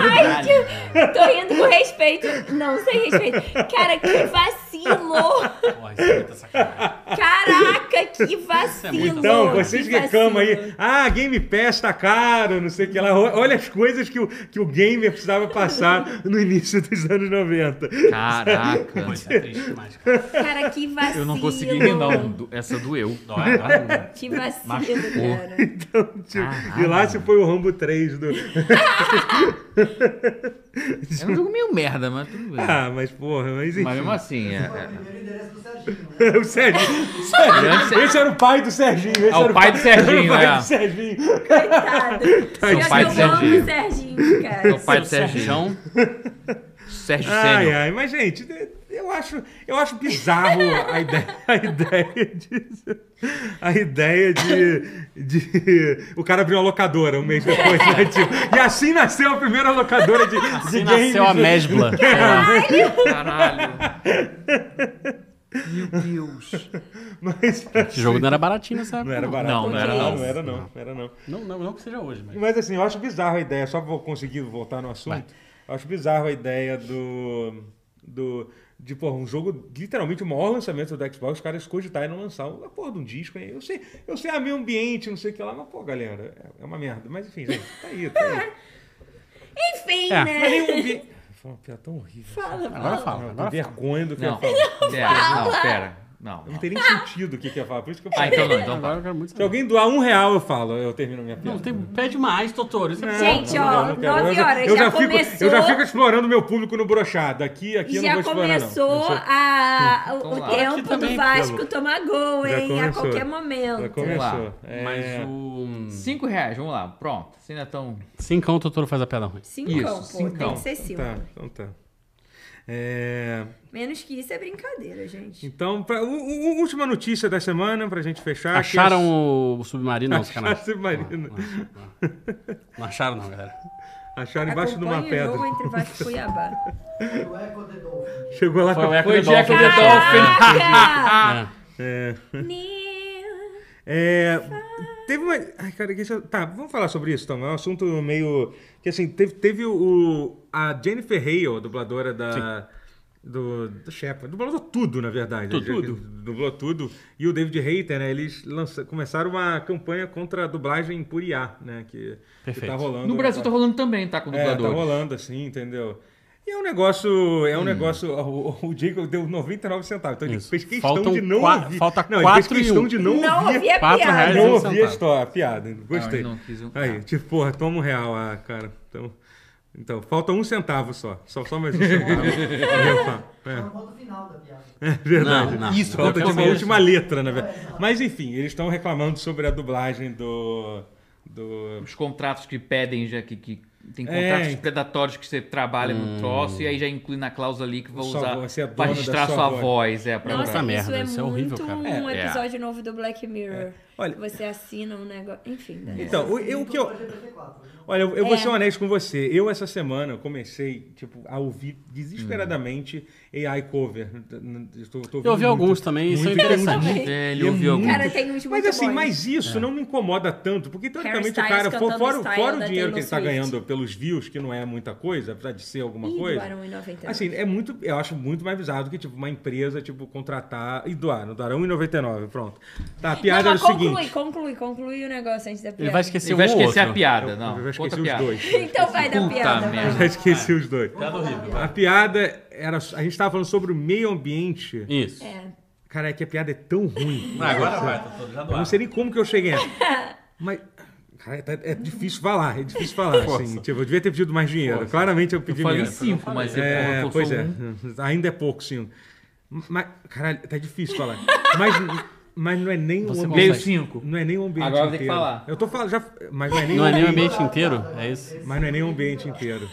Speaker 6: Ai, tio, tô rindo com respeito. Não, sem respeito. Cara, que vacilo!
Speaker 5: Porra, isso é muita sacanagem.
Speaker 6: Caraca, que vacilo!
Speaker 1: é Então, vocês
Speaker 4: tá
Speaker 6: que
Speaker 1: que reclamam aí,
Speaker 4: assim, né?
Speaker 6: vacilo.
Speaker 1: ah, Game Pass tá caro, não sei o que lá. O- Olha as coisas que o, que o gamer precisava passar no início dos anos 90.
Speaker 2: Caraca.
Speaker 5: Pô, isso é triste demais, cara.
Speaker 6: Cara, que vacilo!
Speaker 2: Eu não consegui rir, não. Do- Essa doeu.
Speaker 5: Dói, dói.
Speaker 6: Que vacilo,
Speaker 2: Machucou.
Speaker 6: cara.
Speaker 1: Tipo, e lá se foi o Rambo 3 do.
Speaker 2: É um jogo meio merda, mas tudo bem.
Speaker 1: Ah, mas porra, mas enfim.
Speaker 2: Mas mesmo assim, é.
Speaker 7: Foi o
Speaker 2: é.
Speaker 7: primeiro endereço do Serginho, né?
Speaker 1: O Serginho. Serginho. Esse era o pai do Serginho. Esse
Speaker 2: Ah, o
Speaker 1: era
Speaker 2: pai do Serginho,
Speaker 1: era o pai
Speaker 2: né?
Speaker 1: do Serginho.
Speaker 4: Coitado.
Speaker 2: Sou pai do
Speaker 4: Pior que eu amo
Speaker 2: Serginho.
Speaker 4: o Serginho,
Speaker 2: É
Speaker 4: cara.
Speaker 2: o pai do
Speaker 5: Seu Sérgio.
Speaker 2: Sergião. Sérgio
Speaker 1: Ai,
Speaker 2: Sênior.
Speaker 1: ai, mas gente, eu acho, eu acho bizarro a ideia, a ideia de. A ideia de, de. O cara abriu uma locadora um mês depois, né? Tipo, e assim nasceu a primeira locadora de, de
Speaker 5: Assim nasceu a
Speaker 1: games.
Speaker 5: Mesbla.
Speaker 2: Caralho. Meu Deus.
Speaker 1: Mas,
Speaker 5: Esse jogo não era baratinho nessa época.
Speaker 1: não era barato.
Speaker 2: Não, não era não.
Speaker 1: Não era não, era não.
Speaker 5: Não, não, não que seja hoje, mas.
Speaker 1: Mas assim, eu acho bizarro a ideia, só vou conseguir voltar no assunto. Eu acho bizarro a ideia do. do de, porra, um jogo, literalmente o maior lançamento do Xbox, os caras cogitarem não lançar uma porra de um disco. hein? Eu sei, eu sei, ah, meio ambiente, não sei o que lá, mas, pô, galera, é- é uma merda. Mas enfim, gente, tá aí, tá aí.
Speaker 6: Enfim,
Speaker 5: É.
Speaker 1: Mas
Speaker 6: né?
Speaker 1: nem um ambiente. Foi uma piada tão horrível.
Speaker 6: Fala,
Speaker 5: Agora
Speaker 6: fala.
Speaker 5: fala,
Speaker 1: Eu
Speaker 5: agora
Speaker 1: tenho
Speaker 5: fala.
Speaker 1: vergonha do que
Speaker 2: Não,
Speaker 1: eu falo.
Speaker 2: pera, não, pera. Não,
Speaker 1: Não
Speaker 2: não.
Speaker 1: tem nem sentido o que que eu falo, por isso que eu
Speaker 2: Ah,
Speaker 1: falo.
Speaker 2: então não, então
Speaker 5: Agora
Speaker 2: tá.
Speaker 5: eu quero muito
Speaker 1: Se
Speaker 5: saber.
Speaker 1: alguém doar um real, eu falo, eu termino minha piada.
Speaker 5: Não, tem... pede mais, Totoro. Isso é possível.
Speaker 6: Gente, ó,
Speaker 1: não quero.
Speaker 6: nove
Speaker 1: Eu já-
Speaker 6: horas,
Speaker 1: eu
Speaker 6: já
Speaker 1: fico-
Speaker 6: começou.
Speaker 1: Eu já fico explorando meu público no brochado. Aqui, aqui eu não
Speaker 6: Já
Speaker 1: vou explorar, não.
Speaker 6: começou
Speaker 1: Eu sou-
Speaker 6: a, o-
Speaker 2: Vamos
Speaker 6: o
Speaker 2: lá.
Speaker 5: Aqui
Speaker 6: tempo
Speaker 5: também,
Speaker 6: do Vasco
Speaker 1: pelo-
Speaker 6: tomar gol,
Speaker 1: Já
Speaker 6: hein? A
Speaker 1: começou.
Speaker 6: qualquer
Speaker 1: Já
Speaker 6: momento.
Speaker 2: Vamos
Speaker 1: começou.
Speaker 2: lá. um
Speaker 1: É,
Speaker 5: Mas o.
Speaker 2: Cinco reais, vamos lá. Pronto. Assim não é tão...
Speaker 5: Cincão, o Totoro faz a piada
Speaker 1: Ah,
Speaker 5: ruim.
Speaker 6: Cincão,
Speaker 2: Isso,
Speaker 6: pô. Tem
Speaker 2: cincão.
Speaker 6: que ser cinco.
Speaker 1: Tá, então tá. É,
Speaker 6: Menos que isso é brincadeira, gente.
Speaker 1: então, pra, u- u- última notícia da semana pra gente fechar. que é-
Speaker 5: Acharam
Speaker 2: um-
Speaker 5: o- o submarino? Ah, Não,
Speaker 1: Acharam o
Speaker 5: sacanagem.
Speaker 1: submarino.
Speaker 5: Não, não, não. ah. Não acharam, não, galera.
Speaker 1: Acharam Então, embaixo de
Speaker 6: Acompanhe
Speaker 1: uma pedra.
Speaker 6: o jogo entre Vasco e Cuiabá.
Speaker 7: Foi é o Echo The Dolphin.
Speaker 1: Chegou lá.
Speaker 5: Echo
Speaker 2: Foi
Speaker 5: the
Speaker 2: Jack
Speaker 5: Dolphin.
Speaker 2: the Dolphin.
Speaker 6: Caraca!
Speaker 1: É,
Speaker 6: Neil.
Speaker 1: é, teve uma. Ai, cara, deixa eu- Tá, vamos falar sobre isso, então. É um assunto meio. Que assim, teve, teve o. A Jennifer Hale, dubladora da. Do, do Shepard. Dublou tudo, na verdade.
Speaker 5: Tudo.
Speaker 1: Ele-
Speaker 5: Tudo.
Speaker 1: Dublou tudo. E o David Hayter, né? Eles lança- começaram uma campanha contra a dublagem por IA, né? Que, que
Speaker 5: Perfeito.
Speaker 1: tá rolando.
Speaker 2: No Brasil tá rolando também, tá? Com
Speaker 1: É, tá
Speaker 2: dublador.
Speaker 1: rolando assim, entendeu? E é um negócio, é um negócio, o, o Jacob deu 99 centavos, então ele
Speaker 5: Hum. Isso.
Speaker 1: fez questão
Speaker 5: Faltam
Speaker 1: de não
Speaker 5: qua-
Speaker 1: ouvir.
Speaker 5: falta
Speaker 1: não, ele fez
Speaker 5: quatro e
Speaker 1: questão
Speaker 5: um.
Speaker 1: de não,
Speaker 6: Não
Speaker 1: ouvir,
Speaker 6: ouvi
Speaker 2: é
Speaker 6: a
Speaker 5: Quatro
Speaker 6: piada.
Speaker 5: reais.
Speaker 1: não
Speaker 5: um
Speaker 1: ouvir a
Speaker 5: centavo.
Speaker 1: história, a piada, gostei.
Speaker 2: ele não quis um-
Speaker 1: Aí,
Speaker 2: Ah.
Speaker 1: tipo, porra, toma um real, ah, cara, então, então, falta um centavo só, só, só mais um centavo. Eu falo, é.
Speaker 7: Tá no modo final da piada.
Speaker 1: Verdade.
Speaker 5: Não, não.
Speaker 1: Isso,
Speaker 5: Não,
Speaker 1: falta de
Speaker 5: não
Speaker 1: uma
Speaker 5: mesmo.
Speaker 1: última letra, na verdade. Mas enfim, eles estão reclamando sobre a dublagem do. do...
Speaker 2: Os contratos que pedem já que... que tem
Speaker 1: É.
Speaker 2: contratos predatórios que você trabalha no troço e aí já inclui na cláusula ali que vão
Speaker 1: Sua
Speaker 2: usar
Speaker 1: voz, você é
Speaker 2: pra
Speaker 1: dono da
Speaker 2: registrar
Speaker 1: sua
Speaker 2: sua
Speaker 1: voz.
Speaker 2: voz. É, pra
Speaker 5: Nossa,
Speaker 2: usar.
Speaker 5: Puta merda,
Speaker 6: isso
Speaker 5: isso
Speaker 6: é,
Speaker 5: é horrível,
Speaker 6: muito
Speaker 5: cara.
Speaker 6: um
Speaker 2: É.
Speaker 6: episódio novo do Black Mirror.
Speaker 1: É. Olha-
Speaker 6: Você assina um negócio. Enfim, né?
Speaker 1: Então, o, eu, o que eu. Olha, eu, eu vou ser honesto com você. Eu, essa semana, eu comecei tipo, a ouvir desesperadamente AI cover. Estou- estou ouvindo
Speaker 5: Eu ouvi
Speaker 1: muito.
Speaker 5: alguns também, isso é
Speaker 1: Muito
Speaker 5: interessante.
Speaker 6: também.
Speaker 2: É, ele
Speaker 1: É
Speaker 2: ouviu algum. É.
Speaker 1: muito-
Speaker 6: Cara, tem uns muito
Speaker 1: Mas assim,
Speaker 6: bons.
Speaker 1: mas isso não me incomoda tanto, porque teoricamente o
Speaker 6: Harry
Speaker 1: cara,
Speaker 6: Styles
Speaker 1: fora,
Speaker 6: cantando
Speaker 1: fora o- fora
Speaker 6: Style
Speaker 1: o
Speaker 6: da
Speaker 1: dinheiro que
Speaker 6: Taylor
Speaker 1: ele está
Speaker 6: Swift.
Speaker 1: ganhando pelos views, que não é muita coisa, apesar de ser alguma
Speaker 6: Ih,
Speaker 1: coisa.
Speaker 6: doaram em 99.
Speaker 1: Assim, é muito, eu acho muito mais bizarro do que tipo uma empresa tipo contratar e doar, não doar 1,99, pronto. Tá, a piada
Speaker 6: não,
Speaker 1: é o
Speaker 6: mas conclui,
Speaker 1: seguinte.
Speaker 6: conclui, conclui o negócio antes da piada.
Speaker 5: Ele vai esquecer
Speaker 2: Ele vai
Speaker 5: um ou
Speaker 2: esquecer a
Speaker 5: outro.
Speaker 2: piada,
Speaker 1: Eu
Speaker 2: não.
Speaker 1: já
Speaker 2: Outra
Speaker 1: esqueci os
Speaker 2: piada. É.
Speaker 1: dois.
Speaker 6: Então vai da
Speaker 2: Puta
Speaker 6: piada. vai.
Speaker 2: merda.
Speaker 1: Já esqueci os dois.
Speaker 5: Piada horrível.
Speaker 1: A piada era. A gente tava falando sobre o meio ambiente.
Speaker 5: Isso.
Speaker 6: É.
Speaker 1: Cara, é que a piada é tão ruim.
Speaker 5: Ah, Agora vai, Totoro, já
Speaker 1: Eu não
Speaker 5: doaram.
Speaker 1: sei nem como que eu cheguei. nessa. Mas. Cara, tá- é difícil falar, é difícil falar. Assim, tipo, eu devia ter pedido mais dinheiro. Claramente eu
Speaker 2: Eu
Speaker 1: pedi
Speaker 2: falei
Speaker 1: menos.
Speaker 2: cinco, mas
Speaker 1: É,
Speaker 2: eu
Speaker 1: pois
Speaker 2: forçou
Speaker 1: é.
Speaker 2: um.
Speaker 1: Ainda é pouco, sim. Mas, caralho, tá difícil falar. Mas, mas não é nem
Speaker 5: Você
Speaker 1: o ambiente.
Speaker 2: Veio
Speaker 5: consegue.
Speaker 2: cinco.
Speaker 1: Não é nem o ambiente
Speaker 2: Agora eu vou ter que
Speaker 1: inteiro.
Speaker 2: falar.
Speaker 1: Eu tô falando, já. Mas não é nem,
Speaker 5: Não é nem o
Speaker 1: ambiente-
Speaker 5: ambiente inteiro? É isso?
Speaker 1: Mas não é nem o ambiente inteiro.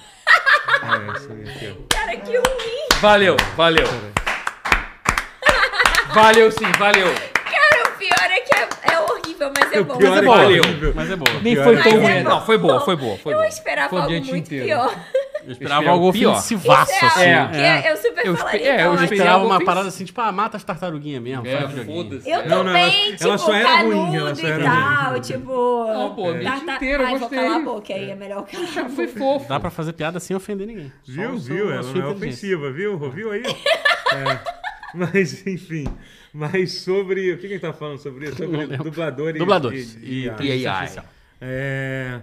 Speaker 1: É, essa é a minha piada.
Speaker 6: Cara, que ruim.
Speaker 2: Valeu, valeu. Valeu sim, valeu.
Speaker 6: Cara, o pior é que é, é horrível, mas é
Speaker 1: O
Speaker 6: bom.
Speaker 1: pior
Speaker 6: Mas
Speaker 1: é
Speaker 6: é bom.
Speaker 2: valeu.
Speaker 1: horrível.
Speaker 5: Mas é boa.
Speaker 2: Nem
Speaker 1: Pior
Speaker 2: foi
Speaker 1: é
Speaker 2: tão
Speaker 1: que-
Speaker 2: ruim. Não, foi boa, foi boa. Foi
Speaker 6: Eu
Speaker 2: boa.
Speaker 6: esperava
Speaker 2: Foi o
Speaker 6: algo
Speaker 2: ambiente
Speaker 6: muito
Speaker 2: inteiro.
Speaker 6: pior.
Speaker 5: Eu esperava
Speaker 2: Esperava
Speaker 5: algo
Speaker 2: pior.
Speaker 5: ofensivaço,
Speaker 4: Isso é
Speaker 5: assim.
Speaker 4: algo que
Speaker 5: É.
Speaker 4: eu super
Speaker 2: Eu espe-
Speaker 4: falaria.
Speaker 2: é, eu
Speaker 4: então,
Speaker 5: Eu
Speaker 2: espe-
Speaker 5: esperava
Speaker 2: algo
Speaker 5: uma
Speaker 2: ofensivo.
Speaker 5: parada assim, tipo, ah, mata as tartaruguinhas mesmo,
Speaker 2: É,
Speaker 5: faz videogame.
Speaker 2: foda-se.
Speaker 4: Eu
Speaker 1: Não, não, ela-
Speaker 4: também, tipo,
Speaker 1: ela só era
Speaker 4: canudo
Speaker 1: ruim, ela só era
Speaker 4: e tal, tipo...
Speaker 2: Não,
Speaker 6: tá,
Speaker 2: pô, a noite
Speaker 4: tarta-
Speaker 2: inteira eu
Speaker 4: Ai, vou
Speaker 2: gostei.
Speaker 4: calar a boca aí, é melhor calar.
Speaker 2: Foi fofo.
Speaker 5: Dá pra fazer piada sem ofender ninguém. Só
Speaker 1: Viu,
Speaker 5: o seu-
Speaker 1: viu?
Speaker 5: a
Speaker 1: Ela
Speaker 5: sua
Speaker 1: não é
Speaker 5: inteligência.
Speaker 1: ofensiva, viu? Viu aí? É. Mas, enfim. Mas sobre. O que que a gente tá falando sobre isso?
Speaker 5: Não
Speaker 1: Sobre
Speaker 5: lembro.
Speaker 1: dubladores.
Speaker 5: Dubladores
Speaker 1: de- de
Speaker 5: e
Speaker 1: arte.
Speaker 5: inteligência
Speaker 2: E AI.
Speaker 5: artificial.
Speaker 1: É...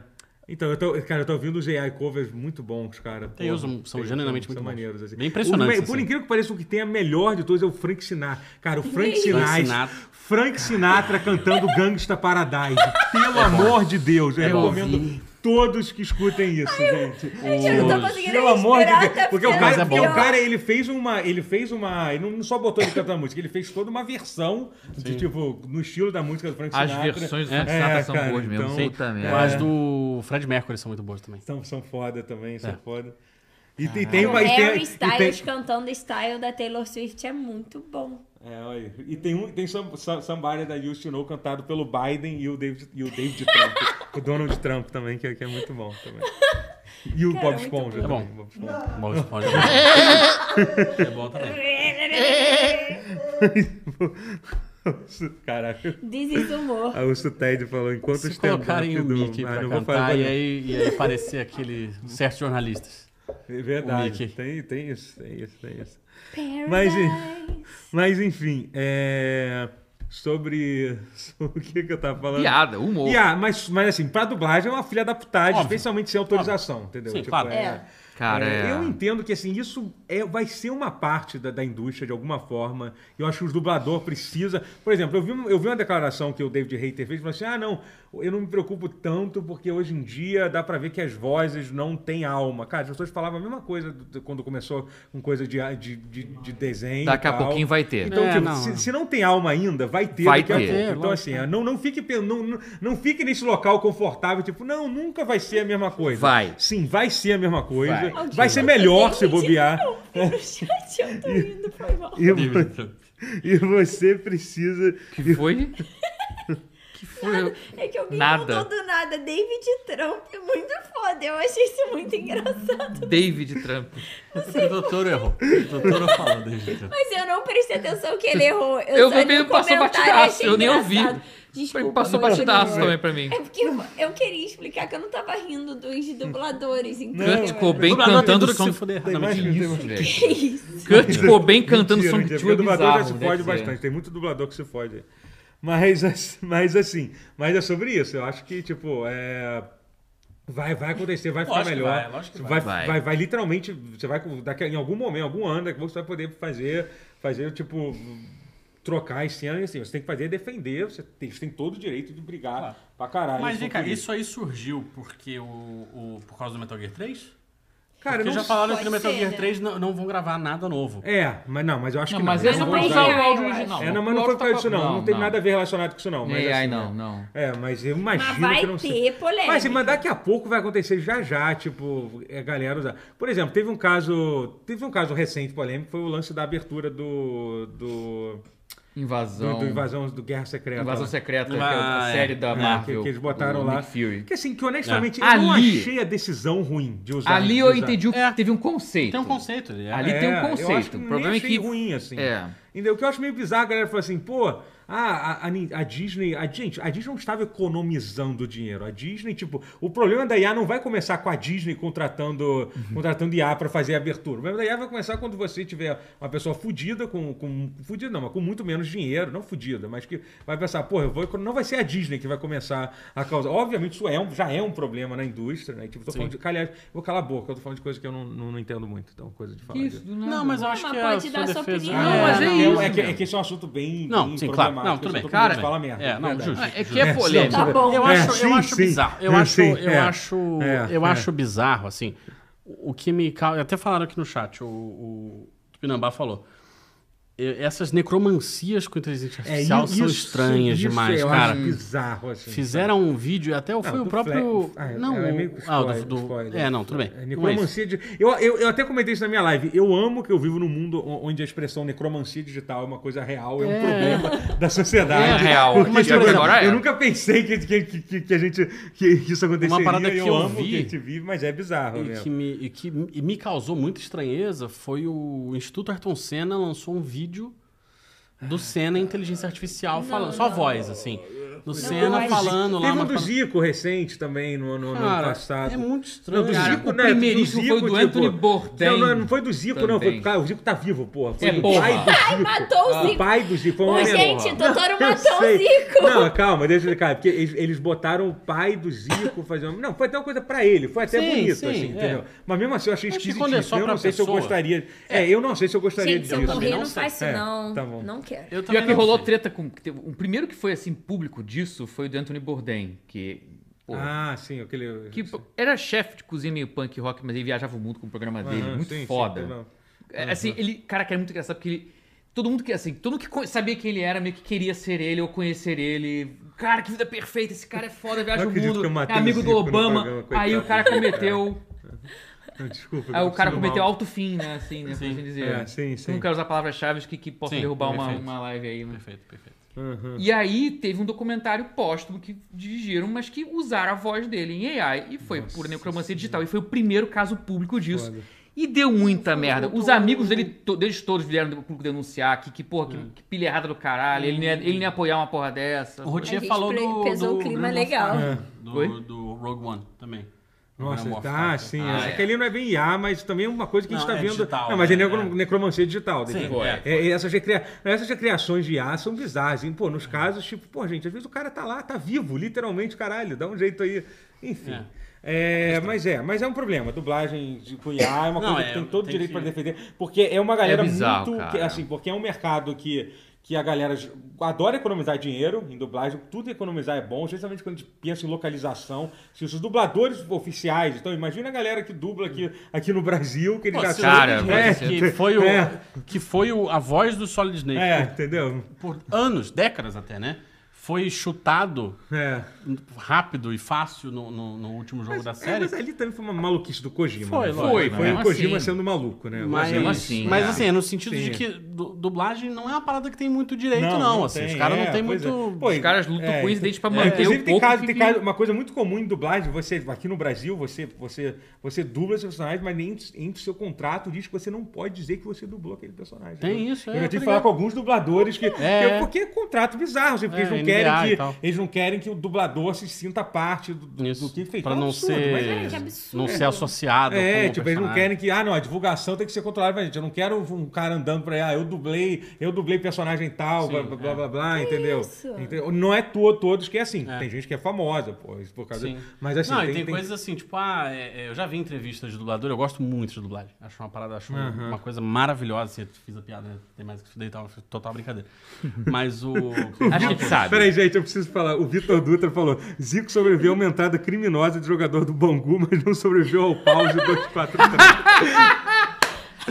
Speaker 1: Então, eu tô, cara, eu tô ouvindo os AI covers muito bons, cara.
Speaker 5: Tem,
Speaker 1: Porra,
Speaker 5: são- são
Speaker 1: tem-
Speaker 5: genuinamente
Speaker 1: são
Speaker 5: muito bons.
Speaker 1: maneiros, assim.
Speaker 5: Bem impressionantes,
Speaker 1: O me- por
Speaker 5: assim.
Speaker 1: incrível que pareça, o que tem a melhor de todos é o Frank Sinatra. Cara, o Frank Sinatra.
Speaker 5: Sinatra.
Speaker 1: Frank Sinatra cantando Gangsta Paradise. Pelo amor de Deus. Eu,
Speaker 5: É bom.
Speaker 1: recomendo todos que escutem isso, gente.
Speaker 4: Eu não tô
Speaker 5: Os-
Speaker 4: conseguindo
Speaker 1: Pelo amor de
Speaker 4: respirar,
Speaker 1: Deus.
Speaker 4: tá
Speaker 1: Porque o
Speaker 4: ficando
Speaker 1: cara,
Speaker 5: Mas é
Speaker 1: porque o
Speaker 5: bom.
Speaker 1: cara, ele fez uma. Ele fez uma. Ele não só botou ele cantando a música, ele fez toda uma versão de, tipo, no estilo da música do Frank
Speaker 2: As
Speaker 1: Sinatra.
Speaker 2: versões do Frank
Speaker 1: É,
Speaker 2: Sinatra são
Speaker 1: cara,
Speaker 2: boas mesmo.
Speaker 1: então-
Speaker 2: Puta merda.
Speaker 5: Mas do Fred Mercury são muito boas também.
Speaker 1: São, são foda também,
Speaker 5: É.
Speaker 1: são foda. E, tem- e tem
Speaker 4: É um
Speaker 1: uma. E tem,
Speaker 6: Harry
Speaker 1: e
Speaker 6: Styles
Speaker 1: tem,
Speaker 6: cantando style da Taylor Swift é muito bom.
Speaker 1: é, olha aí. e tem um tem some- some- Somebody da You Should Know cantado pelo Biden e o David, e o David Trump. o Donald Trump também, que, é- que é muito bom também. E o Bob Esponja
Speaker 5: bom.
Speaker 1: também. Bob Esponja.
Speaker 5: Bom, isso pode- é bom também.
Speaker 1: Caraca,
Speaker 6: Desumor.
Speaker 1: a Urso Ted falou enquanto
Speaker 5: Se
Speaker 1: os tempos
Speaker 5: colocarem o
Speaker 1: do-
Speaker 5: Mickey
Speaker 1: Ah,
Speaker 5: pra
Speaker 1: não vou falar,
Speaker 5: cantar e
Speaker 1: não.
Speaker 5: aí, e aí parecer aquele certos jornalistas.
Speaker 1: É
Speaker 5: O
Speaker 1: verdade.
Speaker 5: Mickey.
Speaker 1: Tem, tem isso, tem isso, tem isso.
Speaker 6: Paradise.
Speaker 1: Mas, e- mas enfim, é... sobre... sobre o que, que eu tava falando.
Speaker 2: Piada, humor.
Speaker 1: E, ah, mas, mas assim, pra dublagem é uma filha da putagem,
Speaker 5: Óbvio.
Speaker 1: especialmente sem autorização, entendeu?
Speaker 5: Sim, claro.
Speaker 1: é-
Speaker 2: Cara,
Speaker 1: é,
Speaker 2: é...
Speaker 1: Eu entendo que assim, isso é, vai ser uma parte da, da indústria de alguma forma. Eu acho que o dublador precisa. Por exemplo, eu vi, um- eu vi uma declaração que o David Reiter fez, falou assim: ah, não, eu não me preocupo tanto, porque hoje em dia dá pra ver que as vozes não têm alma. Cara, as pessoas falavam a mesma coisa do- do- quando começou com coisa de, ah, de, de, de desenho. e
Speaker 2: Daqui a
Speaker 1: tal.
Speaker 2: pouquinho vai ter.
Speaker 1: Então,
Speaker 5: É,
Speaker 1: tipo,
Speaker 5: não,
Speaker 1: se,
Speaker 5: não.
Speaker 1: se não tem alma ainda, vai ter
Speaker 2: Vai
Speaker 1: daqui a
Speaker 2: ter.
Speaker 1: pouco.
Speaker 5: É,
Speaker 1: Então,
Speaker 5: lógipe.
Speaker 1: assim, é, não, não, fique, pe- não, não- não fique nesse local confortável, tipo, não, nunca vai ser a mesma coisa.
Speaker 2: Vai.
Speaker 1: Sim, vai ser a mesma coisa.
Speaker 2: Vai.
Speaker 1: Vai, ser melhor se bobear.
Speaker 6: Gente, eu tô indo, foi mal.
Speaker 1: E, vo- e você precisa.
Speaker 2: Que foi? que foi?
Speaker 6: É que alguém
Speaker 2: Nada.
Speaker 6: mudou do nada. David Trump é muito foda. Eu achei isso muito engraçado.
Speaker 2: David Trump.
Speaker 5: O doutor errou. O doutor falou desde então.
Speaker 6: Mas eu não prestei atenção que ele errou. Eu,
Speaker 2: Eu
Speaker 6: só li
Speaker 2: também
Speaker 6: o
Speaker 2: passou
Speaker 6: comentário e
Speaker 2: batidaço,
Speaker 6: achei
Speaker 2: eu nem ouvi.
Speaker 6: engraçado. Desculpa,
Speaker 2: Passou
Speaker 6: continua.
Speaker 2: batidaço também pra mim.
Speaker 6: É porque eu, eu queria explicar que eu não tava rindo dos dubladores,
Speaker 5: É,
Speaker 6: entendeu?
Speaker 2: Kurt Cobain
Speaker 5: Dublador tem
Speaker 2: cantando
Speaker 5: tudo que
Speaker 2: som...
Speaker 5: se fuder.
Speaker 1: Tem
Speaker 5: Não,
Speaker 1: mais
Speaker 5: mentira.
Speaker 1: que tem mais-
Speaker 2: velho.
Speaker 6: Que isso?
Speaker 2: Kurt Cobain cantando
Speaker 1: Mentira,
Speaker 2: som
Speaker 1: mentira,
Speaker 2: de
Speaker 1: porque o
Speaker 2: tio
Speaker 1: dublador
Speaker 2: bizarro.
Speaker 1: já se
Speaker 2: né,
Speaker 1: fode
Speaker 2: que é.
Speaker 1: bastante. Tem muito dublador que se fode. Mas, as- mas assim, mas é sobre isso. Eu acho que, tipo, é. Vai, vai acontecer, vai ficar
Speaker 5: Lógico que
Speaker 1: melhor.
Speaker 5: vai, lógico que
Speaker 1: vai,
Speaker 2: vai.
Speaker 1: vai, vai literalmente, você vai com- daqui, a- em algum momento, em algum ano, daqui a pouco você vai poder fazer, fazer tipo trocar esse ano e assim, você tem que fazer é defender, você tem, você tem todo o direito de brigar
Speaker 5: Claro.
Speaker 1: pra caralho.
Speaker 5: Mas vem
Speaker 1: sobre
Speaker 5: cá, isso aí surgiu porque o, o- por causa do Metal Gear 3?
Speaker 1: Cara,
Speaker 5: Porque
Speaker 1: não
Speaker 5: já falaram que no
Speaker 6: pode
Speaker 5: Metal
Speaker 6: ser,
Speaker 5: Gear
Speaker 6: né?
Speaker 5: 3 não, não vão gravar nada novo.
Speaker 1: É, mas não, mas eu acho
Speaker 2: Não,
Speaker 1: que
Speaker 2: mas
Speaker 1: não. né?
Speaker 2: é só
Speaker 1: não
Speaker 2: pra
Speaker 1: vou
Speaker 2: usar
Speaker 1: usar.
Speaker 2: o áudio
Speaker 6: eu acho.
Speaker 2: original.
Speaker 1: É, não, mas não foi por causa disso, não. Não tem
Speaker 2: nada
Speaker 1: nada a ver relacionado com isso, não. Mas,
Speaker 2: Nem
Speaker 1: assim,
Speaker 2: aí,
Speaker 1: né?
Speaker 2: não, não.
Speaker 1: É, mas eu imagino
Speaker 6: Mas vai
Speaker 1: que não sei.
Speaker 6: ter polêmica.
Speaker 1: Mas, assim, mas daqui a pouco vai acontecer já já, tipo, a galera usar. Por exemplo, teve um caso, teve um caso recente polêmico, foi o lance da abertura do do, do,
Speaker 2: Invasão.
Speaker 1: do invasão do Guerra Secreta.
Speaker 2: Invasão
Speaker 1: lá.
Speaker 2: Secreta, que é
Speaker 5: Ah,
Speaker 2: a
Speaker 5: é.
Speaker 2: série da
Speaker 1: É,
Speaker 2: Marvel.
Speaker 1: que, que eles botaram
Speaker 2: do
Speaker 1: lá.
Speaker 2: Nick Fury.
Speaker 1: Que assim, que honestamente
Speaker 2: É.
Speaker 1: eu não
Speaker 2: Ali-
Speaker 1: achei a decisão ruim de usar.
Speaker 2: Ali
Speaker 1: de
Speaker 2: eu
Speaker 1: usar.
Speaker 2: entendi, o-
Speaker 5: É.
Speaker 2: teve um conceito.
Speaker 5: Tem um conceito. ele é-
Speaker 2: Ali
Speaker 1: É,
Speaker 2: tem um
Speaker 1: eu acho que
Speaker 2: conceito.
Speaker 1: nem
Speaker 2: O problema é
Speaker 1: achei
Speaker 2: que...
Speaker 1: ruim, assim.
Speaker 2: É.
Speaker 1: Entendeu? O que eu acho meio bizarro, a galera falou assim, pô, ah, a, a, Nin- a Disney. A, gente, a Disney não estava economizando dinheiro. A Disney, tipo, o problema da IA não vai começar com a Disney contratando,
Speaker 2: Uhum.
Speaker 1: contratando IA para fazer a abertura. O problema da IA vai começar quando você tiver uma pessoa fudida, com, com. Fudida não, mas com muito menos dinheiro, não fudida, mas que vai pensar, pô, eu vou. econo- Não vai ser a Disney que vai começar a causar. Obviamente, isso é um, já é um problema na indústria, né? Tipo, tô falando de. Aliás, vou calar a boca, eu tô falando de coisa que eu não, não, não entendo muito, então, coisa de falar. disso.
Speaker 2: Isso, né? do nada.
Speaker 5: Não, mas eu acho
Speaker 6: Mas
Speaker 5: que é
Speaker 6: pode
Speaker 5: a
Speaker 6: dar
Speaker 5: sua
Speaker 6: sua
Speaker 5: defesa...
Speaker 6: opinião.
Speaker 2: Não, mas é
Speaker 1: É,
Speaker 2: isso
Speaker 1: é que,
Speaker 2: mesmo.
Speaker 1: é que esse é um assunto bem.
Speaker 5: Não,
Speaker 1: bem
Speaker 5: sim, claro. Não,
Speaker 1: problemático,
Speaker 5: tudo
Speaker 1: assim,
Speaker 5: bem.
Speaker 1: todo mundo
Speaker 2: Cara,
Speaker 1: fala merda.
Speaker 5: É, não,
Speaker 1: verdade.
Speaker 5: justo.
Speaker 2: É que
Speaker 1: É,
Speaker 2: é polêmico.
Speaker 6: Tá bom.
Speaker 5: Eu acho, eu
Speaker 1: sim,
Speaker 5: acho
Speaker 1: sim.
Speaker 5: bizarro. Eu
Speaker 1: É,
Speaker 5: acho,
Speaker 1: sim,
Speaker 5: eu
Speaker 1: é.
Speaker 5: acho,
Speaker 1: É,
Speaker 5: eu
Speaker 1: é.
Speaker 5: acho bizarro, assim. O o que me causa. Até falaram aqui no chat, o, o Tupinambá falou. eh, essas necromancias com inteligência
Speaker 1: É,
Speaker 5: artificial
Speaker 1: i-
Speaker 5: são
Speaker 1: isso-
Speaker 5: estranhas
Speaker 1: isso
Speaker 5: demais,
Speaker 1: eu
Speaker 5: cara.
Speaker 1: Acho bizarro, assim.
Speaker 5: Fizeram um vídeo, até foi
Speaker 1: Não,
Speaker 5: o
Speaker 1: do
Speaker 5: próprio.
Speaker 1: Fle- Ah,
Speaker 5: não,
Speaker 1: é
Speaker 5: o-
Speaker 1: meio que
Speaker 5: ah, o
Speaker 1: spoiler,
Speaker 5: do, do-
Speaker 1: spoiler.
Speaker 5: É, não, tudo bem.
Speaker 1: É,
Speaker 5: Mas-
Speaker 1: necromancia de... eu, eu, eu até comentei isso na minha live. Eu amo que eu vivo num mundo o- onde a expressão necromancia digital é uma coisa real, é um problema da sociedade.
Speaker 2: É real.
Speaker 1: Porque,
Speaker 2: Mas,
Speaker 1: tipo,
Speaker 2: por exemplo, agora é.
Speaker 1: eu nunca pensei que, que, que- que, que a gente que, que isso aconteceria.
Speaker 5: Uma parada que
Speaker 1: eu,
Speaker 5: eu
Speaker 1: amo
Speaker 5: vi-
Speaker 1: que a gente vive, mas é bizarro
Speaker 5: E
Speaker 1: mesmo.
Speaker 5: que, me, e que me- e me causou muita estranheza foi o Instituto Ayrton Senna lançou um vídeo
Speaker 1: Ah,
Speaker 5: do Senna em inteligência artificial falando. Só a voz, assim. Do Senna
Speaker 1: Teve um
Speaker 5: falando lá.
Speaker 1: Teve um
Speaker 5: mas
Speaker 1: do
Speaker 5: falando-
Speaker 1: Zico recente também no, no, no ano
Speaker 5: Cara,
Speaker 1: passado.
Speaker 5: é muito
Speaker 1: Não,
Speaker 5: estranho.
Speaker 1: do
Speaker 2: Cara,
Speaker 1: Zico,
Speaker 2: o
Speaker 1: né? Do
Speaker 2: primeiríssimo foi do Anthony Bourdain.
Speaker 1: Não, não, não foi do Zico, não. Foi,
Speaker 2: Também.
Speaker 1: cara, o Zico tá vivo, porra. Foi
Speaker 2: É,
Speaker 1: o
Speaker 2: porra.
Speaker 1: pai do Zico.
Speaker 6: matou o
Speaker 1: O
Speaker 6: Zico.
Speaker 1: pai do Zico. Foi um
Speaker 6: Ô,
Speaker 1: homem
Speaker 6: gente, o Totoro
Speaker 1: Eu
Speaker 6: matou o
Speaker 1: sei.
Speaker 6: Zico.
Speaker 1: Não, calma, deixa eu explicar. Porque eles, eles botaram o pai do Zico fazer uma. Não, foi até uma coisa pra ele. Foi até
Speaker 5: Sim,
Speaker 1: bonito,
Speaker 5: sim,
Speaker 1: assim,
Speaker 5: é.
Speaker 1: entendeu? Mas mesmo assim, eu achei
Speaker 5: Acho que
Speaker 1: esquisito.
Speaker 5: quando é só
Speaker 1: eu
Speaker 5: pra
Speaker 1: não sei se eu
Speaker 5: pessoa.
Speaker 1: gostaria. É. eu não sei se eu gostaria
Speaker 4: Gente, se
Speaker 1: disso.
Speaker 4: eu correr,
Speaker 5: não
Speaker 4: não,
Speaker 5: sei.
Speaker 4: faz isso,
Speaker 1: É,
Speaker 4: não.
Speaker 1: tá bom.
Speaker 4: Não quero.
Speaker 2: Pior
Speaker 5: Eu também
Speaker 2: que
Speaker 5: não
Speaker 2: rolou
Speaker 5: sei.
Speaker 2: treta com. que teve- O primeiro que foi assim público disso foi o do Anthony Bourdain, que. pô,
Speaker 1: Ah, sim, aquele.
Speaker 2: que pô, era chefe de cozinha meio punk rock, mas ele viajava o mundo com o programa dele.
Speaker 1: Aham,
Speaker 2: muito
Speaker 1: sim, sim,
Speaker 2: foda.
Speaker 1: Ah, não.
Speaker 2: É, Assim, ele. Cara, que era muito engraçado porque ele. Todo mundo que, assim, todo mundo que co- sabia quem ele era, meio que queria ser ele ou conhecer ele. Cara, que vida perfeita, esse cara é foda, viaja
Speaker 1: Não
Speaker 2: o
Speaker 1: acredito
Speaker 2: mundo,
Speaker 1: que eu
Speaker 2: é
Speaker 1: matei
Speaker 2: amigo
Speaker 1: o
Speaker 2: do
Speaker 1: Zico no
Speaker 2: Obama.
Speaker 1: programa, coitado
Speaker 2: aí o cara
Speaker 1: dele,
Speaker 2: cometeu.
Speaker 1: Não, Desculpa.
Speaker 2: Aí
Speaker 1: eu
Speaker 2: o cara
Speaker 1: tô
Speaker 2: cometeu
Speaker 1: mal.
Speaker 2: alto fim, né? Assim, né? Por assim dizer.
Speaker 1: É, sim,
Speaker 2: Eu
Speaker 1: sim.
Speaker 2: Não quero usar palavras-chave que, que possam
Speaker 5: Sim,
Speaker 2: derrubar uma,
Speaker 5: perfeito.
Speaker 2: uma live aí, né?
Speaker 5: Perfeito, perfeito.
Speaker 2: E aí teve um documentário póstumo que dirigiram, mas que usaram a voz dele em AI e foi por necromancia digital. E foi o primeiro caso público disso.
Speaker 1: Foda.
Speaker 2: E deu muita merda. Os amigos dele, to- deles todos vieram do público denunciar que, que porra,
Speaker 1: Hum.
Speaker 2: que, que pilha errada do caralho. Ele, não ia, ele não ia apoiar uma porra dessa.
Speaker 5: O Rotier
Speaker 4: Tá A gente
Speaker 5: falou
Speaker 4: pre-
Speaker 5: do.
Speaker 4: pesou
Speaker 5: do
Speaker 4: o clima
Speaker 5: Grand
Speaker 4: legal.
Speaker 5: Moff-
Speaker 2: Oi?
Speaker 5: Do, do Rogue One também.
Speaker 1: Ah,
Speaker 5: é
Speaker 1: Nossa,
Speaker 5: Grand Moff
Speaker 1: tá,
Speaker 5: Tarkin.
Speaker 1: sim.
Speaker 2: Ah,
Speaker 1: essa
Speaker 2: é.
Speaker 1: que ali não é bem IA, mas também é uma coisa que a gente
Speaker 5: Não,
Speaker 1: tá
Speaker 5: é
Speaker 1: vendo.
Speaker 5: digital,
Speaker 1: não, mas é,
Speaker 5: né?
Speaker 1: necro-
Speaker 5: É.
Speaker 1: necromancia digital.
Speaker 5: Sim,
Speaker 1: entendeu?
Speaker 5: é.
Speaker 1: É, essas, recria- essas recriações de IA são bizarras. Hein? Pô, nos
Speaker 5: Uhum.
Speaker 1: casos, tipo, pô, gente, às vezes o cara tá lá, tá vivo, literalmente, caralho, dá um jeito aí. Enfim. É, mas é, mas é um problema. Dublagem de com IA é uma
Speaker 5: Não,
Speaker 1: coisa
Speaker 5: é,
Speaker 1: que tem todo
Speaker 5: tem
Speaker 1: direito
Speaker 5: que-
Speaker 1: pra defender, porque é uma galera
Speaker 2: bizarro,
Speaker 1: muito, que-
Speaker 2: cara.
Speaker 1: assim, porque é um mercado que que a galera j- adora economizar dinheiro em dublagem, tudo economizar é bom, justamente quando a gente pensa em localização. Se os dubladores oficiais, então imagina a galera que dubla aqui, aqui no Brasil, que eles
Speaker 5: Pô,
Speaker 1: já
Speaker 5: se o
Speaker 2: Cara,
Speaker 5: David
Speaker 1: é,
Speaker 5: Hayter, que foi o
Speaker 1: É.
Speaker 5: que foi o, a voz do Solid Snake
Speaker 1: é, entendeu?
Speaker 5: por anos, décadas até, né? Foi chutado
Speaker 1: É.
Speaker 5: rápido e fácil no, no- no último jogo da
Speaker 1: É,
Speaker 5: série.
Speaker 1: mas ali também foi uma maluquice do Kojima.
Speaker 5: Foi,
Speaker 1: né?
Speaker 5: lógico,
Speaker 1: foi,
Speaker 2: né?
Speaker 1: foi o
Speaker 2: Mas
Speaker 1: Kojima
Speaker 2: assim-
Speaker 1: sendo maluco, né?
Speaker 5: Mas,
Speaker 2: Mesmo assim,
Speaker 5: mas
Speaker 2: é.
Speaker 5: assim, é no sentido
Speaker 1: Sim.
Speaker 5: de que du- dublagem não é uma parada que tem muito direito, não. assim, os
Speaker 1: tem,
Speaker 5: caras
Speaker 1: é,
Speaker 5: não tem
Speaker 1: pois
Speaker 5: muito.
Speaker 1: é. Pô,
Speaker 2: Os caras lutam com isso desde pra
Speaker 1: é,
Speaker 2: manter
Speaker 1: inclusive,
Speaker 2: o
Speaker 1: tem
Speaker 2: pouco
Speaker 1: caso,
Speaker 2: que-
Speaker 1: tem caso, uma coisa muito comum em dublagem, você aqui no Brasil, você, você, você dubla seus personagens, mas nem entre o seu contrato diz que você não pode dizer que você dublou aquele personagem.
Speaker 5: Tem
Speaker 1: entendeu?
Speaker 5: isso, é,
Speaker 1: Eu já
Speaker 5: tá
Speaker 1: tive que falar
Speaker 5: ligado.
Speaker 1: com alguns dubladores que,
Speaker 5: É.
Speaker 1: que- porque é contrato bizarro, assim, porque
Speaker 5: É,
Speaker 1: eles não
Speaker 5: NBA e
Speaker 1: querem
Speaker 5: tal.
Speaker 1: que eles não querem que o dublador se sinta parte do, do,
Speaker 5: Isso,
Speaker 1: do que fez.
Speaker 5: pra
Speaker 1: É um
Speaker 5: não
Speaker 1: absurdo, mas é
Speaker 5: ser,
Speaker 1: isso.
Speaker 6: que absurdo.
Speaker 5: não ser associado.
Speaker 1: É,
Speaker 5: com o
Speaker 1: tipo, eles não
Speaker 5: personagem.
Speaker 1: querem que, ah, não, a divulgação tem que ser controlada, mas, gente, eu não quero um cara andando por aí, ah, eu dublei, eu dublei personagem tal, blá, blá, blá, blá, blá, entendeu? Entendeu? Não é to- todos que é assim, tem gente que é famosa, pô, isso por causa...
Speaker 5: Sim.
Speaker 1: Mas assim,
Speaker 5: não, e
Speaker 1: tem,
Speaker 5: tem, coisas assim, tipo, ah, é, é, eu já vi entrevistas de dublador, eu gosto muito de dublagem. Acho uma parada, acho uma- uma coisa maravilhosa. Assim, eu fiz a piada, né? tem mais que estudei e tal, total brincadeira. Mas o.
Speaker 2: Acho que sabe.
Speaker 1: Peraí, gente, eu preciso falar. O Vitor Dutra falou: Zico sobreviveu a aumentada criminosa de jogador do Bangu, mas não sobreviveu ao pause 243.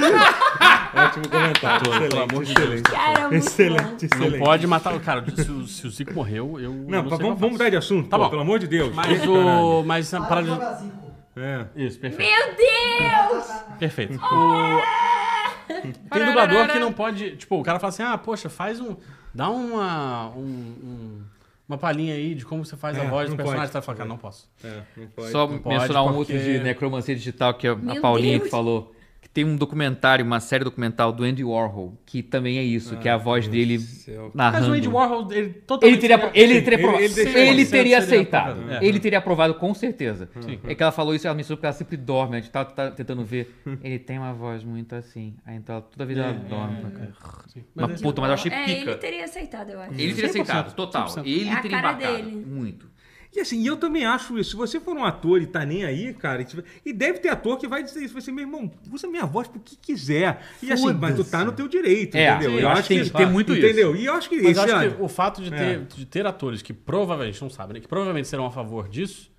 Speaker 1: Ótimo comentário.
Speaker 5: Pelo amor de Deus.
Speaker 6: Cara, é muito bom.
Speaker 1: Excelente, excelente.
Speaker 5: Não pode matar o cara. Se o, se o Zico morreu, eu.
Speaker 1: Não,
Speaker 5: eu
Speaker 1: pá,
Speaker 5: sei o que eu
Speaker 1: vamos, vamos
Speaker 5: faço.
Speaker 1: mudar de assunto,
Speaker 5: Tá
Speaker 1: pô,
Speaker 5: bom.
Speaker 1: pelo amor de Deus.
Speaker 5: Mas o. Mas a
Speaker 7: Para de
Speaker 5: parada.
Speaker 7: jogar Zico.
Speaker 1: É.
Speaker 5: Isso, perfeito.
Speaker 6: Meu Deus!
Speaker 5: Perfeito. O- Tem dublador que não pode. Tipo, o cara fala assim: ah, poxa, faz um. Dá uma. um- um- uma palhinha aí de como você faz a
Speaker 1: É,
Speaker 5: voz do
Speaker 1: não
Speaker 5: personagem.
Speaker 1: pode.
Speaker 5: Tá falando, cara, não posso.
Speaker 1: É, não pode.
Speaker 2: Só
Speaker 5: Não pode,
Speaker 2: mencionar um
Speaker 5: porque-
Speaker 2: outro de necromancia digital que a, a
Speaker 4: Meu
Speaker 2: Paulinha
Speaker 4: Deus.
Speaker 2: que falou. Que tem um documentário, uma série documental do Andy Warhol, que também é isso, que é a voz dele
Speaker 1: céu.
Speaker 5: Mas
Speaker 2: narrando.
Speaker 5: o Andy Warhol, ele totalmente.
Speaker 2: Tá Ele teria, ele teria,
Speaker 1: ele-
Speaker 2: prova-
Speaker 1: ele deixou-
Speaker 2: ele
Speaker 5: Sim, seria
Speaker 2: teria aceitado.
Speaker 5: aprovado. É.
Speaker 2: Ele teria aprovado, com certeza. É que ela falou isso, ela me soube porque ela sempre dorme. A gente tá, tá tentando ver. Ele tem uma voz muito assim. Aí então ela- toda vez ela dorme. Mas,
Speaker 5: Mas-
Speaker 2: puta, mas eu achei
Speaker 4: É, ele
Speaker 2: pica.
Speaker 4: teria aceitado, eu acho.
Speaker 2: Ele teria
Speaker 5: 100%,
Speaker 2: aceitado, total.
Speaker 5: 100%.
Speaker 2: Ele
Speaker 4: É a
Speaker 2: teria
Speaker 4: cara
Speaker 2: embarcado.
Speaker 4: dele.
Speaker 2: Muito.
Speaker 1: E assim, e eu também acho isso. Se você for um ator e tá nem aí, cara, e tiver- e deve ter ator que vai dizer isso, vai ser, meu irmão, usa minha voz pro que quiser. E assim, mas tu tá no teu direito,
Speaker 2: É,
Speaker 1: entendeu?
Speaker 2: sim, eu acho que tem que ter muito isso.
Speaker 1: entendeu? E eu acho que
Speaker 5: Mas
Speaker 1: esse
Speaker 5: eu acho
Speaker 1: ano- É.
Speaker 5: que o fato de ter, de ter atores que provavelmente, não sabem, né? Que provavelmente serão a favor disso,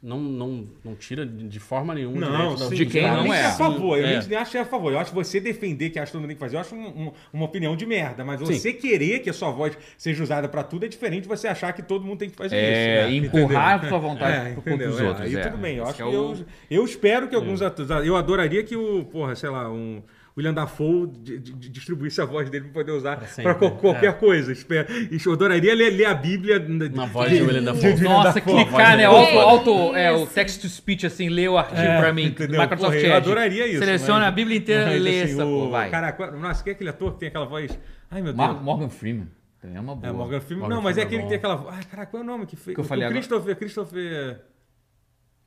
Speaker 5: Não, não, não tira de de forma nenhuma o
Speaker 1: Não,
Speaker 5: direito
Speaker 1: sim,
Speaker 5: de
Speaker 2: de quem
Speaker 1: eu
Speaker 5: cara.
Speaker 2: não
Speaker 1: nem
Speaker 2: é.
Speaker 1: a favor, eu
Speaker 5: É.
Speaker 1: nem- nem acho que é a favor. Eu acho que você defender que a Astúnia tem que fazer, eu acho um- um- uma opinião de merda. Mas
Speaker 5: Sim.
Speaker 1: você querer que a sua voz seja usada pra tudo é diferente de você achar que todo mundo tem que fazer
Speaker 2: É,
Speaker 1: isso. né?
Speaker 2: empurrar
Speaker 1: Entendeu?
Speaker 2: sua vontade
Speaker 1: é,
Speaker 2: pro contra
Speaker 1: entendeu?
Speaker 2: os
Speaker 1: É,
Speaker 2: outros.
Speaker 1: Aí
Speaker 2: é.
Speaker 1: tudo bem. Eu,
Speaker 2: Esse
Speaker 1: acho que
Speaker 2: é o- Hum.
Speaker 1: eu, eu espero que alguns atores. ah, Eu adoraria que o, porra, sei lá, um. William Dafoe di- di- di- distribuísse a voz dele pra poder usar pra
Speaker 5: sempre,
Speaker 1: co-
Speaker 2: é.
Speaker 1: qualquer coisa. Espero. Eu adoraria ler, ler a Bíblia
Speaker 5: Na voz do William Dafoe.
Speaker 1: de-
Speaker 2: Nossa,
Speaker 1: da forma,
Speaker 2: clicar, né?
Speaker 5: né?
Speaker 2: Auto, auto, é,
Speaker 4: Isso.
Speaker 2: o text-to-speech, assim, lê o artigo
Speaker 1: É,
Speaker 2: pra mim.
Speaker 1: entendeu? Porra,
Speaker 2: Microsoft
Speaker 1: eu
Speaker 2: Edge.
Speaker 1: adoraria isso,
Speaker 2: Seleciona
Speaker 1: mas-
Speaker 2: a Bíblia inteira e
Speaker 1: Mas,
Speaker 2: lê
Speaker 1: assim,
Speaker 2: essa,
Speaker 1: o-
Speaker 2: pô, vai.
Speaker 1: Cara, qual- nossa, quem é aquele ator que tem aquela voz. Ai, meu Deus.
Speaker 2: Mar- Morgan Freeman. Também é uma boa.
Speaker 1: É, Morgan Freeman.
Speaker 2: Morgan
Speaker 1: não, mas é
Speaker 2: Freeman
Speaker 1: aquele que
Speaker 2: bom.
Speaker 1: tem aquela. Ai, caraca, qual é o nome que fez?
Speaker 2: Que eu falei
Speaker 1: o
Speaker 2: agora.
Speaker 1: Christopher. Christopher.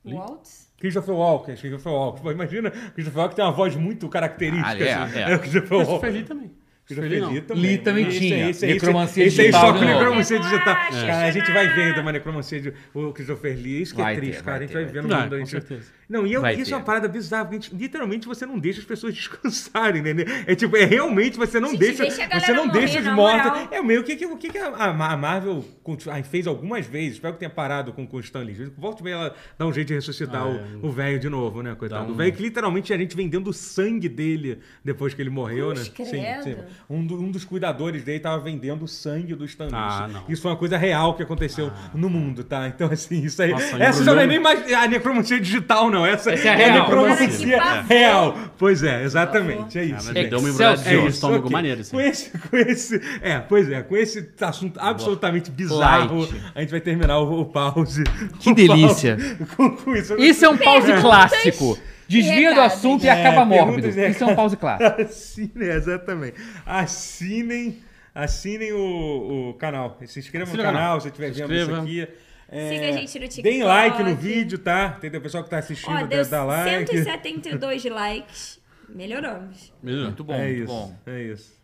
Speaker 4: Waltz?
Speaker 1: Christopher Walken, Christopher Walken. Pô, imagina, Christopher Walken tem uma voz muito característica.
Speaker 2: Ah, é,
Speaker 1: assim.
Speaker 2: é.
Speaker 1: o Christopher Walken.
Speaker 5: Christopher Lee também.
Speaker 1: Christopher
Speaker 5: não.
Speaker 1: Lee também.
Speaker 2: Lee também
Speaker 1: Esse
Speaker 2: tinha.
Speaker 1: aí, esse aí,
Speaker 2: Necromancia
Speaker 1: esse aí
Speaker 2: digital
Speaker 1: só
Speaker 2: de
Speaker 1: com
Speaker 2: novo.
Speaker 1: necromancia digital.
Speaker 4: Relaxa,
Speaker 1: Cara, a gente vai
Speaker 4: relaxa.
Speaker 1: vendo uma necromancia de o Christopher Lee. Isso que
Speaker 2: Vai
Speaker 1: é
Speaker 2: ter,
Speaker 1: triste, cara.
Speaker 2: vai
Speaker 1: a gente
Speaker 2: ter,
Speaker 1: vai
Speaker 2: vai
Speaker 1: vendo
Speaker 5: ter.
Speaker 1: um
Speaker 5: Vai,
Speaker 1: mundo, a
Speaker 5: com
Speaker 1: gente-
Speaker 5: certeza.
Speaker 1: Não, e eu-
Speaker 2: Vai
Speaker 1: isso
Speaker 2: ter.
Speaker 1: é uma parada bizarra. porque a gente- literalmente você não deixa as pessoas descansarem, né? É tipo, é realmente você não
Speaker 4: Gente,
Speaker 1: deixa.
Speaker 4: deixa a galera
Speaker 1: Você não
Speaker 4: morrer,
Speaker 1: deixa os
Speaker 4: na
Speaker 1: mortos.
Speaker 4: moral.
Speaker 1: É o meio que, que, o que que a, a Ma- a Marvel conti- ah, fez algumas vezes. Espero que tenha parado com, com o Stan Lee. Volta e meia, ela dá um jeito de ressuscitar
Speaker 5: Ah,
Speaker 1: o-
Speaker 5: é.
Speaker 1: o velho de novo, né? Coitado.
Speaker 5: Dá um-
Speaker 1: O velho que literalmente é a gente vendendo o sangue dele depois que ele morreu, né?
Speaker 4: Cruz credo.
Speaker 1: Um, do- um dos cuidadores dele tava vendendo o sangue do Stan Lee.
Speaker 5: Ah,
Speaker 1: isso,
Speaker 5: não.
Speaker 1: isso foi uma coisa real que aconteceu no mundo, tá? Então, assim, isso aí.
Speaker 5: Nossa,
Speaker 1: essa já não é
Speaker 5: embrulhou.
Speaker 1: nem mais a necromancia digital, não. Essa,
Speaker 2: Essa é a
Speaker 1: a
Speaker 2: real.
Speaker 1: necromancia
Speaker 4: Cara, que pavor.
Speaker 1: real. Pois é, exatamente. É
Speaker 5: Ah,
Speaker 1: isso.
Speaker 5: mas
Speaker 1: gente.
Speaker 5: deu uma embrulhadinha
Speaker 2: Excelsior.
Speaker 5: no estômago
Speaker 1: ok.
Speaker 5: maneiro, assim.
Speaker 1: Com esse, com esse. É, pois é, com esse assunto absolutamente bizarro,
Speaker 2: Light.
Speaker 1: a gente vai terminar o, o pause.
Speaker 2: Que
Speaker 1: O
Speaker 2: delícia.
Speaker 1: pause com, com isso.
Speaker 2: Isso é um pause clássico. Desvia do
Speaker 4: recados.
Speaker 2: assunto e
Speaker 1: É,
Speaker 2: acaba mórbido.
Speaker 1: perguntas e
Speaker 2: Isso é um pause clássico.
Speaker 1: Assinem, exatamente. Assinem, assinem o, o canal. Se inscrevam
Speaker 5: Assine o
Speaker 1: no
Speaker 5: canal.
Speaker 1: canal, se estiver
Speaker 5: Se
Speaker 1: vendo isso
Speaker 5: inscreva.
Speaker 1: aqui. É,
Speaker 4: Siga a gente no TikTok.
Speaker 1: Deem like no vídeo, tá? Entendeu? O pessoal que tá assistindo,
Speaker 4: Ó,
Speaker 1: dá-
Speaker 4: deu
Speaker 1: dá like.
Speaker 4: 172 likes. Melhoramos.
Speaker 5: Melhor.
Speaker 2: Muito bom,
Speaker 1: é
Speaker 2: muito
Speaker 1: isso,
Speaker 2: bom.
Speaker 1: é isso.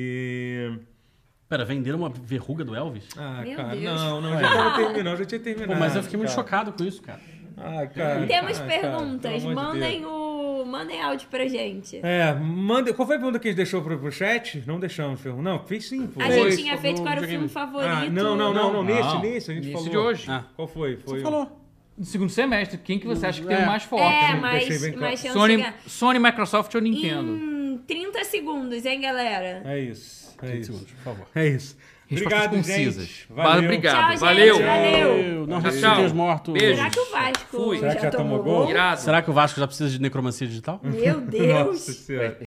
Speaker 1: E...
Speaker 5: Pera, venderam uma verruga do Elvis?
Speaker 1: Ah,
Speaker 4: Meu
Speaker 1: cara,
Speaker 4: Deus.
Speaker 1: não, não, já tava terminando, já tinha
Speaker 5: É. Pô,
Speaker 1: terminado.
Speaker 5: mas eu fiquei muito
Speaker 1: cara.
Speaker 5: chocado com isso, cara.
Speaker 1: Ah, cara,
Speaker 4: Temos
Speaker 1: ah, cara,
Speaker 4: perguntas.
Speaker 1: pelo amor de
Speaker 4: mandem
Speaker 1: Deus.
Speaker 4: o. Mandem áudio pra gente.
Speaker 1: É, manda... Qual foi a pergunta que a gente deixou pro, pro chat? Não deixamos, Ferro. Não, fez sim. Foi.
Speaker 4: A
Speaker 5: Foi,
Speaker 4: gente tinha
Speaker 5: foi
Speaker 4: feito
Speaker 5: no
Speaker 4: qual era o filme
Speaker 5: videogame.
Speaker 1: Ah,
Speaker 4: favorito.
Speaker 1: não, não, não, não, nesse,
Speaker 2: Não.
Speaker 1: nesse a gente
Speaker 2: Nesse
Speaker 1: falou.
Speaker 2: de hoje.
Speaker 5: Ah.
Speaker 1: Qual foi? Foi. um-
Speaker 5: Você falou.
Speaker 2: No segundo semestre, quem que você acha que tem
Speaker 5: É.
Speaker 2: o mais forte?
Speaker 4: É,
Speaker 1: Deixei
Speaker 4: mas,
Speaker 1: bem claro.
Speaker 4: mas chance
Speaker 2: Sony,
Speaker 4: de ganhar.
Speaker 2: Sony, Microsoft ou Nintendo?
Speaker 4: Em 30 segundos, hein, galera?
Speaker 1: É isso. É
Speaker 5: 30
Speaker 1: isso.
Speaker 5: segundos, por favor.
Speaker 1: É isso.
Speaker 2: Respostas
Speaker 1: Obrigado,
Speaker 2: concisas.
Speaker 1: gente.
Speaker 2: Valeu. Obrigado.
Speaker 4: Tchau, gente.
Speaker 2: Valeu.
Speaker 4: Valeu.
Speaker 5: Não
Speaker 2: Tchau,
Speaker 5: ressuscitei
Speaker 2: tchau.
Speaker 5: os mortos.
Speaker 2: Beijo.
Speaker 4: Será que o Vasco
Speaker 2: Fui.
Speaker 1: É. Será que já tomou gol?
Speaker 2: Irado.
Speaker 5: Será que o Vasco já precisa de necromancia digital?
Speaker 4: Meu Deus!
Speaker 1: Nossa Senhora.